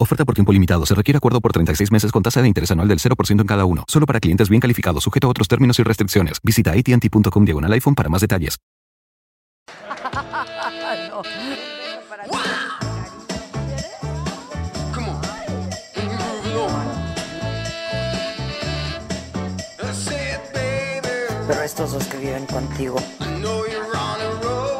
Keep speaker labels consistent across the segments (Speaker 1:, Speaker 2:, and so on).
Speaker 1: Oferta por tiempo limitado. Se requiere acuerdo por 36 meses con tasa de interés anual del 0% en cada uno. Solo para clientes bien calificados, sujeto a otros términos y restricciones. Visita AT&T.com diagonal iPhone para más detalles.
Speaker 2: No.
Speaker 3: Come on. We're moving on. That's it, baby.
Speaker 2: Pero estos dos que viven contigo.
Speaker 3: I know you're on a roll.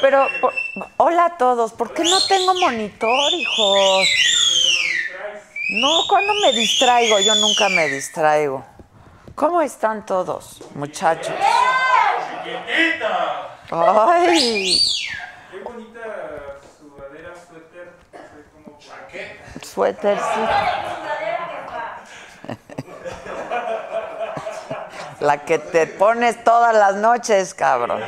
Speaker 2: Pero, por- hola a todos. ¿Por qué no tengo monitor, hijos? No, cuando me distraigo, yo nunca me distraigo. ¿Cómo están todos, muchachos? ¡Ay!
Speaker 4: Qué bonita sudadera,
Speaker 2: Suéter,
Speaker 4: suéter.
Speaker 2: sí. La que te pones todas las noches, cabrón.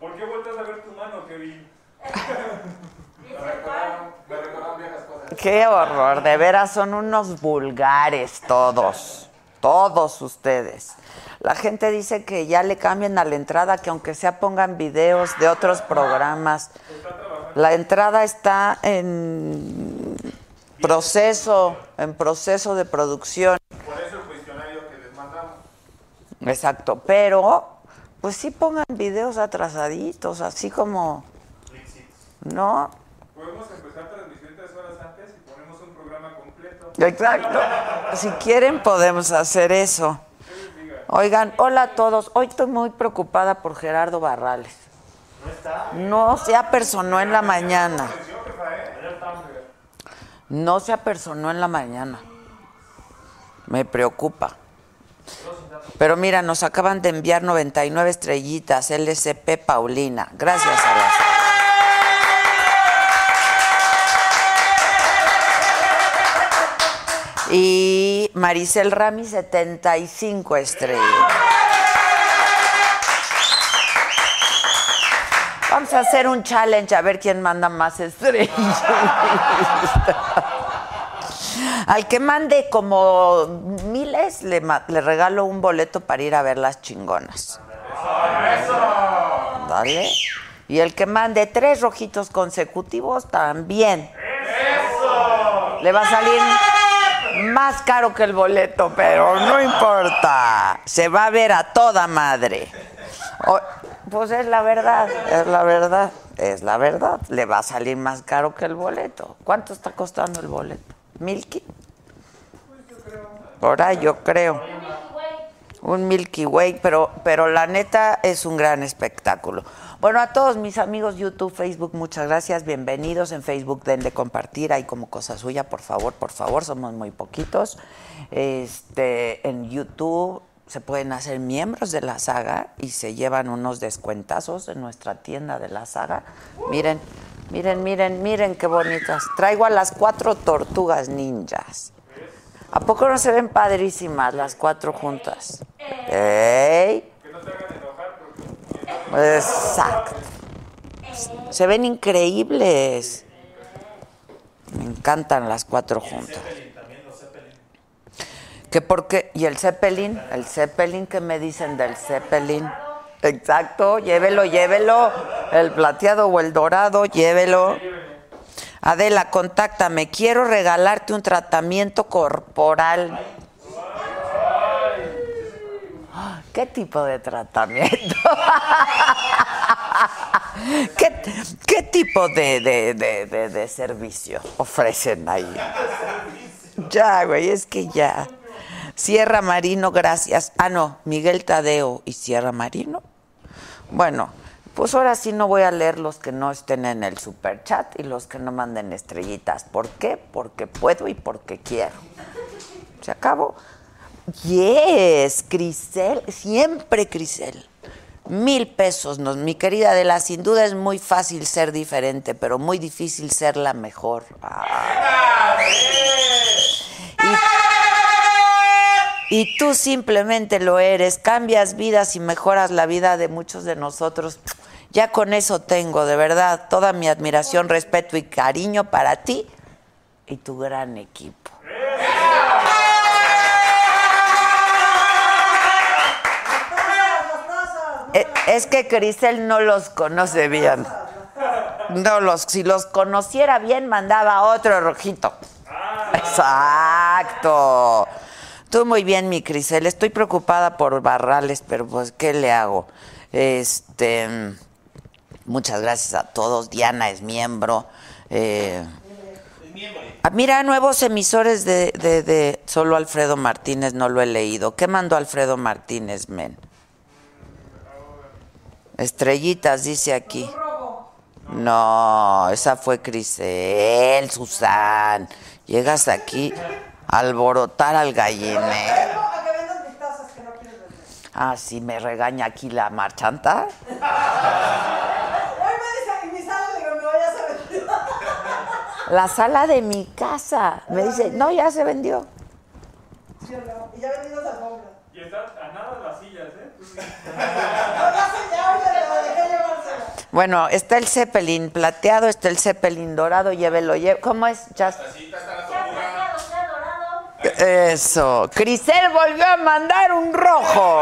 Speaker 4: ¿Por qué vueltas a ver tu mano, Kevin?
Speaker 2: Qué horror, de veras son unos vulgares todos, todos ustedes. La gente dice que ya le cambien a la entrada, que aunque sea pongan videos de otros programas. La entrada está en proceso, en proceso de producción. Exacto, pero pues sí pongan videos atrasaditos, así como, ¿no?
Speaker 4: Podemos empezar transmisión tres horas antes y ponemos un programa completo.
Speaker 2: Exacto. Si quieren podemos hacer eso. Oigan, hola a todos. Hoy estoy muy preocupada por Gerardo Barrales. No se apersonó en la mañana. No se apersonó en la mañana. Me preocupa. Pero mira, nos acaban de enviar 99 estrellitas, LCP Paulina. Gracias a las... Y Maricel Rami, 75 estrellas. Vamos a hacer un challenge a ver quién manda más estrellas. Al que mande como miles, le, ma- le regalo un boleto para ir a ver las chingonas. Dale. Y el que mande tres rojitos consecutivos también. Le va a salir más caro que el boleto, pero no importa. Se va a ver a toda madre. O- pues es la verdad, es la verdad, es la verdad. Le va a salir más caro que el boleto. ¿Cuánto está costando el boleto? ¿Milky? Ahora yo creo. Un Milky Way, pero, pero la neta es un gran espectáculo. Bueno, a todos mis amigos YouTube, Facebook, muchas gracias. Bienvenidos en Facebook, denle compartir. Hay como cosa suya, por favor, por favor. Somos muy poquitos. Este, en YouTube se pueden hacer miembros de la saga y se llevan unos descuentazos en nuestra tienda de la saga. Miren, miren, miren, miren qué bonitas. Traigo a las cuatro tortugas ninjas. ¿A poco no se ven padrísimas las cuatro juntas? ¡Ey! Exacto. Se ven increíbles. Me encantan las cuatro juntas. Que porque, y el Zeppelin, el Zeppelin, ¿qué me dicen del Zeppelin? Exacto, llévelo, llévelo. El plateado o el dorado, llévelo. Adela, contáctame. Quiero regalarte un tratamiento corporal. ¿Qué tipo de tratamiento? ¿Qué, qué tipo de, de- de- de- de servicio ofrecen ahí? Ya, güey, es que ya. Sierra Marino, gracias. Ah, no, Miguel Tadeo y Sierra Marino. Bueno, pues ahora sí no voy a leer los que no estén en el super chat y los que no manden estrellitas. ¿Por qué? Porque puedo y porque quiero. Se acabó. Yes, Crisel, siempre Crisel. Mil pesos, nos, mi querida Adela, sin duda es muy fácil ser diferente, pero muy difícil ser la mejor. Ah. Y, y tú simplemente lo eres, cambias vidas y mejoras la vida de muchos de nosotros. Ya con eso tengo, de verdad, toda mi admiración, respeto y cariño para ti y tu gran equipo. Eh, Es que Crisel no los conoce bien. No los, si los conociera bien, mandaba otro rojito. Exacto. Tú muy bien, mi Crisel. Estoy preocupada por Barrales, pero pues, ¿qué le hago? Este, mm, muchas gracias a todos. Diana es miembro. Eh, Ah, Mira, nuevos emisores de, de- de- Solo Alfredo Martínez, no lo he leído. ¿Qué mandó Alfredo Martínez, men? Estrellitas, dice aquí. No, esa fue Crisel, Susan. Llegas aquí a alborotar al gallinero. Ah, sí, me regaña aquí la marchanta. La sala de mi casa. Me dice, no, ya se vendió.
Speaker 4: Y está a nada las sillas, ¿eh?
Speaker 2: Bueno, está el Zeppelin plateado, está el Zeppelin dorado, llévelo, llévelo. ¿Cómo es? Just- Eso. Crisel volvió a mandar un rojo.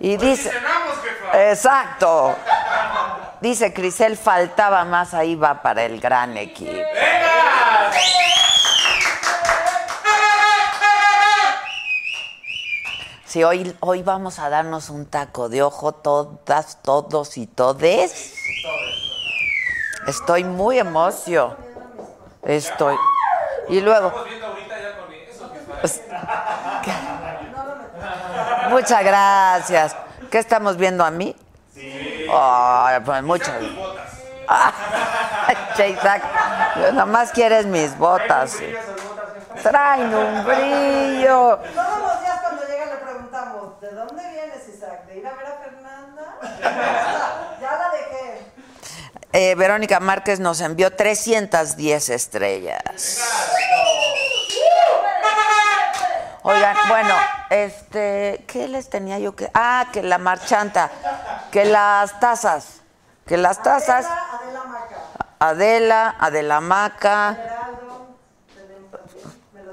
Speaker 2: Y dice. Exacto. Dice Crisel, faltaba más, ahí va para el gran equipo. Sí, hoy, hoy vamos a darnos un taco de ojo todas, todos y todes. Estoy muy emocio. Estoy. Y luego. Pues, Muchas gracias. ¿Qué estamos viendo a mí? Sí. pues muchas. Ah, exacto. Nomás quieres mis botas. Traen un brillo.
Speaker 5: Todos los días cuando llega le preguntamos, ¿de dónde vienes, Isaac? ¿De ir a ver a Fernanda? ya la dejé.
Speaker 2: Eh, Verónica Márquez nos envió 310 estrellas. Oigan, bueno, este, ¿qué les tenía yo que? Ah, que la marchanta, que las tazas, que las tazas. Adela, Adela Maca.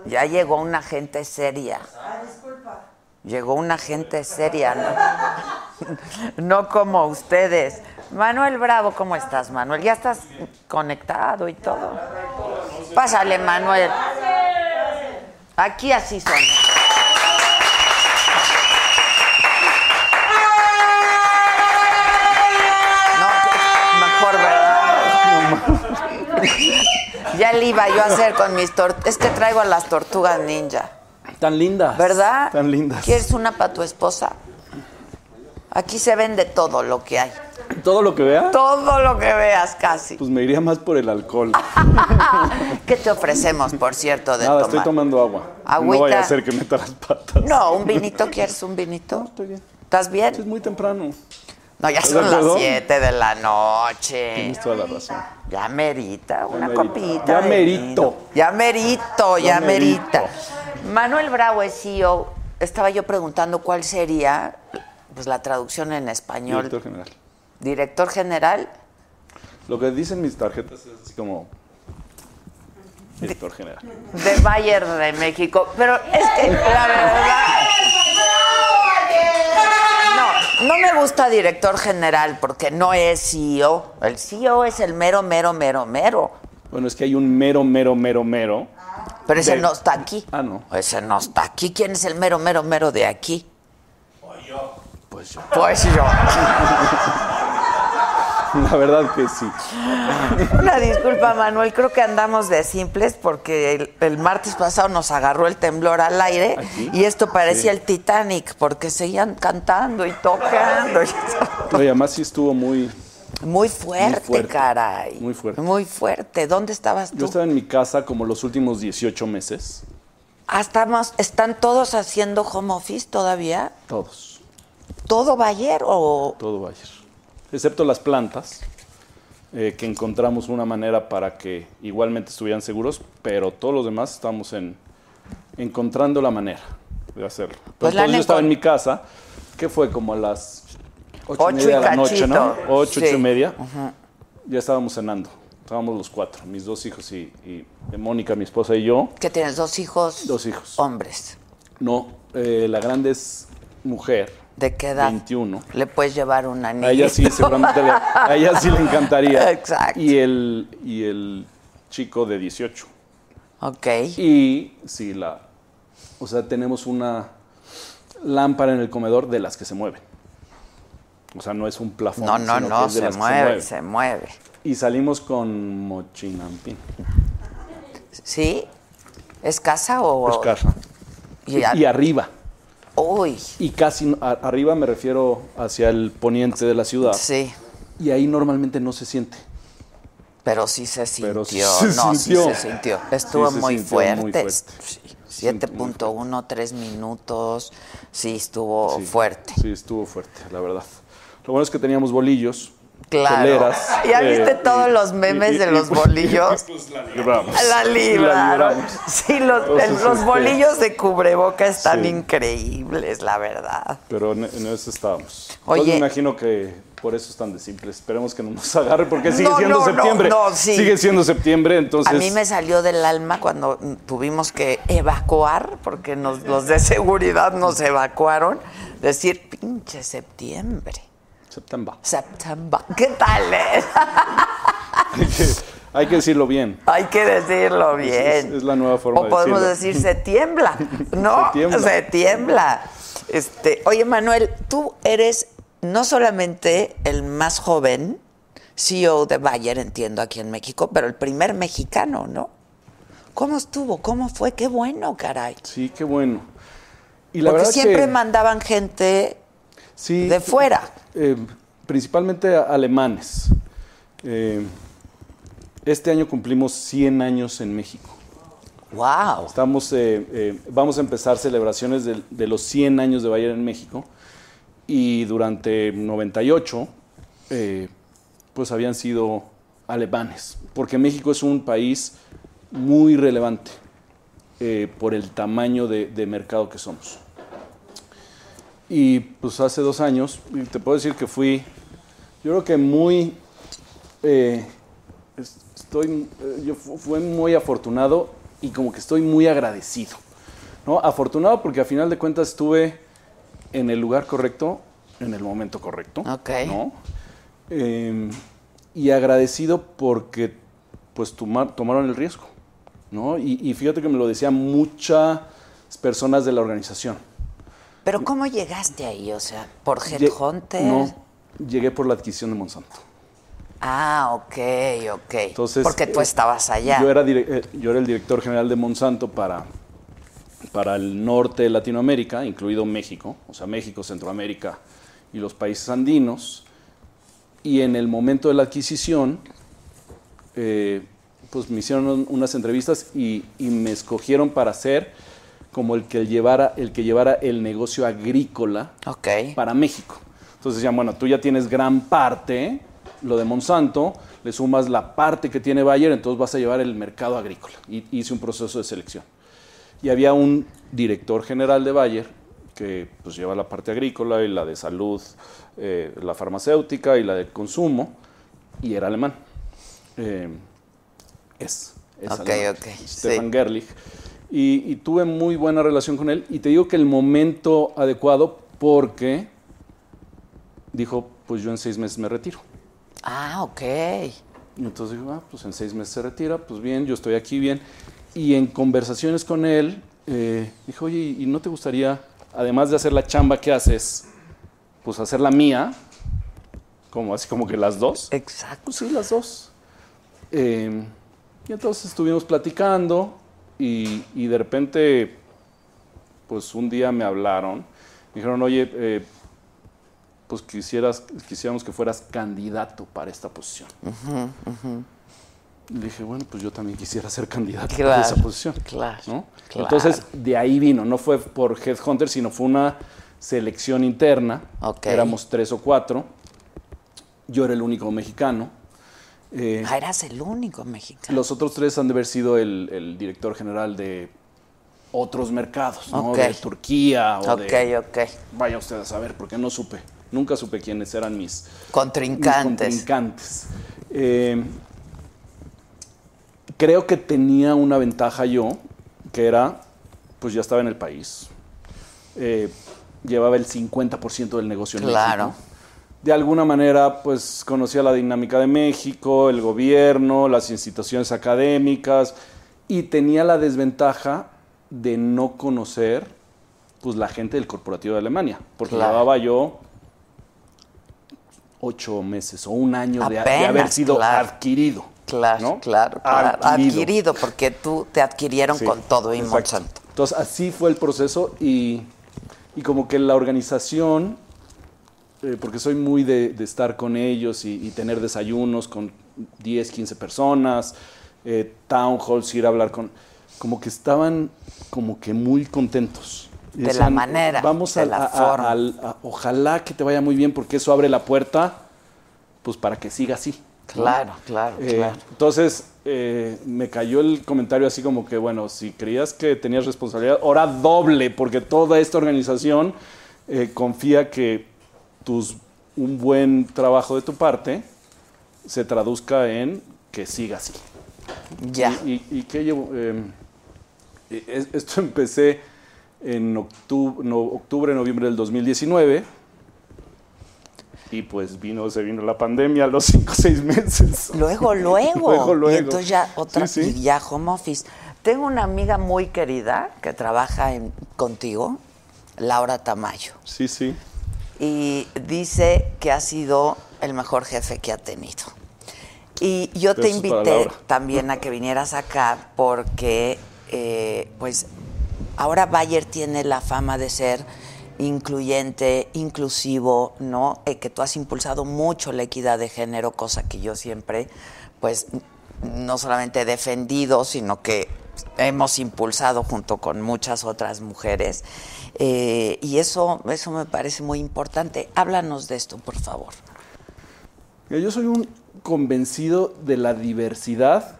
Speaker 2: Ya llegó una gente seria. Llegó una gente seria, ¿no? No como ustedes. Manuel Bravo, ¿cómo estás, Manuel? ¿Ya estás conectado y todo? Pásale, Manuel. Aquí así son. No, mejor, ¿verdad? Ya le iba yo a hacer con mis tortugas. Es que traigo a las tortugas ninja.
Speaker 6: Tan lindas.
Speaker 2: ¿Verdad?
Speaker 6: Tan lindas.
Speaker 2: ¿Quieres una para tu esposa? Aquí se vende todo lo que hay.
Speaker 6: Todo lo que vea,
Speaker 2: Todo lo que veas casi.
Speaker 6: pues me iría más por el alcohol.
Speaker 2: ¿Qué te ofrecemos, por cierto, Ah, de
Speaker 6: Nada,
Speaker 2: tomar?
Speaker 6: estoy tomando agua.
Speaker 2: Agüita.
Speaker 6: No vaya a ser que meta las patas.
Speaker 2: No, un vinito, ¿quieres un vinito?
Speaker 6: Estoy bien.
Speaker 2: ¿Estás
Speaker 6: Es
Speaker 2: bien?
Speaker 6: muy temprano.
Speaker 2: No, ya
Speaker 6: ¿Estás
Speaker 2: son
Speaker 6: de
Speaker 2: las
Speaker 6: acuerdo?
Speaker 2: 7 de la noche.
Speaker 6: Tienes toda la razón.
Speaker 2: Ya merita una
Speaker 6: merita.
Speaker 2: copita.
Speaker 6: Ya
Speaker 2: de
Speaker 6: merito.
Speaker 2: vino. Ya merito, ya,
Speaker 6: Ya merito.
Speaker 2: merita. Manuel Bravo es CEO estaba yo preguntando cuál sería pues, la traducción en español.
Speaker 6: Director general.
Speaker 2: Director general.
Speaker 6: Lo que dicen mis tarjetas es así como. Director general.
Speaker 2: de Bayern de México. Pero es que, la verdad. No, no me gusta director general porque no es CEO. El CEO es el mero, mero, mero, mero.
Speaker 6: Bueno, es que hay un mero, mero, mero, mero.
Speaker 2: Pero ese
Speaker 6: De-
Speaker 2: no está aquí.
Speaker 6: Ah, no.
Speaker 2: Ese no está aquí. ¿Quién es el mero, mero, mero de aquí?
Speaker 6: Pues yo.
Speaker 2: Pues yo.
Speaker 6: La verdad que sí.
Speaker 2: Una disculpa, Manuel. Creo que andamos de simples porque el, el martes pasado nos agarró el temblor al aire
Speaker 6: ¿Aquí?
Speaker 2: y esto parecía
Speaker 6: ¿Ah, Sí.
Speaker 2: el Titanic porque seguían cantando y tocando.
Speaker 6: No, y además sí estuvo muy.
Speaker 2: Muy fuerte,
Speaker 6: fuerte,
Speaker 2: caray.
Speaker 6: muy fuerte.
Speaker 2: Muy fuerte. ¿Dónde estabas tú?
Speaker 6: Yo estaba en mi casa como los últimos 18 meses.
Speaker 2: Ah, estamos- ¿Están todos haciendo home office todavía?
Speaker 6: Todos.
Speaker 2: ¿Todo va ayer o...?
Speaker 6: Todo Bayer. Excepto las plantas, eh, que encontramos una manera para que igualmente estuvieran seguros, pero todos los demás estamos en, encontrando la manera de hacerlo. Pero
Speaker 2: Pues la
Speaker 6: entonces
Speaker 2: han
Speaker 6: yo estaba
Speaker 2: encon-
Speaker 6: en mi casa, que fue como a las ocho
Speaker 2: Ocho
Speaker 6: y
Speaker 2: y
Speaker 6: media de la noche, ¿no?
Speaker 2: cachito.
Speaker 6: Ocho,
Speaker 2: Sí.
Speaker 6: ocho y media. Ya estábamos cenando. Estábamos los cuatro, mis dos hijos y, y Mónica, mi esposa y yo.
Speaker 2: ¿Que tienes dos hijos?
Speaker 6: Dos hijos.
Speaker 2: Hombres.
Speaker 6: No, eh, la grande es mujer.
Speaker 2: ¿De qué edad?
Speaker 6: 21.
Speaker 2: ¿Le puedes llevar un anillo?
Speaker 6: A ella Ah, sí, seguramente le, a ella sí le encantaría.
Speaker 2: Exacto.
Speaker 6: Y el, y el chico de 18.
Speaker 2: Ok.
Speaker 6: Y sí, la. O sea, tenemos una lámpara en el comedor de las que se mueven. O sea, no es un plafón.
Speaker 2: No, no,
Speaker 6: sino que
Speaker 2: no,
Speaker 6: es de
Speaker 2: se
Speaker 6: las que
Speaker 2: mueve,
Speaker 6: se
Speaker 2: se mueve.
Speaker 6: mueve. Y salimos con mochinampín.
Speaker 2: ¿Sí? ¿Es casa o...?
Speaker 6: Es casa.
Speaker 2: Y a-
Speaker 6: Y arriba.
Speaker 2: Uy,
Speaker 6: Y casi no- a- arriba me refiero hacia el poniente de la ciudad.
Speaker 2: sí.
Speaker 6: Y ahí normalmente no se siente.
Speaker 2: Pero sí se sintió.
Speaker 6: Pero sí se
Speaker 2: no, sí
Speaker 6: sintió.
Speaker 2: se sintió. Estuvo
Speaker 6: Sí se
Speaker 2: muy,
Speaker 6: sintió
Speaker 2: fuerte.
Speaker 6: muy fuerte.
Speaker 2: Sí,
Speaker 6: Se sintió muy
Speaker 2: 7.1, 3 minutos. Sí, estuvo
Speaker 6: Sí,
Speaker 2: fuerte.
Speaker 6: Sí, estuvo fuerte, la verdad. Lo bueno es que teníamos bolillos.
Speaker 2: Claro.
Speaker 6: Teleras,
Speaker 2: ¿Ya viste
Speaker 6: eh,
Speaker 2: todos los memes de los bolillos?
Speaker 6: pues la libramos.
Speaker 2: La
Speaker 6: La
Speaker 2: libra.
Speaker 6: libramos.
Speaker 2: Sí, los,
Speaker 6: Entonces,
Speaker 2: el- los
Speaker 6: este,
Speaker 2: bolillos de cubreboca están
Speaker 6: sí.
Speaker 2: increíbles, la verdad.
Speaker 6: Pero en, en eso estábamos.
Speaker 2: Oye.
Speaker 6: Oye. me imagino que por eso están de simple. Esperemos que no nos agarre porque sigue
Speaker 2: No, no,
Speaker 6: siendo
Speaker 2: no,
Speaker 6: septiembre.
Speaker 2: no, sí.
Speaker 6: Sigue siendo septiembre, entonces.
Speaker 2: A mí me salió del alma cuando tuvimos que evacuar, porque nos, los de seguridad nos evacuaron, decir, pinche septiembre,
Speaker 6: Septiembre.
Speaker 2: septiembre. ¿Qué tal? eh?
Speaker 6: Hay que, hay que decirlo bien.
Speaker 2: Hay que decirlo
Speaker 6: Es-
Speaker 2: bien.
Speaker 6: es- es la nueva forma
Speaker 2: O
Speaker 6: de
Speaker 2: podemos
Speaker 6: decirlo.
Speaker 2: decir se tiembla, ¿no?
Speaker 6: Se tiembla.
Speaker 2: Se tiembla. Este, oye, Manuel, tú eres no solamente el más joven CEO de Bayer, entiendo, aquí en México, pero el primer mexicano, ¿no? ¿Cómo estuvo? ¿Cómo fue? Qué bueno, caray.
Speaker 6: Sí, qué bueno. Y la
Speaker 2: Porque
Speaker 6: verdad
Speaker 2: siempre
Speaker 6: que,
Speaker 2: mandaban gente
Speaker 6: sí,
Speaker 2: de fuera.
Speaker 6: eh, principalmente a- alemanes. Eh, este año cumplimos 100 años en México.
Speaker 2: ¡Wow!
Speaker 6: Estamos, eh, eh, vamos a empezar celebraciones del- de, los 100 años de Bayern en México y durante 98 eh, pues habían sido alemanes, porque México es un país muy relevante eh, por el tamaño de, de mercado que somos. Y pues hace dos años, y te puedo decir que fui, yo creo que muy eh, es- estoy, eh, yo fu- fui muy afortunado y como que estoy muy agradecido. ¿no? Afortunado porque a final de cuentas estuve en el lugar correcto, en el momento correcto.
Speaker 2: Ok.
Speaker 6: ¿no? Eh, y agradecido porque pues tomar- tomaron el riesgo. ¿no? Y, y fíjate que me lo decían muchas personas de la organización.
Speaker 2: Pero ¿cómo llegaste ahí? O sea, ¿por
Speaker 6: Lle-
Speaker 2: Headhunter?
Speaker 6: No, llegué por la adquisición de Monsanto.
Speaker 2: Ah, ok, ok.
Speaker 6: Entonces,
Speaker 2: Porque tú
Speaker 6: eh,
Speaker 2: estabas allá.
Speaker 6: Yo era, dire- eh, yo era el director general de Monsanto para, para el norte de Latinoamérica, incluido México, o sea, México, Centroamérica y los países andinos. Y en el momento de la adquisición, eh, pues me hicieron un- unas entrevistas y, y me escogieron para ser como el que llevara el, que llevara el negocio agrícola
Speaker 2: Ok.
Speaker 6: para México. Entonces decían, bueno, tú ya tienes gran parte, lo de Monsanto, le sumas la parte que tiene Bayer, entonces vas a llevar el mercado agrícola. Y hice un proceso de selección. Y había un director general de Bayer que pues, lleva la parte agrícola y la de salud, eh, la farmacéutica y la de consumo, y era alemán. Eh, es. es
Speaker 2: Ok,
Speaker 6: alemán,
Speaker 2: ok, sí.
Speaker 6: Stefan Gerlich. Y, y tuve muy buena relación con él, y te digo que el momento adecuado porque dijo, pues yo en seis meses me retiro.
Speaker 2: Ah, ok.
Speaker 6: Y entonces digo, ah, pues en seis meses se retira, pues bien, yo estoy aquí bien. Y en conversaciones con él, eh, dijo, oye, ¿y no te gustaría, además de hacer la chamba que haces, pues hacer la mía? Como así como que las dos.
Speaker 2: Exacto.
Speaker 6: Pues sí, las dos. Eh, y entonces estuvimos platicando y, y de repente, pues un día me hablaron, me dijeron, oye, eh, pues quisieras, quisiéramos que fueras candidato para esta posición. Le dije, bueno, pues yo también quisiera ser candidato para
Speaker 2: Claro,
Speaker 6: esa posición.
Speaker 2: claro,
Speaker 6: ¿no?
Speaker 2: claro.
Speaker 6: Entonces, de ahí vino, no fue por Headhunter, sino fue una selección interna.
Speaker 2: Ok.
Speaker 6: Éramos tres o cuatro. Yo era el único mexicano. Eh,
Speaker 2: Ah, eras el único mexicano.
Speaker 6: los otros tres han de haber sido el, el director general de otros mercados, ¿no?
Speaker 2: Ok.
Speaker 6: De Turquía o
Speaker 2: ok,
Speaker 6: de...
Speaker 2: ok.
Speaker 6: Vaya usted a saber, porque no supe. Nunca supe quiénes eran mis, mis
Speaker 2: Contrincantes.
Speaker 6: contrincantes. Eh, creo que tenía una ventaja yo, que era, pues ya estaba en el país. Eh, llevaba el 50% del negocio en
Speaker 2: Claro.
Speaker 6: México. De alguna manera, pues conocía la dinámica de México, el gobierno, las instituciones académicas y tenía la desventaja de no conocer pues la gente del corporativo de Alemania, porque
Speaker 2: Claro.
Speaker 6: llevaba yo ocho meses o un año de, de haber
Speaker 2: Apenas,
Speaker 6: sido
Speaker 2: claro.
Speaker 6: adquirido.
Speaker 2: Claro,
Speaker 6: ¿no?
Speaker 2: claro, claro. Adquirido. porque tú te adquirieron
Speaker 6: Sí,
Speaker 2: con todo y
Speaker 6: exacto.
Speaker 2: mochando.
Speaker 6: Entonces, así fue el proceso y, y como que la organización, eh, porque soy muy de, de estar con ellos y, y tener desayunos con 10, 15 personas, eh, town halls, ir a hablar con... Como que estaban como que muy contentos. Y
Speaker 2: De la
Speaker 6: decían,
Speaker 2: manera,
Speaker 6: Vamos
Speaker 2: de
Speaker 6: a,
Speaker 2: la
Speaker 6: a- a-
Speaker 2: forma".
Speaker 6: al- a- ojalá que te vaya muy bien porque eso abre la puerta pues para que siga así. ¿no?
Speaker 2: Claro, claro,
Speaker 6: Eh,
Speaker 2: claro.
Speaker 6: Entonces, eh, me cayó el comentario así como que, bueno, si creías que tenías responsabilidad, ahora doble, porque toda esta organización eh, confía que tus, un buen trabajo de tu parte se traduzca en que siga así.
Speaker 2: Ya.
Speaker 6: ¿Y, y, y qué llevo? Eh, es- esto empecé en octubre, octubre, noviembre del 2019. Y pues vino, se vino la pandemia a los cinco o seis meses.
Speaker 2: Luego, luego.
Speaker 6: Luego, luego.
Speaker 2: Y entonces ya otra,
Speaker 6: Sí, sí.
Speaker 2: y ya home office. Tengo una amiga muy querida que trabaja en- contigo, Laura Tamayo,
Speaker 6: Sí, sí.
Speaker 2: y dice que ha sido el mejor jefe que ha tenido. Y yo te
Speaker 6: Besos para
Speaker 2: invité
Speaker 6: Laura.
Speaker 2: también a que vinieras acá porque, eh, pues, ahora Bayer tiene la fama de ser incluyente, inclusivo, ¿no? Eh, que tú has impulsado mucho la equidad de género, cosa que yo siempre, pues, n- no solamente he defendido, sino que hemos impulsado junto con muchas otras mujeres. Eh, y eso, eso me parece muy importante. Háblanos de esto, por favor.
Speaker 6: Mira, Yo soy un convencido de la diversidad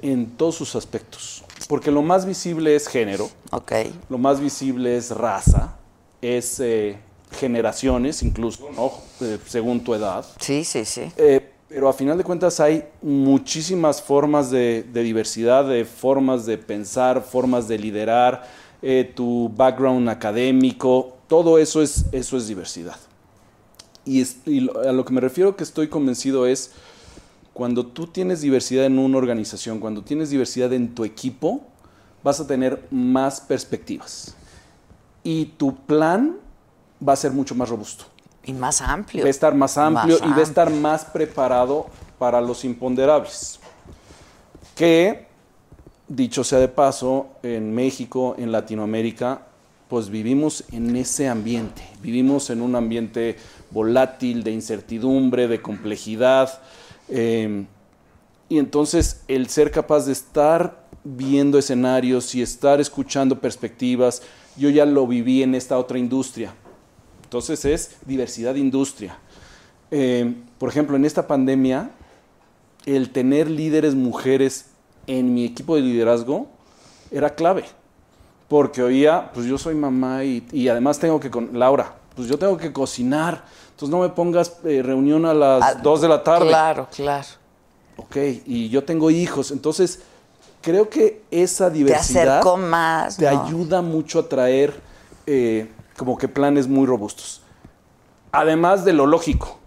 Speaker 6: en todos sus aspectos. Porque lo más visible es género,
Speaker 2: ¿Ok?
Speaker 6: lo más visible es raza, es eh, generaciones, incluso, ¿no? Eh, según tu edad.
Speaker 2: Sí, sí, sí.
Speaker 6: Eh, pero a final de cuentas hay muchísimas formas de, de diversidad, de formas de pensar, formas de liderar, eh, tu background académico, todo eso es, eso es diversidad. Y, es- y lo- a lo que me refiero que estoy convencido es cuando tú tienes diversidad en una organización, cuando tienes diversidad en tu equipo, vas a tener más perspectivas. Y tu plan va a ser mucho más robusto.
Speaker 2: Y más amplio.
Speaker 6: Va a estar más amplio y va a
Speaker 2: amplio.
Speaker 6: estar más preparado para los imponderables. Que, dicho sea de paso, en México, en Latinoamérica, pues vivimos en ese ambiente. Vivimos en un ambiente volátil, de incertidumbre, de complejidad. eh, y entonces el ser capaz de estar viendo escenarios y estar escuchando perspectivas, yo ya lo viví en esta otra industria. Entonces es diversidad de industria. Eh, por ejemplo, en esta pandemia, el tener líderes mujeres en mi equipo de liderazgo era clave. porque oía, pues yo soy mamá y, y además tengo que, con Laura, pues yo tengo que cocinar, entonces no me pongas eh, reunión a
Speaker 2: Ah,
Speaker 6: las 2 de la tarde.
Speaker 2: Claro, claro.
Speaker 6: Ok, y yo tengo hijos, entonces creo que esa
Speaker 2: Te
Speaker 6: diversidad
Speaker 2: acercó más.
Speaker 6: te
Speaker 2: ¿no?
Speaker 6: ayuda mucho a traer eh, como que planes muy robustos. Además de lo lógico,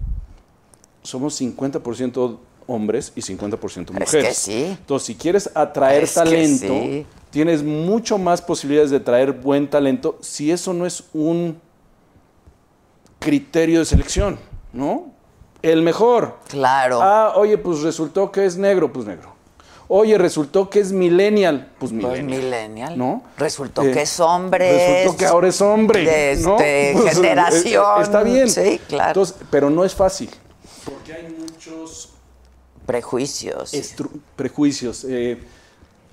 Speaker 6: somos 50% hombres y 50%
Speaker 2: que
Speaker 6: mujeres.
Speaker 2: sí.
Speaker 6: Entonces, si quieres atraer
Speaker 2: Es que
Speaker 6: talento,
Speaker 2: sí.
Speaker 6: tienes mucho más posibilidades de traer buen talento si eso no es un criterio de selección, ¿no? El mejor.
Speaker 2: Claro.
Speaker 6: Ah, oye, pues resultó que es negro, pues negro. Oye, resultó que es millennial,
Speaker 2: Pues
Speaker 6: pues millennial.
Speaker 2: millennial.
Speaker 6: ¿no?
Speaker 2: Resultó
Speaker 6: Eh,
Speaker 2: que es hombre.
Speaker 6: Resultó que ahora es hombre.
Speaker 2: De
Speaker 6: ¿no?
Speaker 2: este,
Speaker 6: Pues,
Speaker 2: generación.
Speaker 6: eh, Está bien.
Speaker 2: Sí, claro.
Speaker 6: Entonces, pero no es fácil. Porque hay muchos
Speaker 2: Prejuicios.
Speaker 6: estru- prejuicios. eh,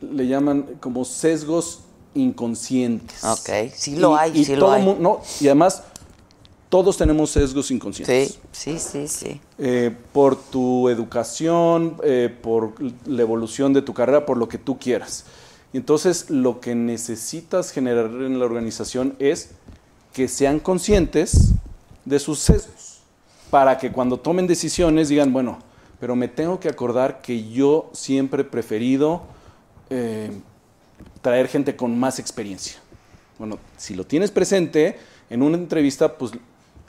Speaker 6: le llaman como sesgos inconscientes.
Speaker 2: Ok, sí lo
Speaker 6: Y-
Speaker 2: hay,
Speaker 6: y
Speaker 2: sí lo
Speaker 6: todo
Speaker 2: hay.
Speaker 6: mu- no, y además, todos tenemos sesgos inconscientes.
Speaker 2: Sí, sí, sí, sí.
Speaker 6: Eh, por tu educación, eh, por la evolución de tu carrera, por lo que tú quieras. Y entonces lo que necesitas generar en la organización es que sean conscientes de sus sesgos, para que cuando tomen decisiones digan, bueno, pero me tengo que acordar que yo siempre he preferido eh, traer gente con más experiencia. Bueno, si lo tienes presente en una entrevista, pues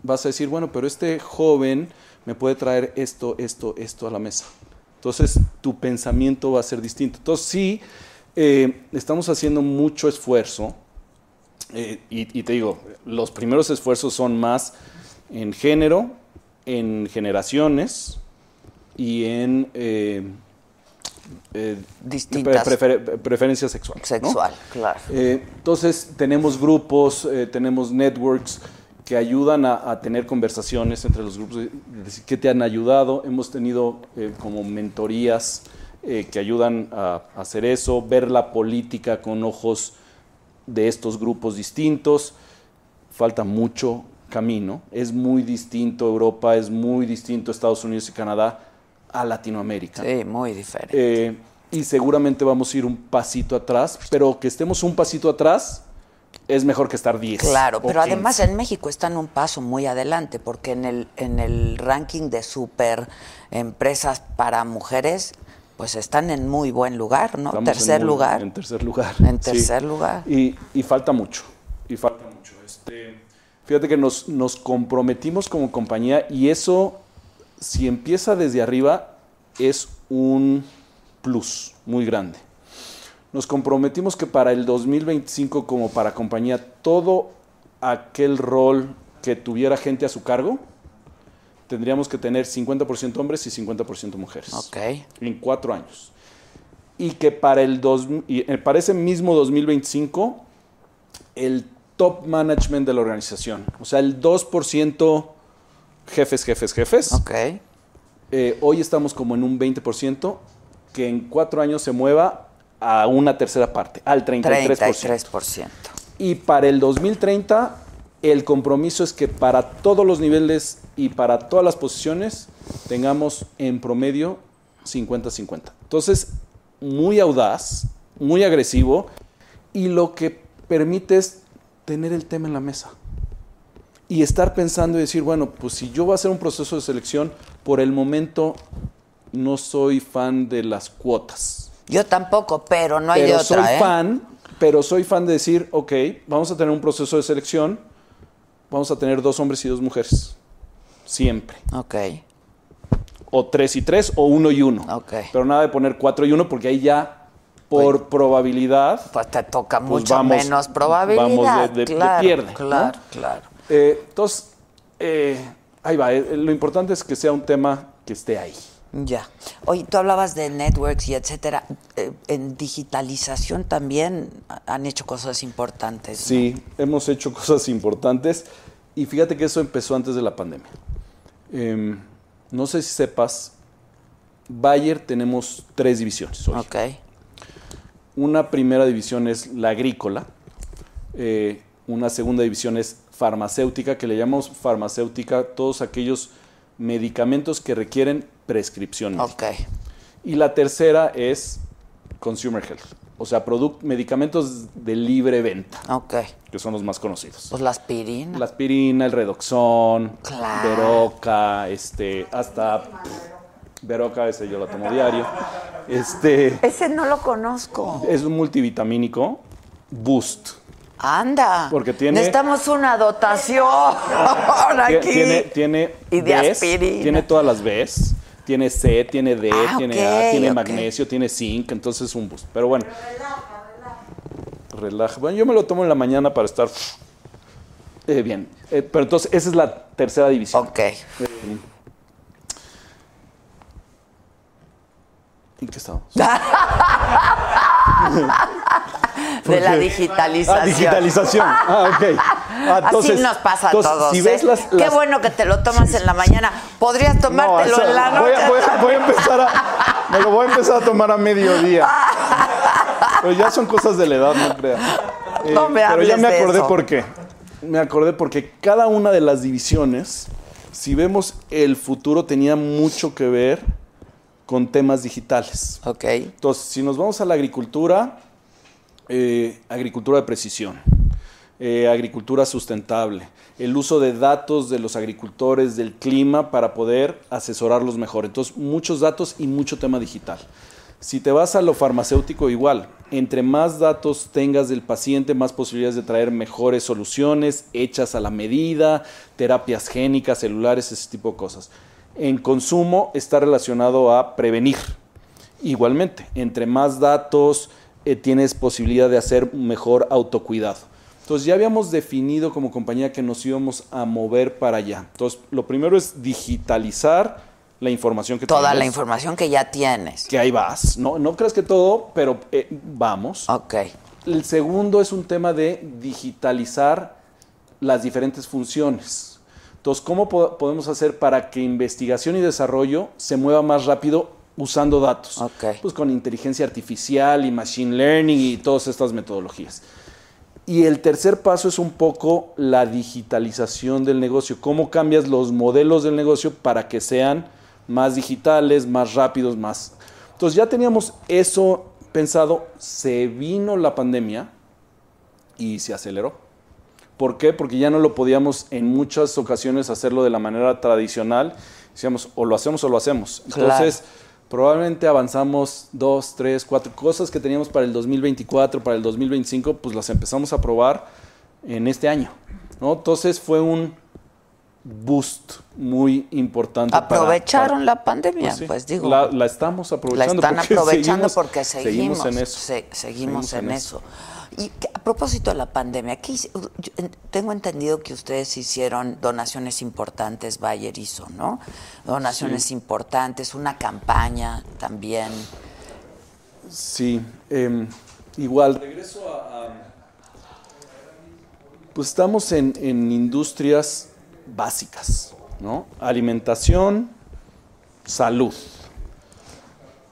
Speaker 6: vas a decir, bueno, pero este joven me puede traer esto, esto, esto a la mesa. Entonces, tu pensamiento va a ser distinto. Entonces, sí, eh, estamos haciendo mucho esfuerzo. eh, y, y te digo, los primeros esfuerzos son más en género, en generaciones y en eh, eh,
Speaker 2: Distintas.
Speaker 6: pre- prefer- preferencia sexual. ¿no?
Speaker 2: Sexual, claro.
Speaker 6: Eh, entonces tenemos grupos, eh, tenemos networks que ayudan a, a tener conversaciones entre los grupos, eh, decir, que te han ayudado. Hemos tenido eh, como mentorías eh, que ayudan a, a hacer eso, ver la política con ojos de estos grupos distintos. Falta mucho camino. Es muy distinto Europa, es muy distinto Estados Unidos y Canadá a Latinoamérica.
Speaker 2: Sí, muy diferente.
Speaker 6: Eh, y seguramente vamos a ir un pasito atrás, pero que estemos un pasito atrás es mejor que estar 10.
Speaker 2: Claro,
Speaker 6: o
Speaker 2: pero
Speaker 6: 15.
Speaker 2: además en México están un paso muy adelante, porque en el, en el ranking de super empresas para mujeres, pues están en muy buen lugar, ¿no?
Speaker 6: Estamos en
Speaker 2: tercer
Speaker 6: un-
Speaker 2: lugar.
Speaker 6: En tercer lugar.
Speaker 2: En tercer lugar.
Speaker 6: Y, y falta mucho. Y falta mucho. Este, fíjate que nos, nos comprometimos como compañía y eso, si empieza desde arriba, es un plus muy grande. Nos comprometimos que para el 2025, como para compañía, todo aquel rol que tuviera gente a su cargo, tendríamos que tener 50% hombres y 50% mujeres.
Speaker 2: Ok.
Speaker 6: En cuatro años. Y que para, el dos, y, eh, para ese mismo 2025, el top management de la organización, o sea, el 2% jefes, jefes, jefes,
Speaker 2: Ok.
Speaker 6: eh, hoy estamos como en un 20%, que en cuatro años se mueva a una tercera parte, al 33%.
Speaker 2: 33%.
Speaker 6: Y para el 2030, el compromiso es que para todos los niveles y para todas las posiciones tengamos en promedio 50-50. Entonces, muy audaz, muy agresivo y lo que permite es tener el tema en la mesa. Y estar pensando y decir, bueno, pues si yo voy a hacer un proceso de selección, por el momento no soy fan de las cuotas
Speaker 2: Yo tampoco, pero no hay
Speaker 6: pero
Speaker 2: de otra,
Speaker 6: soy
Speaker 2: ¿eh?
Speaker 6: fan, pero soy fan de decir, ok, vamos a tener un proceso de selección, vamos a tener dos hombres y dos mujeres, siempre.
Speaker 2: Ok.
Speaker 6: O tres y tres, o uno y uno.
Speaker 2: Ok.
Speaker 6: Pero nada de poner cuatro y uno, porque ahí ya, por probabilidad,
Speaker 2: Pues te toca
Speaker 6: Pues
Speaker 2: mucho
Speaker 6: vamos-
Speaker 2: menos probabilidad.
Speaker 6: vamos de- de- de
Speaker 2: claro,
Speaker 6: pierde, ¿no?
Speaker 2: Claro, claro.
Speaker 6: eh, entonces, eh, ahí va, eh, lo importante es que sea un tema que esté ahí.
Speaker 2: Ya. Oye, tú hablabas de networks y etcétera. Eh, en digitalización también ha- han hecho cosas importantes. ¿no?
Speaker 6: Sí, hemos hecho cosas importantes y fíjate que eso empezó antes de la pandemia. Em, no sé si sepas, Bayer tenemos tres divisiones. hoy.
Speaker 2: Ok.
Speaker 6: Una primera división es la agrícola, eh, una segunda división es farmacéutica, que le llamamos farmacéutica todos aquellos medicamentos que requieren prescripción. médica.
Speaker 2: Ok.
Speaker 6: Y la tercera es consumer health, O sea, product- medicamentos de libre venta,
Speaker 2: Ok.
Speaker 6: que son los más conocidos.
Speaker 2: Pues la aspirina.
Speaker 6: La aspirina, el redoxón,
Speaker 2: Claro.
Speaker 6: Veroca, este, hasta pff, Veroca, ese yo la tomo diario. Este
Speaker 2: Ese no lo conozco.
Speaker 6: es un multivitamínico Boost.
Speaker 2: Anda.
Speaker 6: Porque tiene-
Speaker 2: Necesitamos una dotación
Speaker 6: Tie-
Speaker 2: aquí.
Speaker 6: Tiene, tiene
Speaker 2: Y de
Speaker 6: Bs,
Speaker 2: aspirina.
Speaker 6: Tiene todas las Bs. Tiene C, tiene D,
Speaker 2: Ah,
Speaker 6: tiene
Speaker 2: ok,
Speaker 6: A, tiene
Speaker 2: ok.
Speaker 6: magnesio, tiene zinc, entonces es un boost. Pero bueno. Relaja. Bueno, yo me lo tomo en la mañana para estar eh, bien. Eh, pero entonces esa es la tercera división.
Speaker 2: Ok.
Speaker 6: ¿En qué estamos?
Speaker 2: De la
Speaker 6: qué?
Speaker 2: digitalización.
Speaker 6: Ah, digitalización. Ah, ok. Ah,
Speaker 2: Así
Speaker 6: entonces-
Speaker 2: nos pasa
Speaker 6: entonces,
Speaker 2: a todos.
Speaker 6: Si
Speaker 2: ¿eh?
Speaker 6: ves las,
Speaker 2: Qué
Speaker 6: las-
Speaker 2: bueno que te lo tomas en la mañana. Podrías
Speaker 6: No,
Speaker 2: tomártelo
Speaker 6: o sea,
Speaker 2: en la
Speaker 6: voy,
Speaker 2: noche.
Speaker 6: a, voy a- voy a empezar a. Me lo voy a empezar a tomar a mediodía. Pero ya son cosas de la edad, no creas. Eh,
Speaker 2: No me
Speaker 6: pero ya
Speaker 2: hables
Speaker 6: me
Speaker 2: de
Speaker 6: acordé
Speaker 2: eso.
Speaker 6: por qué. Me acordé porque cada una de las divisiones, si vemos el futuro, tenía mucho que ver con temas digitales.
Speaker 2: Ok.
Speaker 6: Entonces, si nos vamos a la agricultura, eh, agricultura de precisión, eh, agricultura sustentable, el uso de datos de los agricultores, del clima para poder asesorarlos mejor. Entonces, muchos datos y mucho tema digital. Si te vas a lo farmacéutico, igual. Entre más datos tengas del paciente, más posibilidades de traer mejores soluciones, hechas a la medida, terapias génicas, celulares, ese tipo de cosas. En consumo está relacionado a prevenir. Igualmente, entre más datos eh, tienes posibilidad de hacer un mejor autocuidado. Entonces ya habíamos definido como compañía que nos íbamos a mover para allá. Entonces lo primero es digitalizar la información que
Speaker 2: Toda la
Speaker 6: tienes,
Speaker 2: información que ya tienes.
Speaker 6: Que ahí vas. No, no creas que todo, pero eh, vamos.
Speaker 2: Ok.
Speaker 6: El segundo es un tema de digitalizar las diferentes funciones. Entonces, ¿cómo po- podemos hacer para que investigación y desarrollo se mueva más rápido usando datos?
Speaker 2: Ok.
Speaker 6: Pues con inteligencia artificial y machine learning y todas estas metodologías. Y el tercer paso es un poco la digitalización del negocio. ¿Cómo cambias los modelos del negocio para que sean más digitales, más rápidos, más? Entonces ya teníamos eso pensado. Se vino la pandemia y se aceleró. ¿Por qué? Porque ya no lo podíamos en muchas ocasiones hacerlo de la manera tradicional. Decíamos, o lo hacemos o lo hacemos.
Speaker 2: Claro.
Speaker 6: Entonces, probablemente avanzamos dos, tres, cuatro cosas que teníamos para el 2024, para el 2025, pues las empezamos a probar en este año. ¿no? Entonces fue un boost muy importante. para-
Speaker 2: Aprovecharon
Speaker 6: para-
Speaker 2: la pandemia, pues,
Speaker 6: sí,
Speaker 2: digo.
Speaker 6: La, la estamos
Speaker 2: la
Speaker 6: aprovechando.
Speaker 2: están
Speaker 6: porque
Speaker 2: aprovechando
Speaker 6: seguimos-
Speaker 2: porque seguimos.
Speaker 6: en eso.
Speaker 2: se- seguimos en, eso. Y que- a propósito de la pandemia, ¿qué hice? Yo en- tengo entendido que ustedes hicieron donaciones importantes, Bayer hizo, ¿no? Donaciones importantes, una campaña también.
Speaker 6: Sí, em, igual. Regreso a, Pues estamos en, en industrias básicas, ¿no? Alimentación, salud.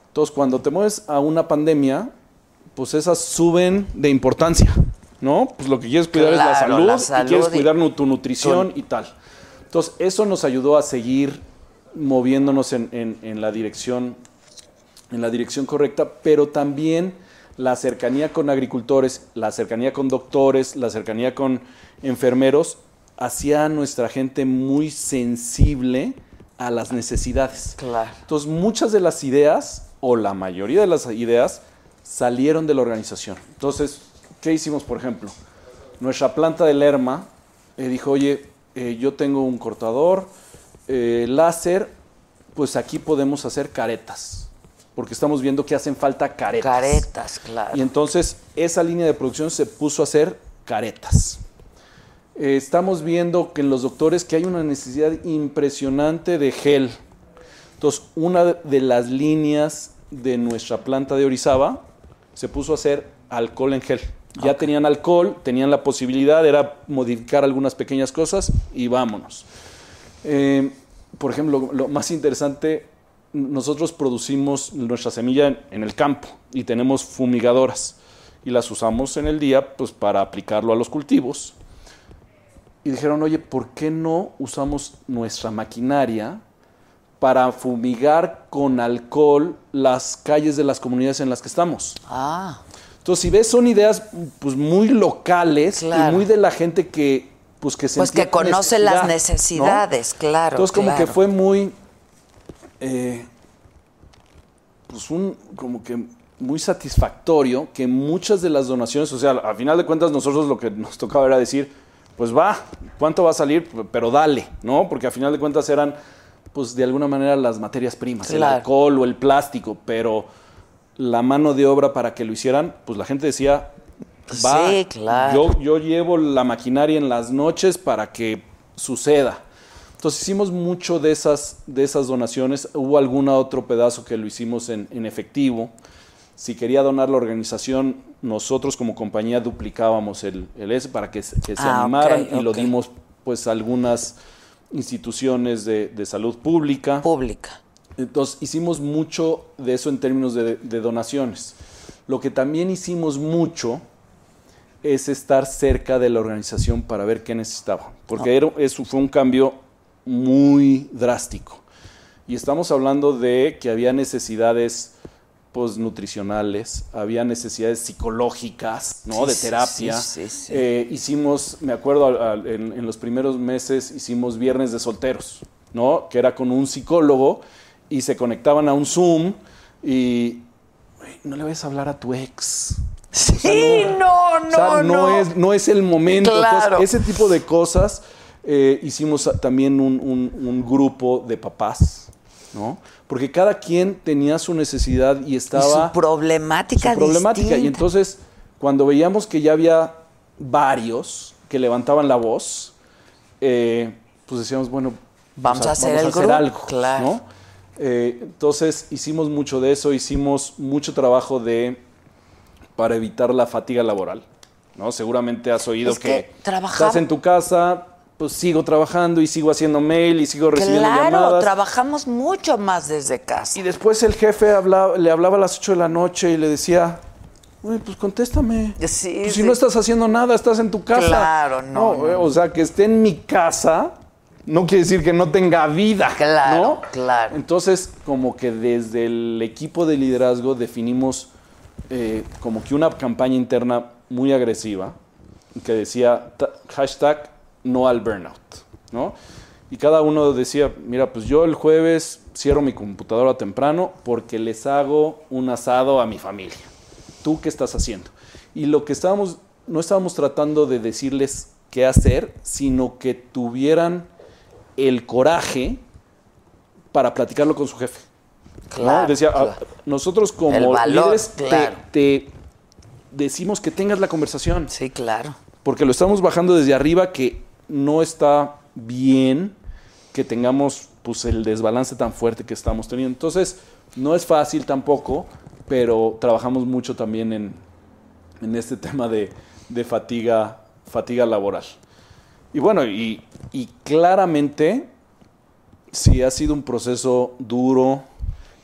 Speaker 6: Entonces, cuando te mueves a una pandemia, pues esas suben de importancia, ¿no? Pues lo que quieres cuidar es la
Speaker 2: Claro,
Speaker 6: salud,
Speaker 2: la
Speaker 6: y
Speaker 2: salud
Speaker 6: quieres
Speaker 2: y-
Speaker 6: cuidar nu- tu nutrición y tal. Entonces, eso nos ayudó a seguir moviéndonos en- en- en la dirección en la dirección correcta, pero también la cercanía con agricultores, la cercanía con doctores, la cercanía con enfermeros, hacía a nuestra gente muy sensible a las necesidades.
Speaker 2: Claro.
Speaker 6: Entonces, muchas de las ideas, o la mayoría de las ideas, salieron de la organización. Entonces, ¿qué hicimos, por ejemplo? Nuestra planta de Lerma eh, dijo, oye, eh, yo tengo un cortador, eh, láser, pues aquí podemos hacer caretas, porque estamos viendo que hacen falta caretas.
Speaker 2: Caretas, claro.
Speaker 6: Y entonces esa línea de producción se puso a hacer caretas. Eh, estamos viendo que en los doctores que hay una necesidad impresionante de gel. Entonces, una de las líneas de nuestra planta de Orizaba se puso a hacer alcohol en gel. Ya tenían alcohol, tenían la posibilidad, era modificar algunas pequeñas cosas y vámonos. Eh, por ejemplo, lo más interesante, nosotros producimos nuestra semilla en, en el campo y tenemos fumigadoras y las usamos en el día pues, para aplicarlo a los cultivos. Y dijeron, oye, ¿por qué no usamos nuestra maquinaria para fumigar con alcohol las calles de las comunidades en las que estamos?
Speaker 2: Ah,
Speaker 6: Entonces, si ves, son ideas pues muy locales
Speaker 2: Claro.
Speaker 6: y muy de la gente que pues que
Speaker 2: Pues
Speaker 6: sentía
Speaker 2: que conoce las
Speaker 6: ¿no?
Speaker 2: necesidades, claro,
Speaker 6: Entonces, como
Speaker 2: claro.
Speaker 6: que fue muy eh, pues un como que muy satisfactorio que muchas de las donaciones, o sea, a final de cuentas nosotros lo que nos tocaba era decir, pues va, ¿cuánto va a salir? Pero dale, ¿no? Porque a final de cuentas eran pues de alguna manera las materias primas,
Speaker 2: Claro.
Speaker 6: el alcohol o el plástico, pero la mano de obra para que lo hicieran, pues la gente decía,
Speaker 2: Pues
Speaker 6: va,
Speaker 2: sí, claro.
Speaker 6: yo, yo llevo la maquinaria en las noches para que suceda. Entonces hicimos mucho de esas, de esas donaciones. Hubo algún otro pedazo que lo hicimos en, en efectivo. Si quería donar la organización, nosotros como compañía duplicábamos el, el S para que, se- que se
Speaker 2: Ah, ok,
Speaker 6: animaran y lo
Speaker 2: ok.
Speaker 6: dimos pues a algunas instituciones de, de salud pública.
Speaker 2: Pública.
Speaker 6: Entonces hicimos mucho de eso en términos de, de donaciones. Lo que también hicimos mucho es estar cerca de la organización para ver qué necesitaba,
Speaker 2: Ah.
Speaker 6: porque era- eso fue un cambio muy drástico. Y estamos hablando de que había necesidades pues, nutricionales, había necesidades psicológicas, ¿no?
Speaker 2: Sí,
Speaker 6: de
Speaker 2: sí,
Speaker 6: terapia.
Speaker 2: sí, sí, sí.
Speaker 6: Eh, hicimos, me acuerdo, al- al- en, en los primeros meses hicimos viernes de solteros, ¿no? Que era con un psicólogo y se conectaban a un Zoom y "Güey, no le vayas a hablar a tu ex.
Speaker 2: Sí, no, no,
Speaker 6: O
Speaker 2: no.
Speaker 6: sea, no, es, no es el momento. Entonces,
Speaker 2: Claro.
Speaker 6: ese tipo de cosas eh, hicimos a- también un, un- un grupo de papás, ¿no? Porque cada quien tenía su necesidad y
Speaker 2: Y
Speaker 6: estaba
Speaker 2: su problemática
Speaker 6: su problemática. Y
Speaker 2: distinta.
Speaker 6: entonces, cuando veíamos que ya había varios que levantaban la voz, eh, pues decíamos, bueno,
Speaker 2: Vamos a hacer el
Speaker 6: hacer
Speaker 2: grupo,
Speaker 6: algo.
Speaker 2: claro.
Speaker 6: ¿no? Eh, entonces, hicimos mucho de eso, hicimos mucho trabajo de para evitar la fatiga laboral. ¿no? Seguramente has oído
Speaker 2: Es que
Speaker 6: que,
Speaker 2: trabajar-
Speaker 6: estás en tu casa, pues sigo trabajando y sigo haciendo mail y sigo recibiendo
Speaker 2: claro,
Speaker 6: llamadas.
Speaker 2: trabajamos mucho más desde casa.
Speaker 6: Y después el jefe habla- le hablaba a las 8 de la noche y le decía, "Güey, pues contéstame.
Speaker 2: Sí,
Speaker 6: Pues
Speaker 2: sí.
Speaker 6: Si no estás haciendo nada, estás en tu casa.
Speaker 2: Claro, no, no,
Speaker 6: eh, O sea, que esté en mi casa no quiere decir que no tenga vida.
Speaker 2: Claro,
Speaker 6: ¿no?
Speaker 2: claro.
Speaker 6: Entonces, como que desde el equipo de liderazgo definimos eh, como que una campaña interna muy agresiva que decía ta- hashtag no al burnout, ¿no? Y cada uno decía, mira, pues yo el jueves cierro mi computadora temprano porque les hago un asado a mi familia. ¿Tú qué estás haciendo? Y lo que estábamos, no estábamos tratando de decirles qué hacer, sino que tuvieran el coraje para platicarlo con su jefe. ¿no?
Speaker 2: Claro,
Speaker 6: Decía, "Ah,
Speaker 2: claro.
Speaker 6: nosotros
Speaker 2: El
Speaker 6: como
Speaker 2: valor,
Speaker 6: líderes te-
Speaker 2: claro.
Speaker 6: te decimos que tengas la conversación
Speaker 2: Sí, claro.
Speaker 6: porque lo estamos bajando desde arriba que no está bien que tengamos pues el desbalance tan fuerte que estamos teniendo. Entonces, no es fácil tampoco, pero trabajamos mucho también en, en este tema de, de fatiga, fatiga laboral. Y bueno, y, y claramente sí ha sido un proceso duro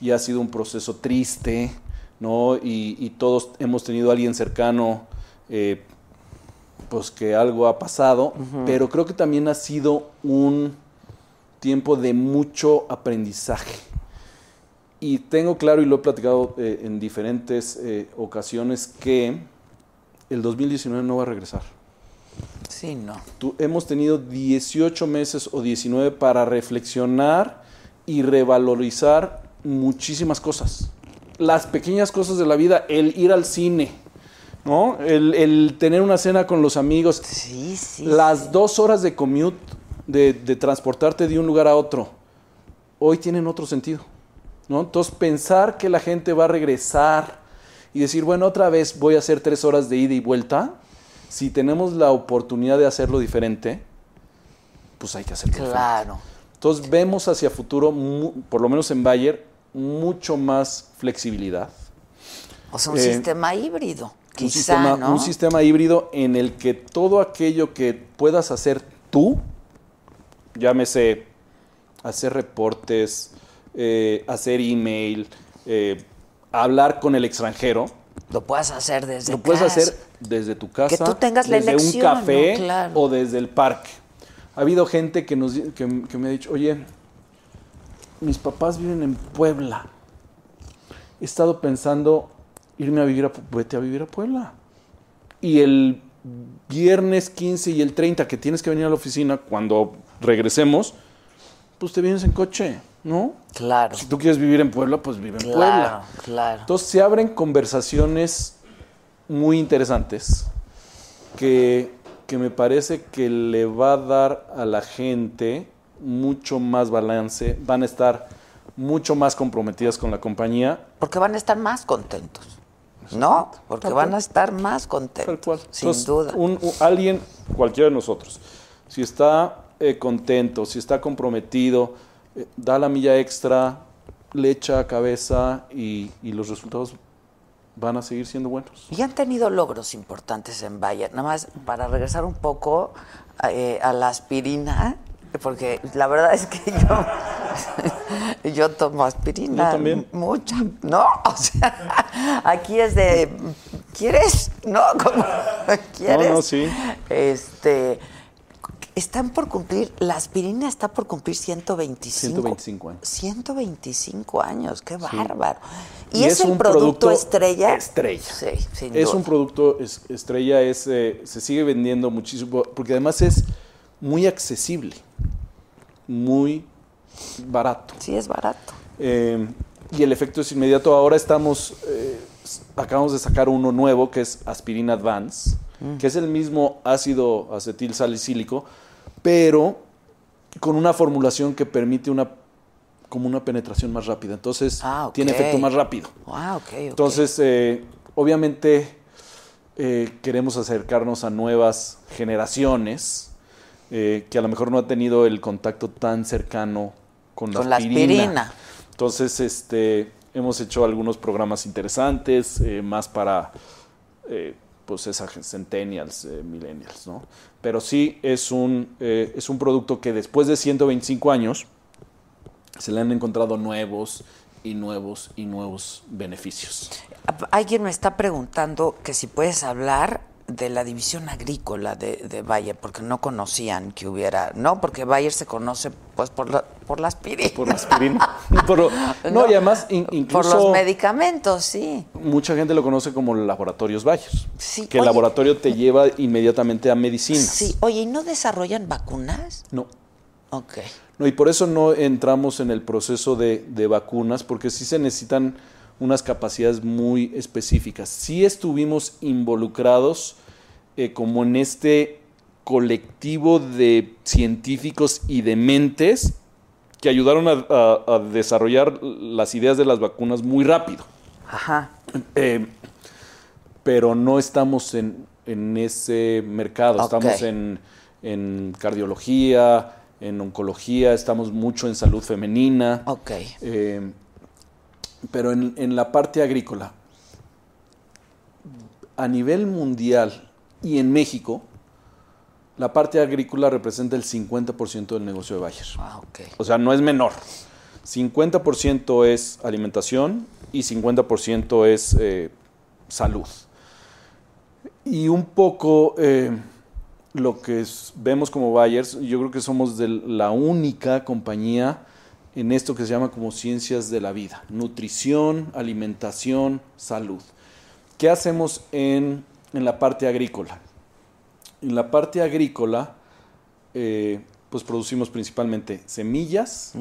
Speaker 6: y ha sido un proceso triste, ¿no? Y, y todos hemos tenido a alguien cercano eh, pues que algo ha pasado, pero creo que también ha sido un tiempo de mucho aprendizaje. Y tengo claro, y lo he platicado eh, en diferentes eh, ocasiones, que el 2019 no va a regresar.
Speaker 2: Sí, no.
Speaker 6: Tú- hemos tenido 18 meses o 19 para reflexionar y revalorizar muchísimas cosas. Las pequeñas cosas de la vida, el ir al cine, ¿no? El, el tener una cena con los amigos,
Speaker 2: Sí, sí.
Speaker 6: las dos horas de commute, de, de transportarte de un lugar a otro, hoy tienen otro sentido. ¿no? Entonces, pensar que la gente va a regresar y decir, bueno, otra vez voy a hacer tres horas de ida y vuelta, si tenemos la oportunidad de hacerlo diferente, pues hay que hacerlo diferente.
Speaker 2: Claro.
Speaker 6: Entonces vemos hacia futuro, mu- por lo menos en Bayer, mucho más flexibilidad.
Speaker 2: O sea, un
Speaker 6: Eh,
Speaker 2: sistema híbrido. Quizá,
Speaker 6: un, sistema,
Speaker 2: ¿no?
Speaker 6: un sistema híbrido en el que todo aquello que puedas hacer tú, llámese hacer reportes, eh, hacer email, eh, hablar con el extranjero,
Speaker 2: Lo puedes hacer desde
Speaker 6: lo puedes
Speaker 2: casa.
Speaker 6: hacer desde tu casa,
Speaker 2: tú tengas la
Speaker 6: desde
Speaker 2: elección,
Speaker 6: un café
Speaker 2: ¿no? Claro.
Speaker 6: o desde el parque. Ha habido gente que, nos, di- que, que me ha dicho, oye, mis papás viven en Puebla. He estado pensando irme a vivir a, Pu- vete a vivir a Puebla. Y el viernes 15 y el 30 que tienes que venir a la oficina cuando regresemos, pues te vienes en coche, ¿no?
Speaker 2: Claro,
Speaker 6: Si tú quieres vivir en Puebla, pues vive en
Speaker 2: claro,
Speaker 6: Puebla.
Speaker 2: claro.
Speaker 6: Entonces se abren conversaciones muy interesantes que, que me parece que le va a dar a la gente mucho más balance, van a estar mucho más comprometidas con la compañía,
Speaker 2: Porque van a estar más contentos. ¿No? Porque van a estar más contentos.
Speaker 6: tal cual.
Speaker 2: Sin
Speaker 6: Entonces,
Speaker 2: duda.
Speaker 6: un- un- alguien, cualquiera de nosotros, si está eh, contento, si está comprometido, eh, da la milla extra, le echa cabeza y- y los resultados van a seguir siendo buenos.
Speaker 2: Y han tenido logros importantes en Bayer. Nada más para regresar un poco eh, a la aspirina, porque la verdad es que yo, yo tomo aspirina.
Speaker 6: Yo también.
Speaker 2: Mucha, ¿no? O sea, aquí es de. ¿Quieres? ¿No? Como, ¿Quieres?
Speaker 6: No, no, sí.
Speaker 2: Este. Están por cumplir, la aspirina está por cumplir 125.
Speaker 6: 125 años.
Speaker 2: 125 años, qué bárbaro. ¿Y,
Speaker 6: Y
Speaker 2: es,
Speaker 6: es
Speaker 2: el
Speaker 6: un
Speaker 2: producto,
Speaker 6: producto
Speaker 2: estrella?
Speaker 6: estrella.
Speaker 2: Sí, sin
Speaker 6: Es
Speaker 2: duda.
Speaker 6: un producto es- estrella, es, eh, se sigue vendiendo muchísimo, porque además es muy accesible, muy barato.
Speaker 2: Sí, es barato.
Speaker 6: Eh, y el efecto es inmediato. Ahora estamos, eh, s- acabamos de sacar uno nuevo que es aspirina advance,
Speaker 2: Mm.
Speaker 6: que es el mismo ácido acetil salicílico, pero con una formulación que permite una como una penetración más rápida. Entonces
Speaker 2: Ah, ok.
Speaker 6: tiene efecto más rápido.
Speaker 2: Ah, ok, ok.
Speaker 6: Entonces, eh, obviamente eh, queremos acercarnos a nuevas generaciones eh, que a lo mejor no ha tenido el contacto tan cercano con la
Speaker 2: Con la
Speaker 6: aspirina.
Speaker 2: aspirina.
Speaker 6: Entonces, este, hemos hecho algunos programas interesantes, eh, más para eh, pues esas gen- centennials, eh, millennials, ¿no? Pero sí es un, eh, es un producto que después de 125 años se le han encontrado nuevos y nuevos y nuevos beneficios.
Speaker 2: Alguien me está preguntando que si puedes hablar de la división agrícola de, de Bayer, porque no conocían que hubiera, no, porque Bayer se conoce pues por la, por las aspirina.
Speaker 6: Por la aspirina. Por lo- no, y además in- incluso
Speaker 2: Por los medicamentos, sí.
Speaker 6: mucha gente lo conoce como laboratorios Bayer.
Speaker 2: Sí,
Speaker 6: que el
Speaker 2: oye. eh,
Speaker 6: laboratorio te lleva inmediatamente a medicinas.
Speaker 2: Sí, oye, ¿y no desarrollan vacunas?
Speaker 6: No.
Speaker 2: Ok.
Speaker 6: No, y por eso no entramos en el proceso de, de vacunas, porque sí se necesitan unas capacidades muy específicas. Sí estuvimos involucrados eh, como en este colectivo de científicos y de mentes que ayudaron a- a- a desarrollar las ideas de las vacunas muy rápido.
Speaker 2: Ajá.
Speaker 6: Eh, pero no estamos en, en ese mercado,
Speaker 2: Ok.
Speaker 6: estamos en, en cardiología, en oncología, estamos mucho en salud femenina,
Speaker 2: Ok.
Speaker 6: eh, pero en, en la parte agrícola, a nivel mundial y en México, la parte agrícola representa el 50% del negocio de Bayer.
Speaker 2: Ah, ok.
Speaker 6: O sea, no es menor. 50% es alimentación y 50% es eh, salud. Y un poco eh, lo que es- vemos como Bayers, yo creo que somos de la única compañía en esto que se llama como ciencias de la vida. Nutrición, alimentación, salud. ¿Qué hacemos en, en la parte agrícola? En la parte agrícola, eh, pues producimos principalmente semillas,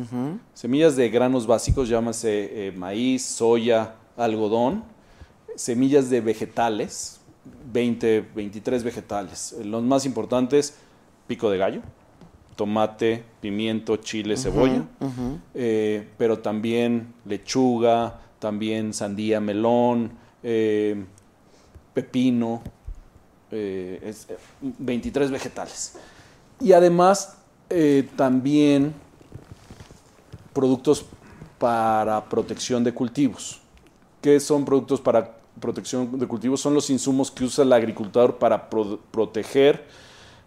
Speaker 6: semillas de granos básicos, llámase eh, maíz, soya, algodón, semillas de vegetales, 20, 23 vegetales. Eh, Los más importantes, pico de gallo, tomate, pimiento, chile, cebolla, eh, pero también lechuga, también sandía, melón, eh, pepino, eh, es, eh, 23 vegetales. Y además eh, también productos para protección de cultivos. ¿Qué son productos para protección de cultivos? Son los insumos que usa el agricultor para pro- proteger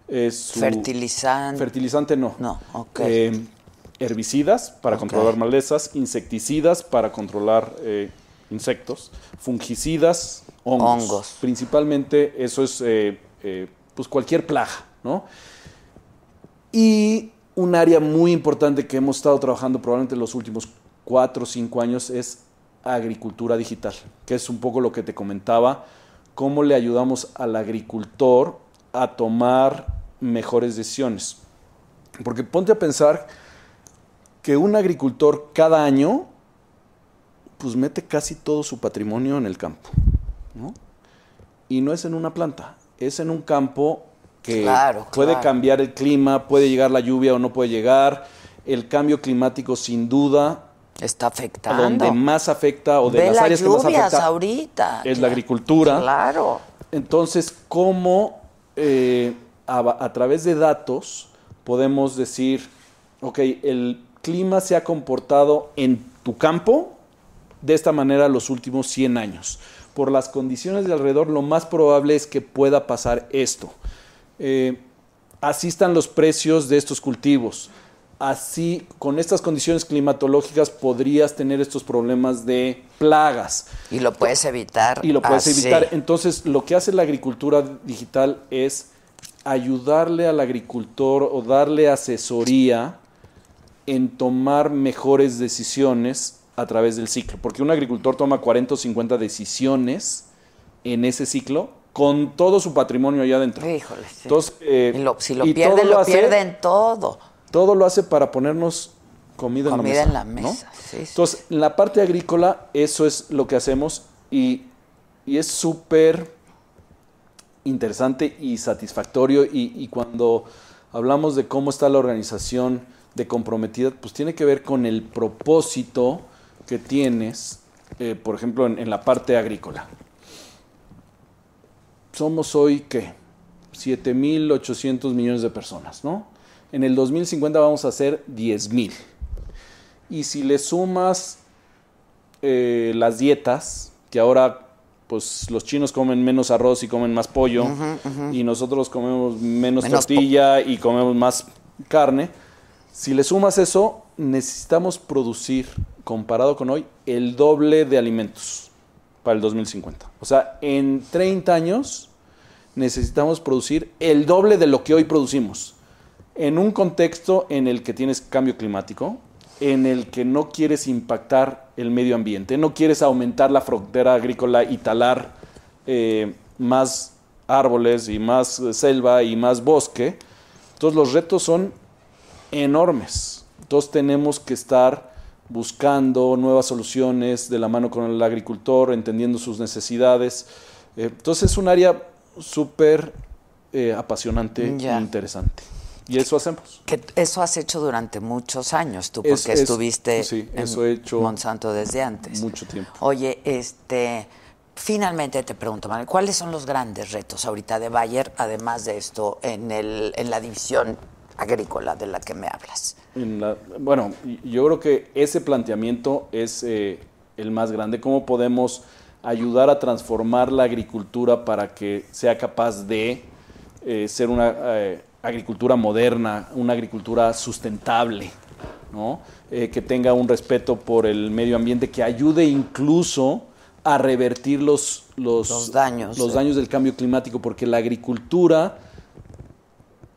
Speaker 6: eh, su...
Speaker 2: Fertilizante.
Speaker 6: Fertilizante no.
Speaker 2: No, ok.
Speaker 6: Eh, herbicidas para
Speaker 2: Ok.
Speaker 6: controlar malezas, insecticidas para controlar eh, insectos, fungicidas, hongos.
Speaker 2: Hongos.
Speaker 6: Principalmente eso es eh, eh, pues cualquier plaga, ¿no? Y un área muy importante que hemos estado trabajando probablemente los últimos cuatro o cinco años es agricultura digital, que es un poco lo que te comentaba, cómo le ayudamos al agricultor a tomar mejores decisiones. Porque ponte a pensar que un agricultor cada año pues mete casi todo su patrimonio en el campo, ¿no? Y no es en una planta, es en un campo que
Speaker 2: Claro,
Speaker 6: puede
Speaker 2: claro.
Speaker 6: cambiar el clima, puede llegar la lluvia o no puede llegar, el cambio climático sin duda
Speaker 2: Está
Speaker 6: a
Speaker 2: afectando.
Speaker 6: donde más afecta o de
Speaker 2: Ve
Speaker 6: las
Speaker 2: las
Speaker 6: áreas que más
Speaker 2: lluvias
Speaker 6: afecta
Speaker 2: ahorita.
Speaker 6: es la agricultura.
Speaker 2: Claro.
Speaker 6: Entonces, ¿cómo eh, a, a través de datos podemos decir, ok, el clima se ha comportado en tu campo de esta manera los últimos 100 años? Por las condiciones de alrededor, lo más probable es que pueda pasar esto. Eh, así están los precios de estos cultivos. Así, con estas condiciones climatológicas, podrías tener estos problemas de plagas
Speaker 2: Y lo puedes evitar.
Speaker 6: y lo puedes
Speaker 2: así.
Speaker 6: evitar. Entonces, lo que hace la agricultura digital es ayudarle al agricultor o darle asesoría en tomar mejores decisiones a través del ciclo, porque un agricultor toma 40 o 50 decisiones en ese ciclo con todo su patrimonio allá adentro.
Speaker 2: Híjole, sí.
Speaker 6: Entonces, eh,
Speaker 2: Y lo- si lo
Speaker 6: y
Speaker 2: pierden,
Speaker 6: todo
Speaker 2: lo,
Speaker 6: hace-
Speaker 2: pierden todo.
Speaker 6: todo lo hace para ponernos comida,
Speaker 2: Comida en
Speaker 6: en
Speaker 2: la
Speaker 6: la mesa.
Speaker 2: mesa,
Speaker 6: ¿no?
Speaker 2: sí, sí.
Speaker 6: Entonces, en la parte agrícola, eso es lo que hacemos y, y es súper interesante y satisfactorio. Y, y cuando hablamos de cómo está la organización de comprometida, pues tiene que ver con el propósito que tienes, eh, por ejemplo, en- en la parte agrícola somos hoy, ¿qué? 7.800 millones de personas, ¿no? En el 2050 vamos a ser 10.000. Y si le sumas eh, las dietas, que ahora pues los chinos comen menos arroz y comen más pollo, y nosotros comemos menos,
Speaker 2: Menos po-
Speaker 6: tortilla y comemos más carne, si le sumas eso, necesitamos producir, comparado con hoy, el doble de alimentos para el 2050. O sea, en 30 años necesitamos producir el doble de lo que hoy producimos. En un contexto en el que tienes cambio climático, en el que no quieres impactar el medio ambiente, no quieres aumentar la frontera agrícola y talar eh, más árboles y más eh, selva y más bosque. Entonces los retos son enormes. Entonces tenemos que estar buscando nuevas soluciones de la mano con el agricultor, entendiendo sus necesidades. Eh, Entonces es un área súper eh, apasionante
Speaker 2: Ya.
Speaker 6: e interesante. Y eso hacemos.
Speaker 2: Que t- eso has hecho durante muchos años, tú, porque
Speaker 6: Es- es-
Speaker 2: estuviste
Speaker 6: sí,
Speaker 2: en
Speaker 6: eso he hecho
Speaker 2: Monsanto desde antes.
Speaker 6: mucho tiempo.
Speaker 2: Oye, este, finalmente te pregunto, Manuel, ¿cuáles son los grandes retos ahorita de Bayer, además de esto, en, el, en la división agrícola de la que me hablas?
Speaker 6: En la- bueno, y- yo creo que ese planteamiento es eh, el más grande. ¿Cómo podemos ayudar a transformar la agricultura para que sea capaz de eh, ser una eh, agricultura moderna, una agricultura sustentable, ¿no? Eh, que tenga un respeto por el medio ambiente, que ayude incluso a revertir los, los,
Speaker 2: Los daños,
Speaker 6: los
Speaker 2: eh.
Speaker 6: daños del cambio climático, porque la agricultura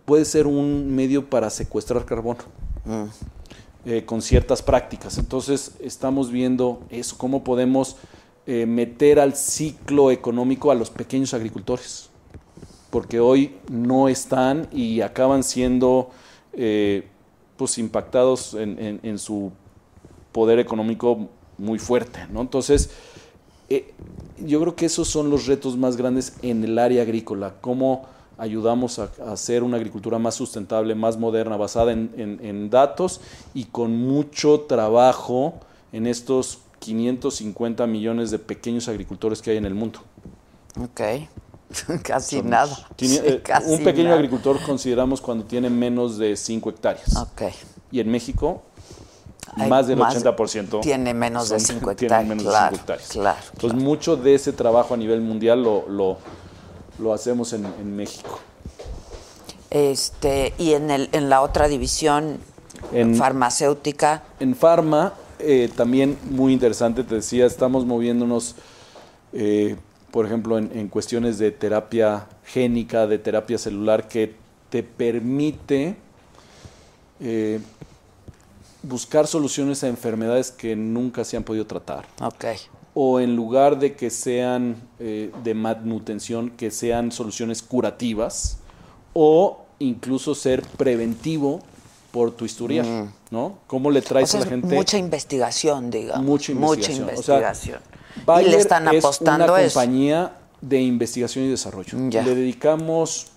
Speaker 6: puede ser un medio para secuestrar carbono eh, con ciertas prácticas. Entonces estamos viendo eso, cómo podemos eh, meter al ciclo económico a los pequeños agricultores, porque hoy no están y acaban siendo eh, pues impactados en, en- en su poder económico muy fuerte, ¿no? Entonces, eh, yo creo que esos son los retos más grandes en el área agrícola. Cómo ayudamos a, a hacer una agricultura más sustentable, más moderna, basada en, en- en datos y con mucho trabajo en estos 550 millones de pequeños agricultores que hay en el mundo.
Speaker 2: Ok, casi
Speaker 6: Somos
Speaker 2: nada.
Speaker 6: quini-
Speaker 2: Sí,
Speaker 6: eh,
Speaker 2: casi
Speaker 6: un pequeño
Speaker 2: nada.
Speaker 6: agricultor consideramos cuando tiene menos de 5 hectáreas.
Speaker 2: Ok.
Speaker 6: Y en México,
Speaker 2: Hay
Speaker 6: más del 80%.
Speaker 2: Tiene menos de
Speaker 6: son-
Speaker 2: 5
Speaker 6: tienen
Speaker 2: hectáreas.
Speaker 6: menos de
Speaker 2: claro,
Speaker 6: cinco hectáreas.
Speaker 2: Claro.
Speaker 6: Entonces, mucho de ese trabajo a nivel mundial lo, lo, lo hacemos en, en México.
Speaker 2: Este, y en, el, en la otra división
Speaker 6: En-
Speaker 2: farmacéutica,
Speaker 6: En Pharma, eh, también muy interesante, te decía, estamos moviéndonos, eh, por ejemplo, en, en cuestiones de terapia génica, de terapia celular, que te permite eh, buscar soluciones a enfermedades que nunca se han podido tratar.
Speaker 2: Ok.
Speaker 6: O en lugar de que sean eh, de manutención, que sean soluciones curativas. O incluso ser preventivo por tu historial, ¿no? ¿Cómo le
Speaker 2: Mm. O
Speaker 6: traes
Speaker 2: sea,
Speaker 6: a
Speaker 2: es
Speaker 6: la gente?
Speaker 2: mucha investigación, digamos.
Speaker 6: mucha investigación.
Speaker 2: Mucha
Speaker 6: O sea,
Speaker 2: investigación. y
Speaker 6: Bayer
Speaker 2: le están apostando a
Speaker 6: es
Speaker 2: eso. Mm,
Speaker 6: una compañía de investigación y desarrollo.
Speaker 2: Ya.
Speaker 6: Le dedicamos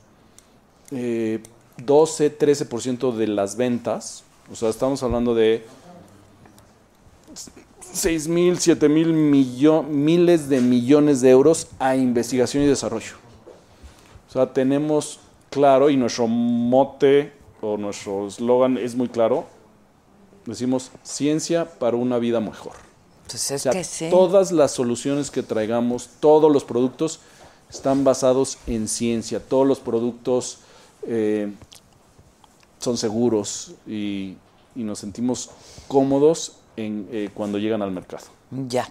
Speaker 6: eh, 12, 13% de las ventas. O sea, estamos hablando de 6 mil, 7 mil millo- miles de millones de euros a investigación y desarrollo. O sea, tenemos claro y nuestro mote o nuestro eslogan es muy claro. Decimos ciencia para una vida mejor.
Speaker 2: Pues es
Speaker 6: O sea,
Speaker 2: que sí.
Speaker 6: todas las soluciones que traigamos, todos los productos están basados en ciencia, todos los productos eh, son seguros y, y nos sentimos cómodos en, eh, cuando llegan al mercado.
Speaker 2: Ya.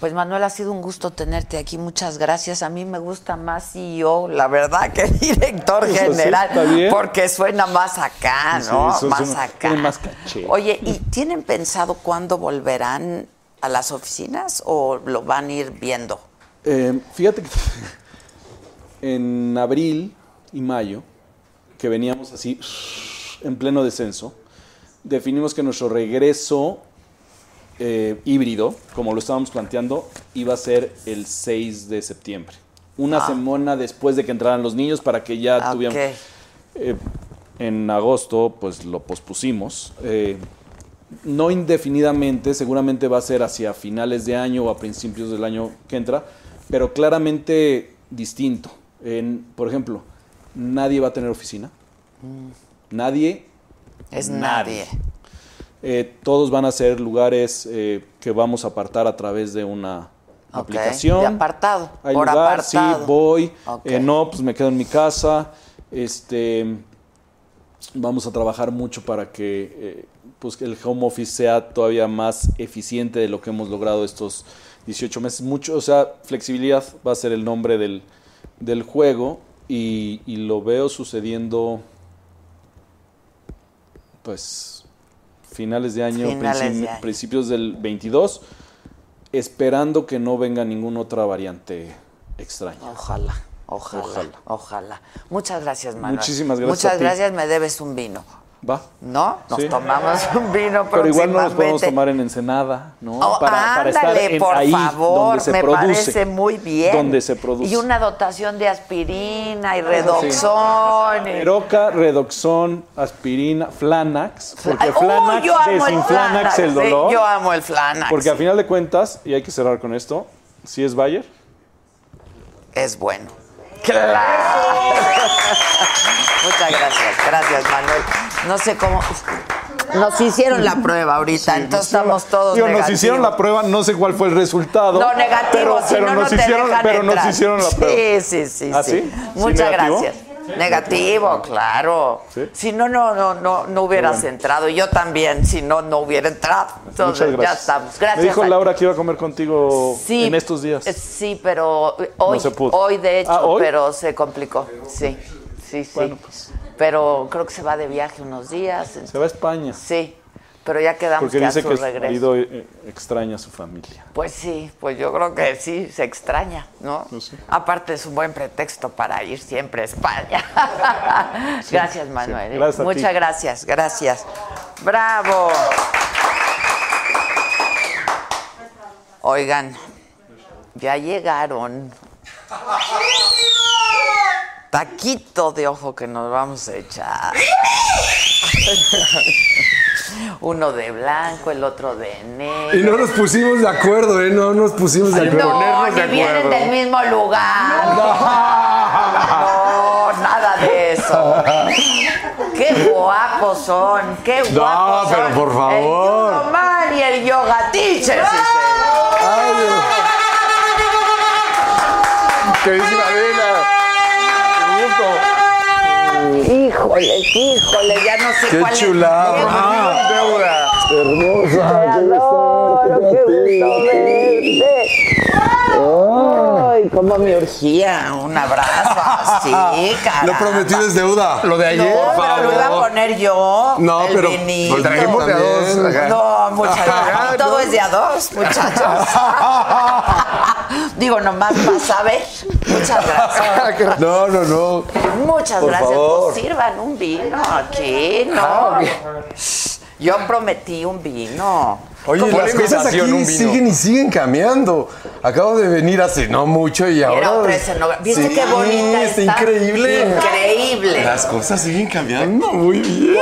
Speaker 2: Pues Manuel, ha sido un gusto tenerte aquí. Muchas gracias. A mí me gusta más CEO, la verdad, que director
Speaker 6: Eso sí,
Speaker 2: general.
Speaker 6: está bien.
Speaker 2: porque suena más acá,
Speaker 6: Sí,
Speaker 2: ¿no?
Speaker 6: eso
Speaker 2: más
Speaker 6: suena-
Speaker 2: acá.
Speaker 6: tiene más caché.
Speaker 2: Oye, ¿y tienen pensado cuándo volverán a las oficinas o lo van a ir viendo?
Speaker 6: Eh, fíjate que en abril y mayo, que veníamos así en pleno descenso, definimos que nuestro regreso eh, híbrido, como lo estábamos planteando, iba a ser el 6 de septiembre. Una semana después de que entraran los niños para que ya
Speaker 2: Ah,
Speaker 6: tuviéramos...
Speaker 2: ok.
Speaker 6: Eh, en agosto, pues lo pospusimos. Eh, no indefinidamente, seguramente va a ser hacia finales de año o a principios del año que entra, pero claramente distinto. En, por ejemplo, nadie va a tener oficina. Nadie.
Speaker 2: Es nadie.
Speaker 6: Eh, todos van a ser lugares eh, que vamos a apartar a través de una
Speaker 2: Ok,
Speaker 6: aplicación.
Speaker 2: de apartado,
Speaker 6: Hay
Speaker 2: por
Speaker 6: lugar,
Speaker 2: apartado.
Speaker 6: sí, voy.
Speaker 2: Ok.
Speaker 6: eh, no, pues me quedo en mi casa. Este vamos a trabajar mucho para que eh, pues que el home office sea todavía más eficiente de lo que hemos logrado estos 18 meses. Mucho, o sea, flexibilidad va a ser el nombre del, del juego y, y lo veo sucediendo pues finales de año,
Speaker 2: Finales
Speaker 6: principi-
Speaker 2: de año.
Speaker 6: principios del 22, esperando que no venga ninguna otra variante extraña.
Speaker 2: Ojalá, ojalá, ojalá.
Speaker 6: Ojalá.
Speaker 2: Muchas gracias, Manuel.
Speaker 6: Muchísimas gracias
Speaker 2: Muchas
Speaker 6: a ti.
Speaker 2: gracias, me debes un vino.
Speaker 6: ¿Va?
Speaker 2: ¿No? Nos
Speaker 6: Sí.
Speaker 2: tomamos un vino
Speaker 6: Pero igual no nos podemos
Speaker 2: próximamente.
Speaker 6: tomar en Ensenada, ¿no?
Speaker 2: Oh, ándale, por favor,
Speaker 6: donde se
Speaker 2: me
Speaker 6: produce.
Speaker 2: parece muy bien.
Speaker 6: Donde se produce. Ah,
Speaker 2: Y una dotación de aspirina y redoxón. y-
Speaker 6: Eroca, Redoxón, aspirina, Flanax, porque
Speaker 2: Ay, uy,
Speaker 6: Flanax
Speaker 2: yo amo el
Speaker 6: desinflanax el,
Speaker 2: Flanax, sí,
Speaker 6: dolor.
Speaker 2: yo amo el Flanax.
Speaker 6: porque a final de cuentas, y hay que cerrar con esto, si es Bayer,
Speaker 2: es bueno. ¡Claro! Muchas gracias, gracias Manuel. No sé cómo. Nos hicieron la prueba ahorita, entonces estamos todos.
Speaker 6: Digo, nos
Speaker 2: negativos.
Speaker 6: hicieron la prueba, no sé cuál fue el resultado.
Speaker 2: No, negativo,
Speaker 6: pero,
Speaker 2: si
Speaker 6: pero
Speaker 2: no,
Speaker 6: nos
Speaker 2: no te
Speaker 6: hicieron,
Speaker 2: dejan
Speaker 6: pero
Speaker 2: entrar.
Speaker 6: nos hicieron la
Speaker 2: Sí,
Speaker 6: prueba.
Speaker 2: sí, sí.
Speaker 6: ¿Ah,
Speaker 2: sí.
Speaker 6: sí? ¿Sí,
Speaker 2: Muchas
Speaker 6: negativo?
Speaker 2: gracias. Negativo, claro.
Speaker 6: Sí.
Speaker 2: Si no, no, no, no, no hubieras
Speaker 6: Muy bueno.
Speaker 2: entrado. Yo también, si no, no hubiera entrado. Entonces,
Speaker 6: Muchas gracias.
Speaker 2: ya estamos. Gracias.
Speaker 6: Me dijo
Speaker 2: a-
Speaker 6: Laura que iba a comer contigo
Speaker 2: Sí,
Speaker 6: en estos días.
Speaker 2: eh, Sí, pero hoy,
Speaker 6: No se pudo.
Speaker 2: hoy de hecho,
Speaker 6: Ah, ¿hoy?
Speaker 2: pero se complicó. Sí, sí, sí.
Speaker 6: Bueno, pues.
Speaker 2: Pero creo que se va de viaje unos días.
Speaker 6: Se va a España.
Speaker 2: Sí, pero ya quedamos
Speaker 6: Porque
Speaker 2: que a
Speaker 6: dice
Speaker 2: su
Speaker 6: que su
Speaker 2: regreso.
Speaker 6: marido eh, extraña a su familia.
Speaker 2: Pues sí, pues yo creo que sí, se extraña, ¿no?
Speaker 6: Pues sí.
Speaker 2: Aparte es un buen pretexto para ir siempre a España. gracias, Manuel.
Speaker 6: sí.
Speaker 2: ¿eh?
Speaker 6: Gracias a ti.
Speaker 2: Muchas gracias, gracias. Bravo. Oigan, ya llegaron. Taquito de ojo que nos vamos a echar. Uno de blanco, el otro de negro.
Speaker 7: Y no nos pusimos de acuerdo, ¿eh? No nos pusimos de acuerdo.
Speaker 2: No, ni vienen del mismo lugar. No, nada de eso. Qué guapos son, qué
Speaker 7: No,
Speaker 2: guapos son.
Speaker 7: pero por favor.
Speaker 2: El Yuno Man y el Yoga Teacher, sí, señor.
Speaker 7: Ay, Dios. Queridísima Adela.
Speaker 2: Híjole, híjole, ya no sé
Speaker 7: Qué
Speaker 2: cuál es.
Speaker 7: chulada. Ah, Hermosa.
Speaker 2: Te adoro, qué gusto verte. Ay, ¿Cómo me urgía? Un abrazo. Sí, caramba.
Speaker 6: Lo prometido es deuda.
Speaker 7: Lo de ayer.
Speaker 2: No,
Speaker 7: Por
Speaker 2: pero lo
Speaker 7: favor.
Speaker 2: iba a poner yo.
Speaker 6: No,
Speaker 2: el
Speaker 6: pero-
Speaker 2: vinito.
Speaker 6: pues
Speaker 7: trajimos de a dos acá.
Speaker 2: No, muchachos.
Speaker 7: Ah,
Speaker 2: Todo
Speaker 7: no.
Speaker 2: es de a dos, muchachos. Digo, nomás para saber. Muchas gracias.
Speaker 6: No, no, no.
Speaker 2: Muchas
Speaker 6: Por
Speaker 2: gracias.
Speaker 6: favor.
Speaker 2: Pues sirvan un vino aquí,
Speaker 7: Ah,
Speaker 2: ¿no? Yo prometí un vino.
Speaker 6: Oye,
Speaker 7: ¿Cómo
Speaker 6: las
Speaker 7: la
Speaker 6: cosas aquí
Speaker 7: invitación, un vino?
Speaker 6: siguen y siguen cambiando. Acabo de venir hace no mucho y ahora.
Speaker 2: Era otra escenografía. ¿Viste qué bonita
Speaker 6: está?
Speaker 2: está?
Speaker 6: increíble.
Speaker 2: Increíble. Pues
Speaker 6: Las cosas siguen cambiando muy bien.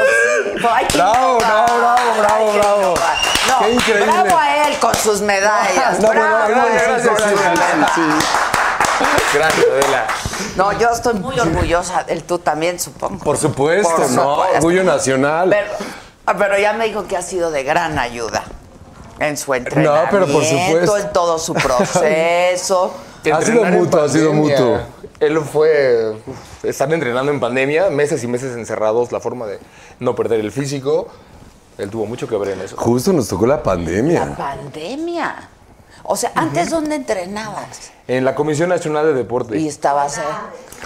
Speaker 2: Ay, qué
Speaker 6: Bravo,
Speaker 2: innovar.
Speaker 6: bravo, bravo,
Speaker 2: Ay,
Speaker 6: bravo,
Speaker 2: qué
Speaker 6: bravo.
Speaker 2: innovar. No,
Speaker 6: Qué increíble.
Speaker 2: Bravo a él con sus medallas.
Speaker 6: No,
Speaker 2: bravo,
Speaker 6: no, no,
Speaker 2: a él con
Speaker 6: gracias,
Speaker 2: sus
Speaker 6: gracias,
Speaker 2: medallas.
Speaker 6: Gracias, Adela.
Speaker 2: No, yo estoy muy orgullosa. Él, tú también, supongo.
Speaker 6: Por supuesto,
Speaker 2: Por
Speaker 6: no,
Speaker 2: supuesto.
Speaker 6: orgullo nacional.
Speaker 2: Pero, ah, pero ya me dijo que ha sido de gran ayuda en su entrenamiento,
Speaker 6: No, pero por supuesto.
Speaker 2: en todo su proceso.
Speaker 6: Ha sido
Speaker 7: Entrenar en
Speaker 6: mutuo, ha sido
Speaker 7: pandemia.
Speaker 6: mutuo.
Speaker 7: Él fue, uf, están entrenando en pandemia, meses y meses encerrados, la forma de no perder el físico. Él tuvo mucho que ver en eso.
Speaker 6: Justo nos tocó la pandemia.
Speaker 2: La pandemia. O sea, antes dónde entrenabas
Speaker 7: En la Comisión Nacional de Deporte.
Speaker 2: y estabas eh?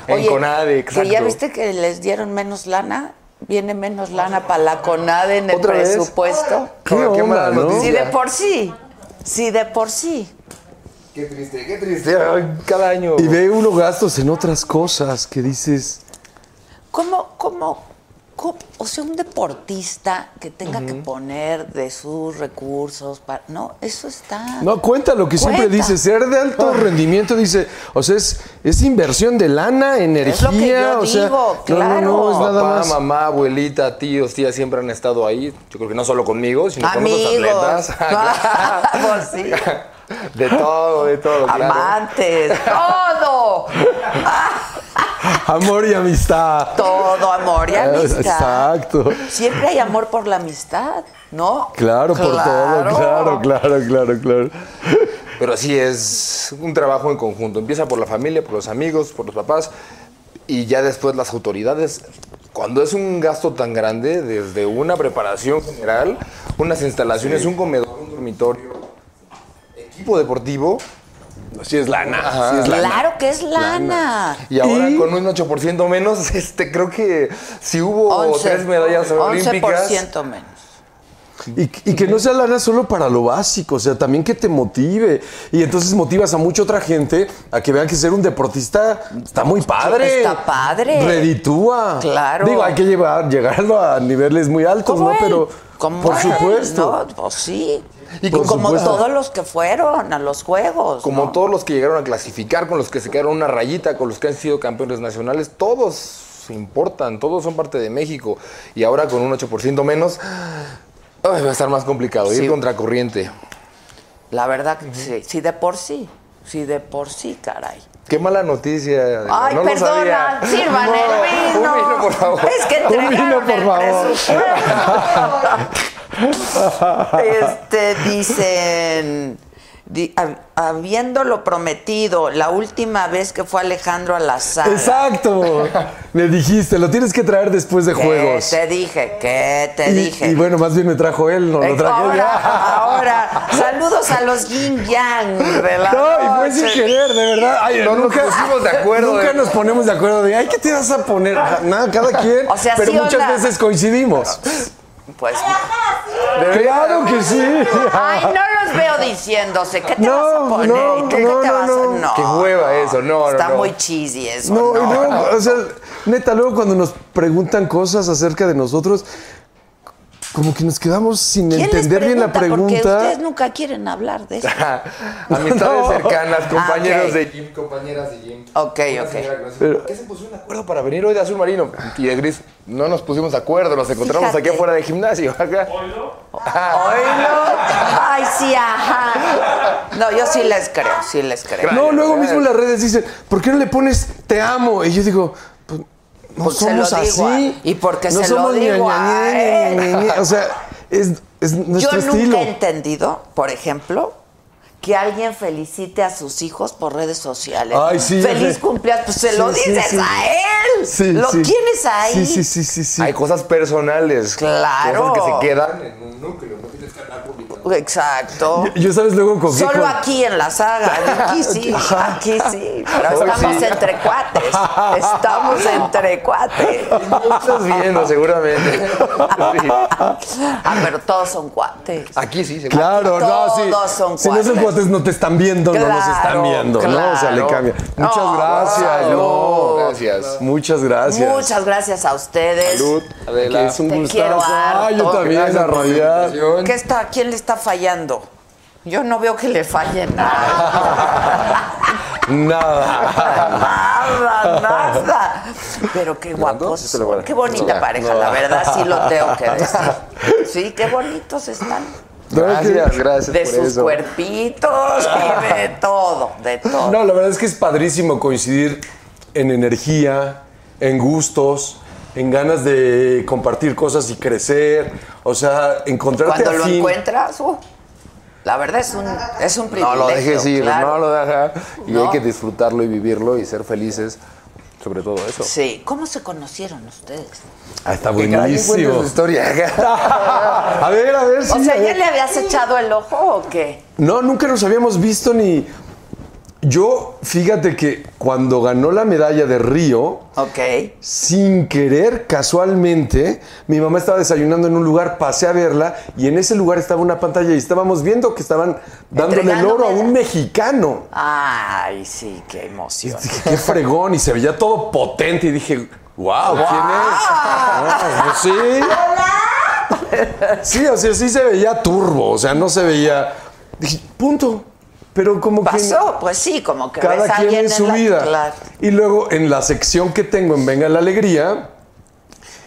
Speaker 7: En Conade,
Speaker 2: que ya
Speaker 7: exacto.
Speaker 2: viste que les dieron menos lana, viene menos lana para la Conade en el
Speaker 7: ¿Otra vez? Ah,
Speaker 2: presupuesto.
Speaker 6: ¿Qué
Speaker 7: Ahora,
Speaker 6: onda,
Speaker 7: mala
Speaker 6: no?
Speaker 2: Sí,
Speaker 7: noticia.
Speaker 2: de por sí. Sí, de por sí.
Speaker 7: Qué triste, qué triste. Ay, Cada año.
Speaker 6: Y ve uno gastos en otras cosas que dices.
Speaker 2: ¿Cómo, cómo, cómo- o sea, un deportista que tenga que poner de sus recursos para. No, eso está.
Speaker 6: No, cuenta lo que siempre
Speaker 2: Cuenta.
Speaker 6: dice, ser de alto rendimiento, dice, o sea, es, es inversión de lana, energía,
Speaker 2: Es lo que yo
Speaker 6: o sea,
Speaker 2: digo,
Speaker 6: no, no, no,
Speaker 2: claro.
Speaker 6: es nada
Speaker 7: Papá,
Speaker 6: más.
Speaker 7: Ah, mamá, abuelita, tíos, tías siempre han estado ahí. Yo creo que no solo conmigo, sino con
Speaker 2: Amigos.
Speaker 7: otros
Speaker 6: Ah,
Speaker 7: atletas.
Speaker 2: Pues sí.
Speaker 7: De todo, de todo. claro.
Speaker 2: Amantes, todo,
Speaker 6: Amor y amistad. Eh,
Speaker 2: todo amor y amistad.
Speaker 6: Exacto.
Speaker 2: Siempre hay amor por la amistad, ¿no?
Speaker 6: Claro, por todo, claro, claro, claro, claro.
Speaker 7: Pero sí es un trabajo en conjunto. Empieza por la familia, por los amigos, por los papás y ya después las autoridades. Cuando es un gasto tan grande, desde una preparación general, unas instalaciones, un comedor, un dormitorio, equipo deportivo.
Speaker 6: Sí es lana,
Speaker 7: Ajá.
Speaker 6: sí es lana.
Speaker 2: Claro que es lana.
Speaker 7: Y ahora con un 8% menos, este, creo que si hubo
Speaker 6: Oh,
Speaker 2: 11,
Speaker 7: tres medallas olímpicas.
Speaker 2: 11% menos.
Speaker 6: Y, y que no sea lana solo para lo básico, o sea, también que te motive. Y entonces motivas a mucha otra gente a que vean que ser un deportista está muy padre.
Speaker 2: Está padre.
Speaker 6: Reditúa.
Speaker 2: Claro.
Speaker 6: Digo, hay que llevar, llegarlo a niveles muy altos,
Speaker 2: Como
Speaker 6: ¿no?
Speaker 2: él,
Speaker 6: Pero,
Speaker 2: como
Speaker 6: por
Speaker 2: él,
Speaker 6: supuesto.
Speaker 2: ¿no? Pues sí.
Speaker 7: Y
Speaker 6: Por
Speaker 2: como
Speaker 6: supuesto.
Speaker 2: todos los que fueron a los juegos.
Speaker 7: Como
Speaker 2: ¿no?
Speaker 7: todos los que llegaron a clasificar, con los que se quedaron una rayita, con los que han sido campeones nacionales, todos importan, todos son parte de México. Y ahora con un 8% menos, ay, va a estar más complicado,
Speaker 2: Sí.
Speaker 7: ir contracorriente.
Speaker 2: La verdad que sí, sí de por sí. Sí de por sí, caray.
Speaker 7: Qué mala noticia. Adela,
Speaker 2: Ay,
Speaker 7: no lo
Speaker 2: perdona,
Speaker 7: sabía.
Speaker 2: sirvan
Speaker 7: No,
Speaker 2: el vino.
Speaker 7: Un vino, por favor.
Speaker 2: Es que
Speaker 6: Un
Speaker 2: entregaron
Speaker 6: vino, por
Speaker 2: el
Speaker 6: favor.
Speaker 2: presupuesto. Este, dicen, di- hab- habiéndolo prometido la última vez que fue Alejandro a la sala.
Speaker 6: Exacto. Me dijiste, lo tienes que traer después de
Speaker 2: ¿Qué
Speaker 6: juegos.
Speaker 2: te dije? ¿Qué te
Speaker 6: y,
Speaker 2: dije? Eh,
Speaker 6: y bueno, más bien me trajo él, no lo traje
Speaker 2: ahora,
Speaker 6: yo.
Speaker 2: ahora, saludos a los yin yang de la
Speaker 6: No, y fue
Speaker 2: noche.
Speaker 6: sin querer, de verdad. Ay,
Speaker 7: No nos
Speaker 6: nunca,
Speaker 7: pusimos de acuerdo,
Speaker 6: Nunca
Speaker 7: eh.
Speaker 6: nos ponemos de acuerdo de, ay, ¿qué te vas a poner? Nada, cada quien.
Speaker 2: O sea,
Speaker 6: pero
Speaker 2: sí o
Speaker 6: muchas
Speaker 2: nada.
Speaker 6: veces coincidimos.
Speaker 2: Pues,
Speaker 6: Claro que sí.
Speaker 2: ay, no los veo diciéndose. ¿Qué te
Speaker 6: No,
Speaker 2: vas a poner?
Speaker 6: no,
Speaker 2: ¿Qué, qué
Speaker 6: no,
Speaker 2: te
Speaker 6: no,
Speaker 2: vas a-
Speaker 6: no.
Speaker 2: no,
Speaker 7: Qué hueva eso, no, no,
Speaker 2: Está
Speaker 7: no.
Speaker 2: muy cheesy eso.
Speaker 6: No,
Speaker 2: no.
Speaker 6: no, o sea, neta, luego cuando nos preguntan cosas acerca de nosotros, como que nos quedamos sin
Speaker 2: ¿Quién les
Speaker 6: entender bien la
Speaker 2: pregunta? Porque
Speaker 6: pregunta.
Speaker 2: ustedes nunca quieren hablar de eso.
Speaker 7: Amistades
Speaker 6: No.
Speaker 7: cercanas, compañeros
Speaker 2: Ah, ok.
Speaker 7: de gym, compañeras de gym.
Speaker 2: Ok,
Speaker 7: Una señora
Speaker 2: ok.
Speaker 7: que nos dijo, ¿Por qué se pusieron de acuerdo para venir hoy de azul marino? Y de gris, no nos pusimos de acuerdo, nos encontramos
Speaker 2: Fíjate.
Speaker 7: aquí afuera del gimnasio. acá.
Speaker 2: Oílo. Ay, sí, ajá. No, yo sí les creo, sí les creo.
Speaker 6: No, luego mismo en las redes dicen, ¿por qué no le pones te amo? Y yo digo, pues no
Speaker 2: Pues se
Speaker 6: somos
Speaker 2: lo digo a-
Speaker 6: así.
Speaker 2: y porque
Speaker 6: no
Speaker 2: se lo
Speaker 6: somos
Speaker 2: digo
Speaker 6: ña, ña,
Speaker 2: a
Speaker 6: ña,
Speaker 2: él.
Speaker 6: ña, ña, ña, ña. O sea, es, es
Speaker 2: Yo
Speaker 6: nuestro
Speaker 2: nunca
Speaker 6: estilo.
Speaker 2: he entendido, por ejemplo, que alguien felicite a sus hijos por redes sociales.
Speaker 6: Ay, sí, ya
Speaker 2: Feliz
Speaker 6: sé.
Speaker 2: cumpleaños, pues se
Speaker 6: Sí,
Speaker 2: lo
Speaker 6: sí,
Speaker 2: dices
Speaker 6: sí.
Speaker 2: a él.
Speaker 6: Sí,
Speaker 2: lo
Speaker 6: sí.
Speaker 2: tienes ahí.
Speaker 6: Sí, sí, sí, sí, sí.
Speaker 7: Hay cosas personales.
Speaker 2: Claro.
Speaker 7: Cosas que se quedan en un núcleo, no tienes que andar publicando.
Speaker 2: Exacto.
Speaker 7: Yo, sabes luego con qué
Speaker 2: Solo
Speaker 7: con-
Speaker 2: aquí en la saga. Aquí sí,
Speaker 7: Ajá.
Speaker 2: aquí sí. Pero
Speaker 6: Oh,
Speaker 7: Hoy
Speaker 2: estamos
Speaker 7: sí.
Speaker 2: entre cuates. Estamos entre cuates.
Speaker 8: Estás viendo, seguramente.
Speaker 2: Ah, pero todos son cuates.
Speaker 8: Aquí sí, seguro.
Speaker 7: Claro, no, sí.
Speaker 2: Todos son
Speaker 7: si no son
Speaker 2: cuates.
Speaker 7: cuates, no te están viendo, no nos están
Speaker 2: Claro,
Speaker 7: viendo, ¿no? O sea, le
Speaker 2: claro.
Speaker 7: cambia. Muchas
Speaker 2: No,
Speaker 7: gracias,
Speaker 2: claro.
Speaker 7: no.
Speaker 8: Gracias.
Speaker 7: Muchas gracias.
Speaker 2: Muchas gracias a ustedes.
Speaker 8: Salud, Adela.
Speaker 7: Que es un
Speaker 2: Te
Speaker 7: gustazo.
Speaker 2: quiero harto.
Speaker 7: Ay, yo también,
Speaker 8: Gracias
Speaker 7: a
Speaker 8: por la
Speaker 7: radiar.
Speaker 8: invitación.
Speaker 2: ¿Qué está? ¿Quién le está fallando? Yo no veo que le falle nada.
Speaker 7: Nada.
Speaker 2: nada, nada. Pero qué guapos.
Speaker 8: sí se lo
Speaker 2: son.
Speaker 8: guarda.
Speaker 2: Qué
Speaker 8: Se lo
Speaker 2: bonita
Speaker 8: guarda.
Speaker 2: pareja, la verdad sí lo tengo que decir. Sí, qué bonitos están.
Speaker 7: Ah,
Speaker 8: Gracias, gracias
Speaker 2: De
Speaker 8: por
Speaker 2: sus
Speaker 8: eso.
Speaker 2: cuerpitos y de todo, de todo.
Speaker 7: No, la verdad es que es padrísimo coincidir en energía, en gustos, en ganas de compartir cosas y crecer. O sea, encontrarte
Speaker 2: Cuando
Speaker 7: al
Speaker 2: lo
Speaker 7: fin.
Speaker 2: encuentras, uh, la verdad es un, es un
Speaker 8: No
Speaker 2: privilegio.
Speaker 8: lo dejes ir,
Speaker 2: claro.
Speaker 8: no lo dejes. Y
Speaker 2: No.
Speaker 8: hay que disfrutarlo y vivirlo y ser felices, sobre todo eso.
Speaker 2: Sí, ¿cómo se conocieron ustedes?
Speaker 7: Ah, está
Speaker 8: Que cada quien cuente
Speaker 7: buenísimo.
Speaker 8: su historia.
Speaker 7: A ver, a ver.
Speaker 2: O
Speaker 7: sí,
Speaker 2: sea,
Speaker 7: a ver.
Speaker 2: ¿ya le habías echado el ojo o qué?
Speaker 7: No, nunca nos habíamos visto ni. Yo, fíjate que cuando ganó la medalla de Río,
Speaker 2: Ok.
Speaker 7: sin querer, casualmente, mi mamá estaba desayunando en un lugar, pasé a verla y en ese lugar estaba una pantalla y estábamos viendo que estaban dándole el
Speaker 2: Entregando
Speaker 7: oro a
Speaker 2: medallas.
Speaker 7: un mexicano.
Speaker 2: Ay, sí, qué emoción.
Speaker 7: Dije, qué fregón, y se veía todo potente y dije, wow, ¿quién es? Ah, pues sí. Sí, o sea, sí se veía turbo, o sea, no se veía. Dije, punto. Pero como que.
Speaker 2: Pasó, pues sí, como que ves
Speaker 7: cada
Speaker 2: a
Speaker 7: quien
Speaker 2: alguien
Speaker 7: en su
Speaker 2: la-
Speaker 7: vida.
Speaker 2: claro.
Speaker 7: Y luego en la sección que tengo en Venga la Alegría,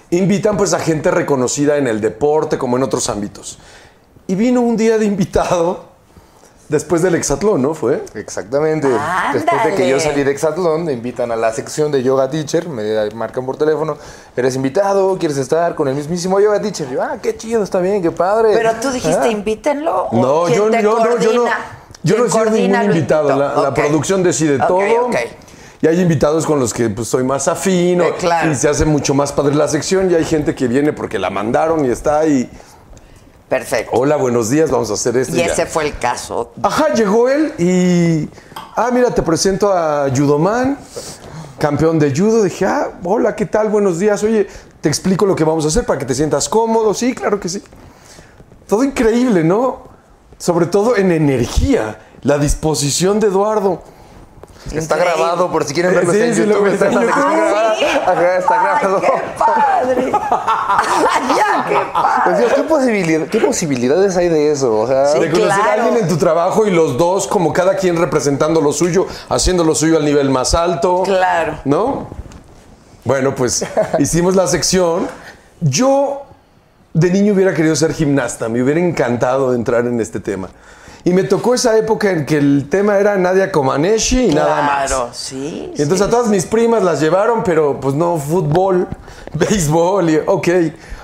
Speaker 7: invitan pues a gente reconocida en el deporte como en otros ámbitos. Y vino un día de invitado, después del hexatlón, ¿no fue?
Speaker 8: Exactamente. Después de que yo salí de Exatlón, me invitan a la sección de Yoga Teacher, me marcan por teléfono, eres invitado, quieres estar con el mismísimo Yoga Teacher. Yo, ah, qué chido, está bien, qué padre.
Speaker 2: Pero tú dijiste,
Speaker 8: Ah.
Speaker 2: invítenlo. ¿o
Speaker 7: No,
Speaker 2: quién
Speaker 7: yo, yo no,
Speaker 2: te
Speaker 7: yo no.
Speaker 2: coordina?
Speaker 7: Yo no
Speaker 2: ¿Quién
Speaker 7: soy ningún
Speaker 2: coordina lo
Speaker 7: invitado. La,
Speaker 2: invitó?
Speaker 7: la
Speaker 2: Ok.
Speaker 7: producción decide
Speaker 2: Ok,
Speaker 7: todo.
Speaker 2: ok.
Speaker 7: Y hay invitados con los que pues, soy más afín o-
Speaker 2: Eh, claro.
Speaker 7: y se hace mucho más padre la sección. Y hay gente que viene porque la mandaron y está ahí.
Speaker 2: Perfecto.
Speaker 7: Hola, buenos días, vamos a hacer esto.
Speaker 2: Y
Speaker 7: ya.
Speaker 2: ese fue el caso.
Speaker 7: Ajá, llegó él y. Ah, mira, te presento a Judoman, campeón de judo. Dije, ah, hola, ¿qué tal? Buenos días. Oye, te explico lo que vamos a hacer para que te sientas cómodo. Sí, claro que sí. Todo increíble, ¿no? Sobre todo en energía, la disposición de Eduardo.
Speaker 8: Está
Speaker 2: Increíble.
Speaker 8: grabado, por si quieren verlo
Speaker 7: Sí,
Speaker 8: está en
Speaker 7: sí, lo
Speaker 8: YouTube.
Speaker 7: ves
Speaker 8: Está en
Speaker 7: en
Speaker 8: la
Speaker 7: YouTube.
Speaker 8: sección grabada. Ajá, está grabado.
Speaker 2: ¡Ay, qué padre! Ay, ya, qué padre!
Speaker 8: Pues, Dios, ¿qué, posibilidad- qué posibilidades hay de eso? O sea,
Speaker 7: Ah, de conocer a
Speaker 2: claro.
Speaker 7: alguien en tu trabajo y los dos, como cada quien representando lo suyo, haciendo lo suyo al nivel más alto.
Speaker 2: Claro.
Speaker 7: ¿No? Bueno, pues hicimos la sección. Yo de niño hubiera querido ser gimnasta, me hubiera encantado entrar en este tema. Y me tocó esa época en que el tema era Nadia Comaneci y nada más.
Speaker 2: Claro, sí.
Speaker 7: Y entonces
Speaker 2: sí.
Speaker 7: a todas mis primas las llevaron, pero pues no, fútbol, béisbol, y, ok.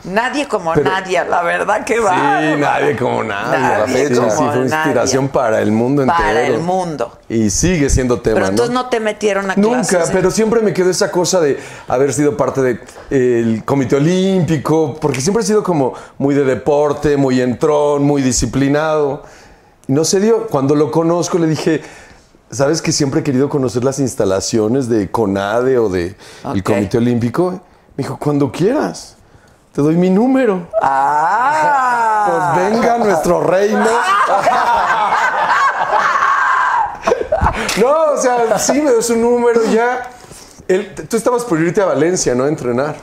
Speaker 2: Nadie como
Speaker 7: Pero-
Speaker 2: nadie, la verdad que va.
Speaker 7: Sí, nadie como nadie.
Speaker 2: Nadie
Speaker 7: sí,
Speaker 2: como
Speaker 7: sí, fue
Speaker 2: nadie.
Speaker 7: inspiración para el mundo entero.
Speaker 2: Para el mundo.
Speaker 7: Y sigue siendo tema,
Speaker 2: Pero entonces
Speaker 7: ¿no?
Speaker 2: no te metieron a clases.
Speaker 7: Nunca,
Speaker 2: ¿eh?
Speaker 7: pero siempre me quedó esa cosa de haber sido parte del Comité Olímpico, porque siempre he sido como muy de deporte, muy entrón, muy disciplinado. Y no se dio. Cuando lo conozco le dije, ¿sabes que siempre he querido conocer las instalaciones de CONADE o de el
Speaker 2: Ok.
Speaker 7: Comité Olímpico? Me dijo, cuando quieras, te doy mi número.
Speaker 2: ¡Ah!
Speaker 7: Pues venga a nuestro reino. No, o sea, sí me dio su número ya. Él- tú estabas por irte a Valencia, ¿no? A entrenar.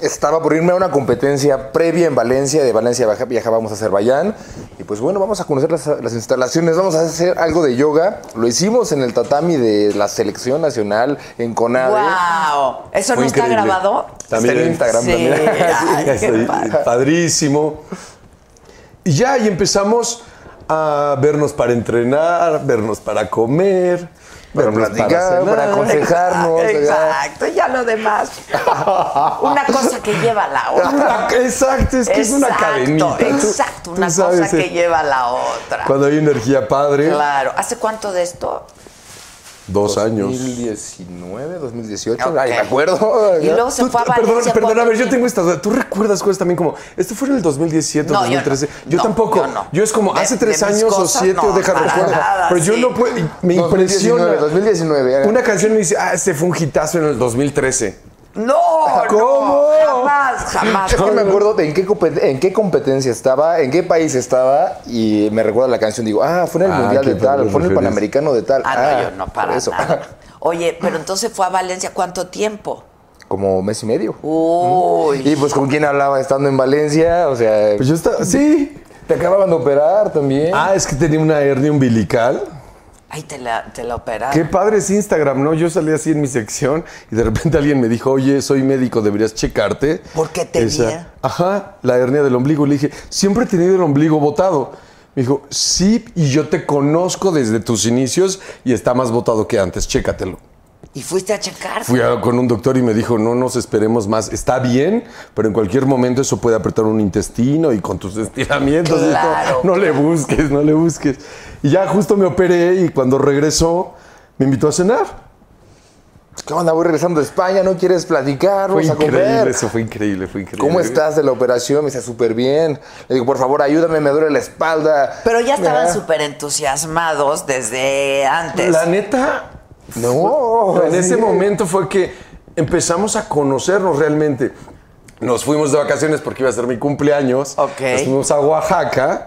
Speaker 8: Estaba por irme a una competencia previa en Valencia, de Valencia viaja- viajábamos a Azerbaiyán y pues bueno, vamos a conocer las, las instalaciones, vamos a hacer algo de yoga, lo hicimos en el tatami de la selección nacional en Conade.
Speaker 2: ¡Wow! ¿Eso
Speaker 7: Fue
Speaker 2: no está
Speaker 7: increíble.
Speaker 2: grabado?
Speaker 7: También
Speaker 8: Está en Instagram también.
Speaker 2: ay, qué
Speaker 7: Está ahí,
Speaker 2: padre.
Speaker 7: padrísimo. Y ya, y empezamos a vernos para entrenar, vernos para comer,
Speaker 8: Para
Speaker 7: vernos
Speaker 8: platicar,
Speaker 7: cenar.
Speaker 8: para aconsejarnos. ¿verdad?
Speaker 2: Exacto, ya lo demás. Una cosa que lleva a la otra.
Speaker 7: Una- exacto, es que es una
Speaker 2: Exacto,
Speaker 7: cadenita. Tú-
Speaker 2: Exacto,
Speaker 7: tú
Speaker 2: una cosa
Speaker 7: sabes,
Speaker 2: que
Speaker 7: eh,
Speaker 2: lleva a la otra.
Speaker 7: Cuando hay energía padre.
Speaker 2: Claro. ¿Hace cuánto de esto?
Speaker 6: Dos años.
Speaker 7: 2019, 2018,
Speaker 6: Ok.
Speaker 7: ay, me acuerdo.
Speaker 2: Y luego se
Speaker 6: Tú-
Speaker 2: fue a
Speaker 6: perdón,
Speaker 2: Valencia
Speaker 6: Perdón, a
Speaker 2: cuatro
Speaker 6: ver, yo tengo esta duda. ¿Tú recuerdas cosas también como, esto fue en el 2017,
Speaker 2: No, yo no.
Speaker 6: 2013? Yo,
Speaker 2: No,
Speaker 6: tampoco.
Speaker 2: yo no.
Speaker 6: es como,
Speaker 2: De-
Speaker 6: hace
Speaker 2: de
Speaker 6: tres
Speaker 2: mis
Speaker 6: años o
Speaker 2: cosas,
Speaker 6: siete,
Speaker 2: no,
Speaker 6: deja
Speaker 2: para
Speaker 6: recuerdo.
Speaker 2: nada,
Speaker 6: Pero yo
Speaker 2: sí.
Speaker 6: no puedo, me
Speaker 7: 2019,
Speaker 6: impresiona.
Speaker 7: 2019. haga.
Speaker 6: Una canción me dice, ah, este fue un hitazo en el 2013.
Speaker 2: No,
Speaker 6: ¿Cómo?
Speaker 2: no, jamás, jamás.
Speaker 7: Yo no me acuerdo de en qué, compet- en qué competencia estaba, en qué país estaba, y me recuerda la canción. Digo, ah, fue en el
Speaker 6: Ah,
Speaker 7: Mundial
Speaker 6: ¿qué
Speaker 7: de tal, fue en
Speaker 6: te
Speaker 7: el
Speaker 6: refieres?
Speaker 7: Panamericano de tal.
Speaker 2: Ah, no, yo no, para
Speaker 7: por eso.
Speaker 2: nada. Oye, pero entonces fue a Valencia cuánto tiempo?
Speaker 7: Como mes y
Speaker 6: ¿Mm?
Speaker 7: medio.
Speaker 2: Uy.
Speaker 7: Y pues, ¿con quién hablaba estando en Valencia? O sea,
Speaker 6: Pues yo estaba, sí.
Speaker 7: te acababan de operar también.
Speaker 6: Ah, es que tenía una hernia umbilical.
Speaker 2: Ay, te la, te la operaron.
Speaker 6: Qué padre es Instagram, ¿no? Yo salí así en mi sección y de repente alguien me dijo, oye, soy médico, deberías checarte.
Speaker 2: ¿Por qué tenía?
Speaker 6: Ajá, la hernia del ombligo. Le dije, siempre he tenido el ombligo botado. Me dijo, sí, y yo te conozco desde tus inicios y está más botado que antes, chécatelo.
Speaker 2: Y fuiste a checar.
Speaker 6: Fui a- con un doctor y me dijo, no nos esperemos más, está bien, pero en cualquier momento eso puede apretar un intestino y con tus estiramientos, y todo,
Speaker 2: Claro.
Speaker 6: no le busques, no le busques. Y ya justo me operé y cuando regresó me invitó a cenar.
Speaker 7: ¿Qué onda? Voy regresando de España, no quieres platicar,
Speaker 6: Fue
Speaker 7: vamos a comer.
Speaker 6: increíble, eso fue increíble, fue increíble.
Speaker 7: ¿Cómo estás de la operación? Me dice, súper bien. Le digo, por favor, ayúdame, me duele la espalda.
Speaker 2: Pero ya estaban
Speaker 7: Ah,
Speaker 2: súper entusiasmados desde antes.
Speaker 6: La neta,
Speaker 7: No,
Speaker 6: en ese
Speaker 7: sí.
Speaker 6: momento fue que empezamos a conocernos realmente. Nos fuimos de vacaciones porque iba a ser mi cumpleaños.
Speaker 2: Ok.
Speaker 7: ¿Eh?
Speaker 6: Nos fuimos a Oaxaca.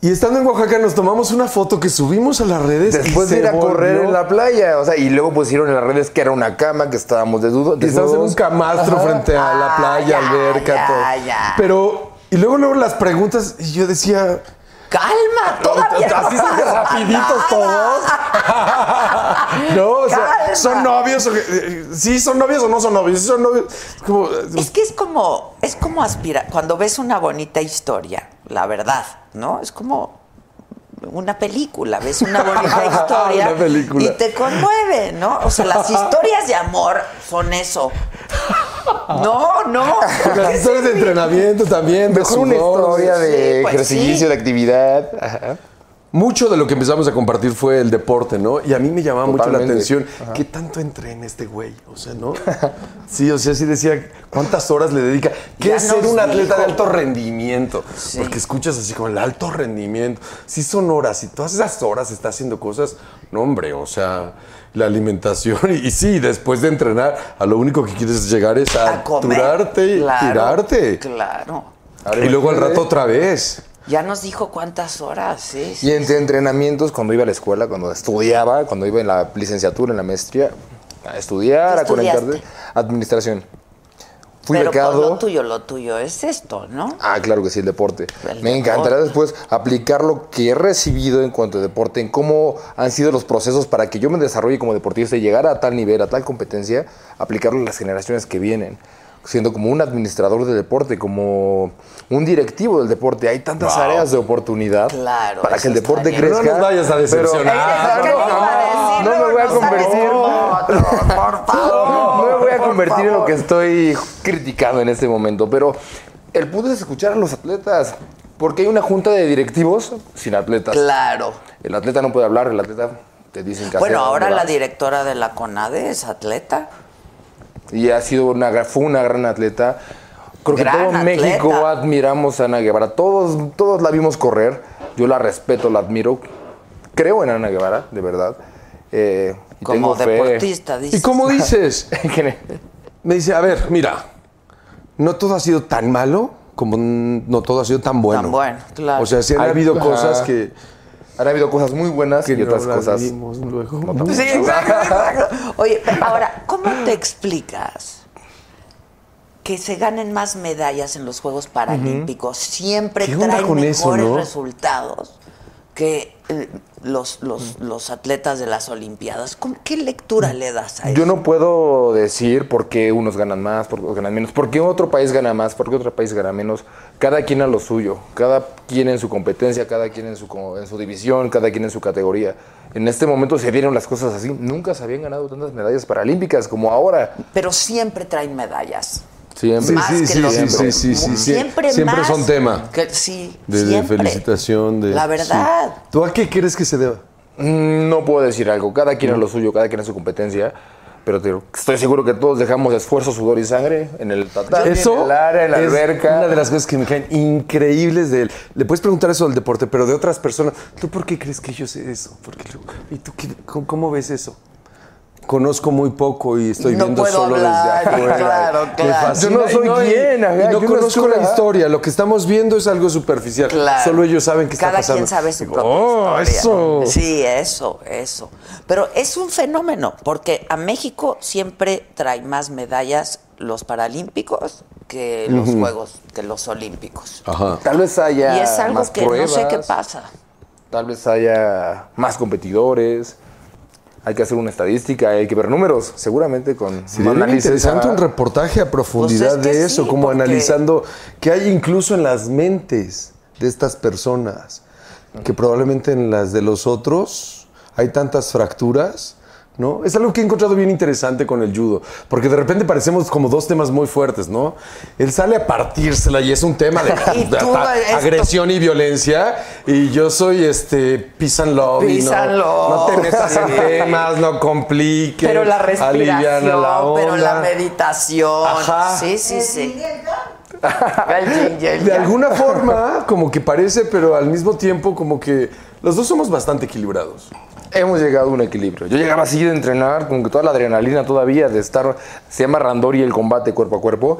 Speaker 6: Y estando en Oaxaca nos tomamos una foto que subimos a las redes. y
Speaker 7: Después de
Speaker 6: se
Speaker 7: ir a correr
Speaker 6: volvió-
Speaker 7: en la playa, o sea, y luego pusieron en las redes que era una cama, que estábamos de dudo.
Speaker 6: que estabas en un
Speaker 7: desnudos.
Speaker 6: camastro
Speaker 7: Ajá. Ah.
Speaker 6: frente a la
Speaker 2: Ah,
Speaker 6: playa,
Speaker 2: ya,
Speaker 6: alberca,
Speaker 2: ya,
Speaker 6: todo.
Speaker 2: ya.
Speaker 6: Pero, y luego, luego las preguntas, y yo decía,
Speaker 2: Calma, todavía.
Speaker 6: Así
Speaker 2: no
Speaker 6: son de
Speaker 2: pasa
Speaker 6: rapiditos todos. no, o sea,
Speaker 2: Calma.
Speaker 6: son novios. o qué? sí, son novios o no son novios. Sí, son novios. Es como, eh,
Speaker 2: Es que es como, es como aspira, cuando ves una bonita historia, la verdad, ¿no? Es como una película, ves una bonita historia
Speaker 6: Una película.
Speaker 2: y te conmueve, ¿no? O sea, las historias de amor son eso. No, no.
Speaker 6: las historias de entrenamiento también. de
Speaker 7: Mejor una
Speaker 6: sudor,
Speaker 7: historia
Speaker 6: de-
Speaker 7: de
Speaker 2: Sí, pues
Speaker 7: ejercicio,
Speaker 2: sí.
Speaker 7: de actividad. Ajá.
Speaker 6: Mucho de lo que empezamos a compartir fue el deporte, ¿no? Y a mí me llamaba mucho la
Speaker 7: Totalmente.
Speaker 6: atención. ¿Qué tanto entrena este güey? O sea, ¿no? Sí, o sea, sí decía, ¿cuántas horas le dedica? ¿Qué
Speaker 2: Ya
Speaker 6: es ser
Speaker 2: nos
Speaker 6: un atleta de
Speaker 2: dijo.
Speaker 6: alto rendimiento? Porque escuchas así como el alto rendimiento. Sí son horas y todas esas horas está haciendo cosas. No, hombre, o sea, la alimentación. Y, y sí, después de entrenar, a lo único que quieres llegar es a,
Speaker 2: A comer.
Speaker 6: durarte y
Speaker 2: Claro,
Speaker 6: tirarte.
Speaker 2: Claro.
Speaker 7: Ahora
Speaker 6: Y luego al
Speaker 7: imagínate.
Speaker 6: rato otra vez.
Speaker 2: Ya nos dijo cuántas horas, sí, sí.
Speaker 7: Y entre entrenamientos, cuando iba a la escuela, cuando estudiaba, cuando iba en la licenciatura, en la maestría, a estudiar,
Speaker 2: ¿Qué
Speaker 7: a conectarte,
Speaker 2: estudiaste?
Speaker 7: administración. Fui
Speaker 2: Pero pues,
Speaker 7: becado.
Speaker 2: lo tuyo, lo tuyo es esto, ¿no?
Speaker 7: Ah, claro que sí, el deporte.
Speaker 2: El
Speaker 7: Me encantará
Speaker 2: deporte.
Speaker 7: después aplicar lo que he recibido en cuanto a deporte, en cómo han sido los procesos para que yo me desarrolle como deportista y llegar a tal nivel, a tal competencia, aplicarlo a las generaciones que vienen. Siendo como un administrador de deporte, como un directivo del deporte. Hay tantas áreas de oportunidad
Speaker 2: Claro,
Speaker 7: para que
Speaker 2: eso
Speaker 7: el deporte
Speaker 2: está bien.
Speaker 7: crezca.
Speaker 6: Pero no nos vayas a
Speaker 7: Pero-
Speaker 6: decepcionar.
Speaker 2: Es que
Speaker 7: no,
Speaker 2: no iba a decir,
Speaker 7: no me
Speaker 2: luego
Speaker 7: voy a
Speaker 2: no sabes
Speaker 7: convertir.
Speaker 2: cómo, no, por favor.
Speaker 7: No me voy a
Speaker 2: por
Speaker 7: convertir en lo
Speaker 2: favor.
Speaker 7: que estoy criticando en este momento, pero el punto es escuchar a los atletas, porque hay una junta de directivos sin atletas.
Speaker 2: Claro.
Speaker 7: El atleta no puede hablar, el atleta te dicen que
Speaker 2: Bueno, ahora la directora de la CONADE es atleta.
Speaker 7: Y ha sido una, gra- fue una gran atleta. Creo que
Speaker 2: Gran
Speaker 7: todo
Speaker 2: atleta.
Speaker 7: México admiramos a Ana Guevara. Todos, todos la vimos correr. Yo la respeto, la admiro. Creo en Ana Guevara, de verdad. Eh, y
Speaker 2: Como
Speaker 7: tengo fe.
Speaker 2: deportista, dice.
Speaker 6: ¿Y cómo dices?
Speaker 7: Que-
Speaker 6: Me dice, a ver, mira, no todo ha sido tan malo como n- no todo ha sido tan bueno.
Speaker 2: bueno, claro.
Speaker 6: O sea, sí han
Speaker 7: Ay,
Speaker 6: habido
Speaker 7: ajá.
Speaker 6: cosas que,
Speaker 7: Han habido cosas muy buenas
Speaker 6: que
Speaker 7: y otras
Speaker 6: no las
Speaker 7: cosas.
Speaker 6: vimos luego.
Speaker 2: Sí, exacto, exacto. Oye, pero ahora, ¿cómo te explicas que se ganen más medallas en los Juegos Paralímpicos? Siempre
Speaker 6: ¿Qué onda
Speaker 2: traen
Speaker 6: con
Speaker 2: mejores
Speaker 6: eso, no?
Speaker 2: resultados que eh, los, los, los atletas de las Olimpiadas. ¿Cómo- ¿Qué lectura le das a eso?
Speaker 7: Yo no puedo decir por qué unos ganan más, por qué otros ganan menos, por qué otro país gana más, por qué otro país gana menos. Cada quien a lo suyo, cada quien en su competencia, cada quien en su, co- en su división, cada quien en su categoría. En este momento se vieron las cosas así. Nunca se habían ganado tantas medallas paralímpicas como ahora.
Speaker 2: Pero siempre traen medallas.
Speaker 7: Siempre.
Speaker 6: Sí,
Speaker 2: Más
Speaker 6: sí,
Speaker 2: que
Speaker 6: sí,
Speaker 2: los
Speaker 6: sí,
Speaker 2: hombres.
Speaker 6: sí, sí, sí, sí.
Speaker 2: Siempre,
Speaker 6: Siempre
Speaker 2: más
Speaker 6: son tema.
Speaker 2: que- sí,
Speaker 6: De, de
Speaker 2: siempre.
Speaker 6: felicitación. De,
Speaker 2: La verdad.
Speaker 6: sí. ¿Tú a qué crees que se deba?
Speaker 8: Mm, No puedo decir algo. Cada quien es lo suyo, cada quien es su competencia. Pero te- estoy seguro que todos dejamos esfuerzo, sudor y sangre en el tatami, en
Speaker 7: Eso
Speaker 8: el área, en la
Speaker 7: es
Speaker 8: alberca.
Speaker 7: una de las cosas que me caen increíbles de él. Le puedes preguntar eso al deporte, pero de otras personas. ¿Tú por qué crees que yo sé eso? ¿Por qué lo- ¿Y tú qué- cómo, cómo ves eso? Conozco muy poco y estoy
Speaker 8: No
Speaker 7: viendo
Speaker 8: puedo
Speaker 7: solo
Speaker 8: hablar,
Speaker 7: desde afuera.
Speaker 8: claro,
Speaker 7: Me
Speaker 8: claro.
Speaker 7: fascina.
Speaker 8: Yo no
Speaker 7: Y
Speaker 8: soy
Speaker 7: y-
Speaker 8: quien, ajá,
Speaker 7: y no
Speaker 8: yo no
Speaker 7: conozco
Speaker 8: estuve,
Speaker 7: la
Speaker 8: ajá.
Speaker 7: historia. Lo que estamos viendo es algo superficial.
Speaker 2: Claro.
Speaker 7: Solo ellos saben qué está
Speaker 2: Cada
Speaker 7: pasando.
Speaker 2: quien sabe su
Speaker 7: Digo,
Speaker 2: propia
Speaker 7: "Oh,
Speaker 2: historia".
Speaker 7: eso.
Speaker 2: Sí, eso, eso. Pero es un fenómeno, porque a México siempre trae más medallas los paralímpicos que los
Speaker 8: Ujú.
Speaker 2: Juegos, que los Olímpicos.
Speaker 8: Tal vez haya
Speaker 2: y es algo
Speaker 8: más
Speaker 2: que no sé qué
Speaker 8: pruebas.
Speaker 2: pasa.
Speaker 8: Tal vez haya más competidores. Hay que hacer una estadística, hay que ver números, seguramente con
Speaker 7: Sería bien
Speaker 8: análisis,
Speaker 7: interesante
Speaker 8: ah,
Speaker 7: un reportaje a profundidad
Speaker 8: Pues es que
Speaker 7: de eso,
Speaker 8: sí,
Speaker 7: como
Speaker 8: porque-
Speaker 7: analizando qué hay incluso en las mentes de estas personas, que probablemente en las de los otros hay tantas fracturas. ¿No? Es algo que he encontrado bien interesante con el judo, porque de repente parecemos como dos temas muy fuertes, ¿no? Él sale a partírsela y es un tema de,
Speaker 2: Y tú
Speaker 7: de-
Speaker 2: no eres-
Speaker 7: agresión y violencia, y yo soy este peace and love, y no-
Speaker 2: Peace and love.
Speaker 7: no, te metas en
Speaker 2: Sí.
Speaker 7: temas, no compliques,
Speaker 2: Pero la
Speaker 7: aliviana
Speaker 2: respiración,
Speaker 7: la onda.
Speaker 2: pero la meditación.
Speaker 7: Ajá.
Speaker 2: Sí, sí, sí. El yin y el
Speaker 7: De
Speaker 2: yang.
Speaker 7: alguna forma, como que parece, pero al mismo tiempo, como que los dos somos bastante equilibrados.
Speaker 8: Hemos llegado a un equilibrio. Yo llegaba así de entrenar, con que toda la adrenalina todavía de estar. Se llama Randori el combate cuerpo a cuerpo.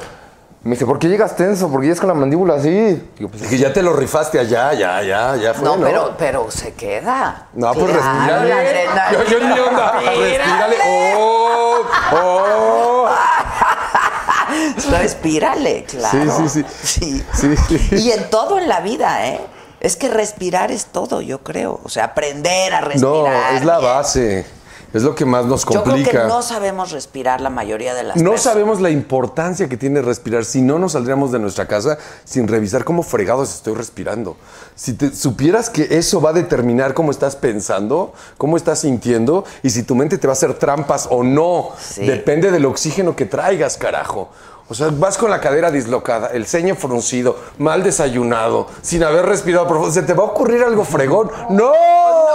Speaker 8: Me dice, ¿por qué llegas tenso? ¿Por qué llegas con la mandíbula así? Digo, pues,
Speaker 7: Es que ya te lo rifaste allá, ya, ya, ya fue,
Speaker 2: No,
Speaker 7: ¿no?
Speaker 2: pero, pero se queda.
Speaker 7: No, pues
Speaker 2: Claro,
Speaker 7: respírale.
Speaker 2: la adrenalina.
Speaker 7: Yo, yo ni onda. Respírale. Oh, oh.
Speaker 2: Respírale, claro.
Speaker 7: Sí, sí,
Speaker 2: sí. Y en todo en la vida, ¿eh? Es que respirar es todo, yo creo. O sea, aprender a
Speaker 7: No,
Speaker 2: respirar.
Speaker 7: es la base. Es lo que más nos
Speaker 2: yo creo
Speaker 7: complica.
Speaker 2: que no sabemos respirar la mayoría de las
Speaker 7: No
Speaker 2: personas.
Speaker 7: sabemos la importancia que tiene respirar. Si no, nos saldríamos de nuestra casa sin revisar cómo fregados estoy respirando. Si te supieras que eso va a determinar cómo estás pensando, cómo estás sintiendo y si tu mente te va a hacer trampas o no. Depende del oxígeno que traigas, carajo. O sea, vas con la cadera dislocada, el ceño fruncido, mal desayunado, sin haber respirado profundo. ¿Se te va a ocurrir algo fregón? ¡No!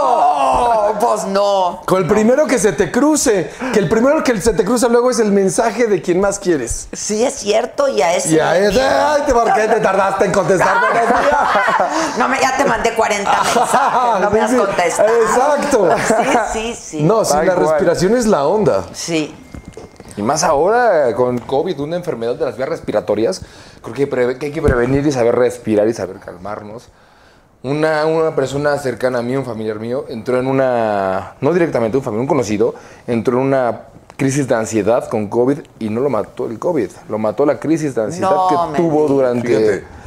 Speaker 2: No, pues no.
Speaker 7: Con el primero que se te cruce, que el primero que se te cruza luego es el mensaje de quien más quieres.
Speaker 2: Sí, es cierto, y a ese.
Speaker 7: Y a
Speaker 2: le
Speaker 7: ese,
Speaker 2: pido.
Speaker 7: eh, ay, te marqué, te tardaste en contestar.
Speaker 2: No, me, ya te mandé 40 mensajes, no me has
Speaker 7: Sí, sí,
Speaker 2: contestado.
Speaker 7: exacto.
Speaker 2: Sí, sí, sí.
Speaker 7: No, si la respiración es la onda.
Speaker 2: Sí.
Speaker 8: Y más ahora con COVID, una enfermedad de las vías respiratorias, creo que, preve- que hay que prevenir y saber respirar y saber calmarnos. Una, una persona cercana a mí, un familiar mío, entró en una, no directamente un familiar, un conocido, entró en una crisis de ansiedad con COVID y no lo mató el COVID, lo mató la crisis de ansiedad
Speaker 2: No me
Speaker 8: que tuvo durante...
Speaker 7: Fíjate.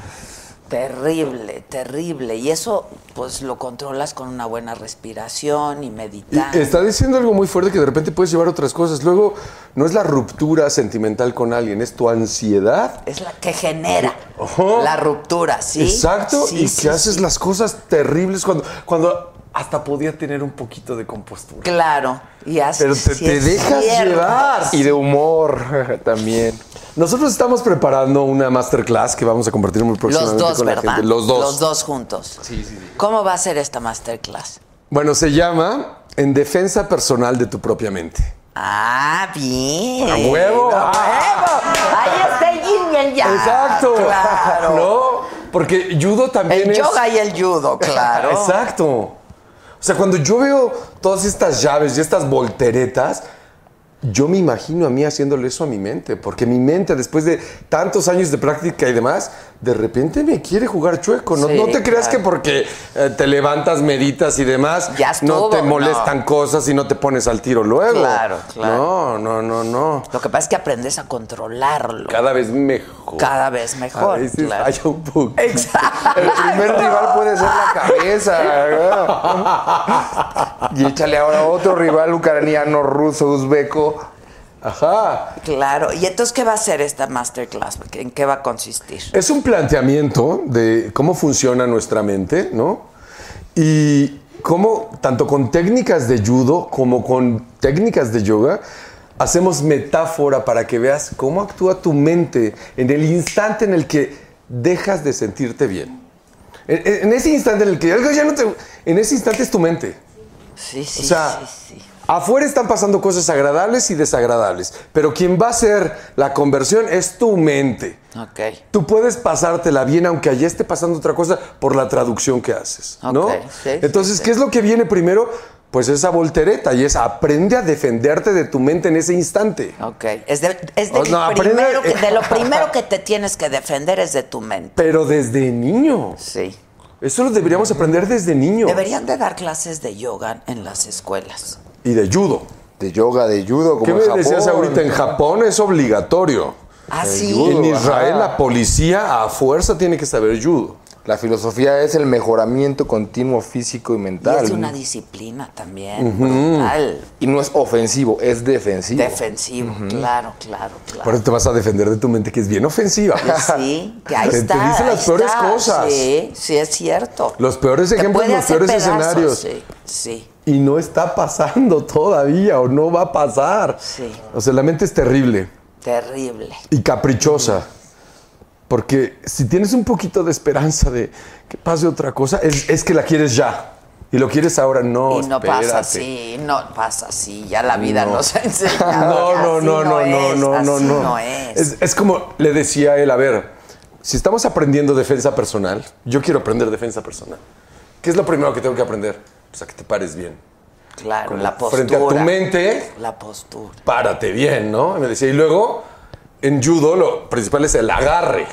Speaker 2: Terrible, terrible. Y eso, pues lo controlas con una buena respiración y
Speaker 7: Y
Speaker 2: meditar.
Speaker 7: está diciendo algo muy fuerte que de repente puedes llevar otras cosas. Luego, no es la ruptura sentimental con alguien, es tu ansiedad.
Speaker 2: Es la que genera
Speaker 7: Ajá.
Speaker 2: la ruptura, ¿sí?
Speaker 7: Exacto.
Speaker 2: Sí,
Speaker 7: y
Speaker 2: sí,
Speaker 7: que haces
Speaker 2: sí.
Speaker 7: las cosas terribles cuando, cuando hasta podía tener un poquito de compostura.
Speaker 2: Claro. Y haces.
Speaker 7: Pero te,
Speaker 2: sí
Speaker 7: te
Speaker 2: es
Speaker 7: dejas
Speaker 2: cierto.
Speaker 7: llevar.
Speaker 8: Y de humor también.
Speaker 7: Nosotros estamos preparando una masterclass que vamos a compartir muy
Speaker 2: Los
Speaker 7: próximamente
Speaker 2: dos,
Speaker 7: con la
Speaker 2: ¿verdad?
Speaker 7: gente. Los dos.
Speaker 2: Los dos juntos. Sí, sí, sí. ¿Cómo va a ser esta masterclass?
Speaker 7: Bueno, se llama En defensa personal de tu propia mente.
Speaker 2: Ah, bien.
Speaker 7: ¡A huevo! Ah.
Speaker 2: ¡A huevo! Ahí está el yin y el yang.
Speaker 7: Exacto.
Speaker 2: Ah, Claro.
Speaker 7: ¿No? Porque judo también
Speaker 2: El
Speaker 7: es.
Speaker 2: yoga y el judo, claro.
Speaker 7: Exacto. O sea, cuando yo veo todas estas llaves y estas volteretas, yo me imagino a mí haciéndole eso a mi mente, porque mi mente, después de tantos años de práctica y demás, de repente me quiere jugar chueco. No,
Speaker 2: Sí,
Speaker 7: No te creas que
Speaker 2: claro.
Speaker 7: porque eh, te levantas, meditas y demás,
Speaker 2: Ya
Speaker 7: no
Speaker 2: estuvo,
Speaker 7: te
Speaker 2: no.
Speaker 7: molestan cosas y no te pones al tiro luego.
Speaker 2: Claro, claro.
Speaker 7: No, no, no, no.
Speaker 2: Lo que pasa es que aprendes a controlarlo.
Speaker 7: Cada vez mejor.
Speaker 2: Cada vez
Speaker 7: A
Speaker 2: mejor.
Speaker 7: veces
Speaker 2: claro.
Speaker 7: falla un poco.
Speaker 2: Exacto.
Speaker 8: El primer rival puede ser la cabeza. ¿verdad? Y échale ahora otro rival ucraniano, ruso, uzbeco.
Speaker 7: Ajá.
Speaker 2: Claro. ¿Y entonces qué va a ser esta masterclass? ¿En qué va a consistir?
Speaker 7: Es un planteamiento de cómo funciona nuestra mente, ¿no? Y cómo, tanto con técnicas de judo como con técnicas de yoga, hacemos metáfora para que veas cómo actúa tu mente en el instante en el que dejas de sentirte bien. En, en- en ese instante en el que algo ya no te. En ese instante es tu mente.
Speaker 2: Sí, sí,
Speaker 7: o sea, afuera están pasando cosas agradables y desagradables, pero quien va a hacer la conversión es tu mente.
Speaker 2: Ok.
Speaker 7: Tú puedes pasártela bien aunque allá esté pasando otra cosa por la traducción que haces, ¿no?
Speaker 2: Ok, sí,
Speaker 7: Entonces, ¿qué es lo que viene primero? Pues esa voltereta y es aprende a defenderte de tu mente en ese instante.
Speaker 2: Ok, es de, es de,
Speaker 7: O sea, aprende-
Speaker 2: primero que- de lo primero que te tienes que defender es de tu mente.
Speaker 7: Pero desde niño.
Speaker 2: Sí.
Speaker 7: Eso lo deberíamos aprender desde niño.
Speaker 2: Deberían de dar clases de yoga en las escuelas.
Speaker 7: Y de judo.
Speaker 8: De yoga, de judo, como
Speaker 7: ¿Qué me
Speaker 8: en Japón.
Speaker 7: decías ahorita? En Japón es obligatorio.
Speaker 2: Ah,
Speaker 8: El
Speaker 2: sí.
Speaker 8: judo,
Speaker 7: En Israel
Speaker 8: ajá.
Speaker 7: la policía a fuerza tiene que saber judo.
Speaker 8: La filosofía es el mejoramiento continuo físico y
Speaker 2: Y
Speaker 8: mental.
Speaker 2: es una disciplina también.
Speaker 8: Ujú.
Speaker 2: brutal.
Speaker 8: Y no es ofensivo, es defensivo.
Speaker 2: Defensivo, claro, claro, claro.
Speaker 7: Por eso te vas a defender de tu mente que es bien ofensiva.
Speaker 2: Pues Sí, que ahí
Speaker 7: Te- te
Speaker 2: está.
Speaker 7: dice
Speaker 2: ahí
Speaker 7: las peores
Speaker 2: está.
Speaker 7: cosas.
Speaker 2: Sí, sí, es cierto.
Speaker 7: Los peores
Speaker 2: Te
Speaker 7: ejemplos,
Speaker 2: puede
Speaker 7: los
Speaker 2: hacer
Speaker 7: peores
Speaker 2: pedazos,
Speaker 7: escenarios.
Speaker 2: Sí, sí.
Speaker 7: Y no está pasando todavía o no va a pasar.
Speaker 2: Sí.
Speaker 7: O sea, la mente es terrible
Speaker 2: Terrible.
Speaker 7: y caprichosa. Porque si tienes un poquito de esperanza de que pase otra cosa, es, es que la quieres ya. Y lo quieres ahora, no.
Speaker 2: y no pasa
Speaker 7: espérate.
Speaker 2: así, no pasa así. Ya la vida
Speaker 7: No.
Speaker 2: nos ha enseñado. que
Speaker 7: No, no,
Speaker 2: así
Speaker 7: no, no, no,
Speaker 2: es,
Speaker 7: no,
Speaker 2: así
Speaker 7: no, no.
Speaker 2: es.
Speaker 7: Es, es como le decía él, a ver, si estamos aprendiendo defensa personal, yo quiero aprender defensa personal. ¿Qué es lo primero que tengo que aprender? Pues a que te pares bien.
Speaker 2: Claro,
Speaker 7: Como
Speaker 2: la postura.
Speaker 7: frente a tu mente.
Speaker 2: La postura.
Speaker 7: Párate bien, ¿no? Y me decía, y luego en judo lo principal es el agarre.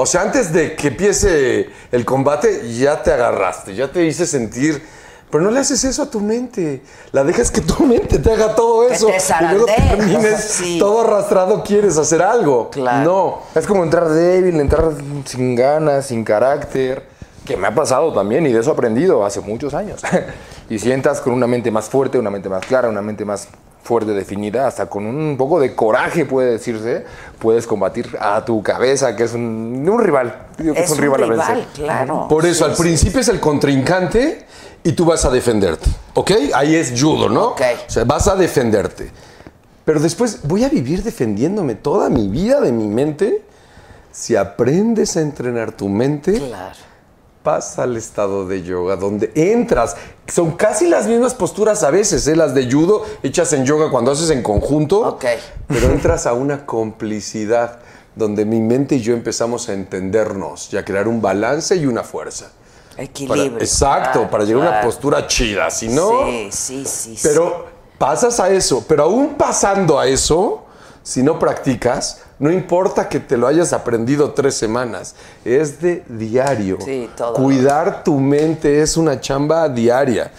Speaker 7: O sea, antes de que empiece el combate, ya te agarraste, ya te hice sentir. Pero no le haces eso a tu mente. La dejas que tu mente te haga todo
Speaker 2: Que
Speaker 7: eso.
Speaker 2: te
Speaker 7: y luego
Speaker 2: zarandee.
Speaker 7: termines
Speaker 2: Sí.
Speaker 7: todo arrastrado, quieres hacer algo. No.
Speaker 8: Es como entrar débil, entrar sin ganas, sin carácter, que me ha pasado también y de eso he aprendido hace muchos años. y sientas con una mente más fuerte, una mente más clara, una mente más fuerte, definida, hasta con un poco de coraje, puede decirse, puedes combatir a tu cabeza, que es un, un rival. Digo que
Speaker 2: Es un rival,
Speaker 8: a vencer.
Speaker 2: claro.
Speaker 7: Por eso, al principio es el contrincante y tú vas a defenderte. ¿Ok? Ahí es judo, ¿no?
Speaker 2: Ok.
Speaker 7: O sea, vas a defenderte. Pero después voy a vivir defendiéndome toda mi vida de mi mente. Si aprendes a entrenar tu mente,
Speaker 2: Claro.
Speaker 7: pasa al estado de yoga, donde entras. Son casi las mismas posturas a veces, ¿eh? las de judo hechas en yoga cuando haces en conjunto.
Speaker 2: Ok.
Speaker 7: Pero entras a una complicidad donde mi mente y yo empezamos a entendernos y a crear un balance y una fuerza. Para-
Speaker 2: Equilibrio.
Speaker 7: exacto,
Speaker 2: Claro,
Speaker 7: para llegar a una
Speaker 2: claro.
Speaker 7: postura chida, si no.
Speaker 2: Sí, sí, sí.
Speaker 7: Pero pasas a eso, pero aún pasando a eso, si no practicas, no importa que te lo hayas aprendido tres semanas, es de diario.
Speaker 2: Sí, todo.
Speaker 7: Cuidar tu mente es una chamba diaria.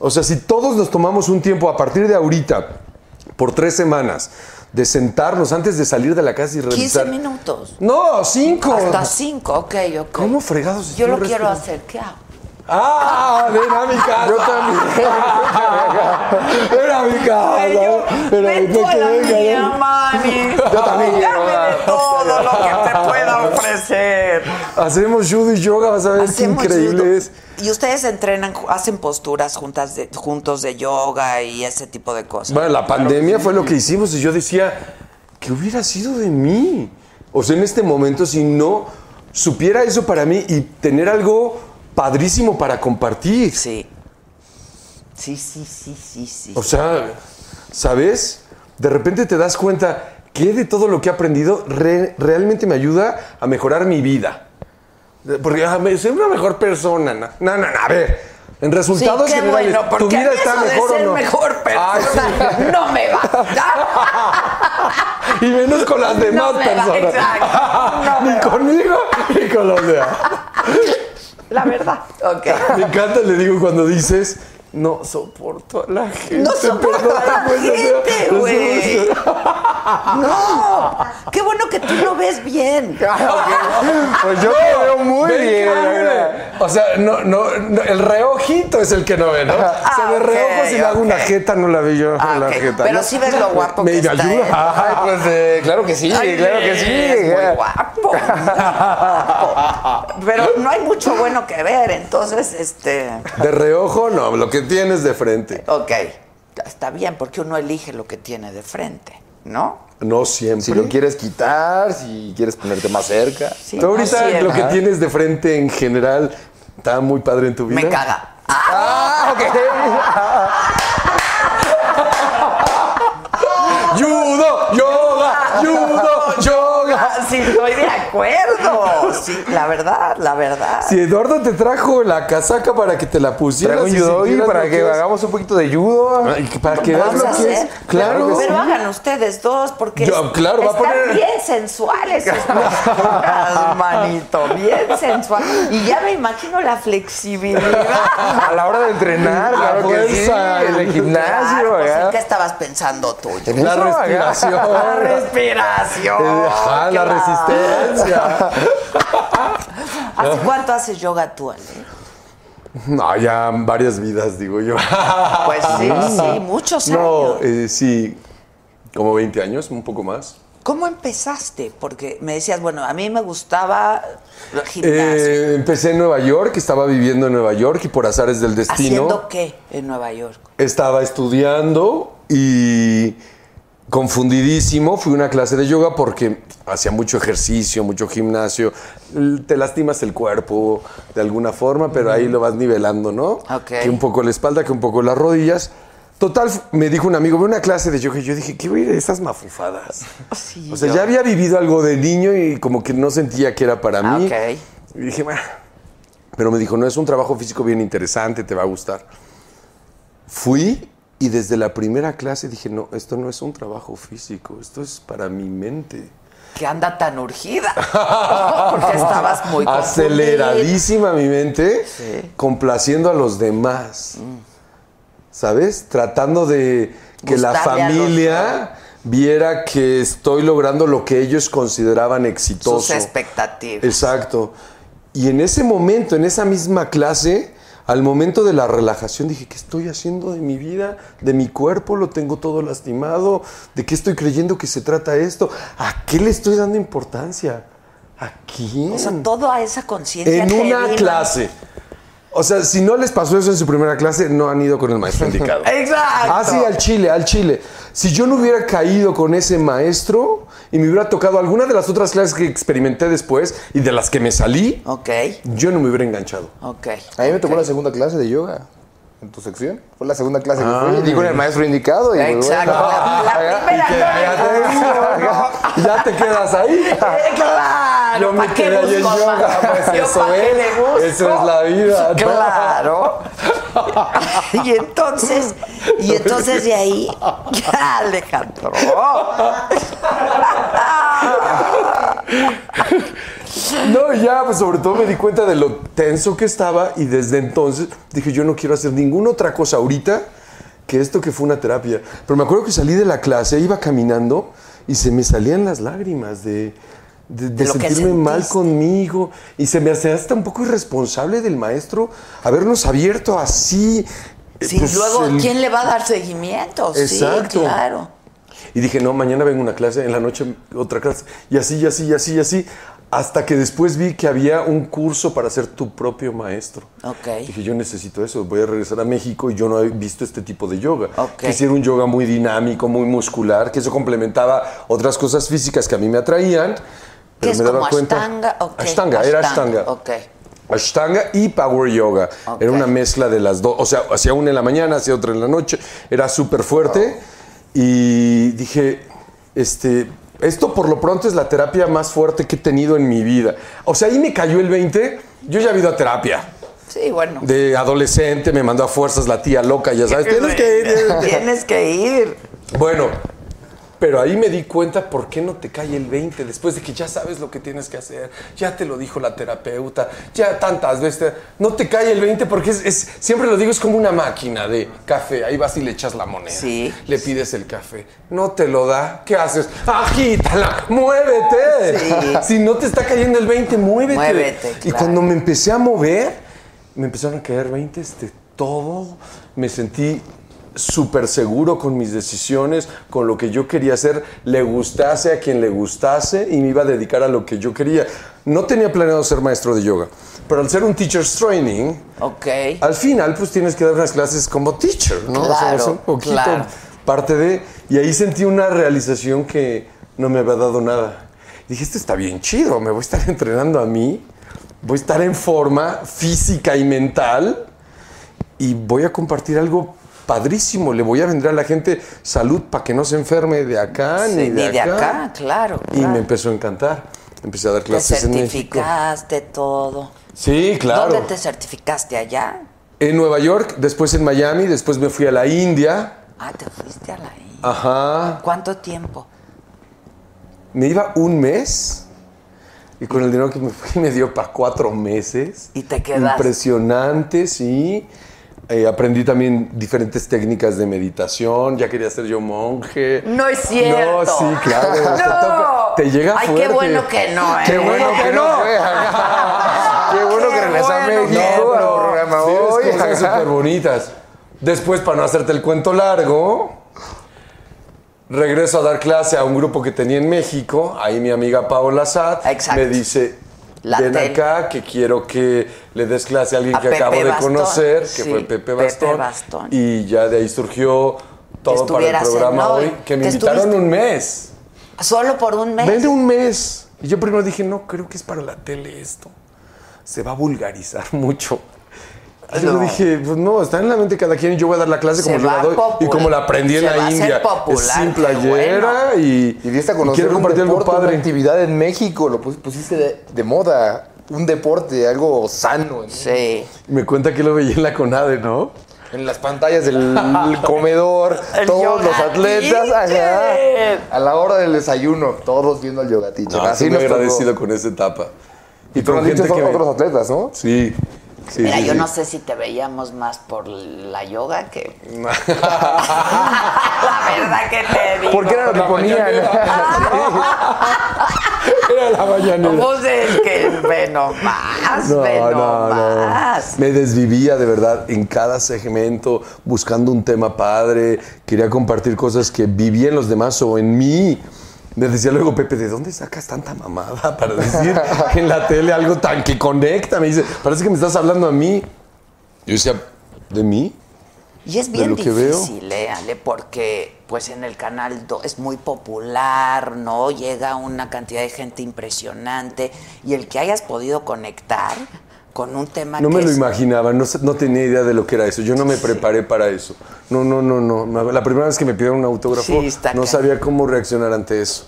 Speaker 7: O sea, si todos nos tomamos un tiempo a partir de ahorita, por tres semanas, de sentarnos antes de salir de la casa y
Speaker 2: 15
Speaker 7: revisar.
Speaker 2: minutos.
Speaker 7: No, cinco.
Speaker 2: Hasta 5, ok, ok.
Speaker 7: ¿Cómo fregados?
Speaker 2: Yo lo
Speaker 7: estoy
Speaker 2: quiero
Speaker 7: respirando?
Speaker 2: hacer, ¿qué hago?
Speaker 7: ¡Ah! ¡Ven a mi casa! Yo también. ¡Ven a mi casa! ¡Ven a mi
Speaker 2: Ven tú a
Speaker 7: casa!
Speaker 2: la
Speaker 7: venga,
Speaker 2: mía,
Speaker 7: venga.
Speaker 2: mami.
Speaker 8: Yo también quiero.
Speaker 2: Dame de todo lo que te pueda ofrecer.
Speaker 7: Hacemos judo y yoga, vas a ver qué
Speaker 2: Hacemos
Speaker 7: increíble
Speaker 2: judo.
Speaker 7: es.
Speaker 2: Y ustedes entrenan, ju- hacen posturas juntas de, juntos de yoga y ese tipo de cosas.
Speaker 7: Bueno, la pandemia fue lo que hicimos y yo decía, ¿qué hubiera sido de mí? O sea, en este momento, si no supiera eso para mí y tener algo padrísimo para compartir.
Speaker 2: Sí. Sí, sí, sí, sí, sí.
Speaker 7: O sea, ¿sabes? De repente te das cuenta que de todo lo que he aprendido re- realmente me ayuda a mejorar mi vida. De- Porque ah, me- soy una mejor persona. No, no, no, no, a ver. En
Speaker 2: Sí,
Speaker 7: resultados
Speaker 2: qué
Speaker 7: generales,
Speaker 2: bueno, porque
Speaker 7: ¿tu vida
Speaker 2: a mí
Speaker 7: está
Speaker 2: eso de
Speaker 7: mejor
Speaker 2: ser
Speaker 7: o no?
Speaker 2: mejor
Speaker 7: Ay,
Speaker 2: persona
Speaker 7: sí.
Speaker 2: no me va.
Speaker 7: Y menos con las demás
Speaker 2: No me va,
Speaker 7: personas.
Speaker 2: exacto. No me
Speaker 7: ni
Speaker 2: va.
Speaker 7: conmigo ni con los demás.
Speaker 2: La verdad. Ok.
Speaker 7: Me encanta, le digo, cuando dices, no soporto a la gente.
Speaker 2: No soporto a
Speaker 7: perdóname, Ah,
Speaker 2: la
Speaker 7: pues, o sea,
Speaker 2: gente,
Speaker 7: no
Speaker 2: güey. No. Qué bueno que tú lo ves bien.
Speaker 7: Ah,
Speaker 2: Ah,
Speaker 8: Pues yo te veo muy
Speaker 7: Ven,
Speaker 8: bien. la
Speaker 7: cabrón.
Speaker 8: verdad.
Speaker 7: O sea, no, no, no, el reojito es el que no ve, ¿no? o sea, de
Speaker 2: Ah, ok,
Speaker 7: reojo si le hago una
Speaker 2: ok.
Speaker 7: jeta, no la veo yo
Speaker 2: Ah,
Speaker 7: la
Speaker 2: ok.
Speaker 7: jeta.
Speaker 2: Pero
Speaker 7: ¿no?
Speaker 2: sí ves lo guapo
Speaker 7: Me
Speaker 2: que está,
Speaker 7: ayuda.
Speaker 2: ¿eh?
Speaker 8: Ay,
Speaker 7: Ajá.
Speaker 8: pues eh, claro que sí,
Speaker 2: Ay,
Speaker 8: claro que sí.
Speaker 2: es muy guapo, muy guapo. Pero no hay mucho bueno que ver, entonces, este.
Speaker 7: De reojo, no, lo que tienes de frente.
Speaker 2: Ok. Está bien, porque uno elige lo que tiene de frente, ¿no?
Speaker 7: No siempre.
Speaker 8: Si lo quieres quitar, si quieres ponerte más cerca.
Speaker 2: Sí,
Speaker 7: Tú
Speaker 2: no
Speaker 7: ahorita
Speaker 2: siempre.
Speaker 7: lo que tienes de frente en general está muy padre en tu vida.
Speaker 2: Me caga.
Speaker 7: Ah, Judo, yoga, judo, yoga.
Speaker 2: Sí, estoy de acuerdo. Sí, la verdad, la verdad.
Speaker 7: Si Eduardo te trajo la casaca para que te la pusieras.
Speaker 8: Traigo un
Speaker 7: y
Speaker 8: judo y
Speaker 7: sintieras
Speaker 8: para
Speaker 7: lo
Speaker 8: que
Speaker 7: es.
Speaker 8: hagamos un poquito de judo.
Speaker 7: Para que veas
Speaker 2: Vamos a
Speaker 7: lo que es.
Speaker 2: hacer.
Speaker 7: Claro.
Speaker 2: Pero, hagan ustedes dos, porque
Speaker 7: Yo,
Speaker 2: es-
Speaker 7: claro, va a
Speaker 2: están
Speaker 7: poner-
Speaker 2: bien sensuales sus posturas, manito, bien sensual. Y ya me imagino la flexibilidad.
Speaker 8: A la hora de entrenar,
Speaker 7: La
Speaker 8: claro que sí.
Speaker 7: fuerza.
Speaker 8: En el
Speaker 2: Claro,
Speaker 8: gimnasio,
Speaker 2: pues, ¿en
Speaker 8: acá.
Speaker 2: ¿Qué estabas pensando tú?
Speaker 8: En
Speaker 7: La
Speaker 8: eso, acá.
Speaker 7: respiración.
Speaker 2: La respiración.
Speaker 7: Ajá, la
Speaker 2: claro.
Speaker 7: resistencia.
Speaker 2: ¿Hace cuánto haces yoga tú, Ale?
Speaker 7: No, ya varias vidas, digo yo.
Speaker 2: Pues sí, sí, muchos
Speaker 7: Ah. No,
Speaker 2: años.
Speaker 7: eh, sí, como 20 años, un poco más.
Speaker 2: ¿Cómo empezaste? Porque me decías, bueno, a mí me gustaba el gimnasio.
Speaker 7: Eh, empecé en Nueva York, estaba viviendo en Nueva York y por azares del destino
Speaker 2: ¿Haciendo qué en Nueva York?
Speaker 7: estaba estudiando y confundidísimo fui a una clase de yoga porque hacía mucho ejercicio, mucho gimnasio, L- te lastimas el cuerpo de alguna forma, pero ahí lo vas nivelando, ¿no?
Speaker 2: Ok.
Speaker 7: Que un poco la espalda, que un poco las rodillas. Total, f- me dijo un amigo, ve una clase de yoga y yo dije, ¿qué voy a ir a esas mafufadas?
Speaker 2: Oh,
Speaker 7: O sea, ya había vivido algo de niño y como que no sentía que era para
Speaker 2: Ah,
Speaker 7: mí.
Speaker 2: ok.
Speaker 7: Y dije, bueno. Pero me dijo, no, es un trabajo físico bien interesante, te va a gustar. Fui y desde la primera clase dije, no, esto no es un trabajo físico, esto es para mi mente.
Speaker 2: que anda tan urgida. Porque estabas muy
Speaker 7: Aceleradísima mi mente,
Speaker 2: Sí.
Speaker 7: complaciendo a los demás. ¿Sabes? Tratando de que la
Speaker 2: Gustarle a los-
Speaker 7: familia viera que estoy logrando lo que ellos consideraban exitoso.
Speaker 2: Sus expectativas.
Speaker 7: Exacto. Y en ese momento, en esa misma clase, al momento de la relajación, dije, ¿qué estoy haciendo de mi vida? De mi cuerpo, lo tengo todo lastimado. ¿De qué estoy creyendo que se trata esto? ¿A qué le estoy dando importancia? ¿A quién?
Speaker 2: O sea, toda esa conciencia.
Speaker 7: en
Speaker 2: te
Speaker 7: una
Speaker 2: vino.
Speaker 7: clase. O sea, si no les pasó eso en su primera clase, no han ido con el maestro indicado.
Speaker 2: Exacto.
Speaker 7: Ah, sí, al Chile, al Chile. Si yo no hubiera caído con ese maestro y me hubiera tocado alguna de las otras clases que experimenté después y de las que me salí,
Speaker 2: Ok,
Speaker 7: yo no me hubiera enganchado.
Speaker 2: ok.
Speaker 8: A mí me tocó la segunda clase de yoga. ¿En tu sección? Fue la segunda clase que fui. Y con el maestro indicado. Y pues,
Speaker 2: Ah. Exacto.
Speaker 8: bueno.
Speaker 2: La, la primera
Speaker 7: Y que ya
Speaker 2: no me
Speaker 7: te- ya te quedas ahí.
Speaker 2: Eh, Claro,
Speaker 7: Yo me
Speaker 2: ¿pa' qué
Speaker 7: quedé ahí en
Speaker 2: busco
Speaker 7: yoga,
Speaker 2: más?
Speaker 7: pues,
Speaker 2: Yo
Speaker 7: eso
Speaker 2: ¿pa' qué
Speaker 7: es,
Speaker 2: le busco?
Speaker 7: eso es la vida, ¿no?
Speaker 2: Claro. Y entonces, y entonces de ahí, Alejandro.
Speaker 7: No, y ya, pues sobre todo me di cuenta de lo tenso que estaba y desde entonces dije, yo no quiero hacer ninguna otra cosa ahorita que esto que fue una terapia. Pero me acuerdo que salí de la clase, iba caminando y se me salían las lágrimas de, de- de
Speaker 2: De lo que
Speaker 7: sentirme mal
Speaker 2: sentiste.
Speaker 7: conmigo y se me hacía hasta un poco irresponsable del maestro habernos abierto así. eh,
Speaker 2: Sí,
Speaker 7: pues,
Speaker 2: luego,
Speaker 7: el-
Speaker 2: ¿quién le va a dar seguimiento? Sí,
Speaker 7: Exacto.
Speaker 2: claro.
Speaker 7: Y dije, no, mañana vengo a una clase, en la noche otra clase, y así, y así, y así, y así. Hasta que después vi que había un curso para ser tu propio maestro.
Speaker 2: Ok.
Speaker 7: Dije, yo necesito eso, voy a regresar a México y yo no he visto este tipo de yoga.
Speaker 2: Ok.
Speaker 7: Que sí era un yoga muy dinámico, muy muscular, que eso complementaba otras cosas físicas que a mí me atraían.
Speaker 2: Que
Speaker 7: Pero
Speaker 2: es
Speaker 7: me daba
Speaker 2: como
Speaker 7: cuenta.
Speaker 2: Ashtanga. ok,
Speaker 7: Ashtanga, era Ashtanga.
Speaker 2: Ok.
Speaker 7: Ashtanga y Power Yoga.
Speaker 2: Ok.
Speaker 7: Era una mezcla de las dos. O sea, hacía una en la mañana, hacía otra en la noche. Era súper fuerte. Y dije, este, esto por lo pronto es la terapia más fuerte que he tenido en mi vida. O sea, ahí me cayó el 20. Yo ya he ido a terapia.
Speaker 2: Sí, bueno.
Speaker 7: De adolescente me mandó a fuerzas la tía loca, ya sabes. Tienes que ir. tienes que ir".
Speaker 2: Tienes que ir.
Speaker 7: Bueno, pero ahí me di cuenta por qué no te cae el 20 después de que ya sabes lo que tienes que hacer, ya te lo dijo la terapeuta, ya tantas veces. te- No te cae el 20 porque es, es- siempre lo digo, es como una máquina de café. Ahí vas y le echas la moneda.
Speaker 2: Sí.
Speaker 7: Le pides el café. No te lo da. ¿Qué haces? Agítala, muévete.
Speaker 2: Sí.
Speaker 7: Si no te está cayendo el 20, Eh, muévete.
Speaker 2: Muévete,
Speaker 7: Y
Speaker 2: claro.
Speaker 7: cuando me empecé a mover, me empezaron a caer 20 de todo. Me sentí súper seguro con mis decisiones, con lo que yo quería hacer, le gustase a quien le gustase y me iba a dedicar a lo que yo quería. No tenía planeado ser maestro de yoga, pero al ser un teacher's training,
Speaker 2: Ok.
Speaker 7: al final pues tienes que dar unas clases como teacher, ¿no?
Speaker 2: Claro,
Speaker 7: es un poquito
Speaker 2: claro.
Speaker 7: parte de... Y ahí sentí una realización que no me había dado nada. Dije, esto está bien chido, me voy a estar entrenando a mí, voy a estar en forma física y mental y voy a compartir algo padrísimo. Le voy a vender a la gente salud para que no se enferme de acá
Speaker 2: Sí,
Speaker 7: ah, ni de,
Speaker 2: ni de acá, claro,
Speaker 7: Y
Speaker 2: claro.
Speaker 7: me empezó a encantar. Empecé a dar
Speaker 2: Te
Speaker 7: clases en México.
Speaker 2: certificaste todo.
Speaker 7: Sí, claro.
Speaker 2: ¿Dónde te certificaste allá?
Speaker 7: En Nueva York, después en Miami, después me fui a la India.
Speaker 2: Ah, te fuiste a la India.
Speaker 7: Ajá.
Speaker 2: ¿Cuánto tiempo?
Speaker 7: Me iba un mes y con el dinero que me fui me dio para cuatro meses.
Speaker 2: Y te quedaste.
Speaker 7: Impresionante, sí. Eh, aprendí también diferentes técnicas de meditación. Ya quería ser yo monje.
Speaker 2: No es
Speaker 7: No,
Speaker 2: cierto.
Speaker 7: sí, claro.
Speaker 2: No.
Speaker 7: Te toca- Te llega
Speaker 2: Ay, qué
Speaker 7: fuerte.
Speaker 2: bueno que no, ¿eh?
Speaker 7: Qué bueno que no. fue.
Speaker 8: Qué bueno que regresó a
Speaker 7: bueno
Speaker 8: México
Speaker 7: que
Speaker 8: al
Speaker 7: no.
Speaker 8: programa
Speaker 7: Sí, ves
Speaker 8: hoy.
Speaker 7: cosas súper bonitas. Después, para no hacerte el cuento largo, regreso a dar clase a un grupo que tenía en México. Ahí mi amiga Paola Sad me dice,
Speaker 2: La
Speaker 7: ven
Speaker 2: tele.
Speaker 7: acá que quiero que le des clase a alguien
Speaker 2: A
Speaker 7: que
Speaker 2: Pepe
Speaker 7: acabo de
Speaker 2: Bastón.
Speaker 7: conocer, que
Speaker 2: Sí,
Speaker 7: fue
Speaker 2: Pepe
Speaker 7: Pepe Bastón.
Speaker 2: Bastón.
Speaker 7: Y ya de ahí surgió todo para el
Speaker 2: estuvieras en
Speaker 7: programa
Speaker 2: hoy.
Speaker 7: hoy, que me
Speaker 2: Que
Speaker 7: invitaron
Speaker 2: estuviste-
Speaker 7: un mes.
Speaker 2: Solo por un mes.
Speaker 7: Vende un mes. Y yo primero dije, no, creo que es para la tele esto. Se va a vulgarizar mucho. Y Yo
Speaker 2: No.
Speaker 7: dije, pues no, está en la mente de cada quien. Yo voy a dar la clase como
Speaker 2: Se
Speaker 7: yo
Speaker 2: va
Speaker 7: la
Speaker 2: a
Speaker 7: doy y
Speaker 2: popular-
Speaker 7: como la aprendí en
Speaker 2: se
Speaker 7: la
Speaker 2: va a hacer
Speaker 7: India.
Speaker 2: popular,
Speaker 7: es sin
Speaker 2: qué
Speaker 7: playera
Speaker 2: bueno.
Speaker 7: y,
Speaker 8: Y diste a
Speaker 7: y
Speaker 8: conocer
Speaker 7: quiero
Speaker 8: un
Speaker 7: compartir algo
Speaker 8: deporte, una
Speaker 7: padre.
Speaker 8: actividad en México, lo pus- pusiste de, de moda, un deporte, algo sano. en-
Speaker 2: Sí.
Speaker 7: Me cuenta que lo veía en la CONADE, ¿no?
Speaker 8: En las pantallas del comedor, todos los atletas ajá, a la hora del desayuno, todos viendo al yoga teacher.
Speaker 7: No,
Speaker 8: Así
Speaker 7: sí me
Speaker 8: nos
Speaker 7: he
Speaker 8: tocó.
Speaker 7: agradecido con esa etapa. Y
Speaker 8: Tú
Speaker 7: con
Speaker 8: has dicho
Speaker 7: gente que...
Speaker 8: son
Speaker 7: me-
Speaker 8: otros atletas, ¿no?
Speaker 7: Sí. sí,
Speaker 2: Mira,
Speaker 7: sí,
Speaker 2: yo
Speaker 7: sí.
Speaker 2: no sé si te veíamos más por la yoga que. la verdad que te digo.
Speaker 8: ¿Por qué era lo que ponían?
Speaker 7: Era la mañanera.
Speaker 2: Vos pues es que ve nomás,
Speaker 7: No,
Speaker 2: ve
Speaker 7: no, no.
Speaker 2: nomás.
Speaker 7: Me desvivía de verdad en cada segmento, buscando un tema padre. Quería compartir cosas que vivía en los demás o en mí. Me decía luego Pepe, ¿de dónde sacas tanta mamada para decir en la tele algo tan que conecta? Me dice, parece que me estás hablando a mí. Yo decía, ¿de mí?
Speaker 2: Y es
Speaker 7: De
Speaker 2: bien
Speaker 7: lo que veo.
Speaker 2: difícil, eh, Ale, porque pues en el canal 2 es muy popular, ¿no? Llega una cantidad de gente impresionante y el que hayas podido conectar con un tema
Speaker 7: No
Speaker 2: que
Speaker 7: me lo
Speaker 2: es-
Speaker 7: imaginaba, no, sé- no tenía idea de lo que era eso. Yo no me preparé para eso. No, no, no, no. La primera vez que me pidieron un autógrafo,
Speaker 2: Sí, está
Speaker 7: no
Speaker 2: cañón.
Speaker 7: sabía cómo reaccionar ante eso.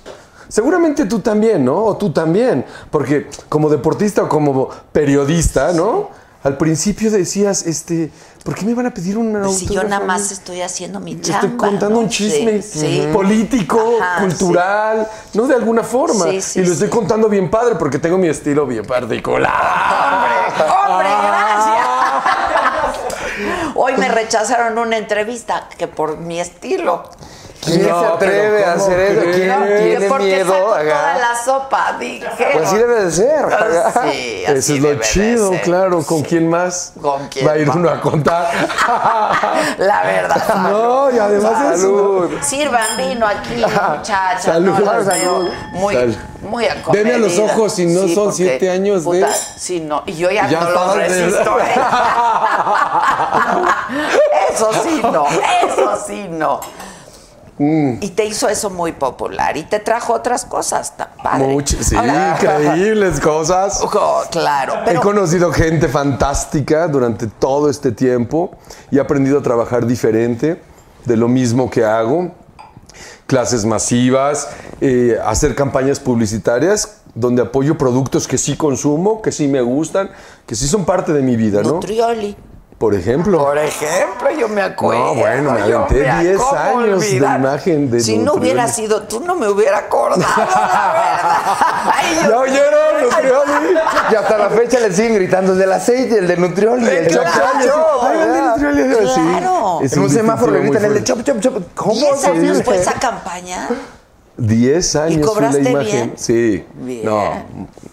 Speaker 7: Seguramente tú también, ¿no? O tú también. Porque como deportista o como periodista, ¿no? Al principio decías, este, ¿por qué me van a pedir un
Speaker 2: Pues,
Speaker 7: autógrafo?
Speaker 2: si yo nada
Speaker 7: a
Speaker 2: más
Speaker 7: mí?
Speaker 2: estoy haciendo mi
Speaker 7: Estoy
Speaker 2: chamba.
Speaker 7: contando
Speaker 2: ¿no?
Speaker 7: un chisme
Speaker 2: Sí, sí.
Speaker 7: político,
Speaker 2: Ajá,
Speaker 7: cultural, ¿no? De alguna forma.
Speaker 2: Sí, sí,
Speaker 7: y lo estoy
Speaker 2: sí.
Speaker 7: contando bien padre porque tengo mi estilo bien particular.
Speaker 2: ¡Hombre, hombre,
Speaker 7: Ah.
Speaker 2: gracias! Hoy me rechazaron una entrevista que por mi estilo.
Speaker 8: ¿Quién
Speaker 7: No,
Speaker 8: se atreve
Speaker 7: pero
Speaker 8: a
Speaker 7: ¿cómo
Speaker 8: hacer eso?
Speaker 7: crees?
Speaker 8: ¿Quién
Speaker 7: No,
Speaker 2: que
Speaker 8: tiene
Speaker 2: porque saco
Speaker 8: miedo?
Speaker 2: toda
Speaker 8: ajá?
Speaker 2: la sopa, dije.
Speaker 8: Pues sí debe de ser. ajá.
Speaker 2: Sí, así
Speaker 7: Eso es
Speaker 2: debe
Speaker 7: lo
Speaker 2: de
Speaker 7: chido,
Speaker 2: ser.
Speaker 7: claro. ¿Con quién más
Speaker 2: ¿Con quién
Speaker 7: va a ir
Speaker 2: más?
Speaker 7: uno a contar?
Speaker 2: La verdad.
Speaker 7: no, y además
Speaker 8: Salud.
Speaker 7: eso.
Speaker 2: Sirvan vino aquí, muchachas.
Speaker 7: Salud,
Speaker 2: no, las
Speaker 7: salud.
Speaker 2: veo Muy,
Speaker 7: Salud.
Speaker 2: muy
Speaker 7: Veme a los
Speaker 2: acomedidas.
Speaker 7: ojos si no son
Speaker 2: porque,
Speaker 7: siete años de-
Speaker 2: Sí, no. Y yo ya,
Speaker 7: Ya
Speaker 2: no
Speaker 7: estás
Speaker 2: los
Speaker 7: de-
Speaker 2: resisto. ¿eh? eso sí, no. Eso sí, no.
Speaker 7: Mm.
Speaker 2: Y te hizo eso muy popular. Y te trajo otras cosas, tan padre.
Speaker 7: Mucho- sí,
Speaker 2: Ahora-
Speaker 7: increíbles cosas.
Speaker 2: Ojo, claro.
Speaker 7: He
Speaker 2: Pero
Speaker 7: conocido gente fantástica durante todo este tiempo y he aprendido a trabajar diferente de lo mismo que hago. Clases masivas, eh, hacer campañas publicitarias donde apoyo productos que sí consumo, que sí me gustan, que sí son parte de mi vida, ¿no?
Speaker 2: Nutrioli.
Speaker 7: Por ejemplo.
Speaker 2: Por ejemplo, yo me
Speaker 7: No,
Speaker 2: acuerdo.
Speaker 7: bueno, me
Speaker 2: yo
Speaker 7: aventé
Speaker 2: ac-
Speaker 7: 10
Speaker 2: ¿cómo
Speaker 7: años de
Speaker 2: olvidar?
Speaker 7: imagen de
Speaker 2: Si no
Speaker 7: Nutrioli.
Speaker 2: hubiera sido tú, no me hubiera acordado, la verdad.
Speaker 7: ¿Ya oyeron, Nutrioli?
Speaker 8: Y hasta la fecha le siguen gritando el del aceite, el del nutrioli, el chop
Speaker 2: claro.
Speaker 8: chop. chop,
Speaker 7: Ay,
Speaker 8: ¿verdad?
Speaker 7: ¿dónde Nutrioli? Sí.
Speaker 2: Claro.
Speaker 7: Es
Speaker 8: En un semáforo le
Speaker 7: distintivo
Speaker 8: gritan el
Speaker 7: muy
Speaker 8: de chop chop chop. ¿Cómo
Speaker 2: 10
Speaker 8: se
Speaker 2: años
Speaker 8: dice?
Speaker 2: fue esa campaña.
Speaker 7: 10 años
Speaker 2: cobraste
Speaker 7: fue la imagen.
Speaker 2: bien?
Speaker 7: Sí.
Speaker 2: Bien.
Speaker 7: No,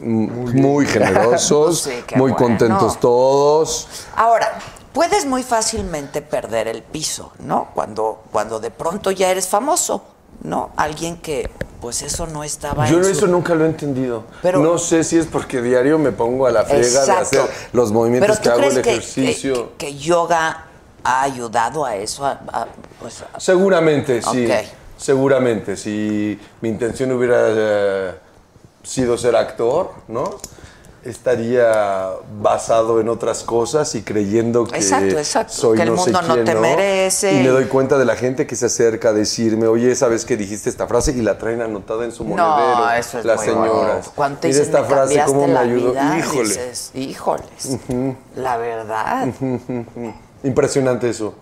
Speaker 7: m- muy, generosos,
Speaker 2: Sí, qué
Speaker 7: muy
Speaker 2: bueno.
Speaker 7: contentos todos.
Speaker 2: Ahora, puedes muy fácilmente perder el piso, ¿no? Cuando, cuando de pronto ya eres famoso, ¿no? Alguien que, pues eso no estaba
Speaker 7: Yo
Speaker 2: en
Speaker 7: no-
Speaker 2: su-
Speaker 7: eso nunca lo he entendido.
Speaker 2: Pero-
Speaker 7: no sé si es porque diario me pongo a la friega de
Speaker 2: Exacto.
Speaker 7: hacer los movimientos
Speaker 2: Pero
Speaker 7: que
Speaker 2: ¿tú
Speaker 7: hago,
Speaker 2: crees
Speaker 7: el
Speaker 2: que-
Speaker 7: ejercicio.
Speaker 2: Que, que yoga ha ayudado a eso, a- a- pues, a-
Speaker 7: Seguramente, sí.
Speaker 2: Ok.
Speaker 7: Seguramente. Si mi intención hubiera eh, sido ser actor, ¿no?
Speaker 6: estaría basado en otras cosas y creyendo que
Speaker 2: Exacto, exacto,
Speaker 6: soy
Speaker 2: que el
Speaker 6: no sé
Speaker 2: mundo no
Speaker 6: quién,
Speaker 2: te merece.
Speaker 6: Y me doy cuenta de la gente que se acerca a decirme, oye, esa vez que dijiste esta frase y la traen anotada en su
Speaker 2: No,
Speaker 6: monedero.
Speaker 2: eso es
Speaker 6: las
Speaker 2: muy
Speaker 6: señoras.
Speaker 2: bonito. Cuando te
Speaker 6: Mira
Speaker 2: dicen,
Speaker 6: esta
Speaker 2: "Me
Speaker 6: frase,
Speaker 2: cambiaste
Speaker 6: cómo me
Speaker 2: la
Speaker 6: ayudó.
Speaker 2: vida",
Speaker 6: Híjole.
Speaker 2: dices, híjoles,
Speaker 6: Ujú.
Speaker 2: la verdad.
Speaker 6: Ujú. Impresionante eso.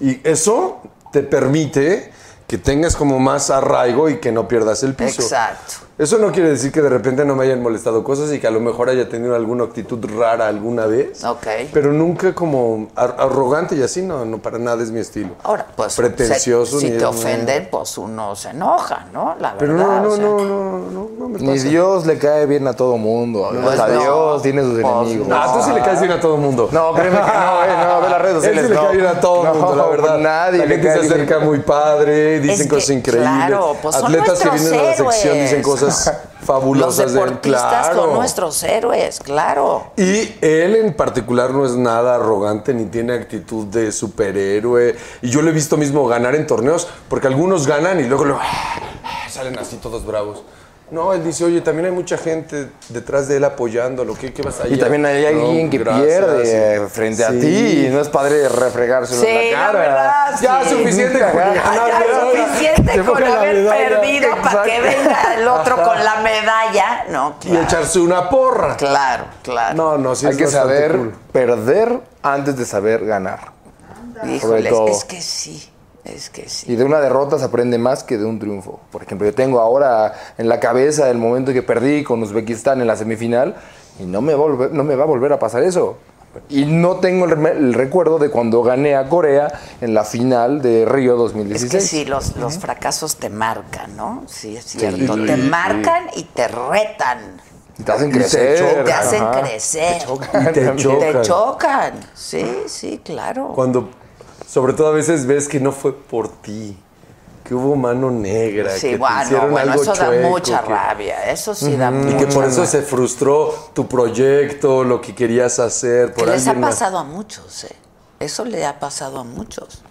Speaker 6: Y eso te permite que tengas como más arraigo y que no pierdas el piso.
Speaker 2: Exacto.
Speaker 6: Eso no quiere decir que de repente no me hayan molestado cosas y que a lo mejor haya tenido alguna actitud rara alguna vez.
Speaker 2: Ok.
Speaker 6: Pero nunca como ar- arrogante y así, no, no para nada es mi estilo.
Speaker 2: Ahora, pues
Speaker 6: Pretencioso.
Speaker 2: se- si
Speaker 6: ni
Speaker 2: te
Speaker 6: es-
Speaker 2: ofenden, pues uno se enoja, ¿no? La verdad.
Speaker 6: Pero no,
Speaker 2: o
Speaker 6: no,
Speaker 2: sea,
Speaker 6: no, no, no, no me
Speaker 7: Ni
Speaker 6: pasa.
Speaker 7: Dios le cae bien a todo mundo.
Speaker 6: Pues
Speaker 7: Hasta
Speaker 6: no.
Speaker 7: Dios tiene sus
Speaker 2: Pues,
Speaker 7: enemigos.
Speaker 6: Ah, tú sí le caes bien a todo mundo.
Speaker 7: No, créeme que no, eh, no, ve las redes
Speaker 6: Él
Speaker 7: sociales,
Speaker 6: sí le
Speaker 7: no.
Speaker 6: cae bien a todo
Speaker 7: No,
Speaker 6: mundo, la verdad.
Speaker 7: nadie
Speaker 6: la
Speaker 7: le
Speaker 6: gente
Speaker 7: cae
Speaker 6: se
Speaker 7: bien.
Speaker 6: acerca muy padre, dicen
Speaker 2: Es
Speaker 6: cosas
Speaker 2: que,
Speaker 6: increíbles.
Speaker 2: claro, pues son
Speaker 6: Atletas que
Speaker 2: nuestros
Speaker 6: vienen a la sección dicen
Speaker 2: héroes.
Speaker 6: cosas
Speaker 2: Los
Speaker 6: fabulosas de él,
Speaker 2: deportistas
Speaker 6: claro.
Speaker 2: son nuestros héroes, claro.
Speaker 6: Y él en particular no es nada arrogante ni tiene actitud de superhéroe. Y yo lo he visto mismo ganar en torneos, porque algunos ganan y luego lo- ah, salen así todos bravos. No, él dice, oye, también hay mucha gente detrás de él apoyándolo. ¿Qué, qué vas a
Speaker 7: Y también hay alguien que pierde eh, frente a ti y no es padre refregarse
Speaker 2: Sí,
Speaker 7: en la
Speaker 2: la
Speaker 7: cara.
Speaker 2: verdad,
Speaker 6: Ya,
Speaker 2: sí.
Speaker 6: suficiente con ganar,
Speaker 2: Ya es
Speaker 6: ¿verdad?
Speaker 2: suficiente
Speaker 6: Te
Speaker 2: con
Speaker 6: pongan la
Speaker 2: haber
Speaker 6: medalla.
Speaker 2: perdido para que
Speaker 6: Exacto.
Speaker 2: venga el otro con la medalla. No,
Speaker 6: Y
Speaker 2: claro.
Speaker 6: echarse una porra.
Speaker 2: Claro, claro.
Speaker 6: No, no, sí
Speaker 7: Hay
Speaker 6: es
Speaker 7: que
Speaker 6: bastante
Speaker 7: saber
Speaker 6: cool.
Speaker 7: perder antes de saber ganar. sobre
Speaker 2: Híjoles,
Speaker 7: todo.
Speaker 2: es que sí, es que sí.
Speaker 7: Y de una derrota se aprende más que de un triunfo. Por ejemplo, yo tengo ahora en la cabeza el momento que perdí con Uzbekistán en la semifinal y no me, volve- no me va a volver a pasar eso. Y no tengo el, rem- el recuerdo de cuando gané a Corea en la final de Río
Speaker 2: Es
Speaker 7: 2016.
Speaker 2: que sí, los, los fracasos te marcan, ¿no? Sí, es cierto.
Speaker 7: Sí.
Speaker 2: te marcan y te retan.
Speaker 7: Y te hacen
Speaker 6: Y se
Speaker 7: crecer.
Speaker 6: chocan.
Speaker 2: Te hacen
Speaker 7: Ajá.
Speaker 2: crecer.
Speaker 6: Y te chocan.
Speaker 2: Te chocan. Sí, sí, claro.
Speaker 6: Cuando, sobre todo a veces ves que no fue por ti, que hubo mano negra,
Speaker 2: Sí,
Speaker 6: que te
Speaker 2: bueno,
Speaker 6: hicieron
Speaker 2: bueno,
Speaker 6: algo
Speaker 2: eso da
Speaker 6: chueco,
Speaker 2: mucha
Speaker 6: que-
Speaker 2: rabia. Eso sí da
Speaker 6: Y
Speaker 2: mucha
Speaker 6: que por eso
Speaker 2: rabia.
Speaker 6: se frustró tu proyecto, lo que querías hacer,
Speaker 2: Que
Speaker 6: por
Speaker 2: les ha
Speaker 6: alguien más.
Speaker 2: pasado a muchos, ¿eh? Eso le ha pasado a muchos.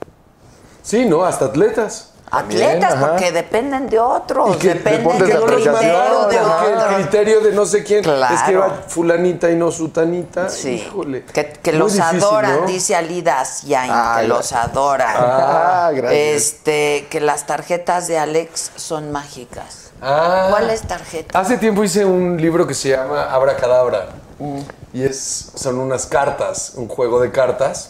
Speaker 6: Sí, ¿no? Hasta atletas.
Speaker 2: Atletas,
Speaker 7: ajá.
Speaker 2: porque dependen de otros, dependen
Speaker 7: deportes
Speaker 2: del
Speaker 6: que no los
Speaker 7: aplicación,
Speaker 2: criterio
Speaker 6: mandaron,
Speaker 2: de
Speaker 6: porque el
Speaker 2: otros.
Speaker 6: criterio de no sé quién.
Speaker 2: Claro.
Speaker 6: Es que va fulanita y no sutanita.
Speaker 2: Sí,
Speaker 6: Híjole.
Speaker 2: que, que
Speaker 6: Muy
Speaker 2: los
Speaker 6: difícil,
Speaker 2: adoran,
Speaker 6: ¿no?
Speaker 2: dice Alida Asiain,
Speaker 7: Ah,
Speaker 2: que los
Speaker 7: gracias.
Speaker 2: adoran.
Speaker 7: Ah, gracias.
Speaker 2: Este, que las tarjetas de Alex son mágicas.
Speaker 6: Ah.
Speaker 2: ¿Cuáles tarjetas?
Speaker 6: Hace tiempo hice un libro que se llama Abracadabra.
Speaker 2: Mm.
Speaker 6: Y es, son unas cartas, un juego de cartas,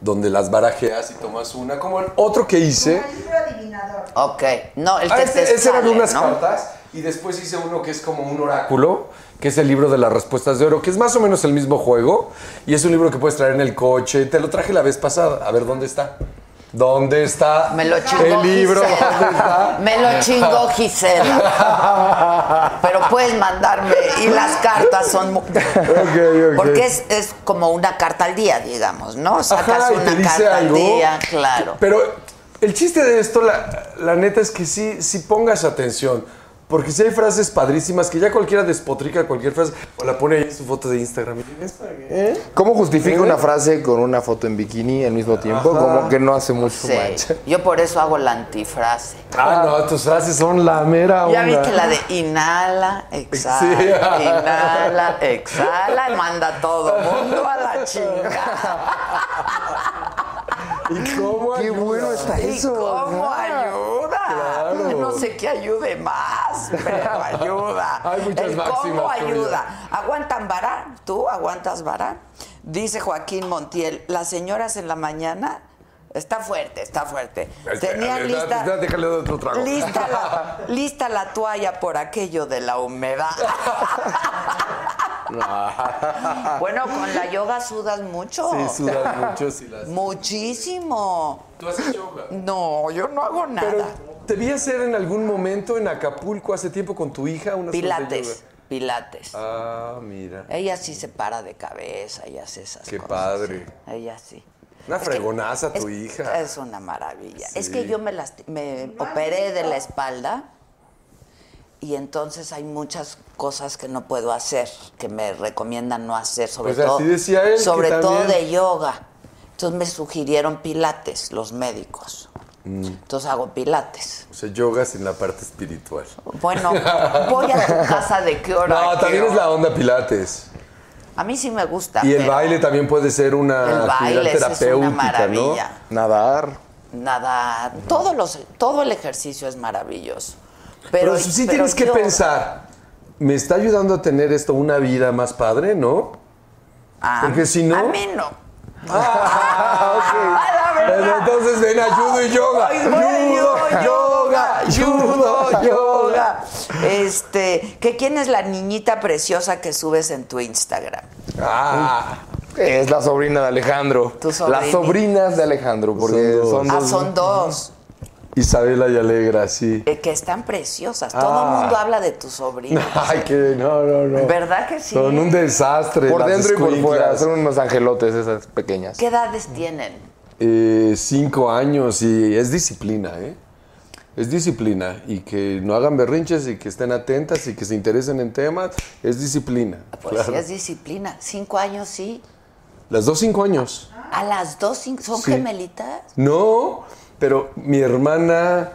Speaker 6: donde las barajeas y tomas una. Como el otro que hice.
Speaker 8: Como el libro adivinador.
Speaker 2: Ok, no, el que
Speaker 6: Ah,
Speaker 2: te
Speaker 6: este- ese era de
Speaker 2: sale,
Speaker 6: unas
Speaker 2: ¿no?
Speaker 6: cartas. Y después hice uno que es como un oráculo, que es el libro de las respuestas de oro, que es más o menos el mismo juego. Y es un libro que puedes traer en el coche. Te lo traje la vez pasada. A ver, ¿dónde está? ¿Dónde está?
Speaker 2: Me lo chingó
Speaker 6: El libro,
Speaker 2: Gisela.
Speaker 6: ¿dónde está?
Speaker 2: Me lo chingó Gisela. Pero puedes mandarme. Y las cartas son. mu-
Speaker 6: ok.
Speaker 2: Porque es, es como una carta al día, digamos, ¿no? Sacas
Speaker 6: Ajá, y
Speaker 2: una
Speaker 6: te dice
Speaker 2: carta
Speaker 6: algo.
Speaker 2: al día, claro.
Speaker 6: Pero el chiste de esto, la, la neta, es que sí, sí pongas atención. Porque si hay frases padrísimas que ya cualquiera despotrica cualquier frase o la pone ahí en su foto de Instagram. Y dices, ¿eh?
Speaker 7: ¿Cómo justifica una frase con una foto en bikini al mismo tiempo?
Speaker 6: Ajá.
Speaker 7: Como que no hace mucho
Speaker 2: Sí.
Speaker 7: match.
Speaker 2: Yo por eso hago la antifrase.
Speaker 6: Ah, no, tus frases son la mera
Speaker 2: Ya
Speaker 6: onda.
Speaker 2: viste la de inhala, exhala,
Speaker 6: Ah, Sí.
Speaker 2: inhala, exhala, manda a todo mundo a la chingada.
Speaker 6: ¿Y cómo
Speaker 7: Qué
Speaker 6: ayuda?
Speaker 7: bueno está
Speaker 2: ¿Y
Speaker 7: eso.
Speaker 2: cómo ayuda? Pues
Speaker 6: claro.
Speaker 2: No sé qué ayude más, pero ayuda.
Speaker 6: Hay muchas
Speaker 2: El
Speaker 6: máximas,
Speaker 2: cómo
Speaker 6: querida.
Speaker 2: ayuda. ¿Aguantan vara? ¿Tú aguantas vara? Dice Joaquín Montiel, las señoras en la mañana... Está fuerte, está fuerte.
Speaker 6: Espérate,
Speaker 2: Tenían
Speaker 6: espérate,
Speaker 2: lista...
Speaker 6: espérate, déjale dar otro trago.
Speaker 2: Lista la, lista la toalla por aquello de la humedad. Bueno, con la yoga sudas mucho.
Speaker 6: Sí, sudas mucho si las...
Speaker 2: Muchísimo.
Speaker 6: ¿Tú haces yoga?
Speaker 2: No, yo no hago nada.
Speaker 6: Pero te vi hacer en algún momento en Acapulco hace tiempo con tu hija unas cosas de
Speaker 2: pilates, Eh,
Speaker 6: yoga.
Speaker 2: pilates.
Speaker 6: Ah, mira.
Speaker 2: Ella sí se para de cabeza y hace esas
Speaker 6: Qué
Speaker 2: cosas.
Speaker 6: padre.
Speaker 2: sí. Ella sí.
Speaker 6: Una
Speaker 2: Es que-
Speaker 6: fregonaza tu
Speaker 2: es-
Speaker 6: hija.
Speaker 2: Es una maravilla. Es
Speaker 6: Sí.
Speaker 2: que yo me, lasti- me operé de la espalda y entonces hay muchas cosas que no puedo hacer, que me recomiendan no hacer, sobre
Speaker 6: Pues así
Speaker 2: todo,
Speaker 6: decía él, que
Speaker 2: sobre todo
Speaker 6: también-
Speaker 2: de yoga. Entonces me sugirieron pilates los médicos.
Speaker 6: Mm.
Speaker 2: Entonces hago pilates.
Speaker 6: O sea, yoga sin la parte espiritual.
Speaker 2: Bueno, voy a tu casa de qué hora. a
Speaker 6: No,
Speaker 2: qué
Speaker 6: también
Speaker 2: hora.
Speaker 6: es la onda pilates.
Speaker 2: A mí sí me gusta.
Speaker 6: Y el
Speaker 2: pero
Speaker 6: baile también puede ser una
Speaker 2: El
Speaker 6: actividad
Speaker 2: baile, esa es una
Speaker 6: terapéutica, ¿no?
Speaker 2: maravilla.
Speaker 6: Nadar.
Speaker 2: Nada, todos los, todo el ejercicio es maravilloso. Pero,
Speaker 6: Pero, sí
Speaker 2: pero
Speaker 6: tienes que
Speaker 2: yo-
Speaker 6: pensar, me está ayudando a tener esto una vida más padre, ¿no? Porque si no...
Speaker 2: Ah, A mí no.
Speaker 6: Pero entonces ven a judo y yoga.
Speaker 2: Ay, voy a
Speaker 6: Judo, yoga,
Speaker 2: judo,
Speaker 6: judo, yoga.
Speaker 2: Este, que quién es la niñita preciosa que subes en tu Instagram.
Speaker 7: Ah, es la sobrina de Alejandro.
Speaker 2: sobrina.
Speaker 7: Las sobrinas de Alejandro, porque
Speaker 6: Son dos.
Speaker 7: son,
Speaker 2: ah,
Speaker 7: dos-
Speaker 2: son dos,
Speaker 6: Isabela y Alegra, sí.
Speaker 2: eh, que están preciosas. Todo el
Speaker 6: Ah.
Speaker 2: mundo habla de tu sobrina.
Speaker 6: Ay, que no, no, no.
Speaker 2: ¿Verdad que sí?
Speaker 6: Son un desastre.
Speaker 7: Por
Speaker 6: las
Speaker 7: dentro y por
Speaker 6: escuinclas.
Speaker 7: fuera, son unos angelotes esas pequeñas.
Speaker 2: ¿Qué edades tienen?
Speaker 6: Eh, cinco años y es disciplina, ¿eh? Es disciplina y que no hagan berrinches y que estén atentas y que se interesen en temas, es disciplina.
Speaker 2: Pues
Speaker 6: claro.
Speaker 2: sí, es disciplina. Cinco años, sí.
Speaker 6: Las dos cinco años.
Speaker 2: A las dos, cinco- ¿son
Speaker 6: Sí.
Speaker 2: gemelitas?
Speaker 6: No, pero mi hermana,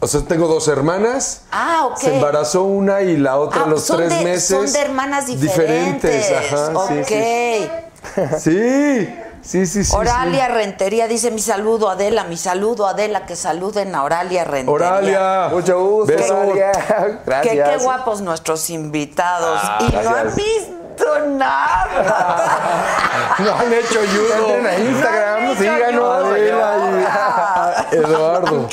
Speaker 6: o sea, tengo dos hermanas.
Speaker 2: Ah, ok.
Speaker 6: Se embarazó una y la otra
Speaker 2: Ah,
Speaker 6: a los
Speaker 2: son
Speaker 6: tres
Speaker 2: de-
Speaker 6: meses.
Speaker 2: Son de hermanas diferentes.
Speaker 6: ajá,
Speaker 2: ok.
Speaker 6: sí, sí. Sí, sí, sí, sí.
Speaker 2: Oralia Rentería dice mi saludo Adela, mi saludo Adela, que saluden a Oralia Rentería.
Speaker 6: Oralia. Mucho gusto,
Speaker 2: Beso.
Speaker 6: Oralia.
Speaker 2: Que qué guapos nuestros invitados.
Speaker 6: Ah,
Speaker 2: y no
Speaker 6: gracias.
Speaker 2: han visto nada.
Speaker 6: No han hecho judo.
Speaker 7: Entren a Instagram,
Speaker 2: No han hecho
Speaker 7: síganos.
Speaker 2: judo.
Speaker 6: Adela y Eduardo.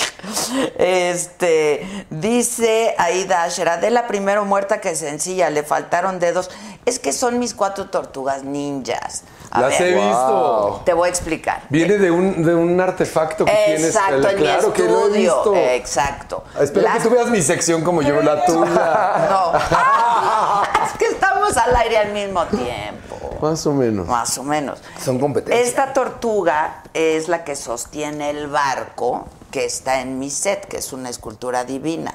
Speaker 2: Este, dice Aida Asher, Adela primero muerta que sencilla, le faltaron dedos. Es que son mis cuatro tortugas ninjas. A
Speaker 6: Las he visto.
Speaker 2: Te voy a explicar.
Speaker 6: Viene de un, de un artefacto que tienes.
Speaker 2: Exacto, en mi
Speaker 6: claro que lo he
Speaker 2: estudio.
Speaker 6: visto.
Speaker 2: Exacto.
Speaker 6: Espero
Speaker 2: Las-
Speaker 6: que tú veas mi sección como yo la tuya.
Speaker 2: No. es que estamos al aire al mismo tiempo.
Speaker 6: Más o menos.
Speaker 2: Más o menos.
Speaker 7: Son competencias.
Speaker 2: Esta tortuga es la que sostiene el barco que está en mi set, que es una escultura divina.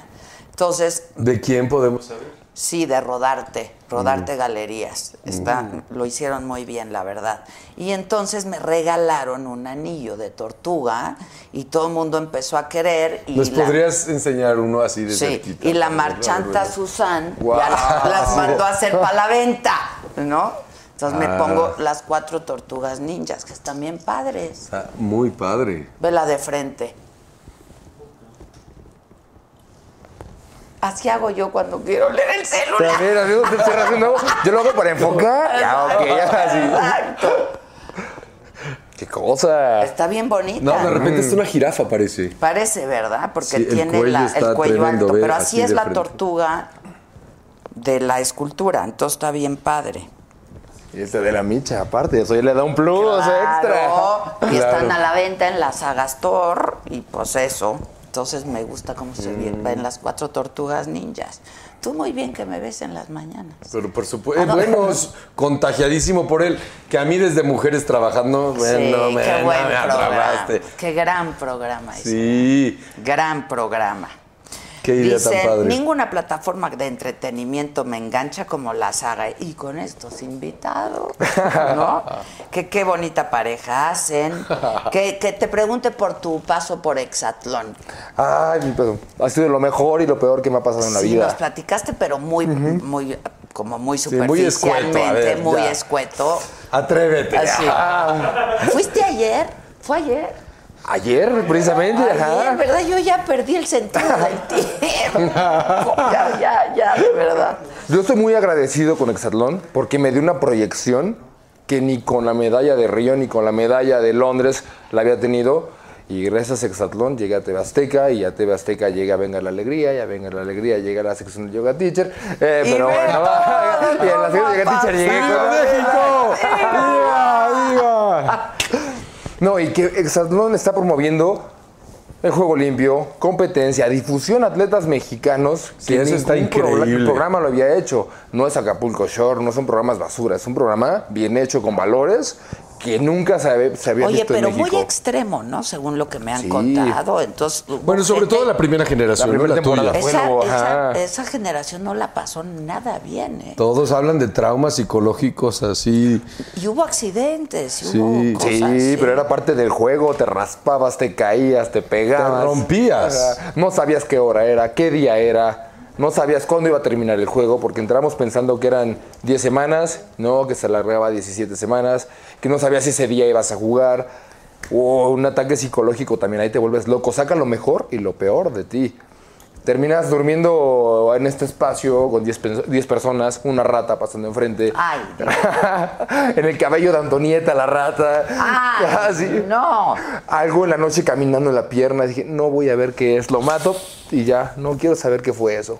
Speaker 2: Entonces,
Speaker 6: ¿De quién podemos saber?
Speaker 2: Sí, de rodarte, rodarte galerías. Está, Lo hicieron muy bien, la verdad. Y entonces me regalaron un anillo de tortuga y todo el mundo empezó a querer. Y
Speaker 6: ¿Nos
Speaker 2: la-
Speaker 6: podrías enseñar uno así de
Speaker 2: Sí,
Speaker 6: cerquita?
Speaker 2: y la
Speaker 6: Para verlo,
Speaker 2: marchanta
Speaker 6: verlo?
Speaker 2: Susan
Speaker 6: Guau.
Speaker 2: ya las, las mandó a hacer para la venta, ¿no? Entonces me
Speaker 6: Ah.
Speaker 2: pongo las cuatro tortugas ninjas, que están bien padres.
Speaker 6: Está Ah, muy padre.
Speaker 2: Vela de frente. Así hago yo cuando quiero leer el celular.
Speaker 7: A ver, a ver, ¿te cierras uno? Yo lo hago para enfocar. Ya, ok, ya así.
Speaker 2: Exacto.
Speaker 7: Qué cosa.
Speaker 2: Está bien bonita.
Speaker 6: No, de repente es una jirafa, parece.
Speaker 2: Parece, ¿verdad? Porque
Speaker 6: Sí, el
Speaker 2: tiene
Speaker 6: cuello
Speaker 2: la- el cuello,
Speaker 6: está tremendo,
Speaker 2: alto.
Speaker 6: ve,
Speaker 2: Pero así,
Speaker 6: así
Speaker 2: es
Speaker 6: de
Speaker 2: la
Speaker 6: frente.
Speaker 2: tortuga de la escultura. Entonces está bien padre.
Speaker 7: Y este de la micha, aparte, eso ya le da un plus
Speaker 2: Claro,
Speaker 7: extra.
Speaker 2: Y están
Speaker 7: Claro.
Speaker 2: a la venta en la Sagastor. Y pues eso. Entonces me gusta cómo
Speaker 7: Mm.
Speaker 2: se ve- ven las cuatro tortugas ninjas. Tú muy bien que me ves en las mañanas.
Speaker 6: Pero por
Speaker 2: ¿A
Speaker 6: supuesto,
Speaker 2: dónde?
Speaker 6: bueno, es contagiadísimo por él. Que a mí desde mujeres
Speaker 7: pues,
Speaker 6: trabajando, bueno,
Speaker 2: sí,
Speaker 6: me,
Speaker 2: qué
Speaker 6: no
Speaker 2: buen
Speaker 6: me
Speaker 2: programa.
Speaker 6: atrapaste.
Speaker 2: Qué gran programa. ese.
Speaker 6: Sí,
Speaker 2: Gran programa.
Speaker 6: qué idea
Speaker 2: Dicen,
Speaker 6: tan padre.
Speaker 2: ninguna plataforma de entretenimiento me engancha como la saga. Y con estos invitados, ¿no? que qué bonita pareja hacen. Que, que te pregunte por tu paso por Hexatlón.
Speaker 7: Ay, mi pedo. Ha sido lo mejor y lo peor que me ha pasado en la
Speaker 2: Sí,
Speaker 7: vida.
Speaker 2: nos platicaste, pero muy, muy, como muy
Speaker 6: muy escueto, a
Speaker 2: superficialmente, muy escueto.
Speaker 6: ver, ya. Atrévete.
Speaker 2: Así.
Speaker 7: Ah,
Speaker 2: ¿Fuiste ayer? ¿Fue ayer?
Speaker 7: ayer, precisamente, ajá.
Speaker 2: Ayer, ¿verdad? Yo ya perdí el sentido del tiempo. Ya, ya, ya, de verdad.
Speaker 7: Yo estoy muy agradecido con Exatlón porque me dio una proyección que ni con la medalla de Río ni con la medalla de Londres la había tenido. Y gracias a Exatlón llegué a TV Azteca y a TV Azteca llega Venga la Alegría, ya Venga la Alegría, llega la sección de Yoga Teacher. Eh,
Speaker 2: Y
Speaker 7: pero
Speaker 2: ve
Speaker 7: bueno,
Speaker 2: todo
Speaker 7: y en la sección de
Speaker 2: cómo
Speaker 7: Yoga
Speaker 2: ha
Speaker 7: Teacher llegué con
Speaker 2: pasado.
Speaker 7: México. ¡Viva, viva! No, y que Exatlón está promoviendo el juego limpio, competencia, difusión a atletas mexicanos.
Speaker 6: Sí, eso está
Speaker 7: ningún pro-
Speaker 6: increíble.
Speaker 7: programa lo había hecho. No es Acapulco Shore, no son programas basura, es un programa bien hecho con valores
Speaker 8: que nunca se había, se había
Speaker 2: Oye,
Speaker 8: visto
Speaker 2: pero
Speaker 8: en México.
Speaker 2: muy extremo, ¿no? Según lo que me han
Speaker 8: Sí.
Speaker 2: contado. Entonces,
Speaker 8: Bueno, sobre todo la primera generación,
Speaker 6: La primera ¿no? La tuya. temporada fue
Speaker 2: Esa,
Speaker 6: lo-
Speaker 2: esa-
Speaker 6: ajá.
Speaker 2: esa generación no la pasó nada bien, ¿eh?
Speaker 6: Todos hablan de traumas psicológicos así.
Speaker 2: Y hubo accidentes, y
Speaker 6: Sí.
Speaker 2: hubo cosas.
Speaker 8: Sí, pero era parte del juego, te raspabas, te caías, te pegabas.
Speaker 6: Te rompías.
Speaker 8: Ajá. No sabías qué hora era, qué día era, no sabías cuándo iba a terminar el juego, porque entramos pensando que eran 10 semanas, no, que se alargaba a 17 semanas, que no sabías si ese día ibas a jugar. O un ataque psicológico también, ahí te vuelves loco, saca lo mejor y lo peor de ti. Terminas durmiendo en este espacio con 10 pe- 10 personas, una rata pasando enfrente.
Speaker 2: Ay.
Speaker 8: en el cabello de Antonieta, la rata.
Speaker 2: Ay, Ah,
Speaker 6: Ah,
Speaker 2: No.
Speaker 8: Algo en la noche caminando en la pierna. Dije, no voy a ver qué es. Lo mato y ya. No quiero saber qué fue eso.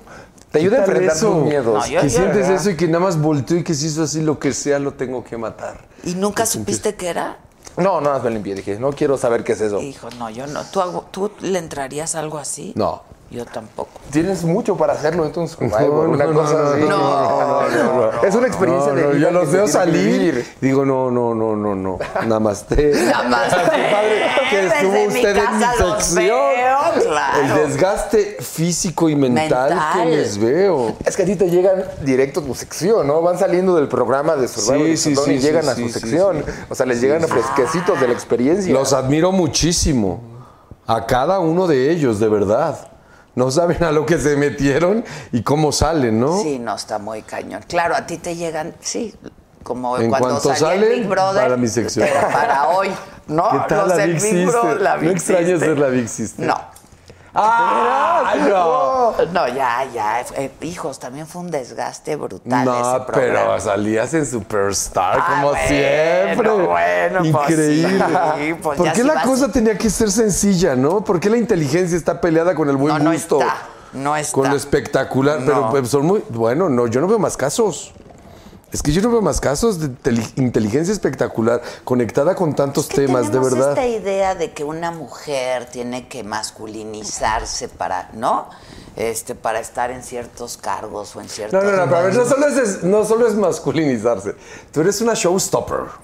Speaker 8: Te ayuda a
Speaker 6: Quítale
Speaker 8: enfrentar
Speaker 6: eso.
Speaker 8: tus miedos.
Speaker 6: que sientes eso y que nada más volteó y que se hizo así, lo que sea, lo tengo que matar.
Speaker 2: ¿Y nunca supiste qué era?
Speaker 8: No, nada más me limpié. Dije, no quiero saber qué es eso.
Speaker 2: Hijo, no, yo no. ¿Tú, hago- tú le entrarías algo así?
Speaker 8: No.
Speaker 2: Yo tampoco.
Speaker 8: Tienes mucho para hacerlo, entonces. Ay,
Speaker 6: No,
Speaker 8: por una
Speaker 6: no,
Speaker 8: cosa
Speaker 6: no,
Speaker 8: así.
Speaker 6: no, no, no, no.
Speaker 8: Es una experiencia
Speaker 6: No,
Speaker 8: de
Speaker 6: no,
Speaker 8: vida
Speaker 6: Yo
Speaker 8: que
Speaker 6: los
Speaker 8: se
Speaker 6: veo
Speaker 8: tiene que
Speaker 6: salir.
Speaker 8: vivir.
Speaker 6: Digo, no, no, no, no, no. Nada más te.
Speaker 2: Nada más.
Speaker 6: padre que
Speaker 2: Desde
Speaker 6: estuvo
Speaker 2: mi
Speaker 6: usted en mi
Speaker 2: casa los
Speaker 6: sección.
Speaker 2: veo, claro.
Speaker 6: El desgaste físico y mental,
Speaker 2: Mental.
Speaker 6: que les veo.
Speaker 8: Es que a ti te llegan directo a tu sección, ¿no? Van saliendo del programa de Survivor
Speaker 6: Sí,
Speaker 8: y
Speaker 6: sí,
Speaker 8: Survivor y
Speaker 6: sí,
Speaker 8: llegan
Speaker 6: sí,
Speaker 8: a su
Speaker 6: sí, sí,
Speaker 8: sección.
Speaker 6: sí.
Speaker 8: O sea, les llegan
Speaker 6: Sí, sí.
Speaker 8: fresquecitos de la experiencia.
Speaker 6: Los admiro muchísimo. A cada uno de ellos, de verdad. No saben a lo que se metieron y cómo salen, ¿no?
Speaker 2: Sí, no, está muy cañón. Claro, a ti te llegan, sí, como
Speaker 6: En
Speaker 2: cuando
Speaker 6: cuanto
Speaker 2: salía el
Speaker 6: salen,
Speaker 2: Big Brother.
Speaker 6: para mi sección.
Speaker 2: Pero para hoy, ¿no?
Speaker 6: ¿Qué tal
Speaker 2: Los
Speaker 6: la
Speaker 2: del
Speaker 6: Big
Speaker 2: Big Brother,
Speaker 6: Sister?
Speaker 2: la
Speaker 6: No
Speaker 2: Big
Speaker 6: extrañas
Speaker 2: Sister.
Speaker 6: ver la Big Sister.
Speaker 2: No.
Speaker 6: ¡Ah, no!
Speaker 2: No, ya, ya. eh, hijos, también fue un desgaste brutal. ese programa.
Speaker 6: No, pero salías en Superstar
Speaker 2: Ah,
Speaker 6: como
Speaker 2: bueno,
Speaker 6: siempre.
Speaker 2: bueno, pues
Speaker 6: Increíble.
Speaker 2: sí, pues
Speaker 6: ¿Por
Speaker 2: ya
Speaker 6: qué
Speaker 2: si
Speaker 6: la
Speaker 2: vas-
Speaker 6: cosa tenía que ser sencilla, no? ¿Por qué la inteligencia está peleada con el buen
Speaker 2: No, no
Speaker 6: gusto?
Speaker 2: está. No está.
Speaker 6: Con lo espectacular, pero
Speaker 2: No.
Speaker 6: pues, son muy. Bueno, no, yo no veo más casos. Es que yo no veo más casos de teli- inteligencia espectacular conectada con tantos temas, de
Speaker 2: Tenemos este
Speaker 6: verdad.
Speaker 2: esta idea de que una mujer tiene que masculinizarse para, ¿no? Este, para estar en ciertos cargos o en
Speaker 6: No,
Speaker 2: ciertos...
Speaker 6: no, no, pero a ver, no solo es, no solo es masculinizarse. Tú eres una showstopper.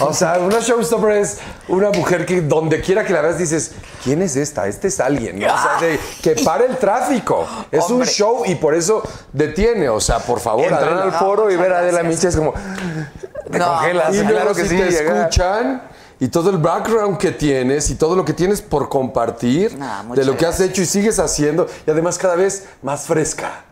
Speaker 6: O sea, una showstopper es una mujer que donde quiera que la veas dices, ¿quién es esta? Este es alguien, ¿no? O sea, de- que para el tráfico. Es un
Speaker 8: Hombre.
Speaker 6: show y por eso detiene. O sea, por favor,
Speaker 8: Entrar al foro y ver a Adela Micha es como. Te congelas,
Speaker 6: y luego
Speaker 8: claro que
Speaker 6: si
Speaker 8: sí.
Speaker 6: te
Speaker 8: llega.
Speaker 6: escuchan y todo el background que tienes y todo lo que tienes por compartir de
Speaker 2: muchas
Speaker 6: lo que has hecho y sigues haciendo y además cada vez más fresca.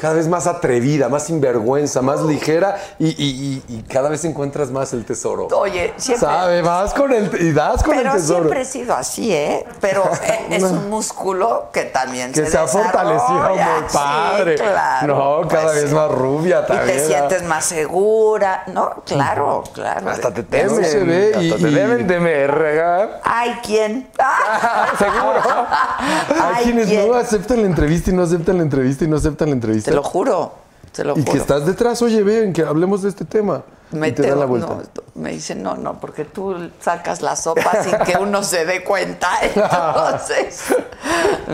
Speaker 6: Cada vez más atrevida, más sinvergüenza, más ligera y, y- y- y cada vez encuentras más el tesoro.
Speaker 2: Oye, siempre-
Speaker 6: Sabe, vas con el y das con
Speaker 2: Pero
Speaker 6: el tesoro.
Speaker 2: siempre he sido así, ¿eh? Pero eh, es un músculo que también
Speaker 6: que se, ha
Speaker 2: desarrolla,
Speaker 6: fortalecido muy
Speaker 2: sí,
Speaker 6: padre.
Speaker 2: claro.
Speaker 6: no, cada
Speaker 2: Pues
Speaker 6: vez
Speaker 2: sí.
Speaker 6: más rubia
Speaker 2: Y
Speaker 6: también.
Speaker 2: te sientes más segura, ¿no? Claro, claro.
Speaker 8: Hasta te
Speaker 2: Ya
Speaker 8: temen.
Speaker 6: se ve
Speaker 8: hasta
Speaker 6: y-
Speaker 8: te
Speaker 6: y-
Speaker 8: deben temer. ¿verdad?
Speaker 2: Ay, ¿quién? Ah.
Speaker 8: Seguro.
Speaker 6: Hay
Speaker 2: Ay,
Speaker 6: quienes
Speaker 2: ¿quién?
Speaker 6: no aceptan la entrevista y no aceptan la entrevista y no aceptan la entrevista.
Speaker 2: Te lo juro, te lo
Speaker 6: Y
Speaker 2: juro.
Speaker 6: que estás detrás, oye, ven, que hablemos de este tema.
Speaker 2: Me
Speaker 6: y te da
Speaker 2: tengo-
Speaker 6: la vuelta.
Speaker 2: no, me dicen, no, no, porque tú sacas la sopa sin que uno se dé cuenta. Entonces,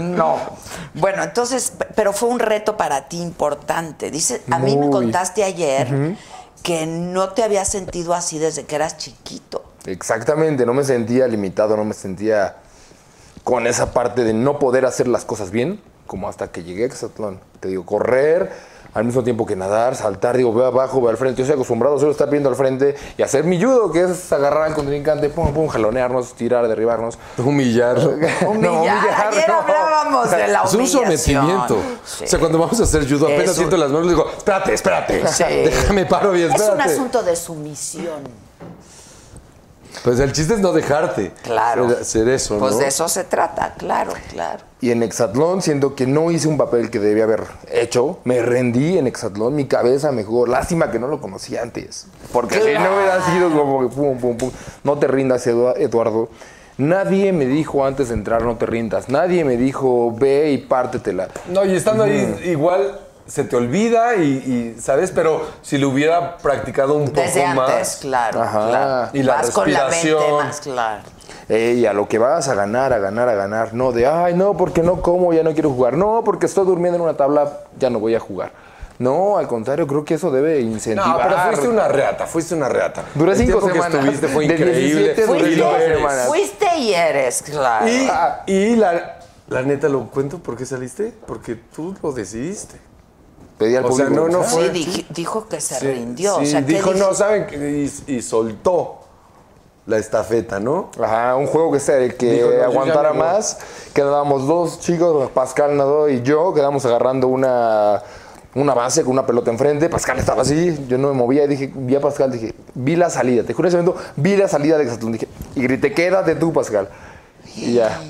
Speaker 2: no. Bueno, entonces, p- pero fue un reto para ti importante. Dice, a mí me
Speaker 8: Muy.
Speaker 2: contaste ayer
Speaker 8: Ujú.
Speaker 2: que no te habías sentido así desde que eras chiquito.
Speaker 8: Exactamente, no me sentía limitado, no me sentía con esa parte de no poder hacer las cosas bien, como hasta que llegué a Exatlón. Te digo, correr al mismo tiempo que nadar, saltar, digo, ve abajo, ve al frente. Yo estoy acostumbrado a solo estar viendo al frente y hacer mi judo, que es agarrar al contrincante, pum, pum, jalonearnos, tirar, derribarnos.
Speaker 6: Humillar.
Speaker 8: No, humillar,
Speaker 2: Ayer
Speaker 8: no.
Speaker 2: hablábamos de la
Speaker 6: es un
Speaker 2: humillación.
Speaker 6: sometimiento.
Speaker 2: Sí.
Speaker 6: O sea, cuando vamos a hacer judo, apenas
Speaker 2: Es un-
Speaker 6: siento las manos, le digo, espérate, espérate.
Speaker 2: Sí.
Speaker 6: Déjame paro bien,
Speaker 2: es un
Speaker 6: espérate.
Speaker 2: asunto de sumisión.
Speaker 6: Pues el chiste es no dejarte.
Speaker 2: Claro.
Speaker 6: Ser, ser eso,
Speaker 2: Pues
Speaker 6: ¿no?
Speaker 2: de eso se trata, claro, claro.
Speaker 8: Y en Exatlón, siento que no hice un papel que debía haber hecho, me rendí en Exatlón, mi cabeza me jugó. Lástima que no lo conocía antes. Porque si no hubiera sido como que pum, pum, pum. No te rindas, Edu- Eduardo. Nadie me dijo antes de entrar, no te rindas. Nadie me dijo, ve y pártetela.
Speaker 6: No, y estando ahí, igual se te olvida y, y, ¿sabes? Pero si lo hubiera practicado un
Speaker 2: Desde
Speaker 6: poco
Speaker 2: antes,
Speaker 6: más.
Speaker 2: claro,
Speaker 8: Ajá.
Speaker 2: claro.
Speaker 6: Y la
Speaker 2: Vas con la mente
Speaker 6: respiración.
Speaker 2: más, claro.
Speaker 8: Ey, a lo que vas a ganar, a ganar, a ganar. No de, ay, no, porque no como, ya no quiero jugar. No, porque estoy durmiendo en una tabla, ya no voy a jugar.
Speaker 6: No, al contrario, creo que eso debe incentivar.
Speaker 8: No, pero fuiste una reata, fuiste una reata.
Speaker 6: Duré
Speaker 8: El
Speaker 6: cinco
Speaker 8: tiempo que
Speaker 6: semanas.
Speaker 8: estuviste fue
Speaker 6: De
Speaker 8: increíble.
Speaker 6: 17 duré
Speaker 8: Y lo
Speaker 6: cinco
Speaker 8: eres.
Speaker 6: semanas.
Speaker 2: Fuiste y eres, claro.
Speaker 8: Y, y la, la neta, ¿lo cuento por qué saliste? Porque tú lo decidiste.
Speaker 6: Pedí
Speaker 8: al O sea,
Speaker 2: público.
Speaker 8: no, no
Speaker 2: Sí,
Speaker 8: fue.
Speaker 2: dij- dijo que se
Speaker 8: Sí,
Speaker 2: rindió. o
Speaker 8: sí,
Speaker 2: sea, ¿qué
Speaker 8: dijo,
Speaker 2: dij-
Speaker 8: no, ¿saben? qué? Y, y soltó la estafeta, ¿no?
Speaker 6: Ajá, un juego que se que
Speaker 8: Dijo, no, yo ya
Speaker 6: Eh, aguantara
Speaker 8: me voy.
Speaker 6: más. Quedábamos dos chicos, Pascal Nadó y yo, quedamos agarrando una, una base con una pelota enfrente. Pascal estaba así, yo no me movía y dije, vi a Pascal, dije, vi la salida, te juro en ese momento, vi la salida de Exatlón, dije, y grité, quédate tú, Pascal. Y ya.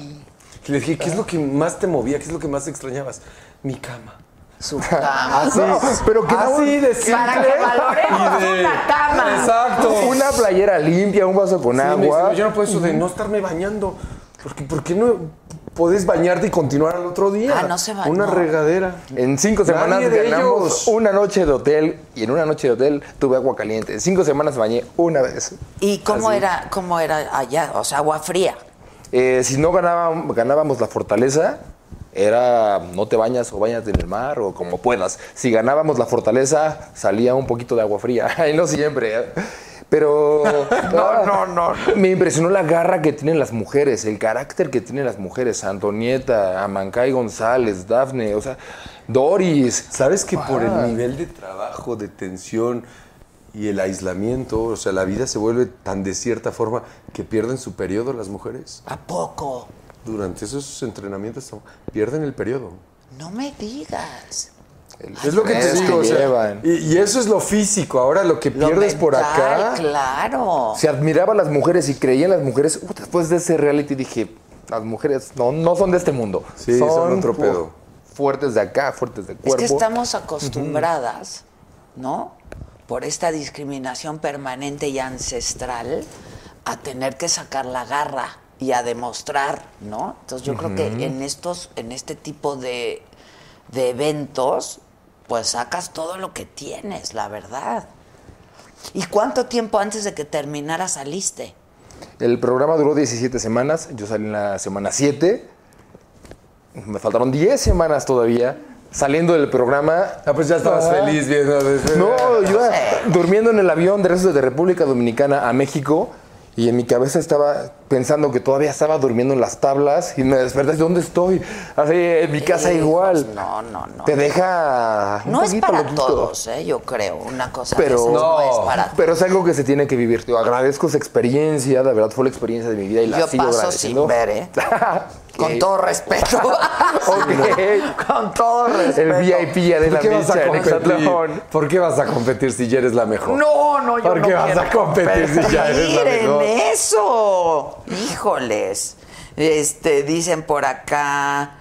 Speaker 8: Y le dije, ¿qué es lo que más te movía? ¿Qué es lo que más extrañabas? Mi cama.
Speaker 2: Su
Speaker 6: cama. No, pero que no-
Speaker 8: así de simple.
Speaker 6: Para que valoremos
Speaker 8: Y de-
Speaker 6: una
Speaker 2: cama.
Speaker 8: Exacto.
Speaker 6: Una playera limpia, un vaso con
Speaker 8: Sí, me
Speaker 6: agua.
Speaker 8: dice, yo no puedo eso de
Speaker 6: Ujú.
Speaker 8: no estarme bañando. Porque, ¿Por qué no podés bañarte y continuar al otro día?
Speaker 2: Ah, no se bañó.
Speaker 8: Una regadera.
Speaker 6: En cinco
Speaker 8: Nadie
Speaker 6: semanas
Speaker 8: de
Speaker 6: ganamos
Speaker 8: ellos.
Speaker 6: una noche de hotel y en una noche de hotel tuve agua caliente. En cinco semanas bañé una vez.
Speaker 2: ¿Y cómo
Speaker 6: Así.
Speaker 2: era, cómo era allá? O sea, agua fría.
Speaker 6: Eh, si no ganábamos, ganábamos la fortaleza, era no te bañas o bañate en el mar o como puedas. Si ganábamos la fortaleza, salía un poquito de agua fría. Y no siempre. ¿eh? Pero. no, no, no. Me impresionó la garra que tienen las mujeres, el carácter que tienen las mujeres. Antonieta, Amancay González, Dafne, o sea, Doris.
Speaker 8: ¿Sabes que por el nivel de trabajo, de tensión y el aislamiento, o sea, la vida se vuelve tan de cierta forma que pierden su periodo las mujeres?
Speaker 2: ¿A poco?
Speaker 8: Durante esos entrenamientos pierden el periodo.
Speaker 2: No me digas.
Speaker 8: Es lo que te
Speaker 6: estrés
Speaker 8: digo.
Speaker 6: que
Speaker 8: o sea,
Speaker 6: llevan.
Speaker 8: y, y eso es lo físico. Ahora lo que
Speaker 2: Lo
Speaker 8: pierdes por
Speaker 2: mental,
Speaker 8: acá.
Speaker 2: Claro.
Speaker 6: se admiraba a las mujeres y creía en las mujeres. Uf, después de ese reality dije, las mujeres no, no son de este mundo.
Speaker 8: Sí, son otro
Speaker 6: uf,
Speaker 8: pedo.
Speaker 6: Fuertes de acá, fuertes de
Speaker 2: Es
Speaker 6: cuerpo.
Speaker 2: que estamos acostumbradas, ¿no? Por esta discriminación permanente y ancestral, a tener que sacar la garra y a demostrar, ¿no? Entonces yo creo que en estos, en este tipo de, de eventos, pues sacas todo lo que tienes, la verdad. ¿Y cuánto tiempo antes de que terminara saliste?
Speaker 6: El programa duró 17 semanas, yo salí en la semana 7. Me faltaron 10 semanas todavía. Saliendo del programa.
Speaker 8: Ah, pues ya estabas
Speaker 6: Ah.
Speaker 8: feliz viendo.
Speaker 6: No, yo durmiendo en el avión de regreso de República Dominicana a México y en mi cabeza estaba pensando que todavía estaba durmiendo en las tablas y me desperté, ¿dónde estoy? Así, en mi casa
Speaker 8: Eh,
Speaker 2: Hijos,
Speaker 8: pues,
Speaker 6: igual.
Speaker 2: Eh, No, no, no.
Speaker 6: Te deja un
Speaker 2: No es
Speaker 6: poquito
Speaker 2: para
Speaker 6: loquito.
Speaker 2: todos, ¿eh? yo creo. Una cosa de
Speaker 6: Pero,
Speaker 2: esas no, es para todos.
Speaker 6: pero es algo que se tiene que vivir. Yo agradezco esa experiencia, la verdad fue la experiencia de mi vida y la
Speaker 2: Yo
Speaker 6: sigo
Speaker 2: paso
Speaker 6: agradeciendo.
Speaker 2: sin ver, ¿eh? Con
Speaker 6: Ok.
Speaker 2: todo respeto.
Speaker 6: Ok.
Speaker 2: Con todo respeto.
Speaker 6: El VIP ya de
Speaker 8: ¿Por
Speaker 6: la
Speaker 8: qué, vas
Speaker 6: mesa
Speaker 8: a
Speaker 6: en
Speaker 8: competir?
Speaker 6: Exatlón.
Speaker 8: ¿Por qué vas a competir si ya eres la mejor?
Speaker 2: No, no, yo
Speaker 8: ¿Por
Speaker 2: no
Speaker 8: qué vas
Speaker 2: quiero
Speaker 8: a competir si ya eres la
Speaker 2: competir en
Speaker 8: mejor?
Speaker 2: eso. Híjoles. Este, dicen por acá.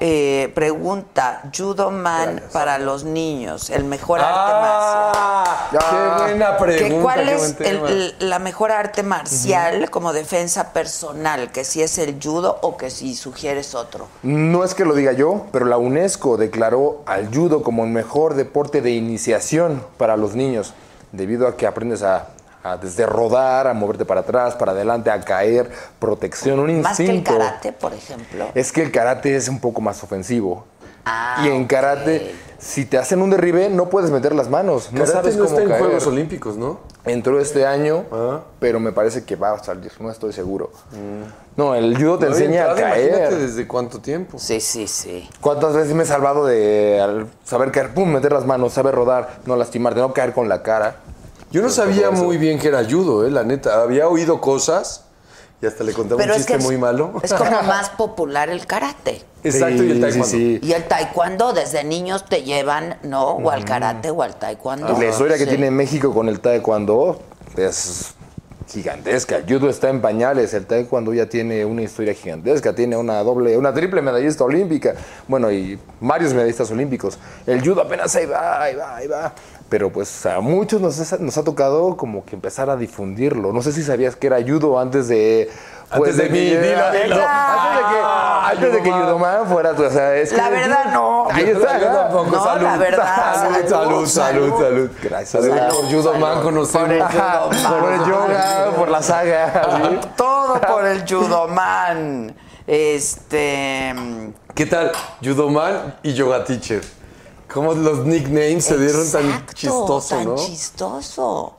Speaker 2: eh, pregunta, judo man para los niños, el mejor
Speaker 8: Ah,
Speaker 2: arte marcial.
Speaker 8: qué buena pregunta,
Speaker 2: Ah. ¿Que ¿Cuál
Speaker 8: qué
Speaker 2: es
Speaker 8: buen
Speaker 2: el-
Speaker 8: tema.
Speaker 2: el- la mejor arte marcial como defensa personal? ¿Que si es el judo o que si sugieres otro?
Speaker 6: No es que lo diga yo, pero la UNESCO declaró al judo como el mejor deporte de iniciación para los niños, debido a que aprendes a, a desde rodar, a moverte para atrás, para adelante, a caer, protección, un
Speaker 2: Más que el
Speaker 6: instinto.
Speaker 2: karate, por ejemplo.
Speaker 6: Es que el karate es un poco más ofensivo.
Speaker 2: Ah,
Speaker 6: y en karate, si te hacen un derribe, no puedes meter las manos. No
Speaker 8: Karate
Speaker 6: sabes
Speaker 8: no
Speaker 6: cómo
Speaker 8: está en
Speaker 6: caer.
Speaker 8: Juegos Olímpicos, Ah, ¿no?
Speaker 6: Entró este año, pero me parece que va a salir, no estoy seguro. No, el judo te
Speaker 8: No,
Speaker 6: enseña a
Speaker 8: entrada,
Speaker 6: caer.
Speaker 8: imagínate desde cuánto tiempo.
Speaker 2: Sí, sí, sí.
Speaker 6: ¿Cuántas veces me he salvado de al saber caer, pum, meter las manos, saber rodar, no lastimarte, no caer con la cara?
Speaker 8: Yo no
Speaker 6: Pero
Speaker 8: sabía
Speaker 6: todo eso.
Speaker 8: muy bien que era judo, eh, la neta. Había oído cosas y hasta le contaba
Speaker 2: Pero
Speaker 8: un
Speaker 2: es
Speaker 8: chiste
Speaker 2: que es-
Speaker 8: muy malo.
Speaker 2: Es como más popular el karate.
Speaker 8: Exacto, y el
Speaker 6: Sí,
Speaker 8: taekwondo.
Speaker 6: sí, sí.
Speaker 2: Y el taekwondo, desde niños te llevan, ¿no? O al karate o al taekwondo.
Speaker 6: La historia que
Speaker 2: Sí.
Speaker 6: tiene México con el taekwondo es gigantesca. El judo está en pañales, el taekwondo ya tiene una historia gigantesca, tiene una doble, una triple medallista olímpica, bueno, y varios medallistas olímpicos. El judo apenas ahí va, ahí va, ahí va. Pero pues a muchos nos, es- nos ha tocado como que empezar a difundirlo. No sé si sabías que era judo antes de...
Speaker 8: Antes de mí, dilo, dilo.
Speaker 6: Antes de que, antes de que
Speaker 8: Judoman.
Speaker 6: Judoman fuera tú, o sea, es que-
Speaker 2: La verdad, no.
Speaker 6: Ahí
Speaker 8: Yo
Speaker 6: está.
Speaker 8: tampoco,
Speaker 2: No,
Speaker 8: salud.
Speaker 2: la verdad,
Speaker 8: Salud, salud, salud, salud.
Speaker 6: Gracias.
Speaker 8: Salud por Judo Man con usted.
Speaker 2: Por el judo man.
Speaker 6: Por el yoga, por la saga. ¿sí?
Speaker 2: Todo por el judoman. Este.
Speaker 8: ¿Qué tal? Judoman y yoga teacher.
Speaker 6: Cómo los nicknames se dieron tan
Speaker 2: Exacto,
Speaker 6: chistoso,
Speaker 2: tan
Speaker 6: ¿no?
Speaker 2: chistoso.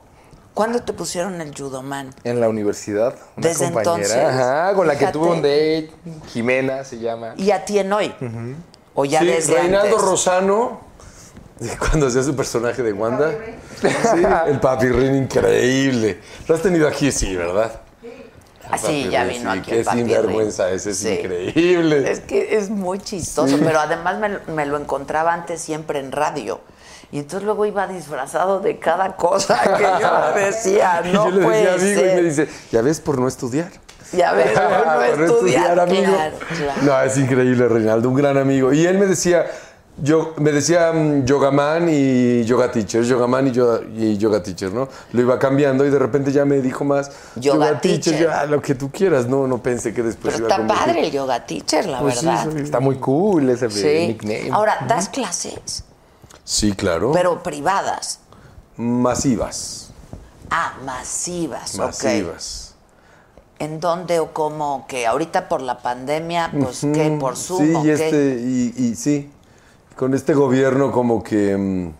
Speaker 2: ¿Cuándo te pusieron el judoman?
Speaker 8: En la universidad, una
Speaker 2: Desde
Speaker 8: compañera
Speaker 2: entonces,
Speaker 8: ajá, con la que
Speaker 2: fíjate.
Speaker 8: tuve un date, Jimena se llama.
Speaker 2: ¿Y a ti en hoy? O ya
Speaker 6: sí,
Speaker 2: desde
Speaker 6: Reinaldo
Speaker 2: antes.
Speaker 6: Rosano, de cuando hacía su personaje de Wanda. Sí, el papi Rin increíble. Lo has tenido aquí, sí, ¿verdad?
Speaker 2: Ah, sí,
Speaker 6: Papi
Speaker 2: ya
Speaker 6: Rin,
Speaker 2: vino
Speaker 6: sí,
Speaker 2: aquí el
Speaker 6: Qué
Speaker 2: papi
Speaker 6: sinvergüenza ese, es
Speaker 2: Sí.
Speaker 6: increíble.
Speaker 2: Es que es muy chistoso,
Speaker 6: Sí.
Speaker 2: pero además me, lo- me lo encontraba antes siempre en radio. Y entonces luego iba disfrazado de cada cosa que yo le decía,
Speaker 6: Y
Speaker 2: no
Speaker 6: yo le decía
Speaker 2: puede
Speaker 6: amigo y me
Speaker 2: ser.
Speaker 6: dice, "Ah, ya ves por no estudiar.
Speaker 2: Ya ves, por no
Speaker 6: Por
Speaker 2: estudiar, claro, claro.
Speaker 6: No, es increíble, Reinaldo, un gran amigo. Y él me decía, yo, me decía mm, Yogaman y Yoga Teacher, Yogaman y Yoga, y yoga Teacher, ¿no? Lo iba cambiando y de repente ya me dijo más
Speaker 2: Yoga Teacher.
Speaker 6: yo, "Ah, lo que tú quieras. No, no pensé que después
Speaker 2: Pero
Speaker 6: pues iba a
Speaker 2: está
Speaker 6: convertir.
Speaker 2: padre el yoga teacher, la
Speaker 6: Pues sí,
Speaker 2: verdad.
Speaker 6: soy-
Speaker 8: Está muy cool ese
Speaker 2: Sí.
Speaker 8: nickname.
Speaker 2: Ahora, das clases,
Speaker 6: Sí, claro.
Speaker 2: pero privadas.
Speaker 6: masivas,
Speaker 2: Ah, masivas, ok.
Speaker 6: masivas.
Speaker 2: ¿En dónde o cómo? Que ahorita por la pandemia, pues
Speaker 6: Ujú.
Speaker 2: que por Zoom
Speaker 6: Sí,
Speaker 2: o
Speaker 6: y
Speaker 2: qué?
Speaker 6: este, y, y sí, con este gobierno como que mm,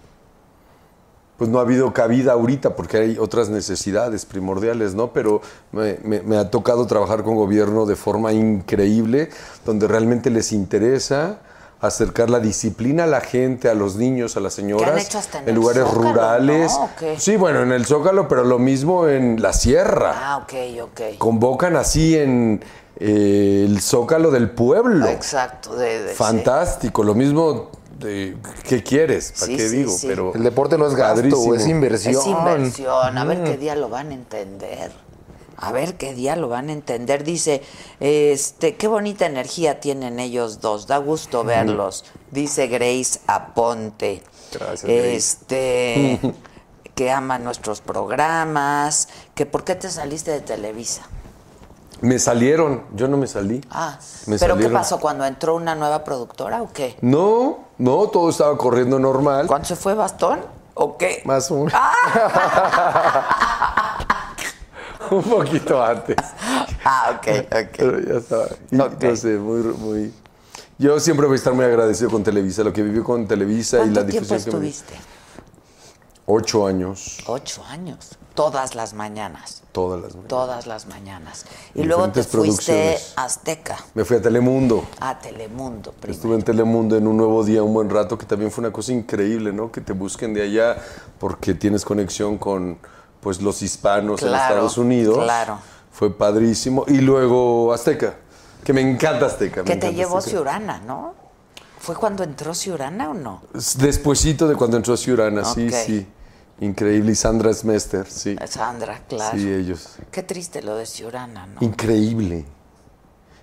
Speaker 6: pues no ha habido cabida ahorita porque hay otras necesidades primordiales, ¿no? Pero me, me- me ha tocado trabajar con gobierno de forma increíble, donde realmente les interesa acercar la disciplina a la gente, a los niños, a las señoras,
Speaker 2: hecho hasta en
Speaker 6: en,
Speaker 2: el
Speaker 6: lugares
Speaker 2: Zócalo, ¿no?
Speaker 6: rurales.
Speaker 2: ¿O qué?
Speaker 6: Sí, bueno, en el Zócalo, pero lo mismo en la sierra
Speaker 2: Ah, ok, ok.
Speaker 6: convocan así en eh, el zócalo del pueblo.
Speaker 2: Ah, Exacto, de, de- sí.
Speaker 6: Fantástico, lo mismo de ¿qué quieres? ¿Para
Speaker 2: Sí,
Speaker 6: qué
Speaker 2: sí,
Speaker 6: digo?
Speaker 2: sí.
Speaker 6: Pero
Speaker 8: El deporte no es gasto,
Speaker 6: Padrísimo.
Speaker 8: es inversión.
Speaker 2: Es inversión. A ver qué
Speaker 6: Mm.
Speaker 2: día lo van a entender. A ver qué día lo van a entender. Dice, este, qué bonita energía tienen ellos dos. Da gusto verlos. Dice Grace Aponte.
Speaker 8: Gracias, Grace.
Speaker 2: Este, que ama nuestros programas. Que por qué te saliste de Televisa.
Speaker 6: me salieron, yo no me salí.
Speaker 2: Ah,
Speaker 6: Me
Speaker 2: pero ¿qué
Speaker 6: salieron.
Speaker 2: pasó cuando entró una nueva productora o qué?
Speaker 6: No, no, todo estaba corriendo normal.
Speaker 2: ¿Cuándo se fue Bastón o qué?
Speaker 6: Más un.
Speaker 2: Ah.
Speaker 6: un poquito antes.
Speaker 2: Ah, ok, ok.
Speaker 6: Pero ya estaba. Y, No sé, muy, muy. Yo siempre voy a estar muy agradecido con Televisa, lo que vivió con Televisa y la
Speaker 2: ¿Cuánto tiempo
Speaker 6: difusión que me dio.
Speaker 2: estuviste?
Speaker 6: Ocho años,
Speaker 2: Ocho años. Todas las mañanas.
Speaker 6: todas las noches.
Speaker 2: Todas las mañanas. Y
Speaker 6: En
Speaker 2: luego te
Speaker 6: diferentes
Speaker 2: fuiste
Speaker 6: producciones.
Speaker 2: a Azteca,
Speaker 6: Me fui a Telemundo.
Speaker 2: a Telemundo primero.
Speaker 6: Estuve en Telemundo en un nuevo día, un buen rato, que también fue una cosa increíble, ¿no? Que te busquen de allá porque tienes conexión con pues los hispanos en
Speaker 2: Claro,
Speaker 6: Estados Unidos.
Speaker 2: claro.
Speaker 6: Fue padrísimo. Y luego Azteca, que me encanta Azteca. me
Speaker 2: Que te
Speaker 6: encanta
Speaker 2: llevó
Speaker 6: Azteca.
Speaker 2: Ciurana, ¿no? ¿Fue cuando entró Ciurana o no?
Speaker 6: Despuésito de cuando entró Ciurana,
Speaker 2: Ok.
Speaker 6: sí, sí. Increíble. Y Sandra Smester, sí.
Speaker 2: Sandra, claro.
Speaker 6: Sí, eh. ellos.
Speaker 2: Qué triste lo de Ciurana, ¿no?
Speaker 6: Increíble.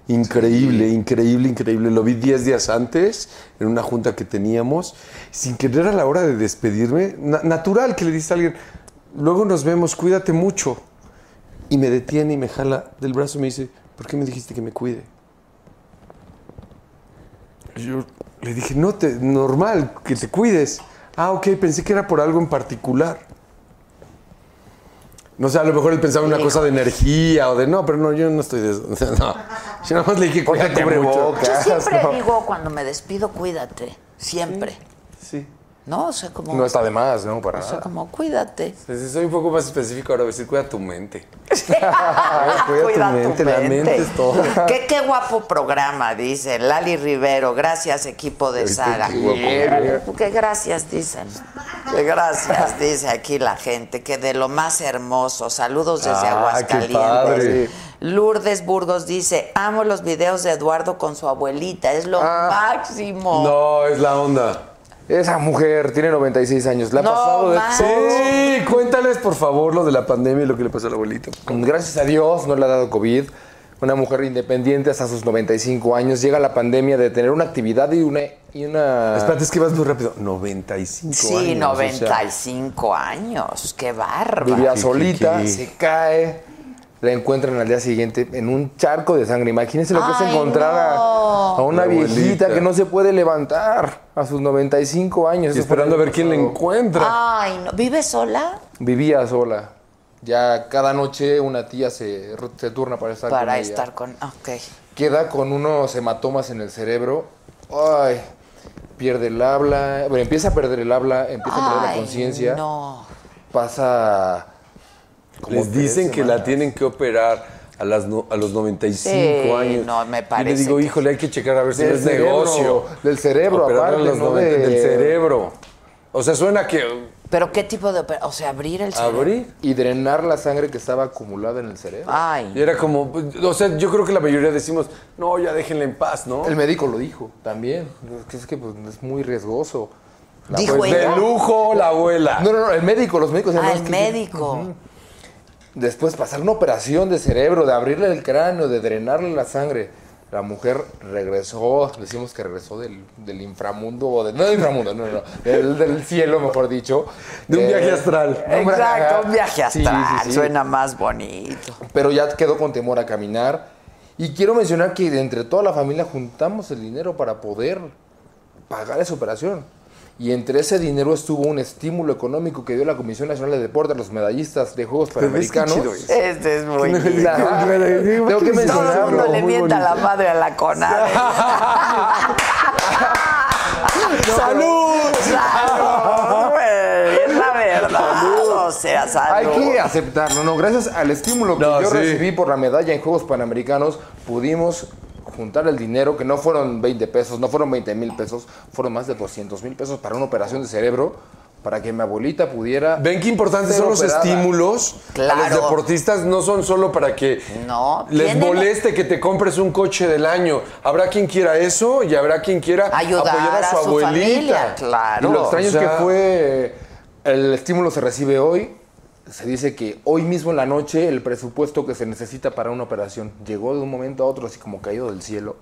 Speaker 6: Increíble, increíble, increíble. Lo vi 10 días antes en una junta que teníamos. Sin querer a la hora de despedirme, na- natural que le dice a alguien, luego nos vemos, cuídate mucho. Y me detiene y me jala del brazo y me dice, ¿por qué me dijiste que me cuide? Y Yo le dije, no, te, normal, que te cuides. Ah, ok, pensé que era por algo en particular. No sé, a lo mejor él pensaba en una cosa de energía o de no, pero no, yo no estoy de eso. No. Yo nada más le dije,
Speaker 8: Ponte
Speaker 6: cuídate mucho.
Speaker 8: cubrebocas.
Speaker 2: Yo siempre
Speaker 8: no.
Speaker 2: digo cuando me despido, cuídate. Siempre.
Speaker 6: Sí.
Speaker 2: ¿No? O sea, como.
Speaker 8: No está de más, ¿no? Para
Speaker 2: o sea,
Speaker 8: nada.
Speaker 2: como cuídate.
Speaker 6: Entonces, soy un poco más específico ahora, voy a decir, cuida tu mente.
Speaker 2: Cuida,
Speaker 6: Cuida tu mente, la mente es todo.
Speaker 2: Qué, qué guapo programa, dice Lali Rivero. Gracias, equipo de Saga. Que gracias, dicen. Que gracias, dice aquí la gente. Que de lo más hermoso. Saludos desde
Speaker 6: Ah, qué
Speaker 2: Aguascalientes.
Speaker 6: padre.
Speaker 2: Lourdes Burgos dice, amo los videos de Eduardo con su abuelita. Es lo
Speaker 8: Ah,
Speaker 2: máximo.
Speaker 6: No, es la onda.
Speaker 8: Esa mujer tiene 96 años. La ha
Speaker 2: No,
Speaker 8: pasado de
Speaker 2: man.
Speaker 6: Sí, cuéntales por favor lo de la pandemia y lo que le pasó al abuelito.
Speaker 8: Ah. Gracias a Dios no le ha dado COVID. Una mujer independiente hasta sus 95 años. Llega la pandemia de tener una actividad y una... Y una...
Speaker 6: Espérate, es que vas muy rápido. 95 años.
Speaker 2: Sí,
Speaker 6: o sea,
Speaker 2: 95 años. Qué bárbaro.
Speaker 8: Vivía
Speaker 6: qué,
Speaker 8: solita,
Speaker 6: qué.
Speaker 8: se cae, la encuentran al día siguiente en un charco de sangre. Imagínense lo que es
Speaker 2: Ay,
Speaker 8: encontrar a-
Speaker 2: no.
Speaker 8: a, una
Speaker 6: La abuelita.
Speaker 8: viejita que no se puede levantar a sus 95 años.
Speaker 6: y
Speaker 8: Eso fue el
Speaker 6: esperando a ver quién le
Speaker 8: pasado.
Speaker 6: encuentra.
Speaker 2: Ay, no. ¿Vive sola?
Speaker 8: Vivía sola. Ya cada noche una tía se, se turna para estar con
Speaker 2: Para
Speaker 8: ella.
Speaker 2: estar con... Ok.
Speaker 8: Queda con unos hematomas en el cerebro. Ay.
Speaker 7: pierde el habla, bueno, empieza a perder el habla, empieza a perder la
Speaker 2: Ay,
Speaker 7: conciencia.
Speaker 2: No.
Speaker 7: pasa. como
Speaker 6: Les
Speaker 7: tres
Speaker 6: dicen que la
Speaker 7: semanas.
Speaker 6: tienen que operar. A, las no- a los 95
Speaker 2: Sí,
Speaker 6: años.
Speaker 2: no, me
Speaker 6: Y le
Speaker 2: parece
Speaker 6: digo,
Speaker 2: que-
Speaker 6: híjole, hay que checar a ver si
Speaker 7: Del
Speaker 6: es
Speaker 7: cerebro,
Speaker 6: negocio.
Speaker 7: del cerebro,
Speaker 6: Operarle a
Speaker 7: aparte,
Speaker 6: los
Speaker 7: no
Speaker 6: 90,
Speaker 7: de-
Speaker 6: Del cerebro. O sea, suena que.
Speaker 2: ¿Pero qué tipo de operación? O sea, abrir el cerebro.
Speaker 7: Y drenar la sangre que estaba acumulada en el cerebro.
Speaker 2: Ay.
Speaker 6: Y era como. pues, O sea, yo creo que la mayoría decimos, no, ya déjenle en paz, ¿no?
Speaker 7: El médico lo dijo también. Es que, es que, pues, es muy riesgoso. La
Speaker 6: Dijo
Speaker 7: abuela-
Speaker 6: ella. De lujo, la abuela.
Speaker 7: No, no, no, el médico, los médicos.
Speaker 2: Ah,
Speaker 7: no,
Speaker 2: el
Speaker 7: es que-
Speaker 2: médico.
Speaker 7: Después pasar una operación de cerebro, de abrirle el cráneo, de drenarle la sangre. La mujer regresó, decimos que regresó del, del inframundo, o de, no del inframundo, no, no, del, del cielo, mejor dicho.
Speaker 6: De un
Speaker 7: Eh,
Speaker 6: viaje astral.
Speaker 7: hombre, ajá.
Speaker 2: Exacto, un viaje
Speaker 7: Sí, sí,
Speaker 2: astral.
Speaker 7: sí.
Speaker 2: Suena más bonito.
Speaker 7: Pero ya quedó con temor a caminar. Y quiero mencionar que de entre toda la familia juntamos el dinero para poder pagar esa operación. Y entre ese dinero estuvo un estímulo económico que dio la Comisión Nacional de Deportes a los medallistas de Juegos
Speaker 6: ¿Te ves qué
Speaker 7: Panamericanos.
Speaker 6: chido es?
Speaker 2: Este es muy
Speaker 7: No,
Speaker 2: lindo.
Speaker 7: la- Tengo que
Speaker 2: Todo el mundo
Speaker 7: mencionarlo.
Speaker 2: le mienta la madre a la CONADE.
Speaker 6: ¡Salud!
Speaker 7: Ah,
Speaker 2: ¡Salud! güey, Es la verdad. O sea,
Speaker 7: Hay
Speaker 2: salud.
Speaker 7: que aceptarlo, ¿no? Gracias al estímulo que
Speaker 6: No,
Speaker 7: yo
Speaker 6: sí.
Speaker 7: recibí por la medalla en Juegos Panamericanos, pudimos juntar el dinero, que no fueron 20 pesos, no fueron 20 mil pesos, fueron más de 200 mil pesos para una operación de cerebro, para que mi abuelita pudiera...
Speaker 6: Ven qué importantes
Speaker 7: ser
Speaker 6: son los
Speaker 7: operada.
Speaker 6: estímulos a
Speaker 2: Claro.
Speaker 6: los deportistas. No son solo para que
Speaker 2: No,
Speaker 6: les
Speaker 2: tienen-
Speaker 6: moleste Este que te compres un coche del año. Habrá quien quiera eso y habrá quien quiera
Speaker 2: Ayudar
Speaker 6: apoyar a su,
Speaker 2: a su
Speaker 6: abuelita.
Speaker 2: familia, claro.
Speaker 7: Y lo extraño
Speaker 6: o sea-
Speaker 7: es que fue. El estímulo se recibe hoy. Se dice que hoy mismo en la noche el presupuesto que se necesita para una operación llegó de un momento a otro, así como caído del cielo.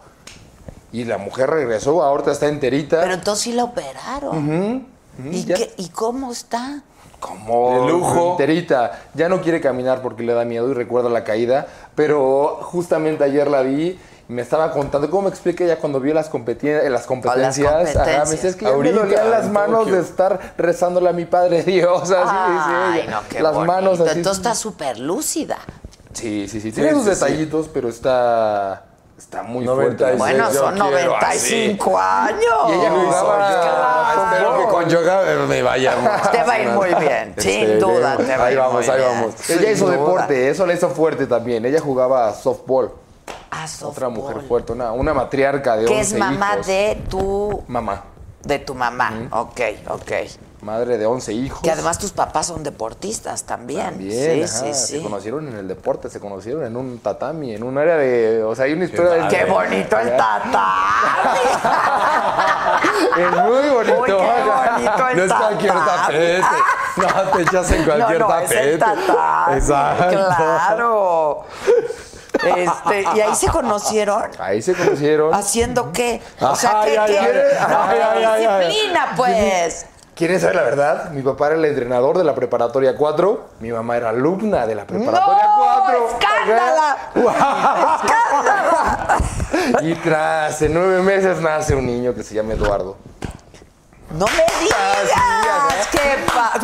Speaker 7: Y la mujer regresó, ahorita está enterita.
Speaker 2: Pero entonces sí la operaron. ¿Y,
Speaker 7: ya.
Speaker 2: qué- ¿Y cómo está?
Speaker 7: como
Speaker 6: De lujo.
Speaker 7: enterita. Ya no quiere caminar porque le da miedo y recuerda la caída. Pero justamente ayer la vi. y Me estaba contando, ¿cómo me explica ella cuando vio las, competi- eh, las competencias? Ajá, me decía, es que ya me
Speaker 6: competencias.
Speaker 7: dolían
Speaker 6: Ahorita,
Speaker 7: las
Speaker 6: en
Speaker 7: manos
Speaker 6: Tokio.
Speaker 7: de estar rezándole a mi padre Dios. Así dice
Speaker 2: Ay,
Speaker 7: ella.
Speaker 2: no, qué
Speaker 7: Las
Speaker 2: bonito.
Speaker 7: manos así.
Speaker 2: Entonces está súper lúcida.
Speaker 7: Sí, sí, sí. Tiene
Speaker 6: Sí,
Speaker 7: sus
Speaker 6: sí, sí.
Speaker 7: detallitos, pero está, ah, está muy fuerte.
Speaker 6: 96.
Speaker 7: la
Speaker 2: Bueno,
Speaker 6: yo
Speaker 2: son
Speaker 6: quiero
Speaker 2: 95 años.
Speaker 7: Y ella jugaba-
Speaker 2: Claro.
Speaker 6: Espero que con yoga me vaya.
Speaker 2: Te va a ir muy bien, sin
Speaker 6: Este,
Speaker 2: duda. Te va a
Speaker 6: ahí
Speaker 2: ir
Speaker 6: vamos,
Speaker 2: muy
Speaker 6: ahí
Speaker 2: bien.
Speaker 6: vamos.
Speaker 7: Ella
Speaker 2: Sin
Speaker 7: hizo
Speaker 2: duda.
Speaker 7: deporte, Este, eso la hizo fuerte también. Ella jugaba softball.
Speaker 2: Ah,
Speaker 7: Otra
Speaker 2: softball.
Speaker 7: mujer fuerte, una, una matriarca de
Speaker 2: Que es
Speaker 7: 11
Speaker 2: mamá
Speaker 7: hijos.
Speaker 2: de tu
Speaker 7: Mamá.
Speaker 2: de tu mamá. Ok, ok.
Speaker 7: Madre de 11 hijos.
Speaker 2: Que además tus papás son deportistas también. sí,
Speaker 7: También, ajá,
Speaker 2: sí,
Speaker 7: Se
Speaker 2: sí.
Speaker 7: conocieron en el deporte, se conocieron en un tatami, en un área de. O sea, hay una historia de.
Speaker 2: ¡Qué bonito el tatami!
Speaker 7: Es muy bonito.
Speaker 2: Uy, qué bonito el
Speaker 6: No es cualquier
Speaker 2: tatami.
Speaker 6: tapete. No, te echas en cualquier
Speaker 2: no, no,
Speaker 6: tapete.
Speaker 2: Es el tatami.
Speaker 6: Exacto.
Speaker 2: Claro. Este, y ahí se conocieron.
Speaker 7: Ahí se conocieron.
Speaker 2: ¿Haciendo qué? O sea,
Speaker 6: Ay,
Speaker 2: ¿qué?
Speaker 6: ay,
Speaker 2: qué?
Speaker 6: ay,
Speaker 2: no,
Speaker 6: ay, ay, ay, ay.
Speaker 2: disciplina, pues.
Speaker 7: ¿Quieren saber la verdad? Mi papá era el entrenador de la preparatoria 4. Mi mamá era alumna de la preparatoria
Speaker 2: ¡No!
Speaker 7: 4.
Speaker 2: ¡Escándala! ¡Escándala!
Speaker 7: Y tras de nueve meses nace un niño que se llama Eduardo.
Speaker 2: ¡No me
Speaker 6: "Ah,
Speaker 2: digas! ¡Qué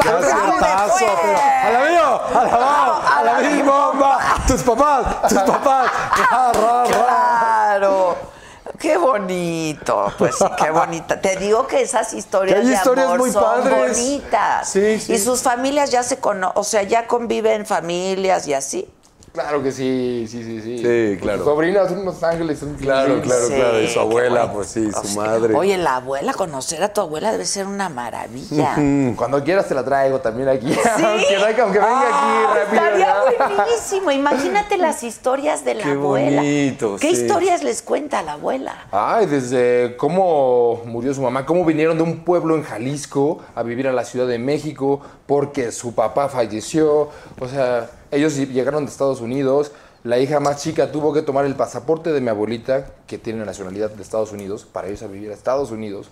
Speaker 6: Qué aciertazo, pero, ¡A la mío! ¡A la bomba! ¡A la mi bomba! ¡Tus papás! ¡Tus papás! ¡Ra, ra, ra!
Speaker 2: ¡Claro! ¡Qué bonito! Pues sí, qué bonita. Te digo que esas historias,
Speaker 6: Que hay
Speaker 2: de
Speaker 6: historias
Speaker 2: amor
Speaker 6: muy
Speaker 2: son
Speaker 6: padres.
Speaker 2: bonitas.
Speaker 6: Sí, sí.
Speaker 2: Y sus familias ya se conocen, o sea, ya conviven familias y así.
Speaker 7: Claro que sí, sí, sí, sí.
Speaker 6: Sí, claro.
Speaker 7: Sus sobrinas son unos ángeles. son-
Speaker 6: Claro, claro,
Speaker 2: Sí,
Speaker 6: claro. Y su
Speaker 2: qué
Speaker 6: abuela,
Speaker 2: bonito.
Speaker 6: pues sí,
Speaker 2: O
Speaker 6: su
Speaker 2: sea,
Speaker 6: madre.
Speaker 2: Oye, la abuela, conocer a tu abuela debe ser una maravilla.
Speaker 7: Cuando quieras te la traigo también aquí.
Speaker 2: ¿Sí?
Speaker 7: aunque, venga- aunque venga
Speaker 2: Ah,
Speaker 7: aquí rápido.
Speaker 2: Estaría
Speaker 7: ¿verdad?
Speaker 2: buenísimo. Imagínate las historias de la
Speaker 6: Qué
Speaker 2: abuela.
Speaker 6: bonito,
Speaker 2: ¿Qué
Speaker 6: sí.
Speaker 2: historias les cuenta la abuela?
Speaker 7: Ay, desde cómo murió su mamá, cómo vinieron de un pueblo en Jalisco a vivir a la Ciudad de México porque su papá falleció. O sea, ellos llegaron de Estados Unidos. La hija más chica tuvo que tomar el pasaporte de mi abuelita, que tiene nacionalidad de Estados Unidos, para irse a vivir a Estados Unidos.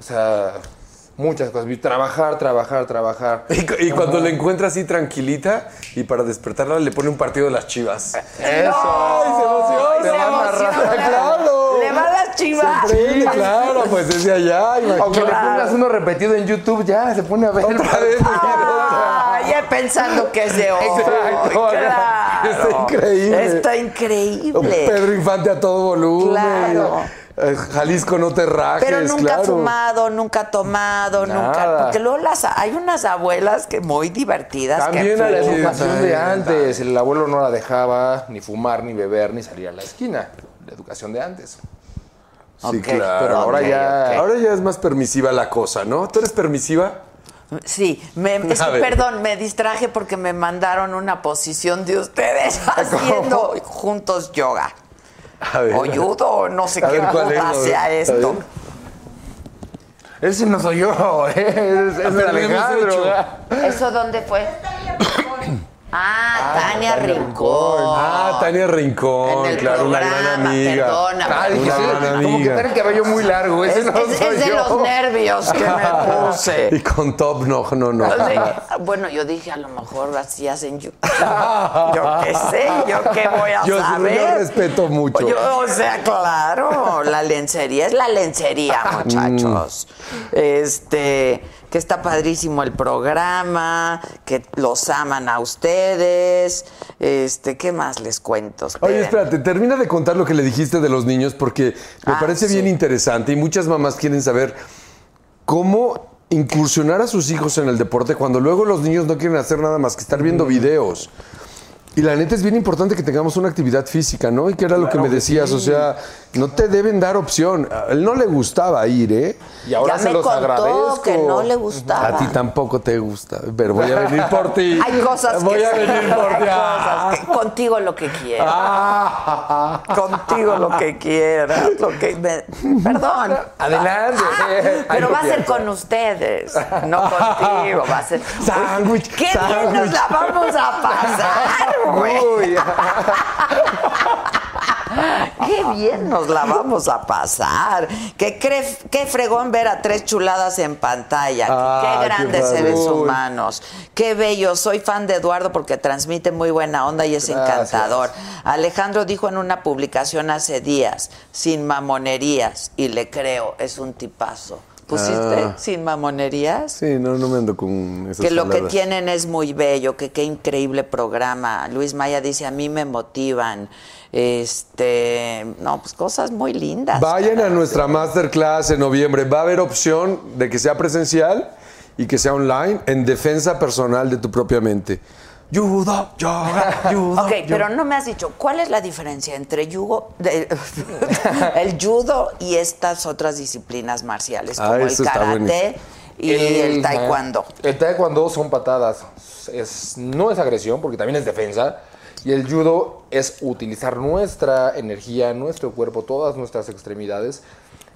Speaker 7: O sea, muchas cosas. Trabajar, trabajar, trabajar.
Speaker 6: Y, cu- y cuando la encuentra así tranquilita y para despertarla le pone un partido de las chivas.
Speaker 7: Eso.
Speaker 6: ¡Ay, se emociona!
Speaker 2: Se
Speaker 6: va a amarrar.
Speaker 2: emociona.
Speaker 6: ¡Claro!
Speaker 2: Le va a las chivas.
Speaker 6: Sí, claro, pues desde allá,
Speaker 7: Aunque
Speaker 6: imagínate.
Speaker 7: le pongas uno repetido en YouTube, ya se pone a ver.
Speaker 6: Otra vez,
Speaker 2: Ah, ya pensando que es de hoy.
Speaker 6: Exacto.
Speaker 2: Claro.
Speaker 6: Está increíble.
Speaker 2: Está
Speaker 6: Un
Speaker 2: increíble.
Speaker 6: Pedro Infante a todo volumen.
Speaker 2: Claro.
Speaker 6: eh, Jalisco no te rajes,
Speaker 2: Pero nunca ha
Speaker 6: claro.
Speaker 2: fumado, nunca ha tomado, nunca.
Speaker 6: Nada.
Speaker 2: Porque luego las, hay unas abuelas que muy divertidas que
Speaker 7: También a la
Speaker 2: fuman.
Speaker 7: educación de antes. El abuelo no la dejaba ni fumar, ni beber, ni salir a la esquina. La educación de antes.
Speaker 6: Sí,
Speaker 7: Ok,
Speaker 6: claro.
Speaker 7: pero ahora ya-
Speaker 6: Ahora ya es más permisiva la cosa, ¿no? ¿Tú eres permisiva?
Speaker 2: Sí, me, es
Speaker 6: A
Speaker 2: que,
Speaker 6: ver.
Speaker 2: perdón, me distraje porque me mandaron una posición de ustedes haciendo juntos yoga.
Speaker 6: A ver.
Speaker 2: O judo, no sé
Speaker 6: A
Speaker 2: qué
Speaker 6: ver, ¿cuál es? A ver,
Speaker 2: hacia
Speaker 6: a ver.
Speaker 2: esto.
Speaker 7: Ese no soy yo, ¿eh? es, es
Speaker 6: Pero le hemos
Speaker 7: Alejandro.
Speaker 6: hecho.
Speaker 2: ¿Eso dónde fue? Ah, Tania Rincón.
Speaker 6: Ah, Tania Rincón,
Speaker 2: Oh. En el
Speaker 6: claro, una gran
Speaker 2: programa,
Speaker 6: amiga.
Speaker 2: perdona.
Speaker 6: Ah,
Speaker 2: Una
Speaker 6: dije, sí,
Speaker 2: gran
Speaker 6: como que
Speaker 7: Tiene el cabello
Speaker 6: Ah,
Speaker 7: muy largo,
Speaker 6: Pues
Speaker 7: ese
Speaker 2: Es-
Speaker 7: no
Speaker 2: es-
Speaker 7: soy
Speaker 2: es de
Speaker 7: yo.
Speaker 2: los nervios que me puse.
Speaker 6: Y con top, no, no, no.
Speaker 2: O sea, bueno, yo dije, a lo mejor así hacen yo. Yo qué sé, yo qué voy a
Speaker 6: Yo-
Speaker 2: saber.
Speaker 6: Yo respeto mucho.
Speaker 2: Yo, o sea, claro, la lencería es la lencería,
Speaker 6: Mm.
Speaker 2: muchachos. Este, que está padrísimo el programa, que los aman a ustedes. Este, ¿qué más les cuento?
Speaker 6: Oye,
Speaker 2: Esperen.
Speaker 6: espérate, termina de contar lo que le dijiste de los niños porque me
Speaker 2: Ah,
Speaker 6: parece bien interesante y muchas mamás quieren saber cómo incursionar a sus hijos en el deporte cuando luego los niños no quieren hacer nada más que estar viendo
Speaker 7: Mm.
Speaker 6: videos. Y la neta es bien importante que tengamos una actividad física, ¿no? Y que era lo que me decías, o sea, no te deben dar opción. A él no le gustaba ir, ¿eh?
Speaker 7: Y ahora
Speaker 2: Ya
Speaker 7: se
Speaker 2: me
Speaker 7: los
Speaker 2: contó
Speaker 7: agradezco.
Speaker 2: que no le gustaba.
Speaker 6: A ti tampoco te gusta, pero voy a venir por ti.
Speaker 2: Hay cosas
Speaker 6: Voy
Speaker 2: que
Speaker 6: a
Speaker 2: sí,
Speaker 6: venir por
Speaker 2: hay
Speaker 6: ti.
Speaker 2: cosas que- contigo lo que quieras. Ah. Contigo lo que quieras. Lo que me- Perdón. Ah,
Speaker 7: Adelante. eh. Ay,
Speaker 2: Pero
Speaker 7: no
Speaker 2: va a ser
Speaker 7: pienso.
Speaker 2: con ustedes, no contigo. Va a ser.
Speaker 6: Sándwich,
Speaker 2: ¡Qué bien nos
Speaker 6: sándwich.
Speaker 2: la vamos a pasar, güey!
Speaker 7: Uy,
Speaker 2: ¡Qué bien nos la vamos a pasar! ¡Qué, cre- qué fregón ver a tres chuladas en pantalla!
Speaker 6: Ah,
Speaker 2: ¡Qué
Speaker 6: qué
Speaker 2: grandes
Speaker 6: padre.
Speaker 2: seres
Speaker 6: Uy.
Speaker 2: humanos! ¡Qué bello! Soy fan de Eduardo porque transmite muy buena onda y es
Speaker 7: Gracias.
Speaker 2: encantador. Alejandro dijo en una publicación hace días, sin mamonerías, y le creo, es un tipazo. ¿Pusiste
Speaker 6: Ah.
Speaker 2: sin mamonerías?
Speaker 6: Sí, no, no me ando con esas
Speaker 2: que lo que
Speaker 6: palabras.
Speaker 2: tienen es muy bello, que qué increíble programa. Luis Maya dice, a mí me motivan. Este, no, pues cosas muy lindas.
Speaker 6: Vayan a
Speaker 2: carajo.
Speaker 6: nuestra masterclass en noviembre. Va a haber opción de que sea presencial y que sea online en defensa personal de tu propia mente. Judo, yoga, judo.
Speaker 2: Ok,
Speaker 6: yoga.
Speaker 2: pero no me has dicho, ¿cuál es la diferencia entre yugo, de- el judo y estas otras disciplinas marciales,
Speaker 6: Ah,
Speaker 2: como el
Speaker 6: eso está
Speaker 2: karate
Speaker 6: buenísimo.
Speaker 2: y el, taekwondo?
Speaker 7: El taekwondo son patadas. Es, no es agresión, porque también es defensa. Y el judo es utilizar nuestra energía, nuestro cuerpo, todas nuestras extremidades.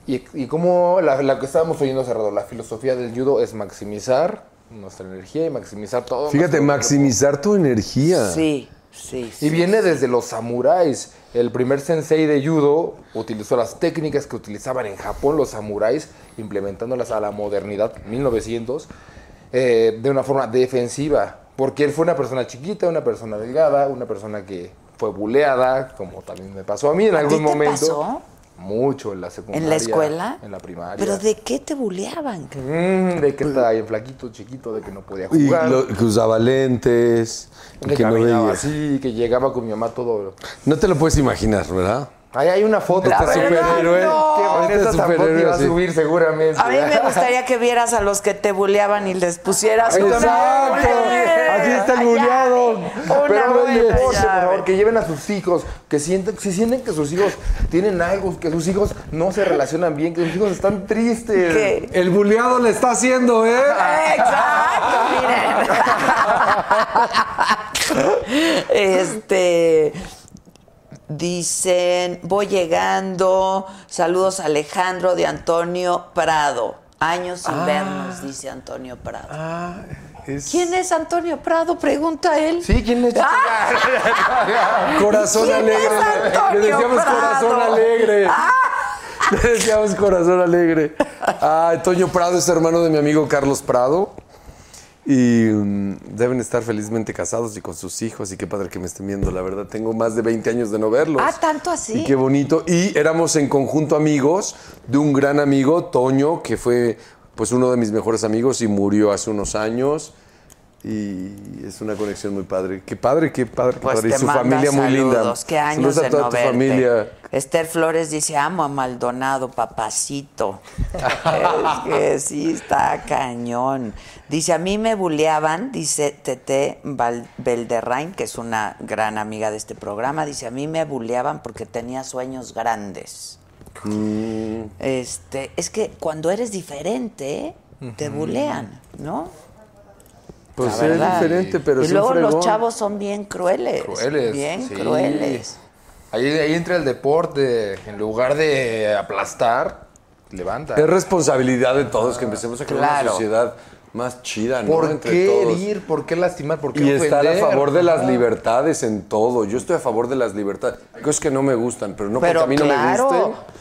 Speaker 7: Y, y como la, la que estábamos oyendo hace rato, la filosofía del judo es maximizar nuestra energía y maximizar todo.
Speaker 6: Fíjate,
Speaker 7: nuestro cuerpo.
Speaker 6: maximizar tu energía.
Speaker 2: Sí, sí, sí.
Speaker 7: Y viene desde los samuráis. El primer sensei de judo utilizó las técnicas que utilizaban en Japón los samuráis, implementándolas a la modernidad, 1900, eh, de una forma defensiva. Porque él fue una persona chiquita, una persona delgada, una persona que fue buleada, como también me pasó a mí en
Speaker 2: ¿A ti
Speaker 7: algún
Speaker 2: te
Speaker 7: momento.
Speaker 2: pasó?
Speaker 7: Mucho en la secundaria.
Speaker 2: ¿En la escuela?
Speaker 7: En la primaria.
Speaker 2: ¿Pero de qué te buleaban? cabrón?
Speaker 7: Mm, de que estaba bien flaquito, chiquito, de que no podía
Speaker 6: Y
Speaker 7: jugar.
Speaker 6: lo- que usaba lentes. y
Speaker 7: que
Speaker 6: que no
Speaker 7: caminaba
Speaker 6: veía.
Speaker 7: así, que llegaba con mi mamá todo
Speaker 6: No te lo puedes imaginar, ¿verdad?
Speaker 7: Ahí hay una foto.
Speaker 6: Este
Speaker 7: ¿verdad?
Speaker 6: superhéroe.
Speaker 7: No,
Speaker 6: Este
Speaker 7: Vanessa tampoco
Speaker 6: superhéroe
Speaker 7: iba a
Speaker 6: así.
Speaker 7: subir seguramente.
Speaker 2: A mí me gustaría que vieras a los que te buleaban y les pusieras un
Speaker 6: Exacto. Aquí está el buleado.
Speaker 7: Pero no
Speaker 6: buena
Speaker 7: hay deporte, por
Speaker 2: llave.
Speaker 7: favor, que lleven a sus hijos, que sienten, si sienten que sus hijos tienen algo, que sus hijos no se relacionan bien, que sus hijos están tristes.
Speaker 2: ¿Qué?
Speaker 6: El buleado le está haciendo, ¿eh?
Speaker 2: Exacto, miren. Este. Dicen, voy llegando. Saludos a Alejandro de Antonio Prado. Años sin
Speaker 6: Ah.
Speaker 2: vernos, dice Antonio Prado. ¿Quién es Antonio Prado? Pregunta él.
Speaker 7: Sí, ¿quién es?
Speaker 6: Corazón
Speaker 2: Ah. ¿Quién es
Speaker 6: alegre.
Speaker 2: Antonio
Speaker 6: Le decíamos
Speaker 2: Prado? Ah.
Speaker 6: corazón alegre. Le decíamos corazón alegre. Ah, Toño Prado es hermano de mi amigo Carlos Prado. Y mm, deben estar felizmente casados y con sus hijos. Y qué padre que me estén viendo, la verdad. Tengo más de 20 años de no verlos.
Speaker 2: Ah, ¿tanto así?
Speaker 6: Y qué bonito. Y éramos en conjunto amigos de un gran amigo, Toño, que fue pues uno de mis mejores amigos y murió hace unos años. y es una conexión muy padre. Qué padre, qué padre, qué
Speaker 2: Pues
Speaker 6: padre.
Speaker 2: te
Speaker 6: y su
Speaker 2: manda
Speaker 6: familia muy linda.
Speaker 2: saludos. Qué años
Speaker 6: Saludos a
Speaker 2: de
Speaker 6: toda
Speaker 2: no
Speaker 6: tu
Speaker 2: verte.
Speaker 6: familia.
Speaker 2: Esther Flores dice, amo a Maldonado, papacito. es que sí, está cañón. Dice, a mí me buleaban, dice Tete Val- Belderrain, que es una gran amiga de este programa, dice, a mí me buleaban porque tenía sueños grandes.
Speaker 6: Mm.
Speaker 2: Este, es que cuando eres diferente, te
Speaker 6: Ujú.
Speaker 2: bulean, ¿no?
Speaker 6: Pues
Speaker 2: La
Speaker 6: es
Speaker 2: verdad.
Speaker 6: diferente, pero
Speaker 2: Y
Speaker 6: es un
Speaker 2: luego los
Speaker 6: fregón.
Speaker 2: chavos son bien crueles.
Speaker 7: Crueles.
Speaker 2: Bien
Speaker 7: sí.
Speaker 2: crueles.
Speaker 7: Ahí, ahí entra el deporte. En lugar de aplastar, levanta.
Speaker 6: Es responsabilidad de todos que empecemos a crear
Speaker 7: Claro.
Speaker 6: una sociedad más chida, ¿no?
Speaker 7: ¿Por
Speaker 6: Entre
Speaker 7: qué
Speaker 6: todos.
Speaker 7: herir? ¿Por qué lastimar? ¿Por qué
Speaker 6: Y estar a
Speaker 7: ofender?
Speaker 6: favor de las
Speaker 7: Ajá.
Speaker 6: libertades en todo. Yo estoy a favor de las libertades. Hay cosas que no me gustan, pero no
Speaker 2: Pero
Speaker 6: porque a mí
Speaker 2: claro.
Speaker 6: no me gusten.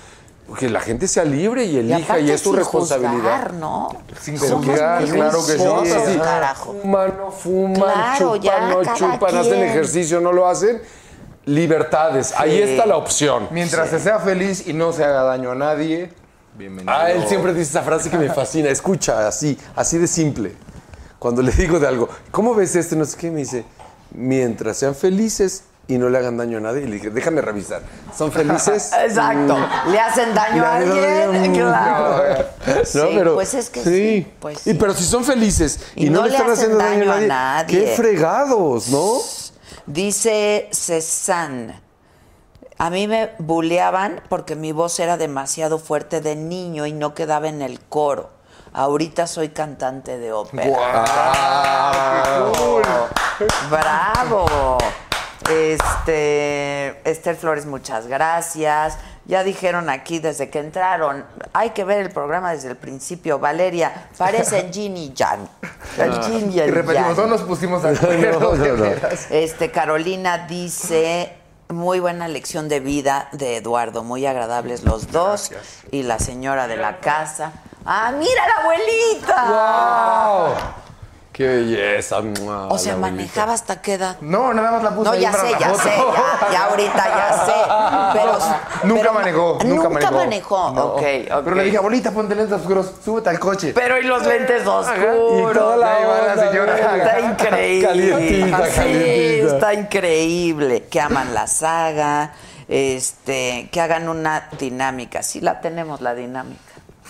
Speaker 6: Que la gente sea libre y elija y,
Speaker 2: aparte
Speaker 6: es tu
Speaker 2: sin
Speaker 6: responsabilidad.
Speaker 2: juzgar, ¿no?
Speaker 6: Sin
Speaker 2: Somos
Speaker 6: juzgar,
Speaker 2: muy
Speaker 6: claro que sí.
Speaker 2: gustosos,
Speaker 6: Sí.
Speaker 2: carajo.
Speaker 6: Humano, fuman,
Speaker 2: Claro,
Speaker 6: chupan,
Speaker 2: ya,
Speaker 6: no
Speaker 2: cada
Speaker 6: chupan, hacen
Speaker 2: quien.
Speaker 6: ejercicio, no lo hacen. Libertades, ahí está la opción.
Speaker 7: Mientras se sea feliz y no se haga daño a nadie, bienvenido.
Speaker 6: Ah, él siempre dice esa frase que me fascina. Escucha, así, así de simple. Cuando le digo de algo, ¿cómo ves este? No sé qué, me dice, mientras sean felices y no le hagan daño a nadie. Y le dije, déjame revisar. ¿Son felices?
Speaker 2: Exacto.
Speaker 6: Mm.
Speaker 2: ¿Le hacen daño a
Speaker 6: Le hacen
Speaker 2: alguien?
Speaker 6: daño.
Speaker 2: Claro.
Speaker 6: No,
Speaker 2: Sí,
Speaker 6: pero,
Speaker 2: pues es que sí, pues
Speaker 6: Y pero si son felices y,
Speaker 2: Y
Speaker 6: no,
Speaker 2: no
Speaker 6: le
Speaker 2: le
Speaker 6: están
Speaker 2: hacen
Speaker 6: haciendo daño,
Speaker 2: daño a
Speaker 6: a nadie,
Speaker 2: nadie.
Speaker 6: qué fregados, ¿no?
Speaker 2: Dice Cezanne, a mí me buleaban porque mi voz era demasiado fuerte de niño y no quedaba en el coro. Ahorita soy cantante de ópera.
Speaker 6: Ah,
Speaker 9: ¡Guau!
Speaker 2: ¡Qué cool! ¡Bravo! Este, Esther Flores, muchas gracias. Ya dijeron aquí desde que entraron, hay que ver el programa desde el principio. Valeria, parecen Jin y Jan. El Jin y el
Speaker 7: Ah. Y repetimos,
Speaker 2: Jan.
Speaker 7: no nos pusimos de acuerdo.
Speaker 2: No, no,
Speaker 7: de
Speaker 2: no.
Speaker 7: veras.
Speaker 2: Este, Carolina dice, muy buena lección de vida de Eduardo, muy agradables los dos y la señora de la casa. Ah, mira la abuelita.
Speaker 6: ¡Wow! ¡Qué belleza!
Speaker 2: O sea, manejaba hasta qué edad.
Speaker 7: No, nada más la puse
Speaker 2: No,
Speaker 7: ahí
Speaker 2: ya
Speaker 7: para
Speaker 2: sé,
Speaker 7: la
Speaker 2: ya
Speaker 7: foto.
Speaker 2: sé, ya, ya ahorita ya sé. Pero
Speaker 7: Nunca manejó, nunca,
Speaker 2: nunca
Speaker 7: manejó.
Speaker 2: manejó, ok, ok.
Speaker 7: Pero le dije, abuelita, ponte lentes oscuros, súbete al coche.
Speaker 2: Pero y los lentes oscuros.
Speaker 7: Y toda la
Speaker 2: Ahí va
Speaker 7: onda, venga.
Speaker 2: Está increíble.
Speaker 7: Calientita,
Speaker 2: Sí,
Speaker 7: calientita.
Speaker 2: está increíble. Que aman la saga. Este, que hagan una dinámica. Sí la tenemos, la dinámica.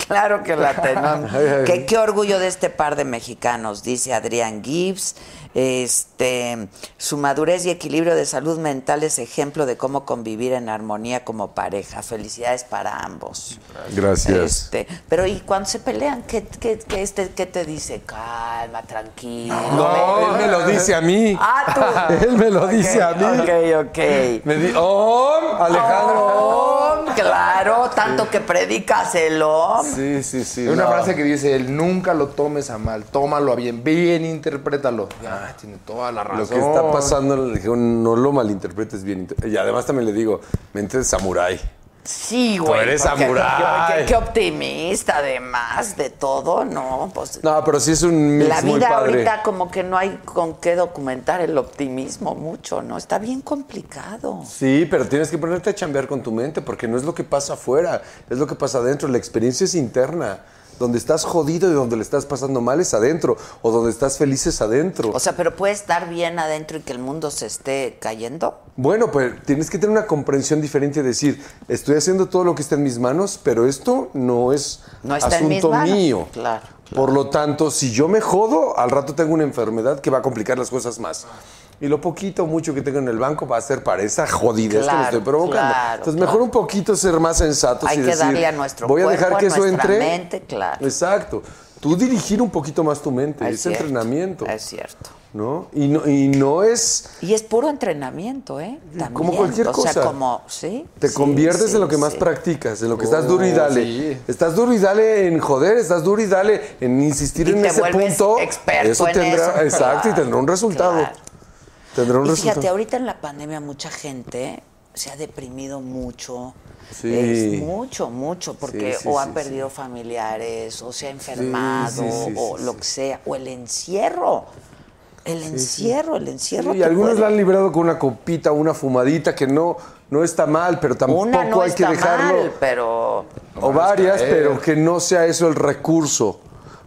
Speaker 2: Claro que la tenemos. que qué orgullo de este par de mexicanos, dice Adrián Gibbs. Este, su madurez y equilibrio de salud mental es ejemplo de cómo convivir en armonía como pareja. Felicidades para ambos.
Speaker 6: Gracias.
Speaker 2: Este, pero y cuando se pelean, ¿qué, qué- qué este, qué te dice? Calma, tranquilo.
Speaker 6: No, él me lo dice a mí.
Speaker 2: Ah, tú.
Speaker 6: Él me lo dice a mí.
Speaker 2: Ok, ok.
Speaker 6: Me di, ¡Oh, Alejandro!
Speaker 2: Oh, claro, tanto que predicas el om.
Speaker 6: Sí, sí, sí.
Speaker 7: Hay una
Speaker 6: no.
Speaker 7: frase que dice, él nunca lo tomes a mal, tómalo a bien, bien, interprétalo. Ah, tiene toda la razón.
Speaker 6: Lo que está pasando, le dije, no lo malinterpretes bien. Y además también le digo, mente de samurái.
Speaker 2: Sí,
Speaker 6: Tú
Speaker 2: güey.
Speaker 6: eres
Speaker 2: porque-
Speaker 6: samurái.
Speaker 2: porque Qué optimista, además de todo, ¿no? Pues
Speaker 6: No, pero sí es un mix
Speaker 2: la
Speaker 6: muy
Speaker 2: vida
Speaker 6: padre.
Speaker 2: ahorita como que no hay con qué documentar el optimismo mucho, ¿no? Está bien complicado.
Speaker 6: Sí, pero tienes que ponerte a chambear con tu mente, porque no es lo que pasa afuera, es lo que pasa adentro. La experiencia es interna. Donde estás jodido y donde le estás pasando mal es adentro, o donde estás feliz es adentro.
Speaker 2: O sea, pero puede estar bien adentro y que el mundo se esté cayendo.
Speaker 6: Bueno, pues tienes que tener una comprensión diferente y decir, estoy haciendo todo lo que está en mis manos, pero esto no es
Speaker 2: No está en mis
Speaker 6: asunto
Speaker 2: manos.
Speaker 6: mío.
Speaker 2: Claro.
Speaker 6: Por lo tanto, si yo me jodo, al rato tengo una enfermedad que va a complicar las cosas más. Y lo poquito o mucho que tengo en el banco va a ser para esa jodidez que
Speaker 2: Claro,
Speaker 6: me estoy provocando.
Speaker 2: claro,
Speaker 6: Entonces,
Speaker 2: claro.
Speaker 6: mejor un poquito ser más sensatos
Speaker 2: Hay
Speaker 6: y
Speaker 2: que
Speaker 6: decir,
Speaker 2: darle a nuestro
Speaker 6: voy a
Speaker 2: cuerpo,
Speaker 6: dejar que
Speaker 2: a
Speaker 6: eso
Speaker 2: nuestra
Speaker 6: entre.
Speaker 2: mente, claro.
Speaker 6: Exacto. Tú dirigir un poquito más tu mente,
Speaker 2: Es
Speaker 6: ese
Speaker 2: cierto,
Speaker 6: este, entrenamiento.
Speaker 2: Es cierto.
Speaker 6: ¿no? Y no, y no es
Speaker 2: Y es puro entrenamiento, ¿eh? También.
Speaker 6: Como cualquier
Speaker 2: o
Speaker 6: cosa.
Speaker 2: sea, como, sí.
Speaker 6: Te
Speaker 2: sí,
Speaker 6: conviertes
Speaker 2: sí,
Speaker 6: en lo que más
Speaker 2: sí.
Speaker 6: practicas, en lo que estás
Speaker 7: Oh,
Speaker 6: duro y dale.
Speaker 7: sí.
Speaker 6: Estás duro y dale en joder, estás duro y dale en insistir
Speaker 2: Y
Speaker 6: en
Speaker 2: te
Speaker 6: ese
Speaker 2: vuelves
Speaker 6: punto.
Speaker 2: experto en
Speaker 6: tendrá,
Speaker 2: eso.
Speaker 6: exacto, y tendrá un resultado.
Speaker 2: Claro.
Speaker 6: Tendrá un
Speaker 2: Y
Speaker 6: resultado.
Speaker 2: fíjate, ahorita en la pandemia mucha gente se ha deprimido mucho.
Speaker 6: Sí.
Speaker 2: Es mucho, mucho, porque
Speaker 6: Sí, sí,
Speaker 2: o ha
Speaker 6: sí,
Speaker 2: perdido familiares, o se ha enfermado,
Speaker 6: Sí, sí, sí,
Speaker 2: o
Speaker 6: sí,
Speaker 2: lo que sea, o el encierro. El encierro, el encierro.
Speaker 6: Sí, y
Speaker 2: te
Speaker 6: algunos
Speaker 2: puede-
Speaker 6: la han librado con una copita, una fumadita que no, no está mal, pero tampoco
Speaker 2: Una no
Speaker 6: hay
Speaker 2: está
Speaker 6: que dejarlo. Pues
Speaker 2: mal, pero.
Speaker 6: o varias,
Speaker 7: caer.
Speaker 6: pero que no sea eso el recurso.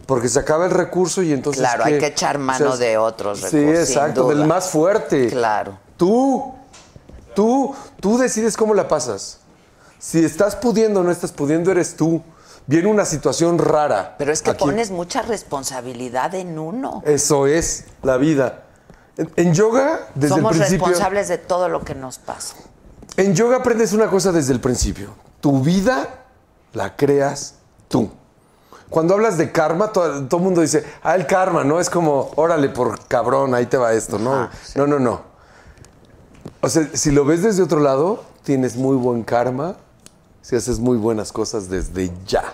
Speaker 6: Porque se acaba el recurso y entonces.
Speaker 2: Claro, hay que echar mano
Speaker 6: es-
Speaker 2: de otros
Speaker 6: Sí,
Speaker 2: recursos, sin
Speaker 6: exacto,
Speaker 2: duda.
Speaker 6: del más fuerte.
Speaker 2: Claro.
Speaker 6: Tú, tú, tú decides cómo la pasas. Si estás pudiendo o no estás pudiendo, eres tú. Viene una situación rara.
Speaker 2: Pero es que pones mucha responsabilidad en uno.
Speaker 6: Eso es la vida. En, en yoga, desde
Speaker 2: Somos
Speaker 6: el principio.
Speaker 2: responsables de todo lo que nos pasa.
Speaker 6: En yoga aprendes una cosa desde el principio. Tu vida la creas tú. Cuando hablas de karma, to- todo el mundo dice, ah, el karma, ¿no? Es como, órale, por cabrón, ahí te va esto, ¿no? No, no, no. O sea, si lo ves desde otro lado, tienes muy buen karma si haces muy buenas cosas desde ya.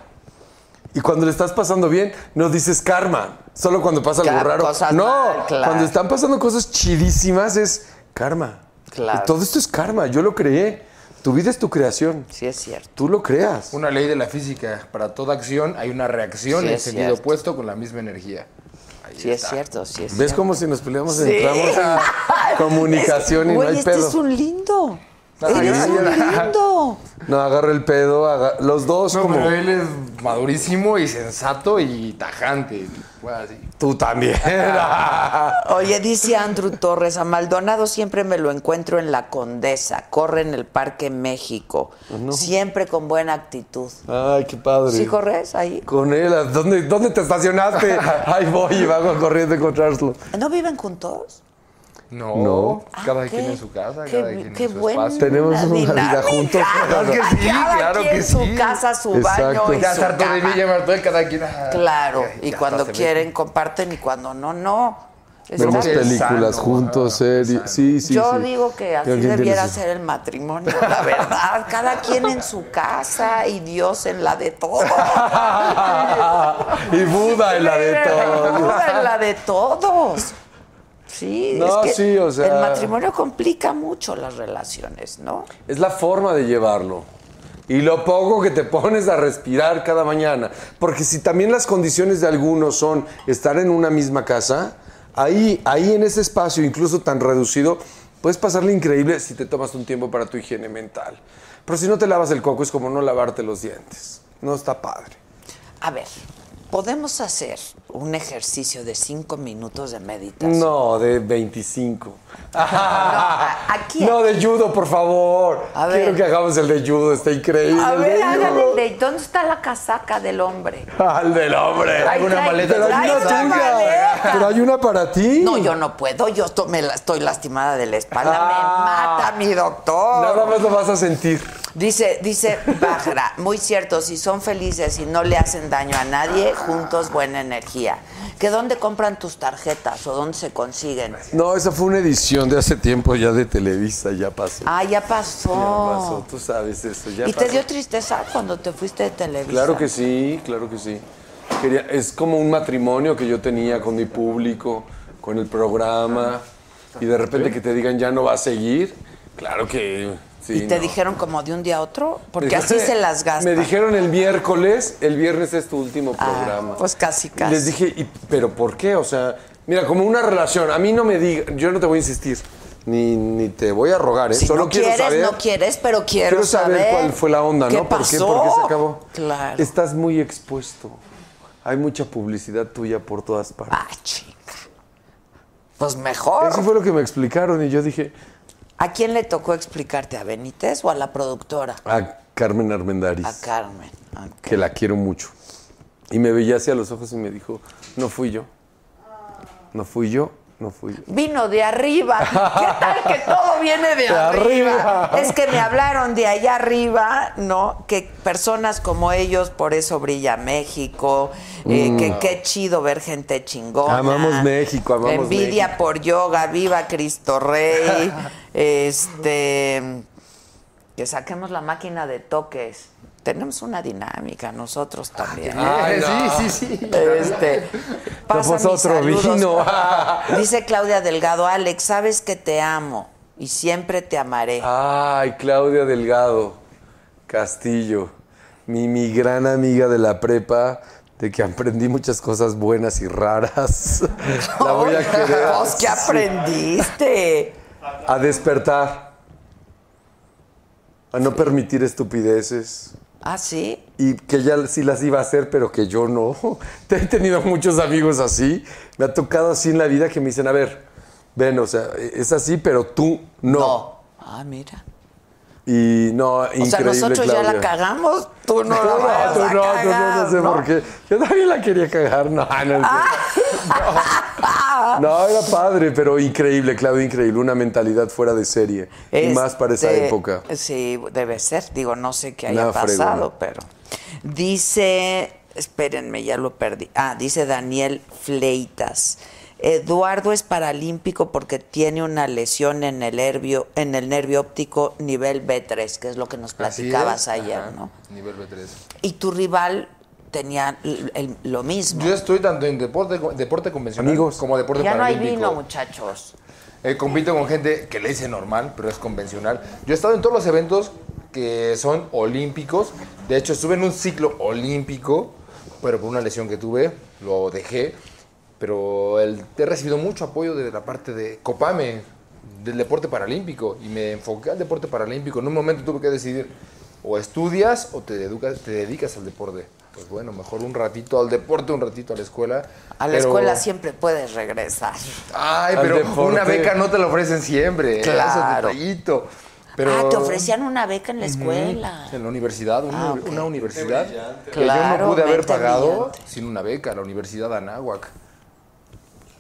Speaker 6: Y cuando le estás pasando bien, no dices karma. Solo cuando pasa algo
Speaker 2: Claro,
Speaker 6: raro.
Speaker 2: cosas
Speaker 6: no,
Speaker 2: mal, claro.
Speaker 6: cuando están pasando cosas chidísimas es karma.
Speaker 2: Claro.
Speaker 6: Y todo esto es karma, yo lo creé. Tu vida es tu creación.
Speaker 2: Sí, es cierto.
Speaker 6: Tú lo creas.
Speaker 7: Una ley de la física. Para toda acción hay una reacción
Speaker 6: Sí,
Speaker 7: en
Speaker 6: es
Speaker 7: sentido
Speaker 6: cierto.
Speaker 7: opuesto con la misma energía.
Speaker 2: sí, es cierto, sí es
Speaker 6: ¿Ves
Speaker 2: cierto.
Speaker 6: cómo si nos peleamos
Speaker 2: Sí.
Speaker 6: entramos a comunicación y no
Speaker 2: Güey,
Speaker 6: hay
Speaker 2: este
Speaker 6: pedo?
Speaker 2: es un lindo.
Speaker 6: Ah,
Speaker 2: Eres
Speaker 6: sí.
Speaker 2: un lindo.
Speaker 6: No, agarra el pedo, aga- los dos
Speaker 7: No,
Speaker 6: como...
Speaker 7: pero él es madurísimo y sensato y tajante. Fue así.
Speaker 6: Tú también.
Speaker 2: Oye, dice Andrew Torres, a Maldonado siempre me lo encuentro en la Condesa, corre en el Parque México, siempre con buena actitud.
Speaker 6: Ay, qué padre.
Speaker 2: ¿Sí corres ahí?
Speaker 6: Con él, ¿a ¿dónde, dónde te estacionaste? Ahí voy y vago corriendo a encontrarlo.
Speaker 2: ¿No viven juntos?
Speaker 7: No,
Speaker 6: No.
Speaker 7: cada
Speaker 2: Ah,
Speaker 7: quien
Speaker 2: qué-
Speaker 7: en su casa,
Speaker 2: qué
Speaker 7: cada
Speaker 2: bu-
Speaker 7: quien
Speaker 2: qué
Speaker 7: en su
Speaker 2: buena
Speaker 7: espacio.
Speaker 6: Tenemos una vida juntos.
Speaker 7: Claro que sí,
Speaker 2: Cada
Speaker 7: claro
Speaker 2: quien
Speaker 7: que sí.
Speaker 2: su casa, su
Speaker 6: Exacto.
Speaker 2: baño y
Speaker 7: Ya
Speaker 2: su
Speaker 7: se hartó de mí,
Speaker 2: cama.
Speaker 7: ya me hartó de cada quien. ah,
Speaker 2: Claro,
Speaker 7: ya,
Speaker 2: y
Speaker 7: ya
Speaker 2: cuando
Speaker 7: hasta me-
Speaker 2: quieren comparten y cuando no, no.
Speaker 6: Vemos
Speaker 2: Está-
Speaker 6: películas juntos, series. Sí, sí,
Speaker 2: Yo
Speaker 6: sí.
Speaker 2: digo que así
Speaker 6: Creo entiendes
Speaker 2: debiera
Speaker 6: eso.
Speaker 2: ser el matrimonio, la verdad. Cada quien en su casa y Dios en la de todos.
Speaker 6: "Ah, y Buda en la de todo.
Speaker 2: Buda en la de todos. Sí,
Speaker 6: No,
Speaker 2: es que
Speaker 6: sí, o sea-
Speaker 2: el matrimonio complica mucho las relaciones, ¿no?
Speaker 6: Es la forma de llevarlo. Y lo poco que te pones a respirar cada mañana. Porque si también las condiciones de algunos son estar en una misma casa, ahí, ahí en ese espacio, incluso tan reducido, puedes pasarle increíble si te tomas un tiempo para tu higiene mental. Pero si no te lavas el coco, es como no lavarte los dientes. No está padre.
Speaker 2: A ver, podemos hacer un ejercicio de cinco minutos de meditación.
Speaker 6: No, de 25.
Speaker 2: Aquí,
Speaker 6: No, de judo, por favor.
Speaker 2: A ver.
Speaker 6: Quiero que hagamos el de judo, está increíble.
Speaker 2: A
Speaker 6: el
Speaker 2: ver,
Speaker 6: de
Speaker 2: hagan
Speaker 6: judo.
Speaker 2: el de ¿dónde está la casaca del hombre?
Speaker 6: Al del hombre.
Speaker 2: Traigo una Trae- maleta
Speaker 6: Pero hay
Speaker 2: trae
Speaker 6: una
Speaker 2: una
Speaker 6: tuya.
Speaker 2: maleta.
Speaker 6: Pero hay una para ti.
Speaker 2: No, yo no puedo, yo esto- me la- estoy lastimada de la espalda,
Speaker 6: Ah.
Speaker 2: me mata mi doctor.
Speaker 6: Nada más lo vas a sentir.
Speaker 2: Dice, dice Bajra, muy cierto, si son felices y no le hacen daño a nadie, juntos buena energía. ¿Que dónde compran tus tarjetas o dónde se consiguen?
Speaker 6: No, esa fue una edición de hace tiempo ya de Televisa, ya pasó.
Speaker 2: Ah, ya
Speaker 6: Ya pasó,
Speaker 2: pasó.
Speaker 6: tú sabes eso. Ya
Speaker 2: ¿Y
Speaker 6: pasó.
Speaker 2: te dio tristeza cuando te fuiste de televisión?
Speaker 6: Claro que sí, claro que sí. Quería- es como un matrimonio que yo tenía con mi público, con el programa, y de repente que te digan ya no va a seguir, claro que sí.
Speaker 2: ¿Y te
Speaker 6: no.
Speaker 2: dijeron como de un día a otro? Porque
Speaker 6: Me
Speaker 2: así
Speaker 6: dijeron-
Speaker 2: se las gastan.
Speaker 6: Me dijeron el miércoles, el viernes es tu último programa.
Speaker 2: Pues casi,
Speaker 6: Y
Speaker 2: casi.
Speaker 6: Les dije, "¿Y- ¿pero por qué? O sea, mira, como una relación, a mí no me digan, yo no te voy a insistir, ni, ni te voy a rogar, ¿eh?
Speaker 2: Si
Speaker 6: solo
Speaker 2: no
Speaker 6: quiero
Speaker 2: quieres,
Speaker 6: saber.
Speaker 2: no quieres, pero quiero,
Speaker 6: quiero saber, cuál fue la onda,
Speaker 2: ¿Qué
Speaker 6: ¿no? ¿Por qué?
Speaker 2: pasó?
Speaker 6: ¿Por qué se acabó?
Speaker 2: Claro.
Speaker 6: Estás muy expuesto. Hay mucha publicidad tuya por todas partes.
Speaker 2: Ah, chica. Pues mejor.
Speaker 6: Eso fue lo que me explicaron y yo dije
Speaker 2: ¿A quién le tocó explicarte? ¿A Benítez o a la productora?
Speaker 6: a Carmen Armendariz.
Speaker 2: A Carmen. Ah,
Speaker 6: que la quiero mucho. Y me veía hacia los ojos y me dijo, no fui yo. No fui yo, no fui yo.
Speaker 2: Vino de arriba. ¿Qué tal que todo viene de,
Speaker 6: De
Speaker 2: arriba?
Speaker 6: arriba.
Speaker 2: Es que me hablaron de allá arriba, ¿no? Que personas como ellos, por eso brilla México. eh,
Speaker 6: Mm.
Speaker 2: que qué chido ver gente chingona.
Speaker 6: Amamos México, amamos
Speaker 2: Envidia
Speaker 6: México.
Speaker 2: por yoga, viva Cristo Rey. este. Que saquemos la máquina de toques. Tenemos una dinámica nosotros
Speaker 6: Ah,
Speaker 2: también.
Speaker 6: Ay, no.
Speaker 7: Sí, sí, sí.
Speaker 2: Este, pasa mis
Speaker 6: pues otro
Speaker 2: saludos.
Speaker 6: vino.
Speaker 2: Dice Claudia Delgado, Alex, sabes que te amo y siempre te amaré.
Speaker 6: Ay, Claudia Delgado, Castillo, mi, mi gran amiga de la prepa, de que aprendí muchas cosas buenas y raras. La voy a querer.
Speaker 2: Pues, ¿Qué aprendiste?
Speaker 6: A despertar. A no permitir estupideces.
Speaker 2: ¿Ah, sí?
Speaker 6: y que ya sí las iba a hacer, pero que yo no. Te he tenido muchos amigos así. Me ha tocado así en la vida que me dicen, a ver, ven, o sea, es así, pero tú no.
Speaker 2: Ah, mira.
Speaker 6: Y no,
Speaker 2: O sea, nosotros ya la cagamos, tú no la vas
Speaker 6: Ah, tú
Speaker 2: a
Speaker 6: no, tú
Speaker 2: cagar,
Speaker 6: no, no sé por qué. Yo también la quería cagar, no, no, no. No, era padre, pero increíble, Claudio, increíble. Una mentalidad fuera de serie. y más para esa
Speaker 2: Este,
Speaker 6: época.
Speaker 2: Sí, debe ser. Digo, no sé qué haya
Speaker 6: Nada
Speaker 2: pasado,
Speaker 6: fregona.
Speaker 2: pero. Dice, espérenme, ya lo perdí. Ah, dice Daniel Fleitas. Eduardo es paralímpico porque tiene una lesión en el nervio, en el nervio óptico nivel B3, que es lo que nos platicabas ayer, ¿no?
Speaker 7: Nivel B3.
Speaker 2: Y tu rival tenía l- el- lo mismo.
Speaker 7: Yo estoy tanto en deporte, deporte convencional como deporte
Speaker 2: ya no hay
Speaker 7: paralímpico.
Speaker 2: vino, muchachos.
Speaker 7: Eh, compito con gente que le dice normal, pero es convencional. Yo he estado en todos los eventos que son olímpicos. De hecho, estuve en un ciclo olímpico, pero por una lesión que tuve, lo dejé. Pero el- he recibido mucho apoyo de la parte de Copame, del deporte paralímpico. Y me enfoqué al deporte paralímpico. En un momento tuve que decidir, o estudias o te, educas, te dedicas al deporte. Pues bueno, mejor un ratito al deporte, un ratito a la escuela.
Speaker 2: A la
Speaker 7: pero-
Speaker 2: escuela siempre puedes regresar.
Speaker 7: Ay, pero una beca no te la ofrecen siempre.
Speaker 2: Claro.
Speaker 7: Claro. detallito. Pero
Speaker 2: Ah, te ofrecían una beca en la escuela.
Speaker 7: En la universidad, una,
Speaker 2: Ah, ok.
Speaker 7: una universidad que yo
Speaker 2: Claro,
Speaker 7: no pude haber
Speaker 2: mente
Speaker 7: pagado
Speaker 2: brillante.
Speaker 7: sin una beca, la Universidad Anáhuac.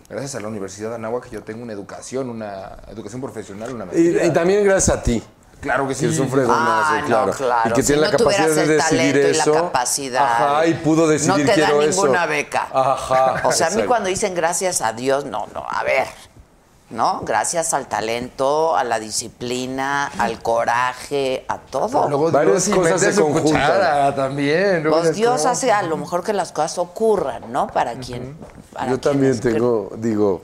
Speaker 7: Gracias a la Universidad Anáhuac yo tengo una educación, una educación profesional, una
Speaker 6: Y,
Speaker 7: maestría.
Speaker 6: y también gracias a ti.
Speaker 7: Claro que sí.
Speaker 6: Eres un fregonazo,
Speaker 2: Ah, no,
Speaker 6: claro.
Speaker 2: claro.
Speaker 6: Y que
Speaker 2: Si
Speaker 6: tiene
Speaker 2: no
Speaker 6: la capacidad
Speaker 2: tuvieras
Speaker 6: de
Speaker 2: el
Speaker 6: decidir
Speaker 2: talento y la
Speaker 6: eso.
Speaker 2: capacidad.
Speaker 6: Ajá, y pudo decidir
Speaker 2: no te
Speaker 6: quiero
Speaker 2: da
Speaker 6: eso.
Speaker 2: ninguna beca.
Speaker 6: Ajá.
Speaker 2: O sea, a mí
Speaker 6: exacto.
Speaker 2: cuando dicen gracias a Dios, no, no, a ver, ¿no? Gracias al talento, a la disciplina, al coraje, a todo.
Speaker 7: Luego Varias Dios cosas mete se su conjuntan. cuchara también, luego
Speaker 2: Pues
Speaker 7: es
Speaker 2: Dios
Speaker 7: como-
Speaker 2: hace a lo mejor que las cosas ocurran, ¿no? Para quien. para quien-
Speaker 6: Yo también tengo, digo,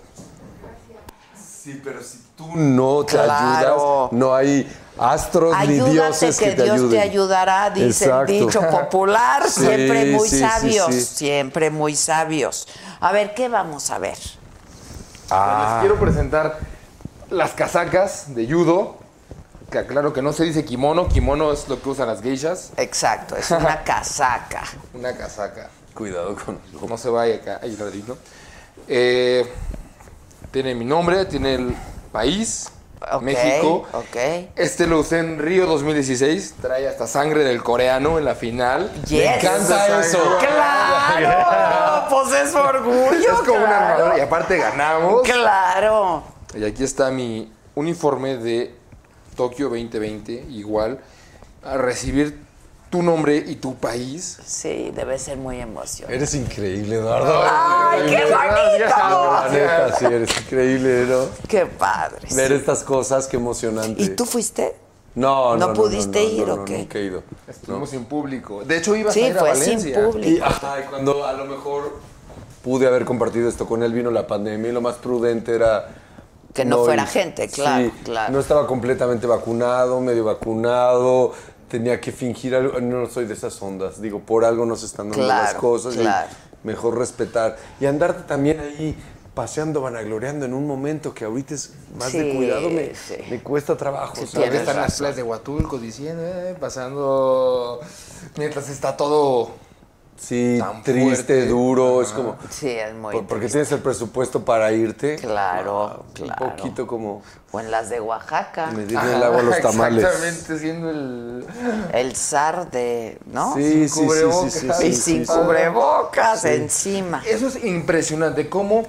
Speaker 10: Sí, pero si
Speaker 6: tú no te
Speaker 2: Claro.
Speaker 6: ayudas, no hay astros ni
Speaker 2: Ayúdate
Speaker 6: dioses que,
Speaker 2: que,
Speaker 6: te
Speaker 2: Dios
Speaker 6: ayuden.
Speaker 2: te ayudará, dice
Speaker 6: Exacto.
Speaker 2: el dicho popular.
Speaker 6: Sí,
Speaker 2: siempre muy
Speaker 6: sí, sí,
Speaker 2: sabios,
Speaker 6: sí.
Speaker 2: siempre muy sabios. A ver, ¿qué vamos a ver?
Speaker 7: Les quiero presentar las casacas de judo. Que aclaro que no se dice kimono, kimono es lo que usan las geishas.
Speaker 2: Exacto, es una casaca.
Speaker 7: una casaca. Cuidado con No se vaya acá, hay un ladrito. Eh, tiene mi nombre, tiene el país, México.
Speaker 2: Ok.
Speaker 7: Este lo usé en Río 2016. Trae hasta sangre del coreano en la final. Me encanta eso.
Speaker 2: ¡Claro! Pues es orgullo.
Speaker 7: Es como una
Speaker 2: claro.
Speaker 7: armadura. Y aparte ganamos.
Speaker 2: Claro.
Speaker 7: Y aquí está mi uniforme de Tokio 2020. Igual a recibir tu nombre y tu país.
Speaker 2: Sí, debe ser muy emocionante.
Speaker 6: Eres increíble, Eduardo.
Speaker 2: ¡Ay, Ah, qué
Speaker 6: La neta, sí,
Speaker 2: bonito!
Speaker 6: eres increíble, ¿no?
Speaker 2: ¡Qué padre!
Speaker 6: Ver estas cosas, qué emocionante.
Speaker 2: ¿Y tú fuiste?
Speaker 6: No,
Speaker 2: ¿No
Speaker 6: no, no.
Speaker 2: pudiste
Speaker 6: no,
Speaker 2: ir
Speaker 6: no,
Speaker 2: o
Speaker 6: no,
Speaker 2: qué?
Speaker 6: Nunca he ido.
Speaker 7: Estuvimos sin público. De hecho, ibas
Speaker 2: Sí,
Speaker 7: a ir a
Speaker 2: fue
Speaker 7: Valencia.
Speaker 2: sin público.
Speaker 6: Y, ajá, y cuando a lo mejor pude haber compartido esto con él, vino la pandemia y lo más prudente era...
Speaker 2: Que no fuera gente,
Speaker 6: sí,
Speaker 2: claro, claro.
Speaker 6: No estaba completamente vacunado, medio vacunado, tenía que fingir algo. No soy de esas ondas, digo, por algo nos están dando las
Speaker 2: Claro,
Speaker 6: cosas y
Speaker 2: claro.
Speaker 6: mejor respetar. Y andarte también ahí paseando, vanagloriando en un momento que ahorita es más de
Speaker 7: Sí,
Speaker 6: cuidado, me, me cuesta trabajo.
Speaker 7: Sí,
Speaker 6: ¿sabes?
Speaker 7: todavía están las playas de Huatulco diciendo, eh, pasando mientras está todo.
Speaker 6: Sí,
Speaker 7: tan
Speaker 6: triste,
Speaker 7: fuerte.
Speaker 6: duro, es
Speaker 7: Ajá.
Speaker 6: como...
Speaker 2: Sí, es muy
Speaker 6: Por- porque tienes el presupuesto para irte.
Speaker 2: Claro, claro.
Speaker 6: Un poquito como...
Speaker 2: O en las de Oaxaca.
Speaker 6: Me dieron el agua a los tamales.
Speaker 7: Exactamente, siendo el.
Speaker 2: El zar de, ¿no?
Speaker 6: Sí, Sin sí, sí, sí, cubrebocas. sí, sí,
Speaker 2: Y
Speaker 6: sí,
Speaker 2: sin
Speaker 6: sí.
Speaker 2: cubrebocas
Speaker 7: Sí.
Speaker 2: encima.
Speaker 7: Eso es impresionante. Cómo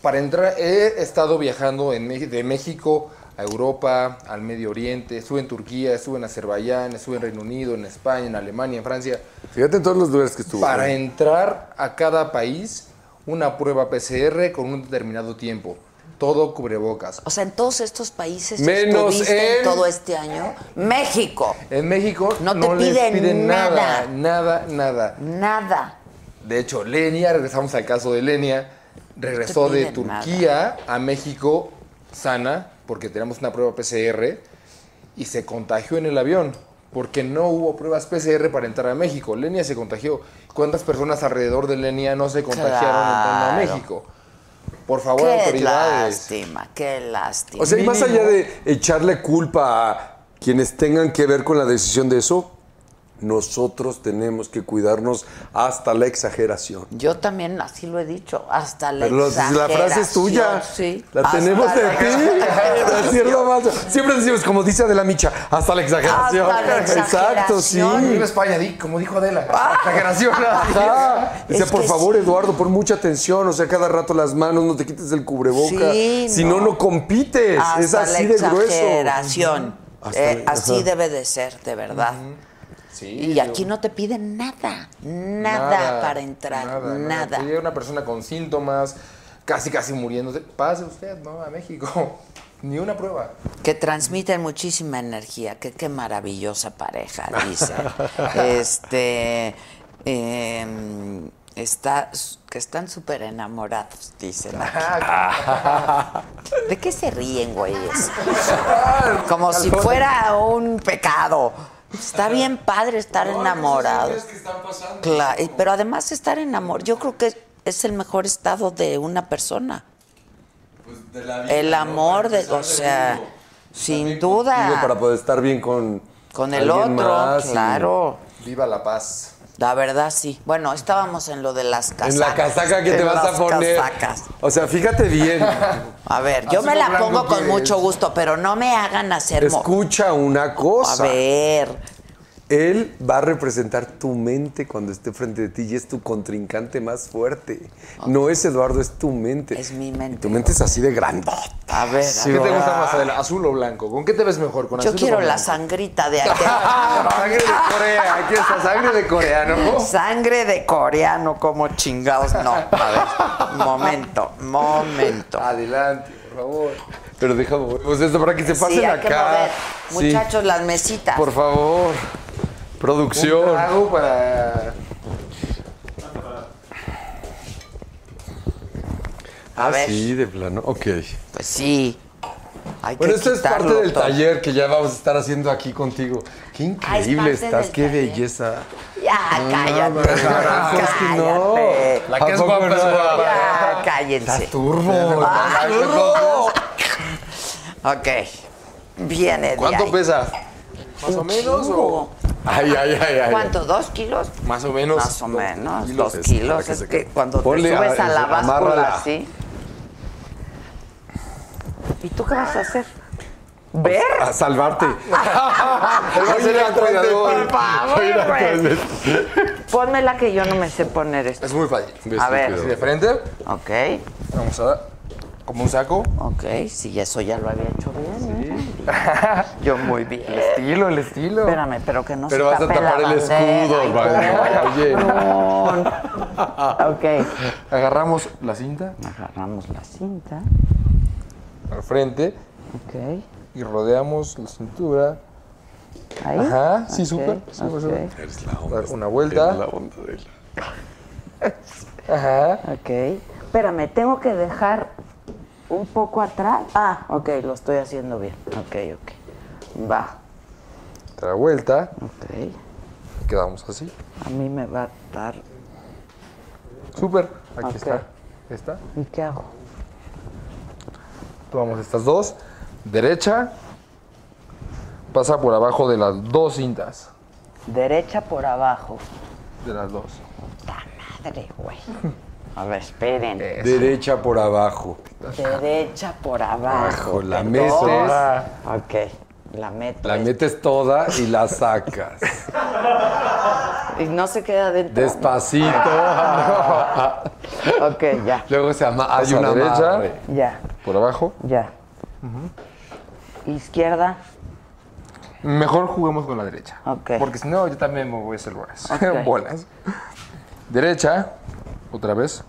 Speaker 7: para entrar, he estado viajando en, Mex- de México a Europa, al Medio Oriente, estuve en Turquía, estuve en Azerbaiyán, estuve en Reino Unido, en España, en Alemania, en Francia.
Speaker 6: Fíjate en todos los lugares que ¿eh? estuvo.
Speaker 7: Para entrar a cada país, una prueba PCR con un determinado tiempo. Todo cubrebocas.
Speaker 2: O sea, en todos estos países
Speaker 7: Menos
Speaker 2: estuviste
Speaker 7: en-
Speaker 2: todo este año. México.
Speaker 7: En México no,
Speaker 2: te
Speaker 7: les
Speaker 2: piden
Speaker 7: piden
Speaker 2: nada.
Speaker 7: nada, nada, nada.
Speaker 2: Nada.
Speaker 7: De hecho, Lenia, regresamos al caso de Lenia, regresó
Speaker 2: No te
Speaker 7: de
Speaker 2: piden
Speaker 7: Turquía a México sana porque tenemos una prueba PCR y se contagió en el avión porque no hubo pruebas PCR para entrar a México. Lenia se contagió. ¿Cuántas personas alrededor de Lenia no se contagiaron entrando a
Speaker 2: Claro.
Speaker 7: México? Por favor,
Speaker 2: qué
Speaker 7: autoridades.
Speaker 2: lástima, qué lástima.
Speaker 6: Ah, O sea, y más allá de echarle culpa a quienes tengan que ver con la decisión de eso, Nosotros tenemos que cuidarnos hasta la exageración.
Speaker 2: Yo también así lo he dicho, hasta la
Speaker 6: Pero la- la frase es tuya.
Speaker 2: exageración, Sí.
Speaker 6: La
Speaker 2: Hasta
Speaker 6: tenemos de
Speaker 2: la
Speaker 6: ti.
Speaker 2: exageración.
Speaker 6: Así es lo más. Siempre decimos, como dice Adela Micha, hasta la exageración.
Speaker 2: Hasta la
Speaker 6: Exacto, sí.
Speaker 2: exageración.
Speaker 11: Viva España, di, como dijo Adela. Exageración.
Speaker 6: Ajá. Dice, por favor, Eduardo, pon mucha atención. O sea, cada rato las manos, no te quites el cubreboca.
Speaker 2: Sí,
Speaker 6: si no,
Speaker 2: no.
Speaker 6: no compites.
Speaker 2: Hasta
Speaker 6: es así
Speaker 2: la
Speaker 6: de grueso.
Speaker 2: exageración.
Speaker 6: Hasta
Speaker 2: Eh,
Speaker 6: la-
Speaker 2: así
Speaker 6: ajá.
Speaker 2: debe de ser, de verdad. y aquí no te piden nada, nada, para entrar, nada.
Speaker 12: Si llega una persona con síntomas, casi casi muriéndose, pase usted, ¿no? A México. Ni una prueba.
Speaker 2: Que transmiten muchísima energía, que qué maravillosa pareja, dice. este, em, está, que están súper enamorados, dicen aquí. ¿De qué se ríen, güeyes? Como si fuera un pecado. Está bien padre estar enamorado. Claro, y- pero además estar enamorado, yo creo que es el mejor estado de una persona. El amor, de, o sea, sin
Speaker 6: Digo,
Speaker 2: duda.
Speaker 6: para poder estar bien con,
Speaker 2: Con el
Speaker 6: alguien
Speaker 2: otro,
Speaker 6: más y-
Speaker 2: claro.
Speaker 12: Viva la paz.
Speaker 2: La verdad, sí. Bueno, estábamos en lo de las casacas.
Speaker 6: En la casaca que te
Speaker 2: En
Speaker 6: vas a
Speaker 2: las
Speaker 6: poner.
Speaker 2: casacas.
Speaker 6: O sea, fíjate bien.
Speaker 2: A ver, yo me la pongo con mucho gusto, pero no me hagan hacer... mo-
Speaker 6: Escucha una cosa.
Speaker 2: A ver.
Speaker 6: Él va a representar tu mente cuando esté frente de ti y es tu contrincante más fuerte. No es Eduardo, es tu mente. Es mi mente. Tu mente es así de grandota.
Speaker 2: A ver, a
Speaker 12: ¿Qué
Speaker 2: ver.
Speaker 12: te gusta más, Adela? ¿Azul o blanco? ¿Con qué te ves mejor? ¿Con
Speaker 2: Yo
Speaker 12: azul o
Speaker 2: quiero
Speaker 12: con
Speaker 2: la
Speaker 12: blanco? Ah,
Speaker 2: sangrita de aquel.
Speaker 12: Sangre de Corea. Aquí está, sangre de coreano.
Speaker 2: Sangre de coreano, como chingados. No, a ver, momento, momento.
Speaker 6: Ah,
Speaker 12: Adelante, por favor.
Speaker 6: Pero déjame, pues esto para que se pasen
Speaker 2: Sí, hay que
Speaker 6: acá.
Speaker 2: mover.
Speaker 6: Sí,
Speaker 2: Muchachos, las mesitas.
Speaker 6: por favor. Producción.
Speaker 12: Un trago para.
Speaker 2: A ver.
Speaker 6: Sí, de plano. Ok.
Speaker 2: Pues sí. Hay
Speaker 6: Bueno,
Speaker 2: que
Speaker 6: esto es parte
Speaker 2: quitarlo
Speaker 6: del
Speaker 2: todo.
Speaker 6: taller que ya vamos a estar haciendo aquí contigo. Qué
Speaker 2: Ah, es
Speaker 6: increíble
Speaker 2: parte
Speaker 6: estás,
Speaker 2: del
Speaker 6: qué
Speaker 2: taller.
Speaker 6: belleza.
Speaker 2: Ya,
Speaker 6: Ah,
Speaker 2: cállate.
Speaker 6: carajo, es que no.
Speaker 2: cállate.
Speaker 6: La que es guapa es guapa.
Speaker 2: Ya, cállense.
Speaker 6: Estás turbo.
Speaker 2: Ah, turbo. Ok. Viene
Speaker 12: ¿Cuánto
Speaker 2: de ahí.
Speaker 12: pesa? ¿Más o menos? O...
Speaker 6: Ay, ay, ay, ay.
Speaker 2: ¿Cuánto? ¿Dos kilos?
Speaker 12: Más o menos.
Speaker 2: Más o menos,
Speaker 12: kilos.
Speaker 2: dos kilos. Es que cuando te
Speaker 6: Ponle a-
Speaker 2: subes a la
Speaker 6: amárrala.
Speaker 2: báscula así. ¿Y tú qué vas a hacer? ¿Ver?
Speaker 6: A salvarte.
Speaker 12: va a ser el cuidador.
Speaker 2: Por favor,
Speaker 6: pues,
Speaker 2: güey. Pónmela que yo no me sé poner esto.
Speaker 12: Es muy fácil.
Speaker 2: A
Speaker 12: Así
Speaker 2: ver.
Speaker 12: de frente,
Speaker 2: Ok,
Speaker 12: vamos a dar como un saco.
Speaker 2: ok. Sí, eso ya lo había hecho bien. ¿eh? Yo muy bien.
Speaker 12: Estilo, el estilo.
Speaker 2: Espérame, pero que no
Speaker 6: Pero
Speaker 2: se
Speaker 6: vas a
Speaker 2: tape
Speaker 6: tapar
Speaker 2: la
Speaker 6: el
Speaker 2: bandera.
Speaker 6: escudo,
Speaker 2: Ay,
Speaker 6: vaya, oye.
Speaker 2: Ok.
Speaker 12: Agarramos la cinta
Speaker 2: Agarramos la cinta.
Speaker 12: al frente
Speaker 2: Ok.
Speaker 12: y rodeamos la cintura.
Speaker 2: Ahí.
Speaker 12: Ajá, sí,
Speaker 2: Ok,
Speaker 12: súper. sí,
Speaker 2: ok,
Speaker 12: súper.
Speaker 6: Eres la
Speaker 12: Dar una vuelta.
Speaker 6: onda de él.
Speaker 12: Ajá.
Speaker 2: Ok. Espérame, tengo que dejar un poco atrás. Ah, ok, lo estoy haciendo bien. Ok, ok. Va.
Speaker 12: Otra vuelta.
Speaker 2: Ok.
Speaker 12: Quedamos así.
Speaker 2: A mí me va a dar.
Speaker 12: Súper. Aquí
Speaker 2: Ok.
Speaker 12: está. Esta.
Speaker 2: ¿Y qué hago?
Speaker 12: Tomamos estas dos. Derecha. Pasa por abajo de las dos cintas.
Speaker 2: Derecha por abajo.
Speaker 12: De las dos.
Speaker 2: Madre, güey. A ver, esperen.
Speaker 12: Eh,
Speaker 6: Derecha por abajo.
Speaker 2: Derecha por abajo.
Speaker 6: Abajo, la
Speaker 2: Dos.
Speaker 6: metes.
Speaker 2: Ok, la meto.
Speaker 6: La metes toda y la sacas.
Speaker 2: Y no se queda dentro.
Speaker 6: Despacito.
Speaker 2: Ok, ya,
Speaker 6: Luego se ama. Hay
Speaker 12: Pasa
Speaker 6: una
Speaker 12: derecha.
Speaker 6: amarre.
Speaker 2: ya,
Speaker 12: Por abajo.
Speaker 2: ya. Izquierda.
Speaker 12: Mejor juguemos con la derecha.
Speaker 2: Ok.
Speaker 12: Porque si no, yo también me voy a hacer bolas.
Speaker 2: Ok.
Speaker 12: bolas. Derecha. Otra vez.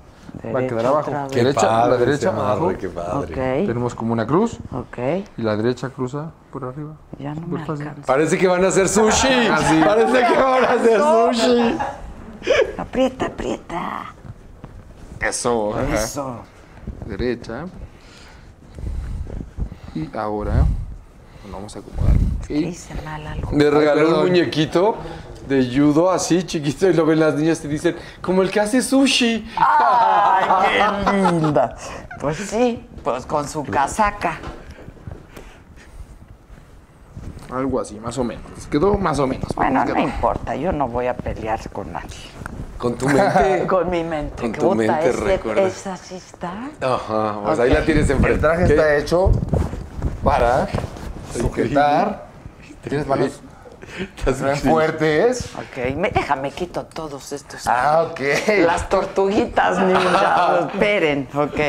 Speaker 12: Va a
Speaker 2: Derecha,
Speaker 12: quedar abajo.
Speaker 2: otra vez.
Speaker 12: Derecha, la
Speaker 6: Padre,
Speaker 12: derecha,
Speaker 6: ese amarre,
Speaker 12: abajo.
Speaker 6: qué padre.
Speaker 2: Ok,
Speaker 12: Tenemos como una cruz.
Speaker 2: ok.
Speaker 12: Y la derecha cruza por arriba.
Speaker 2: Ya no me
Speaker 12: Súper Pues fácil.
Speaker 2: alcanza.
Speaker 6: Parece que van a hacer sushi.
Speaker 7: Ah,
Speaker 6: Parece que van a hacer sushi.
Speaker 2: Aprieta, aprieta.
Speaker 12: Eso. ajá.
Speaker 2: Eso.
Speaker 12: Derecha. Y ahora nos vamos a acomodar. Y
Speaker 2: Hice mal algo.
Speaker 6: Me regaló
Speaker 12: perdón.
Speaker 6: un muñequito de judo así chiquito y lo ven las niñas y dicen, como el que hace sushi.
Speaker 2: Ay, qué linda. Pues sí, pues con su casaca.
Speaker 7: Algo así, más o menos. Quedó más o menos.
Speaker 2: Bueno,
Speaker 7: Quedó.
Speaker 2: no importa, yo no voy a pelear con nadie.
Speaker 6: Con tu mente.
Speaker 2: Con mi mente.
Speaker 6: Con
Speaker 2: que
Speaker 6: tu
Speaker 2: puta,
Speaker 6: mente
Speaker 2: ese-
Speaker 6: recuerdas.
Speaker 2: Esa sí está.
Speaker 6: Ajá, o sea, ahí
Speaker 2: Ok.
Speaker 6: la tienes enfrente.
Speaker 7: El traje está hecho para sujetar. Tienes manos bien fuertes.
Speaker 2: Ok, me, déjame quito todos estos.
Speaker 7: Ah, ok.
Speaker 2: Las tortuguitas
Speaker 6: Ah.
Speaker 2: ninja. Esperen, ok.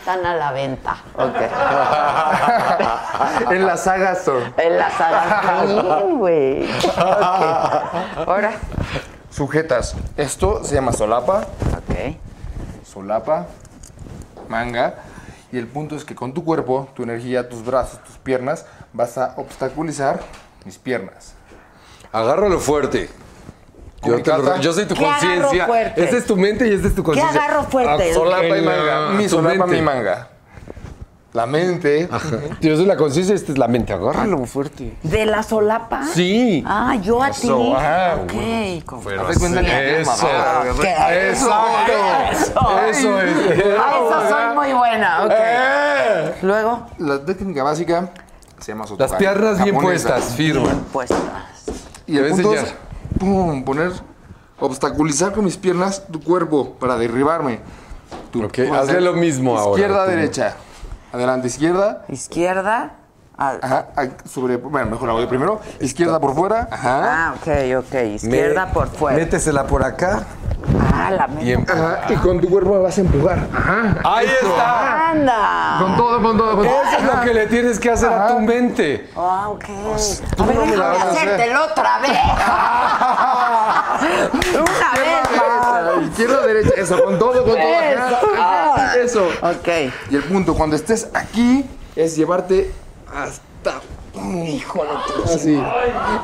Speaker 2: Están a la venta. Ok.
Speaker 7: en la saga son.
Speaker 2: En la sala. Bien, güey. Ok. Ahora.
Speaker 7: Sujetas. Esto se llama solapa.
Speaker 2: Ok.
Speaker 7: Solapa, manga. Y el punto es que con tu cuerpo, tu energía, tus brazos, tus piernas, vas a obstaculizar mis piernas.
Speaker 6: Agárralo fuerte. Yo, te lo-
Speaker 7: Complicada.
Speaker 6: yo soy tu
Speaker 7: ¿Qué agarro
Speaker 6: conciencia.
Speaker 7: fuerte?
Speaker 6: Esta es tu mente y esta es tu
Speaker 7: ¿Qué
Speaker 6: conciencia.
Speaker 7: agarro fuerte?
Speaker 6: Ah, Solapa y
Speaker 7: En la-
Speaker 6: manga.
Speaker 7: mi
Speaker 6: Tu
Speaker 7: solapa,
Speaker 6: mente.
Speaker 7: mi manga. La mente.
Speaker 6: Yo soy la conciencia y esta es la mente. Agárralo fuerte.
Speaker 2: ¿De la solapa?
Speaker 6: Sí.
Speaker 2: Ah, yo a
Speaker 6: Eso,
Speaker 2: ti.
Speaker 6: ajá,
Speaker 2: ok.
Speaker 6: Pero
Speaker 7: Hazte cuenta que-
Speaker 6: eso.
Speaker 7: Ah, ok.
Speaker 6: Exacto.
Speaker 7: Ah,
Speaker 6: Eso es.
Speaker 2: Ah, eso soy muy buena. Ok.
Speaker 7: Eh.
Speaker 2: Luego.
Speaker 7: La técnica básica se llama sotokai.
Speaker 6: Las piernas bien
Speaker 7: japonesa.
Speaker 6: puestas, firma.
Speaker 7: Y
Speaker 6: Te
Speaker 7: el
Speaker 6: voy a
Speaker 7: punto es,
Speaker 6: enseñar.
Speaker 7: pum, poner, obstaculizar con mis piernas tu cuerpo para derribarme. Tú
Speaker 6: Ok,
Speaker 7: vas a
Speaker 6: hazle
Speaker 7: hacer
Speaker 6: lo mismo ahora,
Speaker 7: Izquierda,
Speaker 6: tú.
Speaker 7: derecha. Adelante, izquierda.
Speaker 2: Izquierda. al-
Speaker 7: Ajá, a- sobre, bueno, mejor la voy primero. Izquierda por fuera. Ajá.
Speaker 2: Ah, ok, ok. Izquierda
Speaker 6: Me-
Speaker 2: por fuera.
Speaker 6: Métesela por acá.
Speaker 2: Ah, la
Speaker 6: Y
Speaker 2: mierda.
Speaker 6: en-
Speaker 7: Ajá, y con tu cuerpo me vas a empujar. Ajá.
Speaker 6: Ahí está.
Speaker 2: Anda.
Speaker 7: Con todo, con todo, con todo.
Speaker 6: Eso es lo que le tienes que hacer a tu mente.
Speaker 2: Ah, ok.
Speaker 7: tú
Speaker 2: a ver,
Speaker 7: no me la
Speaker 2: déjame
Speaker 7: vas a hacer.
Speaker 2: hacértelo otra vez. Una vez más.
Speaker 7: Izquierda, Izquierda, derecha, eso, con todo, con todo. Ajá,
Speaker 2: Eso.
Speaker 7: ajá, Eso.
Speaker 2: Ok.
Speaker 7: Y el punto, cuando estés aquí, es llevarte hasta. Híjole, así.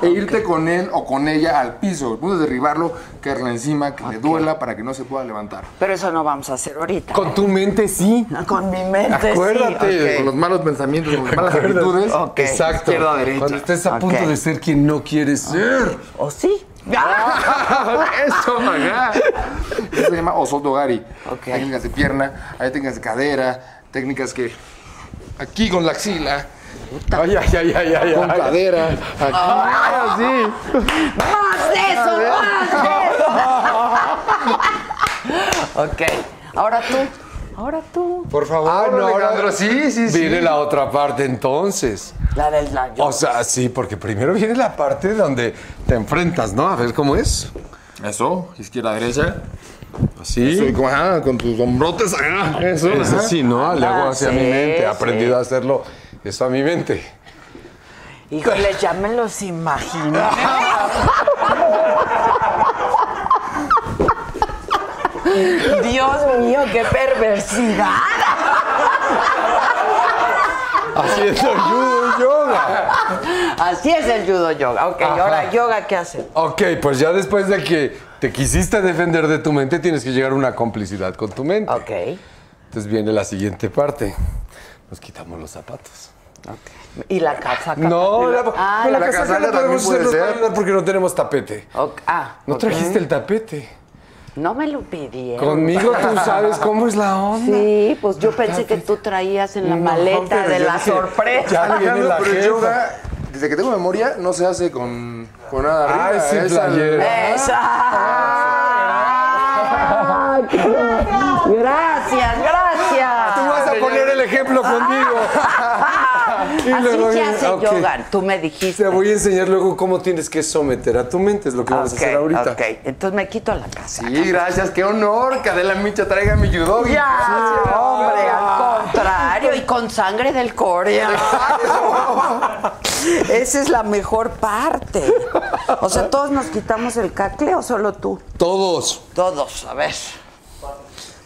Speaker 7: E irte con él o con ella al piso. El punto es derribarlo, caerle encima, que le duela para que no se pueda levantar.
Speaker 2: Pero eso no vamos a hacer ahorita.
Speaker 6: Con tu mente sí.
Speaker 2: Con mi mente.
Speaker 6: Acuérdate.
Speaker 2: sí, ok.
Speaker 7: Con los malos pensamientos, con las malas actitudes.
Speaker 2: Ok.
Speaker 6: Exacto.
Speaker 7: Izquierda, derecha.
Speaker 6: Cuando estés a punto
Speaker 2: Ok.
Speaker 6: de ser quien no quieres ser.
Speaker 2: ¿O sí? Ah,
Speaker 7: Eso, ajá. Eso se llama osotogari.
Speaker 2: Ok.
Speaker 7: Hay técnicas de pierna, hay técnicas de cadera, técnicas que. Aquí con la axila,
Speaker 6: Ay, ay, ay, ay, ay.
Speaker 7: con
Speaker 6: ay.
Speaker 7: cadera, aquí. así.
Speaker 2: ¡Más de pues eso! ¡Más de eso! ok. Ahora tú. Ahora tú.
Speaker 7: Por favor,
Speaker 6: Ah, no, ahora-
Speaker 7: Alejandro, sí, sí, sí.
Speaker 6: Viene la otra parte entonces.
Speaker 2: La del la, yo-
Speaker 6: O sea, sí, porque primero viene la parte donde te enfrentas, ¿no? A ver cómo es.
Speaker 7: Eso, izquierda, derecha. Soy
Speaker 6: Así.
Speaker 7: como, ajá, con tus hombrotes, ajá, eso.
Speaker 6: Es
Speaker 7: ajá.
Speaker 6: así, ¿no? Le hago
Speaker 2: Ah,
Speaker 6: hacia
Speaker 2: sí,
Speaker 6: mi mente. He
Speaker 2: sí.
Speaker 6: aprendido a hacerlo. Eso a mi mente.
Speaker 2: Híjole, ya me los imagino. Dios mío, qué perversidad.
Speaker 6: Haciendo judo y yoga.
Speaker 2: Así es el judo yoga. Ok,
Speaker 6: Ajá.
Speaker 2: ahora yoga, ¿qué hacen?
Speaker 6: Ok, pues ya después de que te quisiste defender de tu mente, tienes que llegar a una complicidad con tu mente.
Speaker 2: Ok,
Speaker 6: Entonces viene la siguiente parte. Nos quitamos los zapatos.
Speaker 2: ok. ¿Y la casaca?
Speaker 6: No, la,
Speaker 2: ah,
Speaker 6: con la,
Speaker 2: la
Speaker 6: casaca
Speaker 7: casaca
Speaker 6: no podemos
Speaker 7: también puede
Speaker 6: hacer, nos va a
Speaker 7: ser.
Speaker 6: ayudar porque no tenemos tapete.
Speaker 2: ok, ah,
Speaker 6: No
Speaker 2: ok.
Speaker 6: trajiste el tapete.
Speaker 2: No me lo pidieron.
Speaker 6: Conmigo tú sabes cómo es la onda.
Speaker 2: Sí, pues yo pensé que tú traías en la
Speaker 6: No,
Speaker 2: maleta
Speaker 6: pero
Speaker 2: de
Speaker 6: yo
Speaker 2: la
Speaker 6: pues dije,
Speaker 2: sorpresa.
Speaker 6: ya viene la
Speaker 7: Alejandro, pero el
Speaker 6: jefa.
Speaker 7: yoga, desde que tengo memoria, no se hace con, con nada arriba.
Speaker 6: Ah, es sin
Speaker 7: es al-
Speaker 2: Eh,
Speaker 6: playera.
Speaker 2: ¡Esa! Gracias, gracias.
Speaker 6: Tú vas a poner el ejemplo conmigo. Y
Speaker 2: Ah. Así
Speaker 6: luego
Speaker 2: se
Speaker 6: viene-
Speaker 2: hace
Speaker 6: ok.
Speaker 2: yoga, tú me dijiste.
Speaker 6: Te voy a enseñar luego cómo tienes que someter a tu mente, es lo que vamos a hacer
Speaker 2: Ok,
Speaker 6: ahorita.
Speaker 2: ok, entonces me quito la casa.
Speaker 7: Sí, gracias, qué honor, Cadela Micha, traiga mi judo.
Speaker 2: Ya,
Speaker 7: Sí,
Speaker 2: hombre, al contrario, y con sangre del coreano. Esa es la mejor parte. O sea, ¿todos nos quitamos el cacle o solo tú?
Speaker 6: Todos,
Speaker 2: Todos, a ver.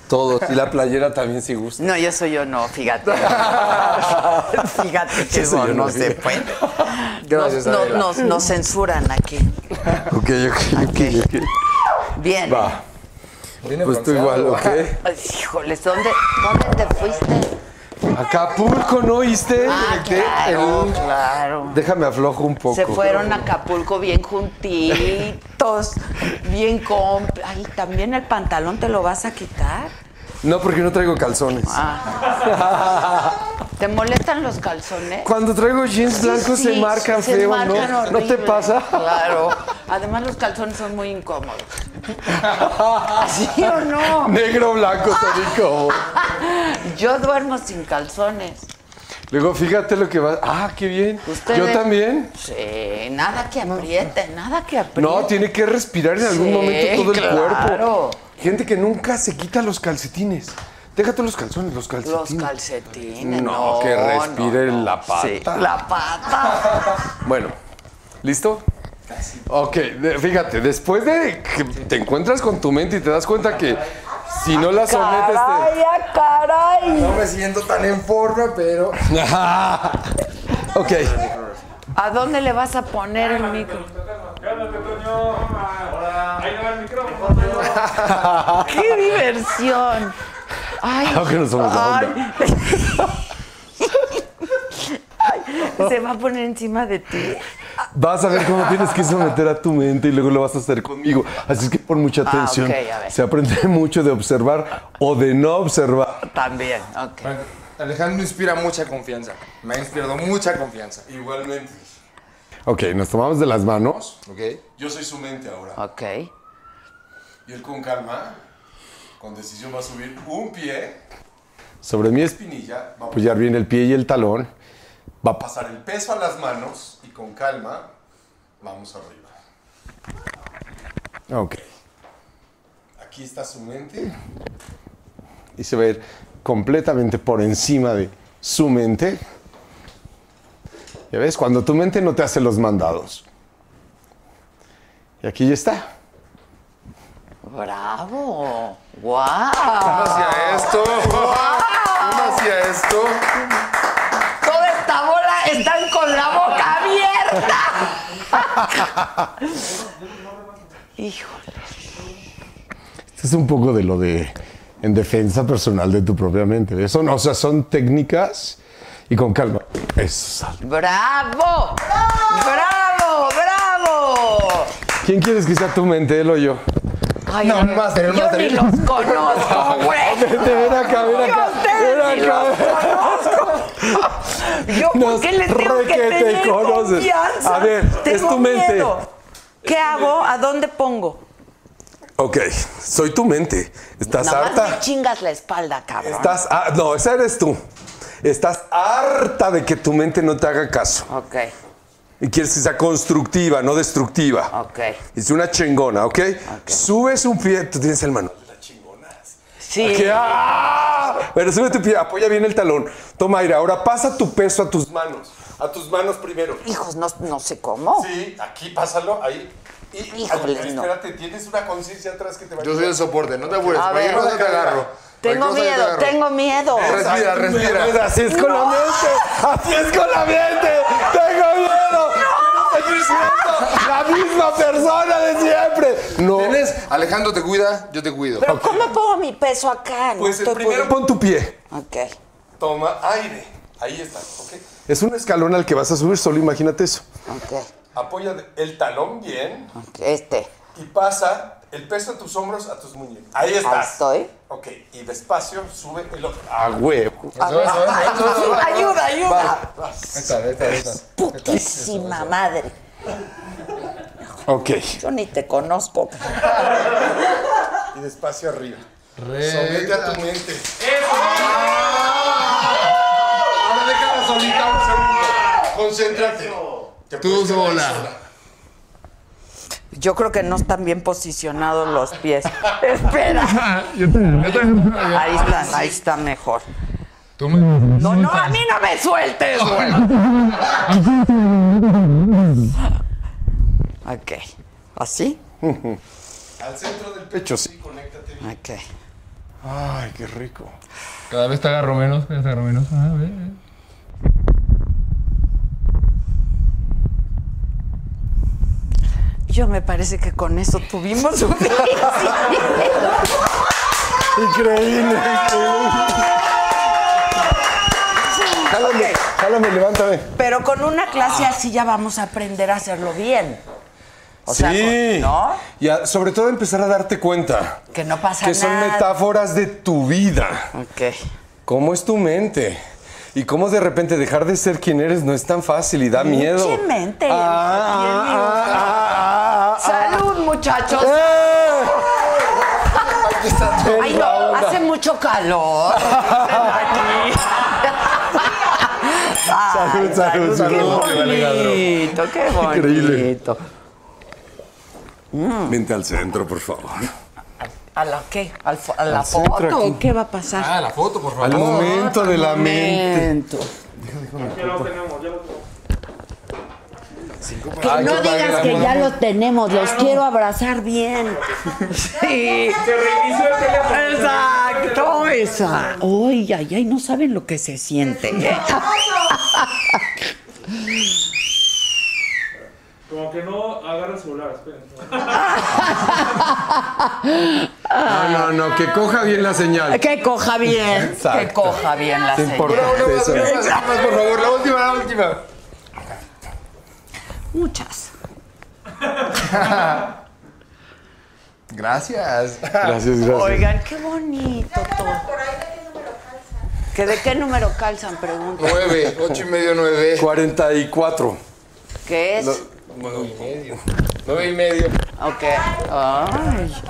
Speaker 6: todos. Y la playera también si gusta.
Speaker 2: No, yo soy yo no, fíjate. fíjate que
Speaker 6: Eso
Speaker 2: eso
Speaker 6: yo
Speaker 2: no
Speaker 6: no
Speaker 2: se
Speaker 6: vi.
Speaker 2: puede.
Speaker 7: Gracias,
Speaker 2: nos, nos,
Speaker 7: Adela.
Speaker 2: nos- nos censuran aquí.
Speaker 6: Ok, ok, ok, ok.
Speaker 2: Bien.
Speaker 6: Va,
Speaker 7: Viene
Speaker 6: pues tú igual,
Speaker 7: bronceado.
Speaker 6: ok.
Speaker 2: Ay, Híjoles, ¿dónde, ¿dónde te fuiste?
Speaker 6: Acapulco, ¿no oíste?
Speaker 2: Ah,
Speaker 6: De-
Speaker 2: claro,
Speaker 6: el-
Speaker 2: claro.
Speaker 6: Déjame aflojo un poco.
Speaker 2: Se fueron a Acapulco bien juntitos, bien con... Ay, ¿también el pantalón te lo vas a quitar?
Speaker 6: No, porque no traigo calzones.
Speaker 2: Ah. ¿Te molestan los calzones?
Speaker 6: Cuando traigo jeans blancos se marcan
Speaker 2: se
Speaker 6: feo,
Speaker 2: marcan
Speaker 6: ¿no? ¿No te
Speaker 2: horrible,
Speaker 6: pasa?
Speaker 2: Claro. Además, los calzones son muy incómodos. ¿Así o no? Ah.
Speaker 6: Negro, blanco, tonico.
Speaker 2: Yo duermo sin calzones.
Speaker 6: Luego, fíjate lo que va. Ah, qué bien. Yo
Speaker 2: Ustedes-
Speaker 6: también.
Speaker 2: Sí, nada que apriete, nada que apriete.
Speaker 6: No, tiene que respirar en algún
Speaker 2: Sí,
Speaker 6: momento todo el
Speaker 2: claro.
Speaker 6: cuerpo. Gente que nunca se quita los calcetines. Déjate los calzones, los calcetines.
Speaker 2: Los calcetines.
Speaker 6: No,
Speaker 2: No,
Speaker 6: que respire la pata.
Speaker 2: Sí, la pata.
Speaker 6: Bueno, ¿listo? Ok, de- fíjate, después de que te encuentras con tu mente y te das cuenta que si no la sometes te...
Speaker 2: ¡Caray, ah, caray!
Speaker 13: No me siento tan en forma, pero.
Speaker 6: ok,
Speaker 2: ¿A dónde le vas a poner el micro? ¡Qué diversión! Ay,
Speaker 6: Claro que no somos la onda.
Speaker 2: ay, se va a poner encima de ti.
Speaker 6: vas a ver cómo tienes que someter a tu mente y luego lo vas a hacer conmigo. Así es que pon mucha
Speaker 2: Ah,
Speaker 6: atención.
Speaker 2: ok, a ver.
Speaker 6: Se aprende mucho de observar o de no observar.
Speaker 2: También, ok.
Speaker 13: Alejandro inspira mucha confianza. Me ha inspirado mucha confianza.
Speaker 6: Igualmente. Ok, nos tomamos de las manos.
Speaker 13: ¿Ok?
Speaker 6: Yo soy su mente ahora.
Speaker 2: Ok.
Speaker 6: Y él con calma, con decisión va a subir un pie. Sobre mi espinilla, va a apoyar bien el pie y el talón. Va a pasar el peso a las manos y con calma vamos arriba. Ok. Aquí está su mente. Y se va a ir completamente por encima de su mente. Ya ves, cuando tu mente no te hace los mandados. Y aquí ya está.
Speaker 2: ¡Bravo! ¡Guau!
Speaker 13: Hacia esto. Uno hacia esto.
Speaker 2: Toda esta bola están con la boca abierta. Híjole.
Speaker 6: Este es un poco de lo de en defensa personal de tu propia mente. Eso no, o sea, son técnicas y con calma. Eso. sale.
Speaker 2: ¡Bravo! ¡Bravo! ¡Bravo!
Speaker 6: ¿Quién quieres que sea tu mente, él o yo?
Speaker 2: Ay,
Speaker 13: No,
Speaker 2: a ver,
Speaker 13: máster,
Speaker 2: yo
Speaker 13: máster.
Speaker 2: ni los conozco, güey.
Speaker 6: Vente, ven acá, ven
Speaker 2: Yo a
Speaker 6: acá.
Speaker 2: ustedes ni
Speaker 6: Ven
Speaker 2: los
Speaker 6: acá.
Speaker 2: conozco. Yo por
Speaker 6: Nos
Speaker 2: qué les tengo que
Speaker 6: requete
Speaker 2: tener
Speaker 6: conoces.
Speaker 2: confianza.
Speaker 6: A ver, es
Speaker 2: Tengo
Speaker 6: tu mente.
Speaker 2: miedo. ¿Qué hago? ¿A dónde pongo?
Speaker 7: Ok, soy tu mente. ¿Estás
Speaker 2: Nada más me
Speaker 7: harta?
Speaker 2: chingas la espalda, cabrón.
Speaker 7: Estás. ah, no, esa eres tú. Estás harta de que tu mente no te haga caso.
Speaker 2: Ok,
Speaker 7: Y quieres que sea constructiva, no destructiva.
Speaker 2: ok.
Speaker 7: Es una chingona, ¿ok? Subes un pie, tú tienes el mano.
Speaker 2: Sí.
Speaker 7: Que, ¡ah! Pero sube tu pie, apoya bien el talón. Toma aire, ahora pasa tu peso a tus manos. A tus manos primero.
Speaker 2: Hijos, no, no sé cómo.
Speaker 7: Sí, aquí pásalo, ahí. Y, y-
Speaker 2: Híjole,
Speaker 7: ay,
Speaker 2: no.
Speaker 7: espérate, tienes una conciencia atrás que te va a
Speaker 14: Yo soy el soporte, no te
Speaker 7: pues,
Speaker 14: apures.
Speaker 2: A
Speaker 14: Cualquier
Speaker 2: ver.
Speaker 14: cosa te agarro.
Speaker 2: Tengo
Speaker 14: Cualquier cosa
Speaker 2: miedo,
Speaker 14: yo te agarro.
Speaker 2: tengo miedo.
Speaker 14: Respira, respira.
Speaker 7: Pues así es con la mente. Así es con la mente. Tengo miedo. Quiero seguir siendo la misma persona de siempre. No.
Speaker 14: ¿Tienes? Alejandro te cuida, yo te cuido.
Speaker 2: Pero ¿cómo pongo mi peso acá? No
Speaker 7: Pues el
Speaker 2: estoy
Speaker 7: primero
Speaker 2: pudiendo.
Speaker 7: pon tu pie.
Speaker 2: Ok.
Speaker 7: Toma aire. Ahí está, ¿ok?
Speaker 6: Es un escalón al que vas a subir, solo imagínate eso.
Speaker 2: Ok,
Speaker 7: Apoya el talón bien
Speaker 2: ok, este.
Speaker 7: y pasa el peso de tus hombros a tus muñecos. Ahí
Speaker 2: Ahí
Speaker 7: estás.
Speaker 2: estoy.
Speaker 7: Ok, y despacio sube el otro. A huevo.
Speaker 2: A ver, ayuda, ayuda.
Speaker 13: Esta, esta, esta.
Speaker 2: Putísima madre.
Speaker 6: Ok.
Speaker 2: Yo ni te conozco.
Speaker 7: Y despacio arriba.
Speaker 13: Somete a tu mente.
Speaker 14: Ahora déjala solita un segundo. Concéntrate. Tú sola.
Speaker 2: Yo creo que no están bien posicionados los pies. Espera. Ahí está, ahí está mejor. No, no, a mí no me sueltes, güey. Ok. ¿Así?
Speaker 6: Al centro del pecho, sí, conéctate bien.
Speaker 2: Ok.
Speaker 6: Ay, qué rico.
Speaker 13: Cada vez te agarro menos, cada vez te agarro menos. Ah, ve, ve.
Speaker 2: Yo me parece que con eso tuvimos un
Speaker 6: Increíble, increíble. Jálame, jálame, levántame.
Speaker 2: Pero con una clase así ya vamos a aprender a hacerlo bien. O sea, con- ¿no?
Speaker 7: Y a- sobre todo empezar a darte cuenta
Speaker 2: Que no pasa
Speaker 7: que
Speaker 2: nada.
Speaker 7: son metáforas de tu vida.
Speaker 2: Ok.
Speaker 7: ¿Cómo es tu mente? Y cómo de repente dejar de ser quien eres no es tan fácil y da miedo.
Speaker 2: Pinche mente.
Speaker 7: ah,
Speaker 2: Ah, Salud, muchachos. Ay, no, hace mucho calor. Ay,
Speaker 7: Salud, salud,
Speaker 2: Qué
Speaker 7: salud, Alejandro.
Speaker 2: bonito, qué bonito.
Speaker 7: Increíble. Vente al centro, por favor.
Speaker 2: ¿A la qué? ¿Al fo- ¿A la
Speaker 7: Al centro
Speaker 2: foto?
Speaker 7: aquí.
Speaker 2: ¿O ¿Qué va a pasar?
Speaker 3: Ah, la foto, por favor.
Speaker 7: Al momento de la mente.
Speaker 2: Momento. Que
Speaker 7: Ay,
Speaker 2: no
Speaker 7: qué padre,
Speaker 2: digas que
Speaker 7: amor.
Speaker 2: ya lo tenemos, los quiero abrazar bien. Sí.
Speaker 4: Se reinició el teléfono.
Speaker 2: Exacto, esa. Ay, ay, ay, no saben lo que se siente. ¿eh?
Speaker 4: Como que no agarra el celular, espérense.
Speaker 7: No, no, no, que coja bien la señal.
Speaker 2: Que coja bien, que
Speaker 7: Exacto.
Speaker 2: coja bien la
Speaker 7: Qué
Speaker 2: señal.
Speaker 7: importante eso.
Speaker 8: por favor, la última, la última.
Speaker 2: Muchas.
Speaker 8: Gracias.
Speaker 7: Gracias, gracias.
Speaker 2: Oigan, qué bonito todo. ¿Que de qué número calzan? Pregunto.
Speaker 8: Nueve, ocho y medio, nueve.
Speaker 7: 44.
Speaker 2: ¿Qué es?
Speaker 8: Nueve y medio. Nueve y medio.
Speaker 2: Ok. Ay.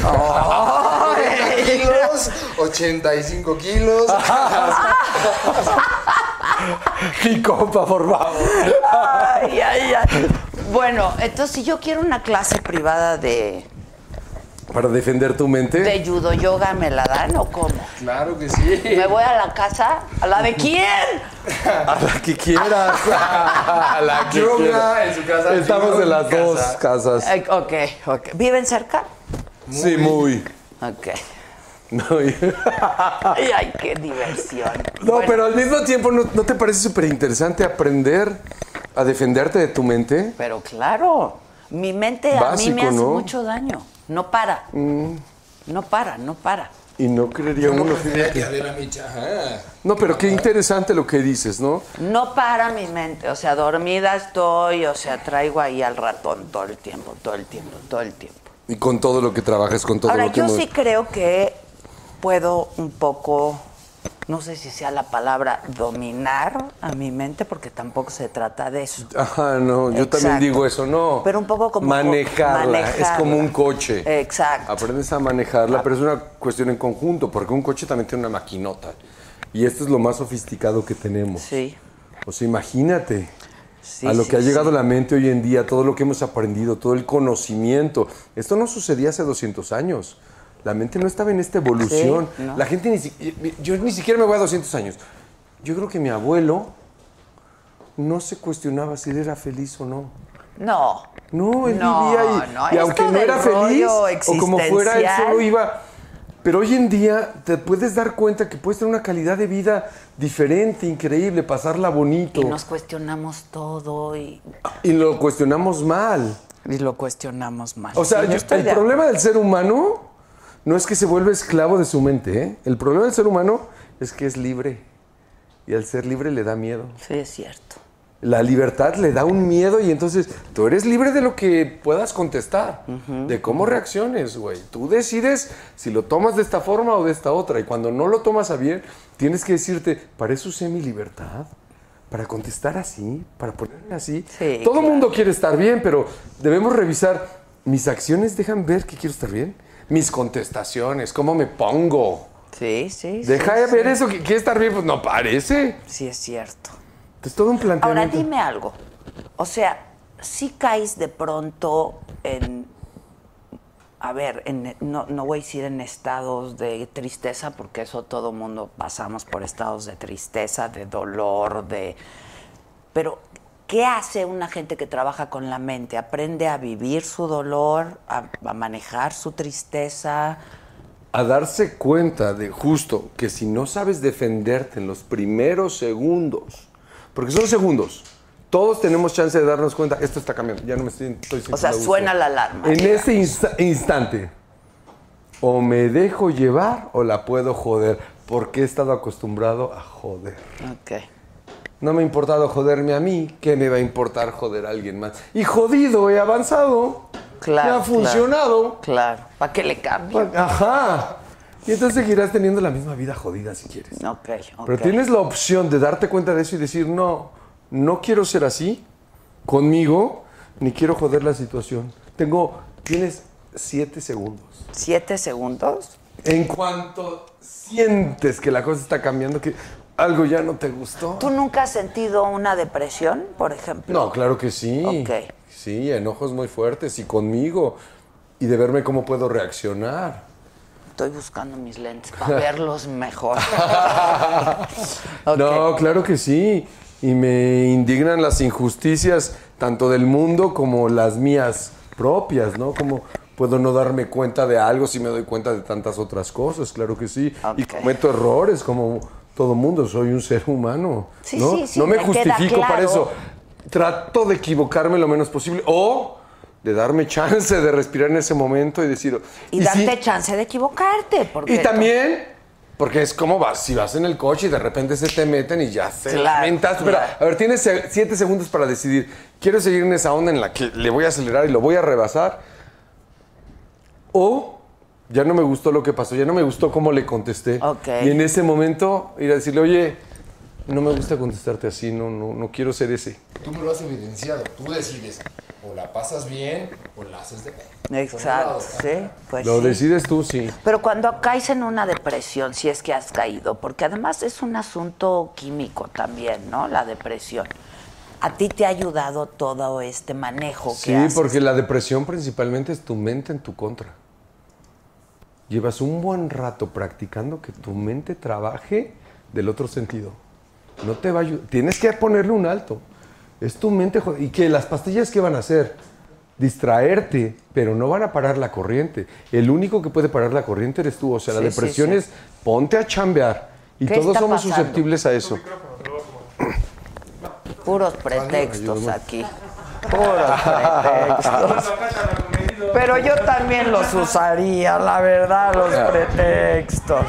Speaker 8: kilos, 85 kilos.
Speaker 7: Mi compa, por favor.
Speaker 2: Ay, ay, ay. Bueno, entonces si yo quiero una clase privada de,
Speaker 7: Para defender tu mente.
Speaker 2: de judo yoga, ¿me la dan o cómo?
Speaker 8: Claro que sí.
Speaker 2: ¿Me voy a la casa? ¿A la de quién?
Speaker 7: A la que quieras. A la que
Speaker 8: Yoga
Speaker 7: quieras.
Speaker 8: en su casa,
Speaker 7: Estamos
Speaker 8: yoga
Speaker 7: en
Speaker 8: en
Speaker 7: las
Speaker 8: mi casa.
Speaker 7: dos casas.
Speaker 2: Eh, ok, ok. ¿Viven cerca?
Speaker 7: sí, muy.
Speaker 2: Ok.
Speaker 7: Muy.
Speaker 2: Ay, ay, qué diversión.
Speaker 7: No,
Speaker 2: Bueno,
Speaker 7: pero al mismo tiempo, ¿no, no te parece súper interesante aprender a defenderte de tu mente?
Speaker 2: Pero claro, mi mente a mí
Speaker 7: Básico,
Speaker 2: me hace
Speaker 7: ¿no? Mm.
Speaker 2: mucho daño. No para. No para, no para.
Speaker 7: Y no creería uno.
Speaker 8: Tendría que abrir a Micha. Ajá.
Speaker 7: No, pero qué interesante lo que dices, ¿no?
Speaker 2: No para mi mente, o sea, dormida estoy, o sea, traigo ahí al ratón todo el tiempo, todo el tiempo, todo el tiempo.
Speaker 7: Y con todo lo que trabajas, con todo
Speaker 2: Ahora,
Speaker 7: lo que...
Speaker 2: yo
Speaker 7: mueves.
Speaker 2: sí creo que puedo un poco, no sé si sea la palabra, dominar a mi mente, porque tampoco se trata de eso.
Speaker 7: Ajá, no, Ah, yo también
Speaker 2: Exacto.
Speaker 7: digo eso, no.
Speaker 2: Pero un poco como-
Speaker 7: Manejarla,
Speaker 2: manejarla.
Speaker 7: es como un coche.
Speaker 2: Exacto.
Speaker 7: Aprendes a manejarla, pero es una cuestión en conjunto, porque un coche también tiene una maquinota. Y esto es lo más sofisticado que tenemos.
Speaker 2: Sí.
Speaker 7: O sea, imagínate
Speaker 2: sí,
Speaker 7: a lo
Speaker 2: sí,
Speaker 7: que ha
Speaker 2: sí.
Speaker 7: llegado la mente hoy en día, todo lo que hemos aprendido, todo el conocimiento. Esto no sucedía hace 200 años. La mente no estaba en esta evolución.
Speaker 2: Sí, ¿no?
Speaker 7: La gente ni siquiera... Yo ni siquiera me voy a 200 años. Yo creo que mi abuelo no se cuestionaba si él era feliz o no.
Speaker 2: No.
Speaker 7: No, él
Speaker 2: No,
Speaker 7: vivía y,
Speaker 2: no,
Speaker 7: y
Speaker 2: esto
Speaker 7: aunque no
Speaker 2: del
Speaker 7: era
Speaker 2: rollo
Speaker 7: feliz, o como fuera, él
Speaker 2: existencial.
Speaker 7: solo iba... Pero hoy en día te puedes dar cuenta que puedes tener una calidad de vida diferente, increíble, pasarla bonito.
Speaker 2: Y nos cuestionamos todo y,
Speaker 7: Y lo cuestionamos mal.
Speaker 2: y lo cuestionamos mal.
Speaker 7: O sea,
Speaker 2: Sí, yo
Speaker 7: yo-
Speaker 2: estoy
Speaker 7: el
Speaker 2: de acuerdo.
Speaker 7: problema del ser humano no es que se vuelve esclavo de su mente. ¿eh? El problema del ser humano es que es libre. Y al ser libre le da miedo.
Speaker 2: Sí, es cierto.
Speaker 7: La libertad le da un miedo y entonces tú eres libre de lo que puedas contestar, de cómo reacciones, güey. Tú decides si lo tomas de esta forma o de esta otra. Y cuando no lo tomas a bien, tienes que decirte, para eso usé mi libertad, para contestar así, para ponerme así.
Speaker 2: Sí,
Speaker 7: Todo
Speaker 2: claro.
Speaker 7: mundo quiere estar bien, pero debemos revisar, mis acciones dejan ver que quiero estar bien, mis contestaciones, cómo me pongo.
Speaker 2: Sí, sí. sí,
Speaker 7: Deja de
Speaker 2: sí,
Speaker 7: ver eso, que quiere estar bien, pues no parece.
Speaker 2: Sí, es cierto.
Speaker 7: Es todo un planteamiento.
Speaker 2: Ahora dime algo. O sea, si caes de pronto en. A ver, en- no, no voy a decir en estados de tristeza, porque eso todo mundo pasamos por estados de tristeza, de dolor, de. Pero, ¿qué hace una gente que trabaja con la mente? ¿Aprende a vivir su dolor, a, a manejar su tristeza?
Speaker 7: a darse cuenta de justo que si no sabes defenderte en los primeros segundos, porque son segundos, todos tenemos chance de darnos cuenta, esto está cambiando, ya no me estoy, estoy sintiendo
Speaker 2: O sea,
Speaker 7: a gusto.
Speaker 2: suena la alarma.
Speaker 7: En ese insta- instante, o me dejo llevar o la puedo joder, porque he estado acostumbrado a joder.
Speaker 2: Ok.
Speaker 7: No me ha importado joderme a mí, ¿qué me va a importar joder a alguien más? Y jodido, he avanzado.
Speaker 2: Claro.
Speaker 7: Me ha funcionado.
Speaker 2: Claro. ¿Para qué le cambio?
Speaker 7: Ajá. Y entonces seguirás teniendo la misma vida jodida si quieres.
Speaker 2: Ok, ok.
Speaker 7: Pero tienes la opción de darte cuenta de eso y decir, no, no quiero ser así conmigo, ni quiero joder la situación. Tengo, tienes siete segundos.
Speaker 2: ¿Siete segundos?
Speaker 7: En cuanto sientes que la cosa está cambiando, que algo ya no te gustó.
Speaker 2: ¿Tú nunca has sentido una depresión, por ejemplo?
Speaker 7: No, claro que sí.
Speaker 2: Ok.
Speaker 7: Sí, enojos muy fuertes y conmigo. Y de verme cómo puedo reaccionar.
Speaker 2: Estoy buscando mis lentes para verlos mejor. Ok.
Speaker 7: No, claro que sí. Y me indignan las injusticias, tanto del mundo como las mías propias, ¿no? Como puedo no darme cuenta de algo si me doy cuenta de tantas otras cosas, claro que sí. Y cometo errores como todo mundo, soy un ser humano.
Speaker 2: Sí,
Speaker 7: ¿no?
Speaker 2: sí, sí,
Speaker 7: no me,
Speaker 2: me queda
Speaker 7: justifico para
Speaker 2: claro.
Speaker 7: eso. Trato de equivocarme lo menos posible o de darme chance de respirar en ese momento y decir...
Speaker 2: Y,
Speaker 7: "Y sí,
Speaker 2: darte chance de equivocarte. Porque
Speaker 7: y también, porque es como vas, si vas en el coche y de repente se te meten y ya se
Speaker 2: Claro,
Speaker 7: lamentaste. Pero,
Speaker 2: claro.
Speaker 7: a ver, tienes se- siete segundos para decidir. Quiero seguir en esa onda en la que le voy a acelerar y lo voy a rebasar. O ya no me gustó lo que pasó, ya no me gustó cómo le contesté. Y en ese momento ir a decirle, oye, no me gusta contestarte así, no, no, no quiero ser ese.
Speaker 8: Tú me lo has evidenciado. Tú decides o la pasas bien o la haces de
Speaker 2: Exacto, sí. Pues
Speaker 7: lo
Speaker 2: sí.
Speaker 7: decides tú, sí.
Speaker 2: Pero cuando caes en una depresión, si es que has caído, porque además es un asunto químico también, ¿no? La depresión. A ti te ha ayudado todo este manejo que
Speaker 7: Sí,
Speaker 2: haces.
Speaker 7: porque la depresión principalmente es tu mente en tu contra. Llevas un buen rato practicando que tu mente trabaje del otro sentido. No te va a ayudar. Tienes que ponerle un alto. Es tu mente. jod- Y que las pastillas que van a hacer, distraerte, pero no van a parar la corriente. El único que puede parar la corriente eres tú. O sea, la
Speaker 2: Sí, sí,
Speaker 7: depresión
Speaker 2: sí.
Speaker 7: es ponte a chambear. Y
Speaker 2: ¿Qué
Speaker 7: todos
Speaker 2: está
Speaker 7: somos
Speaker 2: pasando?
Speaker 7: susceptibles a eso.
Speaker 2: Puros pretextos aquí. Puros pretextos. Pero yo también los usaría, la verdad, los pretextos.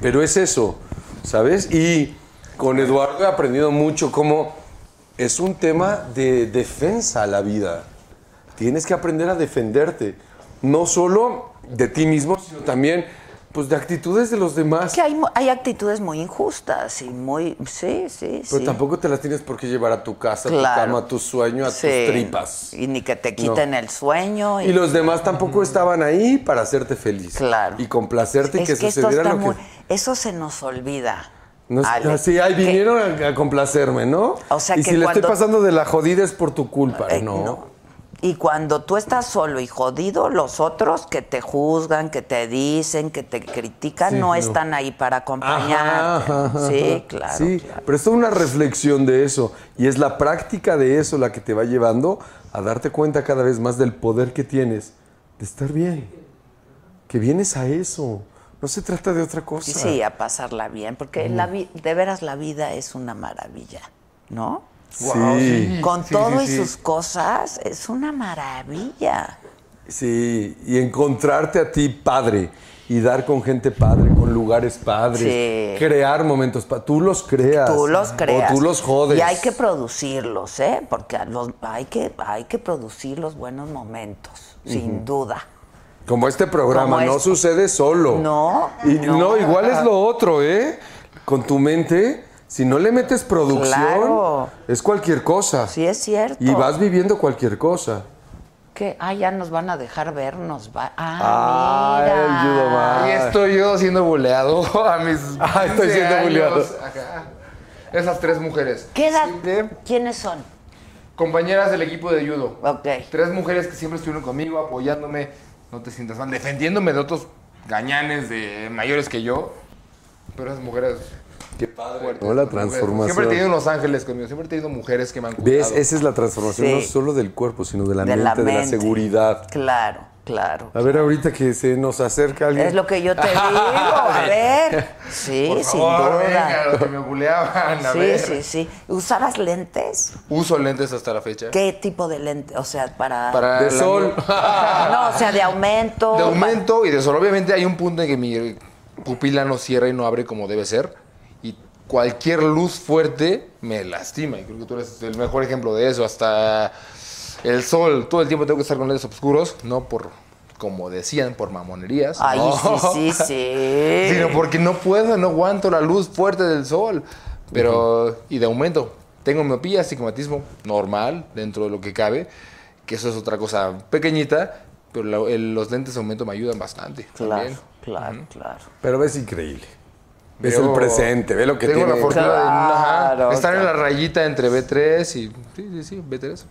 Speaker 7: Pero es eso, ¿sabes? Y con Eduardo he aprendido mucho cómo es un tema de defensa a la vida. Tienes que aprender a defenderte, no solo de ti mismo, sino también pues de actitudes de los demás.
Speaker 2: Que hay, mu- hay actitudes muy injustas y muy... Sí, sí,
Speaker 7: Pero
Speaker 2: sí.
Speaker 7: pues, tampoco te las tienes por qué llevar a tu casa, a tu
Speaker 2: Claro.
Speaker 7: cama, a tu sueño, a
Speaker 2: Sí.
Speaker 7: tus tripas.
Speaker 2: Y ni que te quiten el sueño. Y,
Speaker 7: Y los demás tampoco estaban ahí para hacerte feliz. Claro. Y complacerte y
Speaker 2: Es
Speaker 7: que,
Speaker 2: que esto
Speaker 7: sucediera
Speaker 2: está
Speaker 7: lo que...
Speaker 2: muy- Eso se nos olvida.
Speaker 7: No es-
Speaker 2: Ale.
Speaker 7: así, ahí vinieron a, a complacerme, ¿no?
Speaker 2: O sea
Speaker 7: y
Speaker 2: que
Speaker 7: si le estoy
Speaker 2: cuando-
Speaker 7: pasando de la jodida es por tu culpa,
Speaker 2: Eh,
Speaker 7: ¿no?
Speaker 2: Y cuando tú estás solo y jodido, los otros que te juzgan, que te dicen, que te critican,
Speaker 7: Sí,
Speaker 2: no,
Speaker 7: no.
Speaker 2: están ahí para
Speaker 7: Ajá,
Speaker 2: acompañarte.
Speaker 7: ajá, ajá.
Speaker 2: Sí, claro.
Speaker 7: Sí, pero es toda una reflexión de eso y es la práctica de eso la que te va llevando a darte cuenta cada vez más del poder que tienes de estar bien, que vienes a eso. No se trata de otra cosa.
Speaker 2: Sí, sí, a pasarla bien, porque la vi- de veras la vida es una maravilla, ¿no?
Speaker 7: Sí. Wow, sí.
Speaker 2: Con
Speaker 7: Sí,
Speaker 2: todo
Speaker 7: sí,
Speaker 2: y
Speaker 7: sí.
Speaker 2: sus cosas, es una maravilla.
Speaker 7: Sí, y encontrarte a ti padre y dar con gente padre, con lugares padres,
Speaker 2: Sí.
Speaker 7: crear momentos, pa tú los creas.
Speaker 2: Tú los creas.
Speaker 7: O tú los jodes.
Speaker 2: Y hay que producirlos, ¿eh? Porque a los- hay, que, hay que producir los buenos momentos, sin
Speaker 7: Ujú.
Speaker 2: duda.
Speaker 7: Como este programa,
Speaker 2: Como
Speaker 7: no
Speaker 2: este.
Speaker 7: sucede solo.
Speaker 2: No,
Speaker 7: Y,
Speaker 2: no.
Speaker 7: no. igual es lo otro, ¿eh? Con tu mente, si no le metes producción,
Speaker 2: Claro.
Speaker 7: es cualquier cosa.
Speaker 2: Sí, es cierto.
Speaker 7: Y vas viviendo cualquier cosa.
Speaker 2: ¿Qué? Ah, ya nos van a dejar vernos. va- Ah,
Speaker 8: Ay,
Speaker 2: mira.
Speaker 8: Y estoy yo siendo buleado a mis.
Speaker 7: Ah, estoy
Speaker 8: 15
Speaker 7: siendo
Speaker 8: años.
Speaker 7: buleado.
Speaker 8: Acá. Esas tres mujeres.
Speaker 2: ¿Qué edad? ¿Quiénes son?
Speaker 8: Compañeras del equipo de judo.
Speaker 2: Ok.
Speaker 8: Tres mujeres que siempre estuvieron conmigo, apoyándome, no te sientas mal, defendiéndome de otros gañanes de mayores que yo. Pero esas mujeres.
Speaker 7: Qué padre.
Speaker 8: fuertes,
Speaker 7: No, la
Speaker 8: esas mujeres.
Speaker 7: transformación.
Speaker 8: Siempre he tenido unos ángeles conmigo, siempre he tenido mujeres que me han cuidado.
Speaker 7: ¿Ves? Esa es la transformación
Speaker 8: Sí.
Speaker 7: no solo del cuerpo, sino de la,
Speaker 8: De
Speaker 7: mente,
Speaker 8: la
Speaker 7: de la
Speaker 8: mente.
Speaker 7: seguridad.
Speaker 2: Claro, claro.
Speaker 7: A ver, ahorita que se nos acerca alguien.
Speaker 2: Es lo que yo te digo. A ver. Sí,
Speaker 8: Por
Speaker 2: sin
Speaker 8: favor,
Speaker 2: duda.
Speaker 8: venga, lo que me buleaban, a
Speaker 2: sí,
Speaker 8: ver.
Speaker 2: sí, sí. ¿Usabas lentes?
Speaker 8: Uso lentes hasta la fecha.
Speaker 2: ¿Qué tipo de lentes? O sea, para...
Speaker 8: Para De la- sol.
Speaker 2: no, o sea, de aumento.
Speaker 8: De aumento y de sol. Obviamente hay un punto en que mi pupila no cierra y no abre como debe ser. Y
Speaker 6: cualquier luz fuerte me lastima. Y creo que tú eres el mejor ejemplo de eso. Hasta el sol, todo el tiempo tengo que estar con lentes oscuros, no por, como decían, por mamonerías.
Speaker 2: Ay,
Speaker 6: no.
Speaker 2: sí, sí, sí.
Speaker 6: Sino porque no puedo, no aguanto la luz fuerte del sol. Pero, y de aumento, tengo miopía, astigmatismo normal, dentro de lo que cabe, que eso es otra cosa pequeñita, pero la- el- los lentes de aumento me ayudan bastante.
Speaker 2: Claro, claro, claro.
Speaker 7: Pero ves increíble.
Speaker 6: Es
Speaker 7: Ves el presente, ve lo que
Speaker 6: tengo
Speaker 7: tiene.
Speaker 6: la fortuna de ajá,
Speaker 2: Eh, Claro,
Speaker 6: estar en la
Speaker 2: claro.
Speaker 6: rayita entre B3 y. Sí, sí, sí, B3.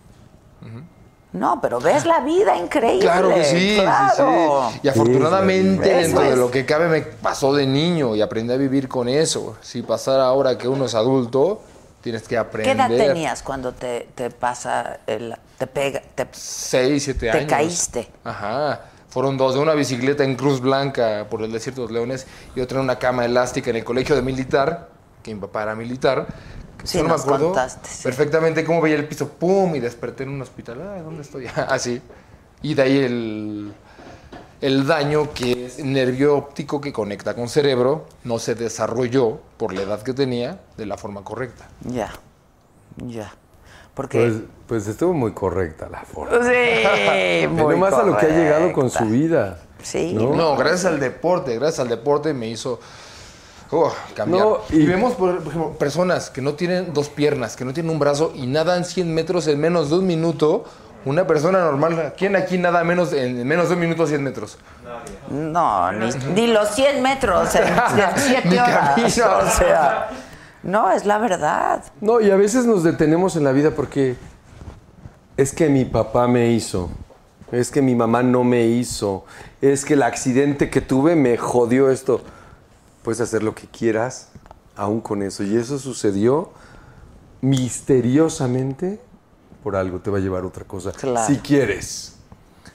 Speaker 2: No, pero ves la vida increíble.
Speaker 6: Claro que sí,
Speaker 2: claro.
Speaker 6: sí, sí. Y afortunadamente,
Speaker 2: Eso
Speaker 6: dentro de
Speaker 2: es.
Speaker 6: lo que cabe, me pasó de niño y aprendí a vivir con eso. Si pasara ahora que uno es adulto, tienes que
Speaker 2: ¿Qué
Speaker 6: aprender.
Speaker 2: edad tenías cuando te, te pasa, el, te pega, te,
Speaker 6: Seis, siete
Speaker 2: te
Speaker 6: años.
Speaker 2: caíste?
Speaker 6: Ajá. Fueron dos, de una bicicleta en Cruz Blanca por el desierto de los Leones y otra en una cama elástica en el colegio de militar, que mi papá era militar.
Speaker 2: Sí,
Speaker 6: Solo
Speaker 2: nos contaste, sí.
Speaker 6: perfectamente cómo veía el piso, pum, y desperté en un hospital. Ah, ¿dónde estoy? Así. y de ahí el, el daño que es nervio óptico que conecta con cerebro no se desarrolló por la edad que tenía de la forma correcta.
Speaker 2: Ya, ya. Porque
Speaker 7: Pues, pues estuvo muy correcta la forma.
Speaker 2: Sí, muy
Speaker 7: Ve nomás a lo que ha llegado con
Speaker 2: correcta.
Speaker 7: su vida.
Speaker 2: Sí.
Speaker 7: ¿no?
Speaker 6: No, gracias al deporte, gracias al deporte me hizo oh, cambiar.
Speaker 7: No,
Speaker 6: y...
Speaker 7: y-
Speaker 6: vemos, por ejemplo, personas que no tienen dos piernas, que no tienen un brazo y nadan 100 metros en menos de un minuto. Una persona normal, ¿quién aquí nada menos en menos de un minuto 100 metros?
Speaker 2: No, ni, ni los 100 metros en 7
Speaker 6: Ni
Speaker 2: horas.
Speaker 6: camino.
Speaker 2: O sea, no, es la verdad.
Speaker 7: No, y a veces nos detenemos en la vida porque es que mi papá me hizo, es que mi mamá no me hizo, es que el accidente que tuve me jodió esto. Puedes hacer lo que quieras aún con eso. Y eso sucedió misteriosamente por algo, te va a llevar a otra cosa.
Speaker 2: Claro.
Speaker 7: Si quieres.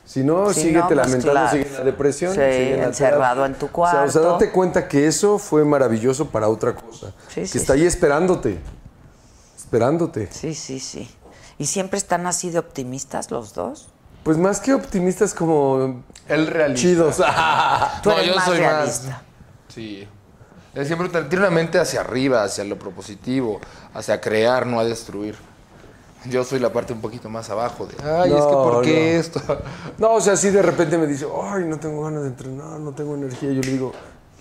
Speaker 7: Si
Speaker 6: oh,
Speaker 7: no,
Speaker 2: Si
Speaker 7: síguete
Speaker 2: no, pues
Speaker 7: lamentando,
Speaker 2: claro.
Speaker 7: sigue en la depresión.
Speaker 2: Sí,
Speaker 7: sigue en la
Speaker 2: encerrado
Speaker 7: terapia.
Speaker 2: en tu
Speaker 7: O sea, o sea,
Speaker 2: cuarto.
Speaker 7: date cuenta que eso fue maravilloso para otra cosa.
Speaker 2: Sí,
Speaker 7: que
Speaker 2: sí,
Speaker 7: está
Speaker 2: sí.
Speaker 7: ahí esperándote. Esperándote.
Speaker 2: Sí, sí, sí. ¿Y siempre están así de optimistas los dos?
Speaker 7: Pues más que optimistas como
Speaker 6: El realista.
Speaker 7: chidos.
Speaker 2: Tú
Speaker 6: No,
Speaker 2: eres
Speaker 6: yo
Speaker 2: más
Speaker 6: soy
Speaker 2: realista.
Speaker 6: más. Sí. Él siempre tiene una mente hacia arriba, hacia lo propositivo, hacia crear, no a destruir. Yo soy la parte un poquito más abajo de, ay, es que
Speaker 7: No,
Speaker 6: ¿por qué
Speaker 7: no.
Speaker 6: esto?
Speaker 7: No, o sea, si de repente me dice, ay, no tengo ganas de entrenar, no tengo energía. Yo le digo,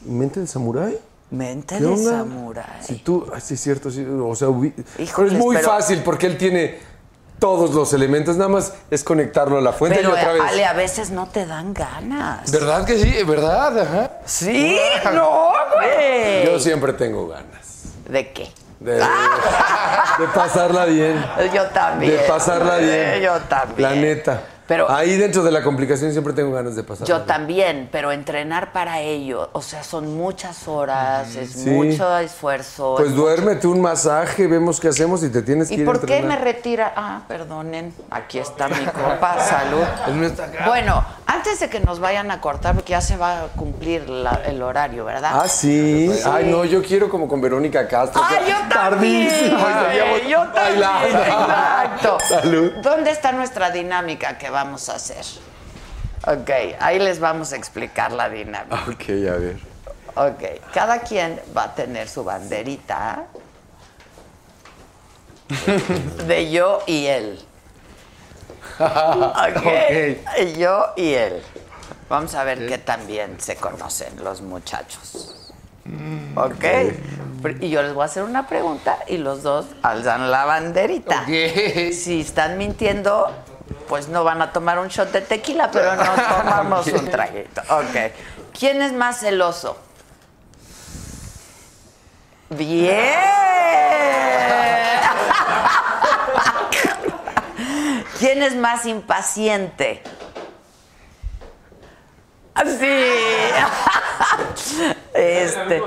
Speaker 7: ¿mente del samurái?
Speaker 2: Mente
Speaker 7: ¿Qué
Speaker 2: de
Speaker 7: onda?
Speaker 2: samurái.
Speaker 7: Si tú, ah, sí, es cierto, sí, o sea, ubi- pero
Speaker 2: Híjoles,
Speaker 7: es muy
Speaker 2: pero-
Speaker 7: fácil porque él tiene todos los elementos, nada más es conectarlo a la fuente
Speaker 2: Pero,
Speaker 7: y otra vez.
Speaker 2: Ale, a veces no te dan ganas.
Speaker 6: ¿Verdad que sí? ¿Verdad? Ajá.
Speaker 2: Sí, no, güey.
Speaker 7: Yo siempre tengo ganas
Speaker 2: ¿De qué?
Speaker 7: de, de pasarla bien,
Speaker 2: Yo también.
Speaker 7: de pasarla
Speaker 2: hombre,
Speaker 7: bien.
Speaker 2: Yo también.
Speaker 7: La neta.
Speaker 2: Pero-
Speaker 7: ahí dentro de la complicación siempre tengo ganas de pasarla.
Speaker 2: Yo
Speaker 7: bien.
Speaker 2: también, pero entrenar para ello, o sea, son muchas horas, es
Speaker 7: Sí.
Speaker 2: mucho esfuerzo.
Speaker 7: Pues
Speaker 2: es mucho-
Speaker 7: duérmete un masaje, vemos qué hacemos y te tienes que
Speaker 2: ¿Y
Speaker 7: ir
Speaker 2: por qué me
Speaker 7: entrenar.
Speaker 2: retira? Ah, perdonen, aquí está mi copa, salud.
Speaker 6: El mío está acá.
Speaker 2: Bueno, antes de que nos vayan a cortar, porque ya se va a cumplir la- el horario, ¿verdad?
Speaker 7: Ah, sí. Ay, no, yo quiero como con Verónica Castro.
Speaker 2: Ah,
Speaker 7: o sea,
Speaker 2: yo también.
Speaker 7: Tardísimo. y seguíamos
Speaker 2: Yo también.
Speaker 7: bailando.
Speaker 2: Exacto.
Speaker 7: Salud.
Speaker 2: ¿Dónde está nuestra dinámica que vamos a hacer? Ok, ahí les vamos a explicar la dinámica.
Speaker 7: Ok, a ver.
Speaker 2: Ok, cada quien va a tener su banderita de yo y él. Ok, yo y él. Vamos a ver qué también se conocen los muchachos. Mm, Ok, Pr- y yo les voy a hacer una pregunta y los dos alzan la banderita.
Speaker 6: Ok.
Speaker 2: Si están mintiendo, pues no van a tomar un shot de tequila, pero nos tomamos un traguito. Ok. ¿Quién es más celoso? Bien. ¿Quién es más impaciente? Sí. Este,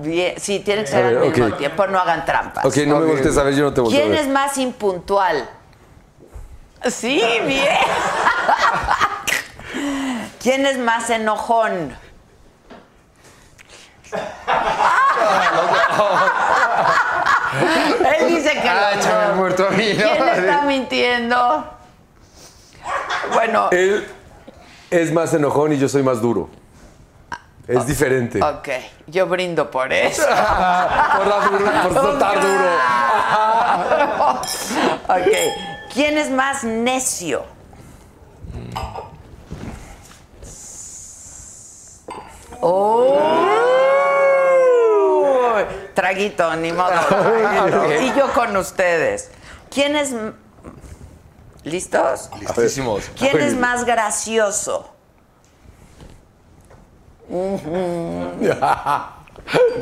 Speaker 2: bien, sí, tienen que ser
Speaker 7: A
Speaker 2: al
Speaker 7: ver,
Speaker 2: mismo
Speaker 7: ok.
Speaker 2: tiempo, no hagan trampas.
Speaker 7: Ok, no me voltees a ver, yo no te volteo a
Speaker 2: ¿Quién
Speaker 7: ver.
Speaker 2: es más impuntual? Sí, bien. ¿Quién es más enojón? Él dice que
Speaker 6: Ah,
Speaker 2: los
Speaker 6: échame
Speaker 2: dos.
Speaker 6: muerto a mí, ¿no?
Speaker 2: ¿Quién está mintiendo? Bueno,
Speaker 7: Él es más enojón y yo soy más duro. Es diferente.
Speaker 2: Ok, yo brindo por eso.
Speaker 7: por la dura- por flotar
Speaker 2: duro. ok, ¿quién es más necio?
Speaker 7: Mm.
Speaker 2: ¡Oh! Traguito, ni modo. traguito.
Speaker 7: Ok.
Speaker 2: Y yo con ustedes. ¿Quién es... m- ¿Listos?
Speaker 7: Listísimos.
Speaker 2: ¿Quién es más gracioso? Ujú.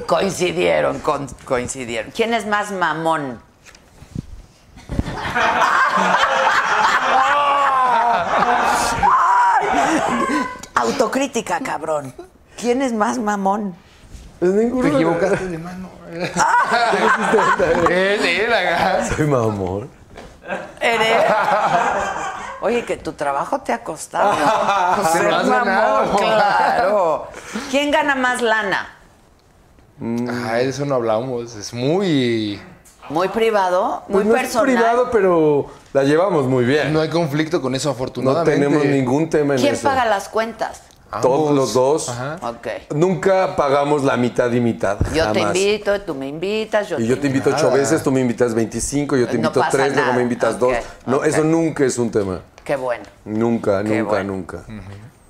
Speaker 2: Coincidieron, con- coincidieron. ¿Quién es más mamón? Autocrítica, cabrón. ¿Quién es más mamón?
Speaker 7: Te equivocaste
Speaker 2: de mano.
Speaker 7: Él, él, acá. Soy mamón.
Speaker 2: Oye, que tu trabajo te ha costado.
Speaker 7: Se
Speaker 2: Ser
Speaker 7: lo has
Speaker 2: mamón,
Speaker 7: ganado.
Speaker 2: claro. ¿Quién gana más lana?
Speaker 6: Ah, de eso no hablamos. Es muy.
Speaker 2: Muy privado, muy
Speaker 7: Pues no
Speaker 2: personal.
Speaker 7: Es privado, pero la llevamos muy bien.
Speaker 6: No hay conflicto con eso,
Speaker 7: No
Speaker 6: afortunadamente.
Speaker 7: tenemos ningún tema en
Speaker 2: ¿Quién
Speaker 7: eso. Ah.
Speaker 2: paga las cuentas?
Speaker 7: Todos los dos.
Speaker 2: Ah. Ok.
Speaker 7: Nunca pagamos la mitad y mitad.
Speaker 2: Yo te
Speaker 7: jamás.
Speaker 2: invito, tú me invitas, yo
Speaker 7: Y yo te invito ocho veces, tú me invitas 25, yo te
Speaker 2: No
Speaker 7: invito
Speaker 2: pasa
Speaker 7: tres, luego
Speaker 2: nada.
Speaker 7: me invitas
Speaker 2: Ok,
Speaker 7: dos. No,
Speaker 2: ok.
Speaker 7: eso nunca es un tema.
Speaker 2: Qué bueno,
Speaker 7: Nunca,
Speaker 2: Qué
Speaker 7: nunca,
Speaker 2: bueno.
Speaker 7: nunca.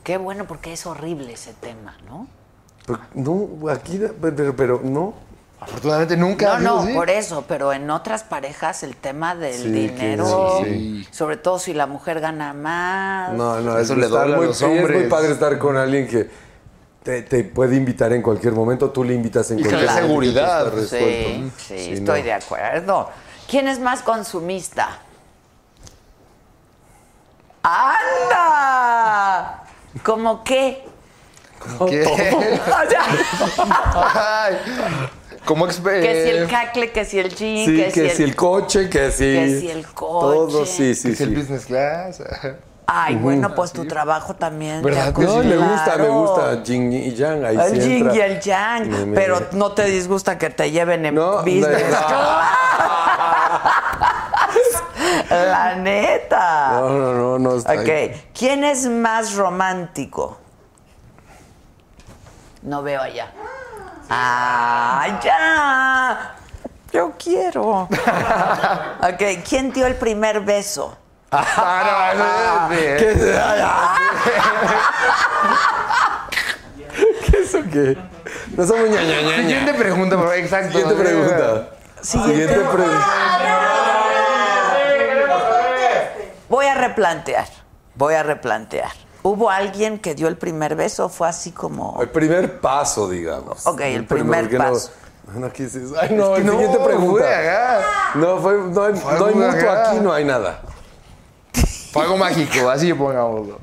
Speaker 2: qué bueno porque es horrible ese tema, ¿no?
Speaker 7: Pero, no, aquí, pero, pero no.
Speaker 6: Afortunadamente nunca.
Speaker 2: no, no,
Speaker 6: digo, sí.
Speaker 2: por eso, pero en otras parejas el tema del
Speaker 7: Sí, que-
Speaker 2: dinero,
Speaker 7: sí,
Speaker 2: sobre todo si la mujer gana más.
Speaker 7: No, no,
Speaker 6: Eso
Speaker 7: es,
Speaker 6: le
Speaker 7: estar
Speaker 6: duele a
Speaker 7: muy,
Speaker 6: los
Speaker 7: sí, es muy
Speaker 6: hombres.
Speaker 7: padre estar con alguien que te, te puede invitar en cualquier momento, tú le invitas en
Speaker 6: Y que
Speaker 7: cualquier
Speaker 6: la
Speaker 7: momento.
Speaker 6: seguridad.
Speaker 7: está resuelto,
Speaker 2: Sí,
Speaker 7: ¿no?
Speaker 2: sí, estoy
Speaker 7: no.
Speaker 2: de acuerdo. ¿Quién es más consumista? ¡Anda! ¿Cómo qué?
Speaker 6: ¿Qué?
Speaker 2: O sea,
Speaker 6: Ay, eh, ¿Cómo expe-
Speaker 2: que si el cacle, que si el jean,
Speaker 7: Eh, Sí,
Speaker 2: que, si el...
Speaker 7: coche, que si.
Speaker 2: que si el coche.
Speaker 7: Todo, sí, sí.
Speaker 6: que si el
Speaker 7: sí.
Speaker 6: business class. ajá.
Speaker 2: Ay, bueno, pues tu trabajo también.
Speaker 6: ¿Verdad
Speaker 2: te
Speaker 6: que sí?
Speaker 7: No, me gusta, me
Speaker 2: Claro.
Speaker 7: gusta. Jing y Yang, ahí
Speaker 2: El
Speaker 7: sí
Speaker 2: yin
Speaker 7: entra.
Speaker 2: y el yang,
Speaker 7: Me- me-
Speaker 2: pero no te disgusta que te lleven en
Speaker 7: No,
Speaker 2: business.
Speaker 7: no.
Speaker 2: class. La neta.
Speaker 7: No, no, no, no. está
Speaker 2: Ok,
Speaker 7: ahí.
Speaker 2: ¿quién es más romántico? No veo allá. ¡Ah, ya! Yo quiero. ok, ¿quién dio el primer beso?
Speaker 6: Ah, no, eso es- ah.
Speaker 7: ¿Qué es ay, ay, ¿Qué es eso qué? No somos ña, ña, ña, ña.
Speaker 6: Siguiente pregunta, por favor. Exacto.
Speaker 7: Siguiente pregunta. Siguiente pregunta.
Speaker 2: Voy a replantear. Voy a replantear. ¿Hubo alguien que dio el primer beso? Fue así como.
Speaker 7: El primer paso, digamos.
Speaker 2: Ok, el primer
Speaker 7: porque
Speaker 2: paso.
Speaker 7: No, no quise- Ay, no,
Speaker 6: Es que
Speaker 7: el siguiente
Speaker 6: no, güey,
Speaker 7: pregunta.
Speaker 6: acá.
Speaker 7: No, fue, no hay,
Speaker 6: Fue
Speaker 7: no hay
Speaker 6: muy
Speaker 7: mutuo
Speaker 6: acá.
Speaker 7: aquí, no hay nada.
Speaker 6: Fue algo mágico, así pongámoslo.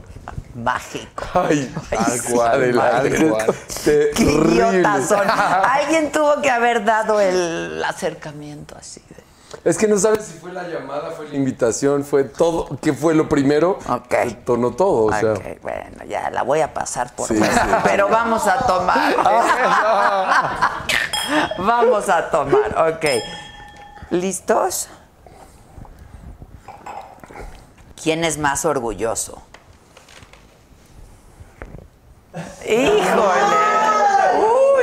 Speaker 2: Mágico.
Speaker 7: Ay,
Speaker 6: Tal
Speaker 7: sí,
Speaker 6: cual,
Speaker 7: adelante.
Speaker 6: tal cual.
Speaker 7: Terrible.
Speaker 2: ¡Qué idiotas son! Alguien tuvo que haber dado el acercamiento así de.
Speaker 7: Es que no sabes si fue la llamada, fue la invitación, fue todo, que fue lo primero.
Speaker 2: Ok.
Speaker 7: Se tornó todo, o sea.
Speaker 2: Ok, bueno, ya la voy a pasar por
Speaker 7: Sí,
Speaker 2: fuera,
Speaker 7: sí.
Speaker 2: pero vamos a tomar.
Speaker 7: Ah,
Speaker 2: vamos a tomar, ok. ¿Listos? ¿Quién es más orgulloso?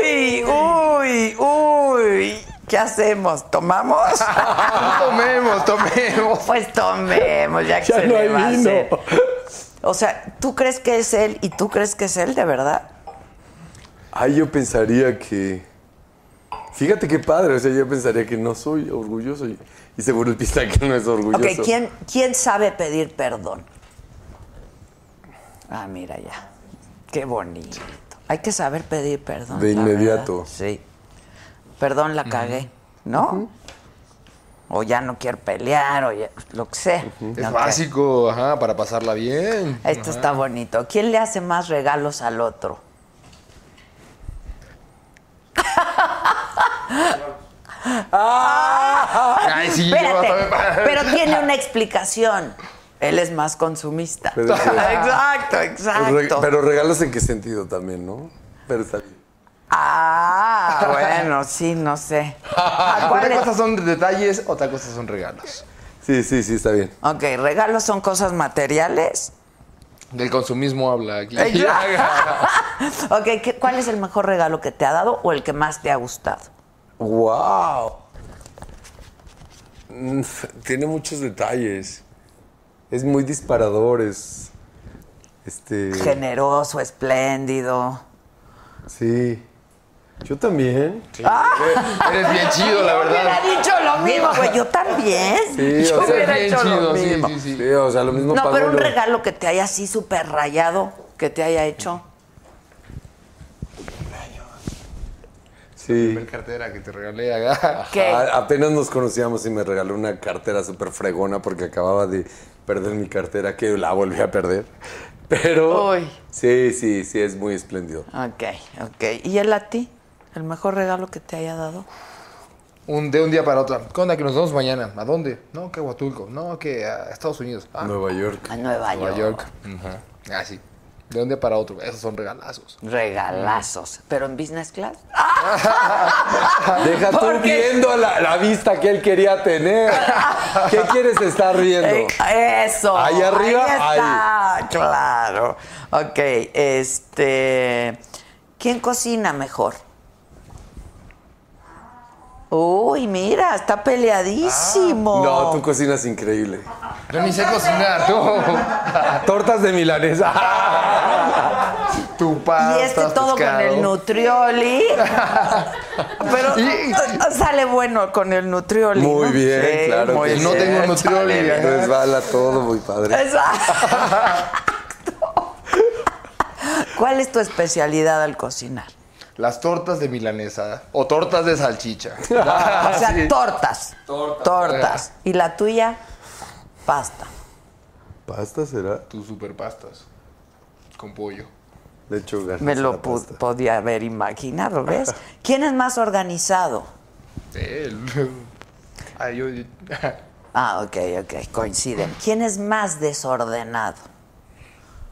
Speaker 2: ¡Híjole! ¡Uy, uy, uy! ¿Qué hacemos? ¿Tomamos?
Speaker 6: Tomemos, tomemos.
Speaker 2: Pues tomemos, ya que
Speaker 7: Ya
Speaker 2: se
Speaker 7: no
Speaker 2: le
Speaker 7: hay
Speaker 2: va a
Speaker 7: vino.
Speaker 2: hacer. O sea, ¿tú crees que es él y tú crees que es él de verdad?
Speaker 7: Ay, yo pensaría que. Fíjate qué padre, o sea, yo pensaría que no soy orgulloso y, y seguro el pistaque no es orgulloso.
Speaker 2: Ok, ¿quién, ¿quién sabe pedir perdón? Ah, mira ya. Qué bonito. Hay que saber pedir perdón.
Speaker 7: De
Speaker 2: la
Speaker 7: inmediato.
Speaker 2: verdad. Sí. Perdón, la cagué, ¿no? O ya no quiero pelear, o ya- lo que sea.
Speaker 6: Es
Speaker 2: Ok.
Speaker 6: básico, ajá, para pasarla bien.
Speaker 2: Esto está bonito. ¿Quién le hace más regalos al otro?
Speaker 6: Ay, sí, yo
Speaker 2: Ah, Espérate,
Speaker 6: hasta me-
Speaker 2: pero tiene una explicación. Él es más consumista.
Speaker 7: Pero-
Speaker 2: exacto,
Speaker 7: Pero re-
Speaker 2: exacto.
Speaker 7: pero regalos en qué sentido también, ¿no? Pero está bien.
Speaker 2: Ah, bueno, sí, no sé. ¿A cuál
Speaker 6: Una
Speaker 2: es?
Speaker 6: cosa son detalles, otra cosa son regalos.
Speaker 7: Sí, sí, sí, está bien.
Speaker 2: Ok, regalos son cosas materiales.
Speaker 6: Del consumismo habla aquí.
Speaker 2: ok, ¿qué- ¿cuál es el mejor regalo que te ha dado o el que más te ha gustado?
Speaker 7: ¡Wow! Mm, Tiene muchos detalles. Es muy disparador, es. Este.
Speaker 2: Generoso, espléndido.
Speaker 7: Sí. Yo también.
Speaker 6: Eres bien chido, la
Speaker 2: Yo
Speaker 6: verdad.
Speaker 2: hubiera dicho lo mismo, güey. Yo también.
Speaker 7: Sí,
Speaker 2: yo
Speaker 7: o sea,
Speaker 2: hubiera
Speaker 7: bien
Speaker 2: hecho lo
Speaker 7: chido, sí,
Speaker 2: mismo.
Speaker 7: sí, sí. Sí, o sea, lo mismo
Speaker 2: No,
Speaker 7: pagó
Speaker 2: pero un
Speaker 7: lo-
Speaker 2: regalo que te haya así súper rayado, que te haya hecho.
Speaker 7: Sí.
Speaker 6: Primer cartera que te regalé acá.
Speaker 2: ¿Qué?
Speaker 7: A- apenas nos conocíamos y me regaló una cartera súper fregona porque acababa de perder mi cartera, que la volví a perder. Pero. Sí, sí, sí, es muy espléndido.
Speaker 2: Ok, ok. ¿Y él a ti? ¿El mejor regalo que te haya dado?
Speaker 6: Un, de un día para otro. ¿Qué onda? Que nos vemos mañana. ¿A dónde? No, que a Huatulco. No, que a Estados Unidos. Ah,
Speaker 7: Nueva York.
Speaker 2: A Nueva,
Speaker 6: Nueva
Speaker 2: York.
Speaker 6: York. Ujú. Ah, sí. De un día para otro. Esos son regalazos.
Speaker 2: Regalazos. ¿Pero en business class?
Speaker 7: Deja tú viendo la, la vista que él quería tener. ¿Qué quieres estar viendo?
Speaker 2: Eh, Eso.
Speaker 7: Ahí arriba,
Speaker 2: ahí.
Speaker 7: ahí.
Speaker 2: Está, claro. Ok, este. ¿Quién cocina mejor? Uy, mira, está peleadísimo.
Speaker 7: Ah, No, tú cocinas increíble.
Speaker 6: Yo ni sé cocinar, tú.
Speaker 7: Tortas de milanesa.
Speaker 6: Tu pasta,
Speaker 2: Y este todo con el nutrioli. Pero o- o sale bueno con el nutrioli.
Speaker 7: Muy
Speaker 2: ¿no?
Speaker 7: bien,
Speaker 2: Sí,
Speaker 7: claro.
Speaker 2: muy
Speaker 7: que
Speaker 2: bien.
Speaker 7: sí.
Speaker 6: nutrioli. ¿eh?
Speaker 7: Resbala todo, muy padre.
Speaker 2: Exacto. ¿Cuál es tu especialidad al cocinar?
Speaker 6: Las tortas de milanesa. O tortas de salchicha.
Speaker 2: o sea,
Speaker 6: Sí.
Speaker 2: tortas. Tortas. ¿Y la tuya? Pasta.
Speaker 7: ¿Pasta será?
Speaker 6: Tus super pastas. Con pollo.
Speaker 7: De hecho, ganas
Speaker 2: Me
Speaker 7: la
Speaker 2: lo pu-
Speaker 7: pasta.
Speaker 2: podía haber imaginado, ¿ves? ¿Quién es más organizado?
Speaker 6: Él. Ay, yo- yo-
Speaker 2: Ah, ok, ok, coinciden. ¿Quién es más desordenado?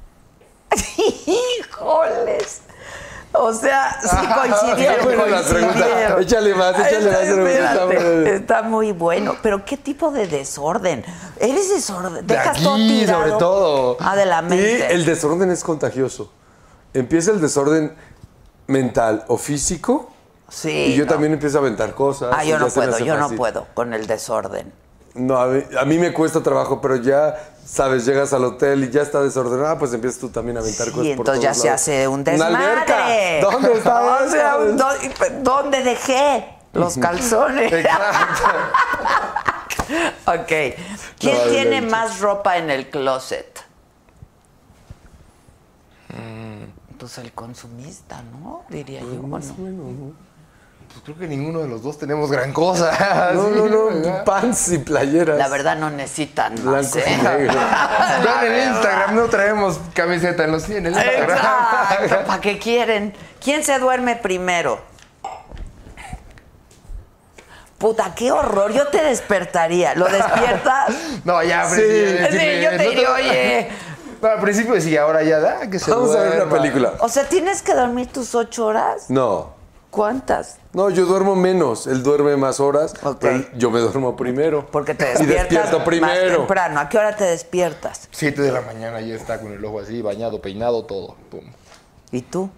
Speaker 2: ¡Híjoles! O sea, sí coincidieron.
Speaker 7: Está Ah, buena la
Speaker 2: coincidieron.
Speaker 7: pregunta. Échale más, échale más,
Speaker 2: Espérate,
Speaker 7: pregunta,
Speaker 2: está
Speaker 7: bueno.
Speaker 2: muy bueno. Pero ¿qué tipo de desorden? Eres desorden.
Speaker 7: De
Speaker 2: Dejas todo
Speaker 7: aquí,
Speaker 2: tirado.
Speaker 7: sobre todo.
Speaker 2: Ah, de la mente.
Speaker 7: Y el desorden es contagioso. Empieza el desorden mental o físico.
Speaker 2: Sí.
Speaker 7: y yo
Speaker 2: no.
Speaker 7: también empiezo a aventar cosas.
Speaker 2: Ah, yo
Speaker 7: y
Speaker 2: no
Speaker 7: ya se me
Speaker 2: puedo,
Speaker 7: hace
Speaker 2: yo no
Speaker 7: fácil.
Speaker 2: puedo con el desorden.
Speaker 7: No, a mí, a mí me cuesta trabajo, pero ya, sabes, llegas al hotel y ya está desordenado, pues empiezas tú también a aventar
Speaker 2: Sí,
Speaker 7: cosas. por
Speaker 2: entonces ya
Speaker 7: todos
Speaker 2: se
Speaker 7: lados.
Speaker 2: hace un
Speaker 7: ¡Una alberca!
Speaker 2: desmadre.
Speaker 7: ¿Dónde está
Speaker 2: O sea,
Speaker 7: eso?
Speaker 2: ¿dó- ¿Dónde dejé los calzones? ok. ¿Quién
Speaker 7: No,
Speaker 2: tiene
Speaker 7: no, no.
Speaker 2: más ropa en el closet?
Speaker 7: Mm.
Speaker 2: Pues el consumista, ¿no? Diría yo. ¿o no?
Speaker 6: pues creo que ninguno de los dos tenemos gran cosa.
Speaker 7: No,
Speaker 6: Sí,
Speaker 7: no, no,
Speaker 6: ¿verdad?
Speaker 7: pants y playeras.
Speaker 2: La verdad no necesitan más.
Speaker 7: Blancos
Speaker 2: ¿eh?
Speaker 7: y negros.
Speaker 6: Vean en Instagram, no traemos camiseta en los sí, en el Instagram.
Speaker 2: Exacto, ¿para qué quieren? ¿Quién se duerme primero? Puta, qué horror, yo te despertaría. ¿Lo despiertas?
Speaker 6: No, ya
Speaker 7: Sí.
Speaker 6: aprendí. a
Speaker 2: Sí,
Speaker 6: decirle,
Speaker 2: yo te
Speaker 6: no
Speaker 2: diría, oye.
Speaker 6: No, al principio sí, ahora ya da que se
Speaker 7: Vamos a ver una
Speaker 6: duerma.
Speaker 7: película.
Speaker 2: O sea, ¿tienes que dormir tus ocho horas?
Speaker 7: No.
Speaker 2: ¿Cuántas?
Speaker 7: No, yo duermo menos, él duerme más horas,
Speaker 2: Ok.
Speaker 7: pero yo me duermo primero.
Speaker 2: Porque te
Speaker 7: Pues, Y
Speaker 2: despiertas
Speaker 7: despierto
Speaker 2: más
Speaker 7: primero.
Speaker 2: temprano. ¿A qué hora te despiertas?
Speaker 6: Siete de la mañana ya está con el ojo así, bañado, peinado, todo. Pum.
Speaker 2: ¿Y tú?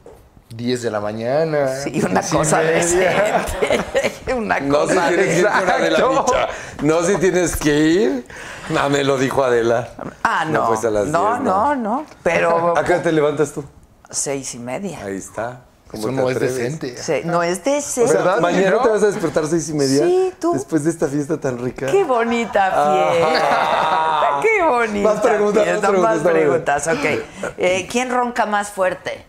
Speaker 6: 10 de la mañana.
Speaker 2: Sí, una
Speaker 6: diez y
Speaker 2: cosa
Speaker 6: media.
Speaker 2: decente. una
Speaker 7: No si
Speaker 2: cosa
Speaker 7: tienes que ir con Adela
Speaker 2: Exacto.
Speaker 7: Micha. No si tienes que ir. Ah, me lo dijo Adela.
Speaker 2: Ah, no. No,
Speaker 7: pues a las
Speaker 2: no,
Speaker 7: 10,
Speaker 2: no, Pero
Speaker 7: ¿A qué hora te levantas tú?
Speaker 2: seis y media.
Speaker 7: Ahí está. ¿Cómo
Speaker 6: Eso
Speaker 7: te
Speaker 6: no es
Speaker 7: atreves?
Speaker 6: decente.
Speaker 2: Sí, no es de
Speaker 7: O sea,
Speaker 2: seis.
Speaker 7: mañana
Speaker 6: ¿No?
Speaker 7: te vas a despertar seis y media.
Speaker 2: Sí, tú.
Speaker 7: Después de esta fiesta tan rica.
Speaker 2: Qué bonita fiesta.
Speaker 7: Ah.
Speaker 2: Qué bonita.
Speaker 7: Más preguntas, más
Speaker 2: fiesta.
Speaker 7: preguntas,
Speaker 2: Más
Speaker 7: está bien.
Speaker 2: preguntas, ok. Eh, ¿Quién ronca más fuerte?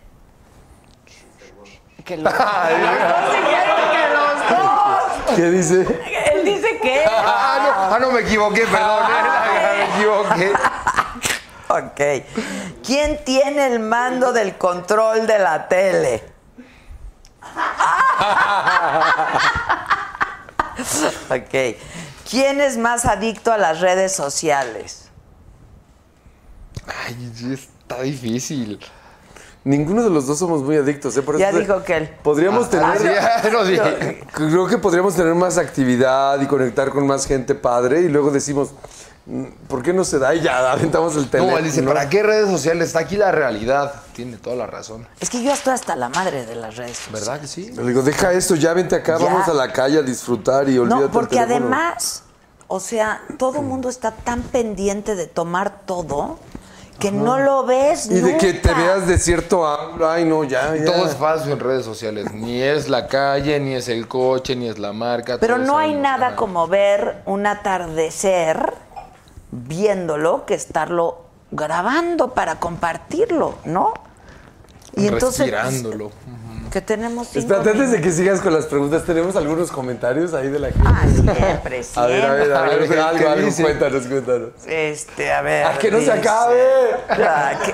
Speaker 2: Que los dos. No se quieren que los dos.
Speaker 7: ¿Qué dice?
Speaker 2: Él dice que.
Speaker 6: Ah, no, ah, no, me equivoqué, perdón.
Speaker 2: Ah,
Speaker 6: eh, me equivoqué.
Speaker 2: Ok. ¿Quién tiene el mando del control de la tele? Ah. ok. ¿Quién es más adicto a las redes sociales?
Speaker 6: Ay, sí, está difícil.
Speaker 7: Ninguno de los dos somos muy adictos, ¿eh? Por
Speaker 2: Ya
Speaker 7: eso-
Speaker 2: dijo que él.
Speaker 7: Podríamos
Speaker 2: Ah,
Speaker 7: tener.
Speaker 2: ah, ya lo dije.
Speaker 7: Creo que podríamos tener más actividad y conectar con más gente padre y luego decimos, "Mm, ¿por qué no se da? Y ya aventamos el teléfono.
Speaker 8: No, él dice, ¿para qué redes sociales? Está aquí la realidad. Tiene toda la razón.
Speaker 2: Es que yo estoy hasta la madre de las redes sociales.
Speaker 8: ¿Verdad que sí?
Speaker 7: Le digo, deja esto, ya vente acá,
Speaker 2: Ya.
Speaker 7: vamos a la calle a disfrutar y olvídate
Speaker 2: No,
Speaker 7: del
Speaker 2: porque
Speaker 7: teléfono".
Speaker 2: además, o sea, todo el mundo está tan pendiente de tomar todo que no lo ves
Speaker 7: Y de que te
Speaker 2: nunca.
Speaker 7: veas de cierto ángulo, ay no, ya, ya.
Speaker 8: Todo es falso en redes sociales. Ni es la calle, ni es el coche, ni es la marca.
Speaker 2: Pero
Speaker 8: todo
Speaker 2: no
Speaker 8: es
Speaker 2: hay
Speaker 8: algo.
Speaker 2: nada como ver un atardecer viéndolo que estarlo grabando para compartirlo, ¿no? Y entonces pues,
Speaker 8: Respirándolo.
Speaker 2: que tenemos cinco
Speaker 7: Espérate, antes de que
Speaker 2: minutos. Ah,
Speaker 7: sigas con las preguntas, tenemos algunos comentarios ahí de la gente.
Speaker 2: Siempre,
Speaker 7: A ver, a ver, a ver,
Speaker 2: siempre.
Speaker 7: algo, algo,
Speaker 2: dice?
Speaker 7: cuéntanos, cuéntanos.
Speaker 2: Este, a ver.
Speaker 7: ¡A que no se
Speaker 2: dice,
Speaker 7: acabe!
Speaker 2: ah, que,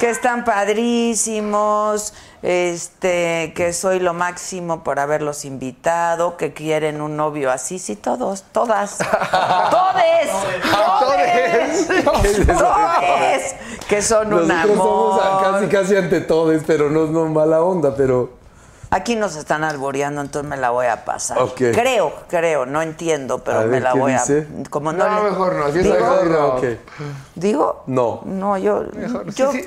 Speaker 2: que están padrísimos, este, que soy lo máximo por haberlos invitado, que quieren un novio así, sí, todos, todas. ¡Todes! ¡Todes! ¡Todes! Que son un
Speaker 7: Nosotros somos a-
Speaker 2: amor.
Speaker 7: casi, casi ante todos, pero no es no mala onda, pero...
Speaker 2: Aquí nos están alboreando, entonces me la voy a pasar.
Speaker 7: Ok.
Speaker 2: Creo, creo, no entiendo, pero
Speaker 7: A
Speaker 2: me
Speaker 7: ver,
Speaker 2: la
Speaker 7: ¿qué
Speaker 2: voy
Speaker 7: dice?
Speaker 2: a. Como no,
Speaker 8: No,
Speaker 2: le-
Speaker 8: mejor no. Así es
Speaker 2: Digo-
Speaker 8: mejor no.
Speaker 7: Ok.
Speaker 2: Digo,
Speaker 7: No.
Speaker 2: No, yo,
Speaker 8: Mejor,
Speaker 2: yo
Speaker 8: sí,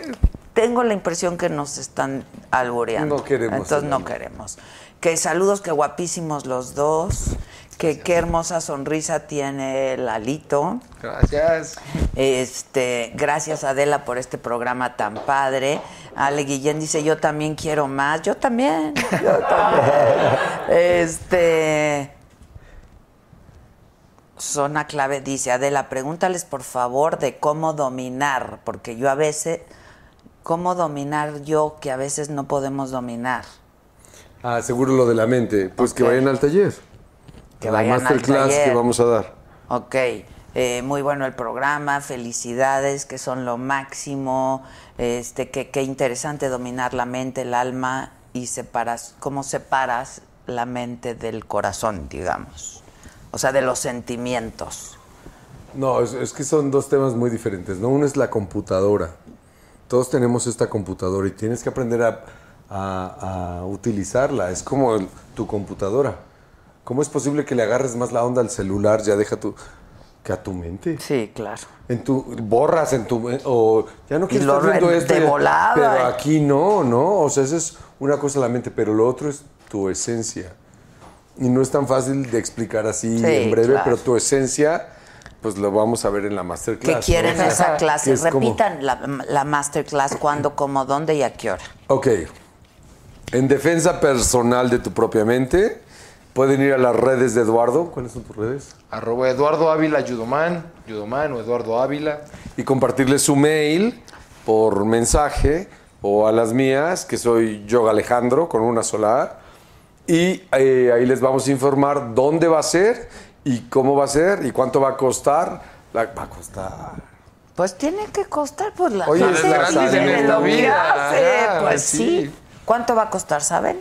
Speaker 2: tengo la impresión que nos están alboreando.
Speaker 7: No queremos
Speaker 2: Entonces no queremos. Que saludos, que guapísimos los dos. Que qué hermosa sonrisa tiene Lalito.
Speaker 8: Gracias.
Speaker 2: Este, gracias Adela por este programa tan padre. Ale Guillén dice, yo también quiero más. Yo también. Yo también. Este. Zona clave dice, Adela, pregúntales por favor de cómo dominar, porque yo a veces, cómo dominar yo que a veces no podemos dominar.
Speaker 7: Ah, seguro lo de la mente. Pues que vayan al taller.
Speaker 2: Que
Speaker 7: A la
Speaker 2: vayan al
Speaker 7: masterclass
Speaker 2: taller.
Speaker 7: que vamos a dar.
Speaker 2: Ok, eh, muy bueno el programa, felicidades, que son lo máximo, este, que, que interesante dominar la mente, el alma y separas, cómo separas la mente del corazón, digamos, o sea, de los sentimientos.
Speaker 7: No, es, es que son dos temas muy diferentes, ¿no? Uno es la computadora. Todos tenemos esta computadora y tienes que aprender a, a- a utilizarla. Es como el- tu computadora. ¿Cómo es posible que le agarres más la onda al celular? Ya deja tu... que a tu mente.
Speaker 2: Sí, claro.
Speaker 7: En tu, borras en tu... O ya no quieres
Speaker 2: lo
Speaker 7: estar viendo
Speaker 2: re-
Speaker 7: esto.
Speaker 2: de
Speaker 7: ya-
Speaker 2: volada,
Speaker 7: Pero
Speaker 2: eh.
Speaker 7: aquí no, ¿no? O sea, esa es una cosa la mente, pero lo otro es tu esencia. Y no es tan fácil de explicar así
Speaker 2: Sí,
Speaker 7: en breve,
Speaker 2: claro.
Speaker 7: pero tu esencia, pues lo vamos a ver en la
Speaker 2: Que
Speaker 7: masterclass.
Speaker 2: quieren
Speaker 7: ¿no? O sea,
Speaker 2: esa
Speaker 7: que
Speaker 2: clase.
Speaker 7: es como-
Speaker 2: Repitan la, la masterclass, cuándo, cómo, dónde y a qué hora.
Speaker 7: Ok. En defensa personal de tu propia mente, pueden ir a las redes de Eduardo. ¿Cuáles son tus redes?
Speaker 8: Arroba Eduardo Ávila Yudoman. Yudoman o Eduardo Ávila.
Speaker 7: Y compartirle su mail por mensaje o a las mías, que soy Yoga Alejandro con una solar. Y eh, ahí les vamos a informar dónde va a ser y cómo va a ser y cuánto va a costar. La- va a costar.
Speaker 2: Pues tiene que costar, pues la
Speaker 7: Oye,
Speaker 2: gente
Speaker 7: es gratis en
Speaker 2: tiene
Speaker 7: esta
Speaker 2: lo que
Speaker 7: vida.
Speaker 2: hace,
Speaker 7: Ah,
Speaker 2: pues
Speaker 7: sí.
Speaker 2: sí. ¿Cuánto va a costar, saben?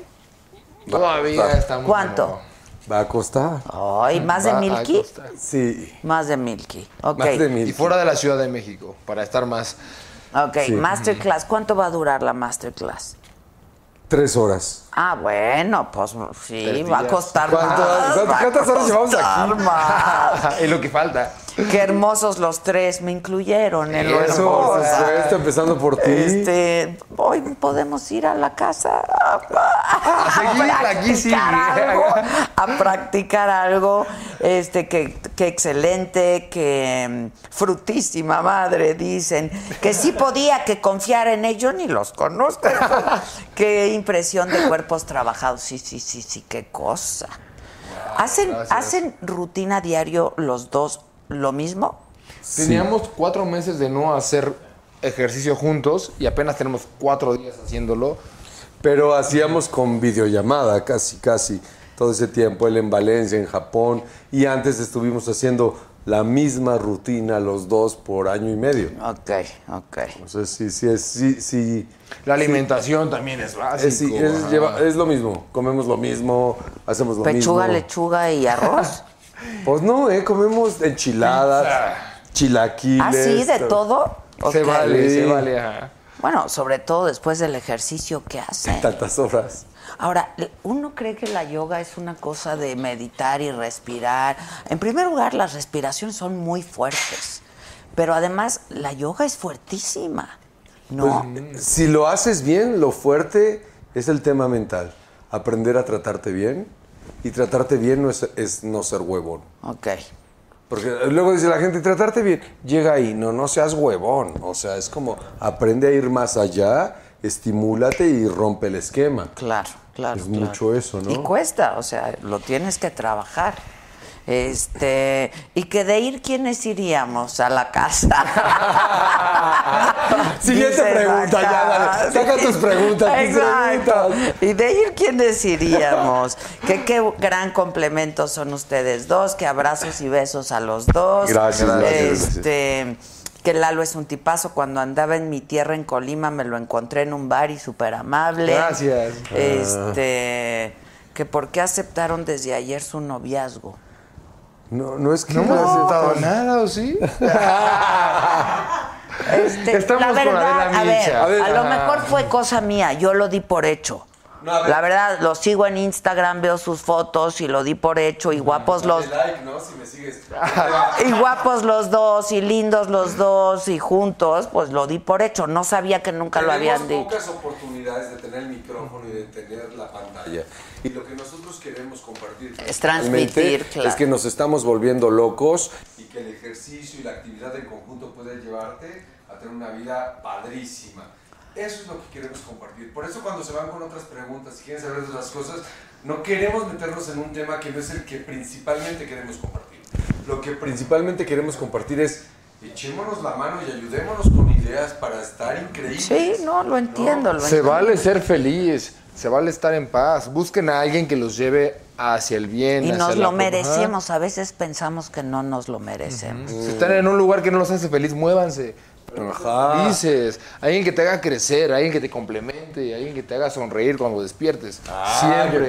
Speaker 7: Ah.
Speaker 8: Todavía estamos.
Speaker 2: ¿Cuánto?
Speaker 7: Va a costar.
Speaker 2: Ay, más de
Speaker 8: Va a
Speaker 2: Milky.
Speaker 8: costar.
Speaker 7: Sí.
Speaker 2: Más de Milky. Ok.
Speaker 7: Más de mil.
Speaker 8: Y fuera de la Ciudad de México, para estar más.
Speaker 2: Ok,
Speaker 7: Sí.
Speaker 2: masterclass. ¿Cuánto va a durar la masterclass?
Speaker 7: Tres horas.
Speaker 2: Ah, bueno, pues sí,
Speaker 8: Tres
Speaker 2: va a
Speaker 8: días.
Speaker 2: costar
Speaker 7: ¿Cuánto-
Speaker 2: más.
Speaker 7: cuánto-
Speaker 2: va a
Speaker 7: cuántas horas llevamos
Speaker 2: costar
Speaker 7: aquí?
Speaker 2: más.
Speaker 8: es lo que falta.
Speaker 2: Qué hermosos los tres, me incluyeron en lo
Speaker 7: Eso,
Speaker 2: hermoso.
Speaker 7: por supuesto, empezando por ti.
Speaker 2: Este, hoy podemos ir a la casa a, a- a
Speaker 8: seguir aquí, sí.
Speaker 2: practicar algo, a practicar algo, este, que, que excelente, que mm, frutísima madre, dicen, que sí podía, que confiar en ellos, ni los conozco. qué impresión de cuerpos trabajados, sí, sí, sí, sí, qué cosa. ¿Hacen,
Speaker 8: gracias.
Speaker 2: ¿Hacen rutina diario los dos lo mismo?
Speaker 8: Teníamos cuatro meses de no hacer ejercicio juntos y apenas tenemos cuatro días haciéndolo.
Speaker 7: Pero hacíamos con videollamada, casi, casi, todo ese tiempo. Él en Valencia, en Japón. Y antes estuvimos haciendo la misma rutina los dos por año y medio.
Speaker 2: Ok, ok.
Speaker 7: O sea, sí, sí, es- sí, sí.
Speaker 8: La alimentación también es básica.
Speaker 7: Es, Eh, sí, es lleva- es lo mismo. Comemos lo mismo, hacemos lo
Speaker 2: Pechuga,
Speaker 7: mismo.
Speaker 2: lechuga y arroz.
Speaker 7: Pues no, ¿eh? Comemos enchiladas, chilaquiles.
Speaker 2: ¿Así Ah, de todo?
Speaker 8: Se
Speaker 2: Ok.
Speaker 8: vale,
Speaker 7: Sí.
Speaker 8: se vale. ajá.
Speaker 2: Bueno, sobre todo después del ejercicio que hace.
Speaker 7: Tantas horas.
Speaker 2: Ahora, uno cree que la yoga es una cosa de meditar y respirar. En primer lugar, las respiraciones son muy fuertes, pero además la yoga es fuertísima. No.
Speaker 7: Pues, si lo haces bien, lo fuerte es el tema mental. Aprender a tratarte bien. Y tratarte bien no es, es no ser huevón.
Speaker 2: Ok.
Speaker 7: Porque luego dice la gente, tratarte bien, llega ahí, no, no seas huevón. O sea, es como, aprende a ir más allá, estimúlate y rompe el esquema.
Speaker 2: Claro, claro.
Speaker 7: Es
Speaker 2: claro.
Speaker 7: mucho eso, ¿no?
Speaker 2: Y cuesta, o sea, lo tienes que trabajar. Este, y que de ir, ¿quiénes iríamos a la casa?
Speaker 7: Siguiente
Speaker 2: Dice
Speaker 7: pregunta,
Speaker 2: la
Speaker 7: ya,
Speaker 2: casa.
Speaker 7: dale. Saca tus preguntas, tus
Speaker 2: Exacto.
Speaker 7: preguntas.
Speaker 2: Y de ir, ¿quiénes iríamos? Que qué gran complemento son ustedes dos, que abrazos y besos a los dos.
Speaker 7: Gracias, gracias,
Speaker 2: Este, que Lalo es un tipazo. Cuando andaba en mi tierra en Colima, me lo encontré en un bar y súper amable.
Speaker 7: Gracias.
Speaker 2: Este, que por qué aceptaron desde ayer su noviazgo.
Speaker 7: No, no es que
Speaker 6: No hemos
Speaker 7: lo
Speaker 6: aceptado
Speaker 7: aceptas.
Speaker 6: nada, ¿o sí?
Speaker 2: Este,
Speaker 6: Estamos
Speaker 2: la
Speaker 6: con
Speaker 2: verdad,
Speaker 6: Adela
Speaker 2: a ver,
Speaker 6: Micha.
Speaker 2: a, lo
Speaker 6: Ajá.
Speaker 2: mejor fue cosa mía, yo lo di por hecho.
Speaker 7: No, a ver.
Speaker 2: la verdad, lo sigo en Instagram, veo sus fotos y lo di por hecho y guapos los
Speaker 7: like, ¿no? Si me sigues.
Speaker 2: y guapos los dos y lindos los dos y juntos, pues lo di por hecho, no sabía que nunca lo habían
Speaker 7: Tenemos
Speaker 2: dicho.
Speaker 7: pocas oportunidades de tener el micrófono y de tener la pantalla. Y lo que nosotros queremos compartir
Speaker 2: Es transmitir, claro.
Speaker 7: es que nos estamos volviendo locos y que el ejercicio y la actividad en conjunto puede llevarte a tener una vida padrísima. Eso es lo que queremos compartir. Por eso cuando se van con otras preguntas y quieren saber de otras cosas, no queremos meternos en un tema que no es el que principalmente queremos compartir. Lo que principalmente queremos compartir es echémonos la mano y ayudémonos con ideas para estar increíbles.
Speaker 2: Sí, no, lo entiendo, lo
Speaker 6: Se
Speaker 2: entiendo.
Speaker 6: vale ser feliz, se vale estar en paz. Busquen a alguien que los lleve hacia el bien.
Speaker 2: Y
Speaker 6: hacia
Speaker 2: nos
Speaker 6: la-
Speaker 2: lo
Speaker 6: Ajá.
Speaker 2: merecemos, a veces pensamos que no nos lo merecemos.
Speaker 6: Si están en un lugar que no los hace feliz, muévanse. Dices, alguien que te haga crecer, alguien que te complemente, alguien que te haga sonreír cuando despiertes.
Speaker 7: Ah,
Speaker 6: Siempre.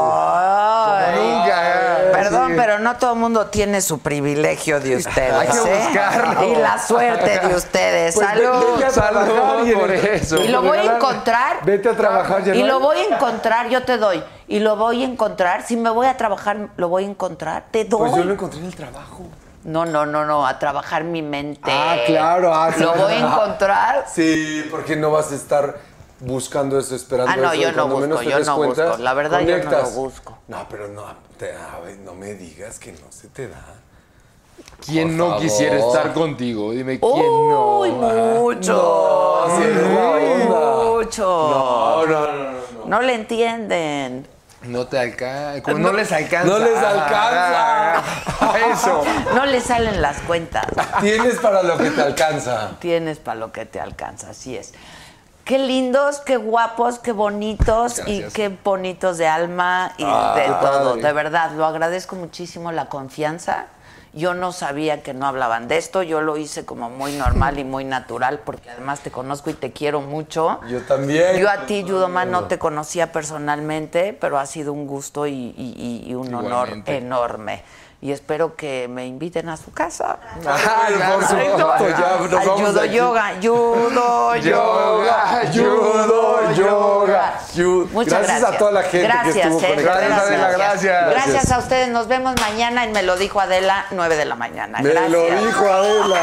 Speaker 2: Ay.
Speaker 6: Nunca.
Speaker 2: Perdón,
Speaker 6: sí.
Speaker 2: pero no todo el mundo tiene su privilegio de ustedes.
Speaker 6: Hay que
Speaker 2: ¿eh?
Speaker 6: buscarlo.
Speaker 2: Y la suerte de ustedes.
Speaker 7: Pues
Speaker 2: Salud.
Speaker 7: vete a trabajar y-
Speaker 6: por eso.
Speaker 2: Y lo voy a
Speaker 7: Regalar-
Speaker 2: encontrar.
Speaker 7: Vete a trabajar,
Speaker 2: Y
Speaker 7: Yanuel.
Speaker 2: lo voy a encontrar, yo te doy. Y lo voy a encontrar. Si me voy a trabajar, lo voy a encontrar. Te doy.
Speaker 7: Pues yo lo encontré en el trabajo.
Speaker 2: No, no, no, no. A trabajar mi mente.
Speaker 7: Ah, claro, ah, sí.
Speaker 2: Lo voy a encontrar.
Speaker 7: Sí, porque no vas a estar buscando eso, esperando
Speaker 2: Ah, no,
Speaker 7: eso,
Speaker 2: yo no
Speaker 7: cuando
Speaker 2: busco,
Speaker 7: menos te
Speaker 2: yo
Speaker 7: des
Speaker 2: no
Speaker 7: cuenta,
Speaker 2: busco. La verdad, yo no lo
Speaker 7: conectas.
Speaker 2: busco.
Speaker 7: No, pero no, te- a ver, no me digas que no se te da.
Speaker 6: ¿Quién
Speaker 7: Por
Speaker 6: no
Speaker 7: favor.
Speaker 6: quisiera estar contigo? Dime, ¿quién
Speaker 2: Uy,
Speaker 7: Ah,
Speaker 6: no?
Speaker 2: mucho.
Speaker 7: No, sí, eres la onda.
Speaker 2: mucho.
Speaker 7: No, no, no, no.
Speaker 2: No le entienden.
Speaker 6: No te alcanza. Como no les alcanza.
Speaker 7: No les alcanza.
Speaker 6: Eso.
Speaker 2: No le salen las cuentas.
Speaker 7: Tienes para lo que te alcanza.
Speaker 2: Tienes para lo que te alcanza, así es. Qué lindos, qué guapos, qué bonitos y
Speaker 6: Gracias.
Speaker 2: qué bonitos de alma y
Speaker 6: Ah,
Speaker 2: de
Speaker 6: qué
Speaker 2: todo.
Speaker 6: padre.
Speaker 2: De verdad, lo agradezco muchísimo la confianza. Yo no sabía que no hablaban de esto, yo lo hice como muy normal y muy natural porque además te conozco y te quiero mucho.
Speaker 7: Yo también.
Speaker 2: Yo a ti, Yudoman, no te conocía personalmente, pero ha sido un gusto y, y- y- y un honor
Speaker 6: Igualmente.
Speaker 2: enorme. Y espero que me inviten a su casa.
Speaker 7: Ay, por
Speaker 2: Ay,
Speaker 7: supuesto,
Speaker 2: no.
Speaker 7: ya nos
Speaker 2: Al
Speaker 7: vamos
Speaker 2: judo
Speaker 7: de aquí.
Speaker 2: yoga, judo yoga,
Speaker 7: judo yoga, ju-
Speaker 2: Muchas gracias.
Speaker 7: Gracias a toda la gente que
Speaker 2: gracias,
Speaker 7: estuvo
Speaker 2: eh,
Speaker 7: conectada.
Speaker 6: Gracias, Adela, gracias.
Speaker 2: Gracias a ustedes. Nos vemos mañana en Me lo dijo Adela, 9 de la mañana.
Speaker 7: Me
Speaker 2: gracias.
Speaker 7: lo dijo Adela.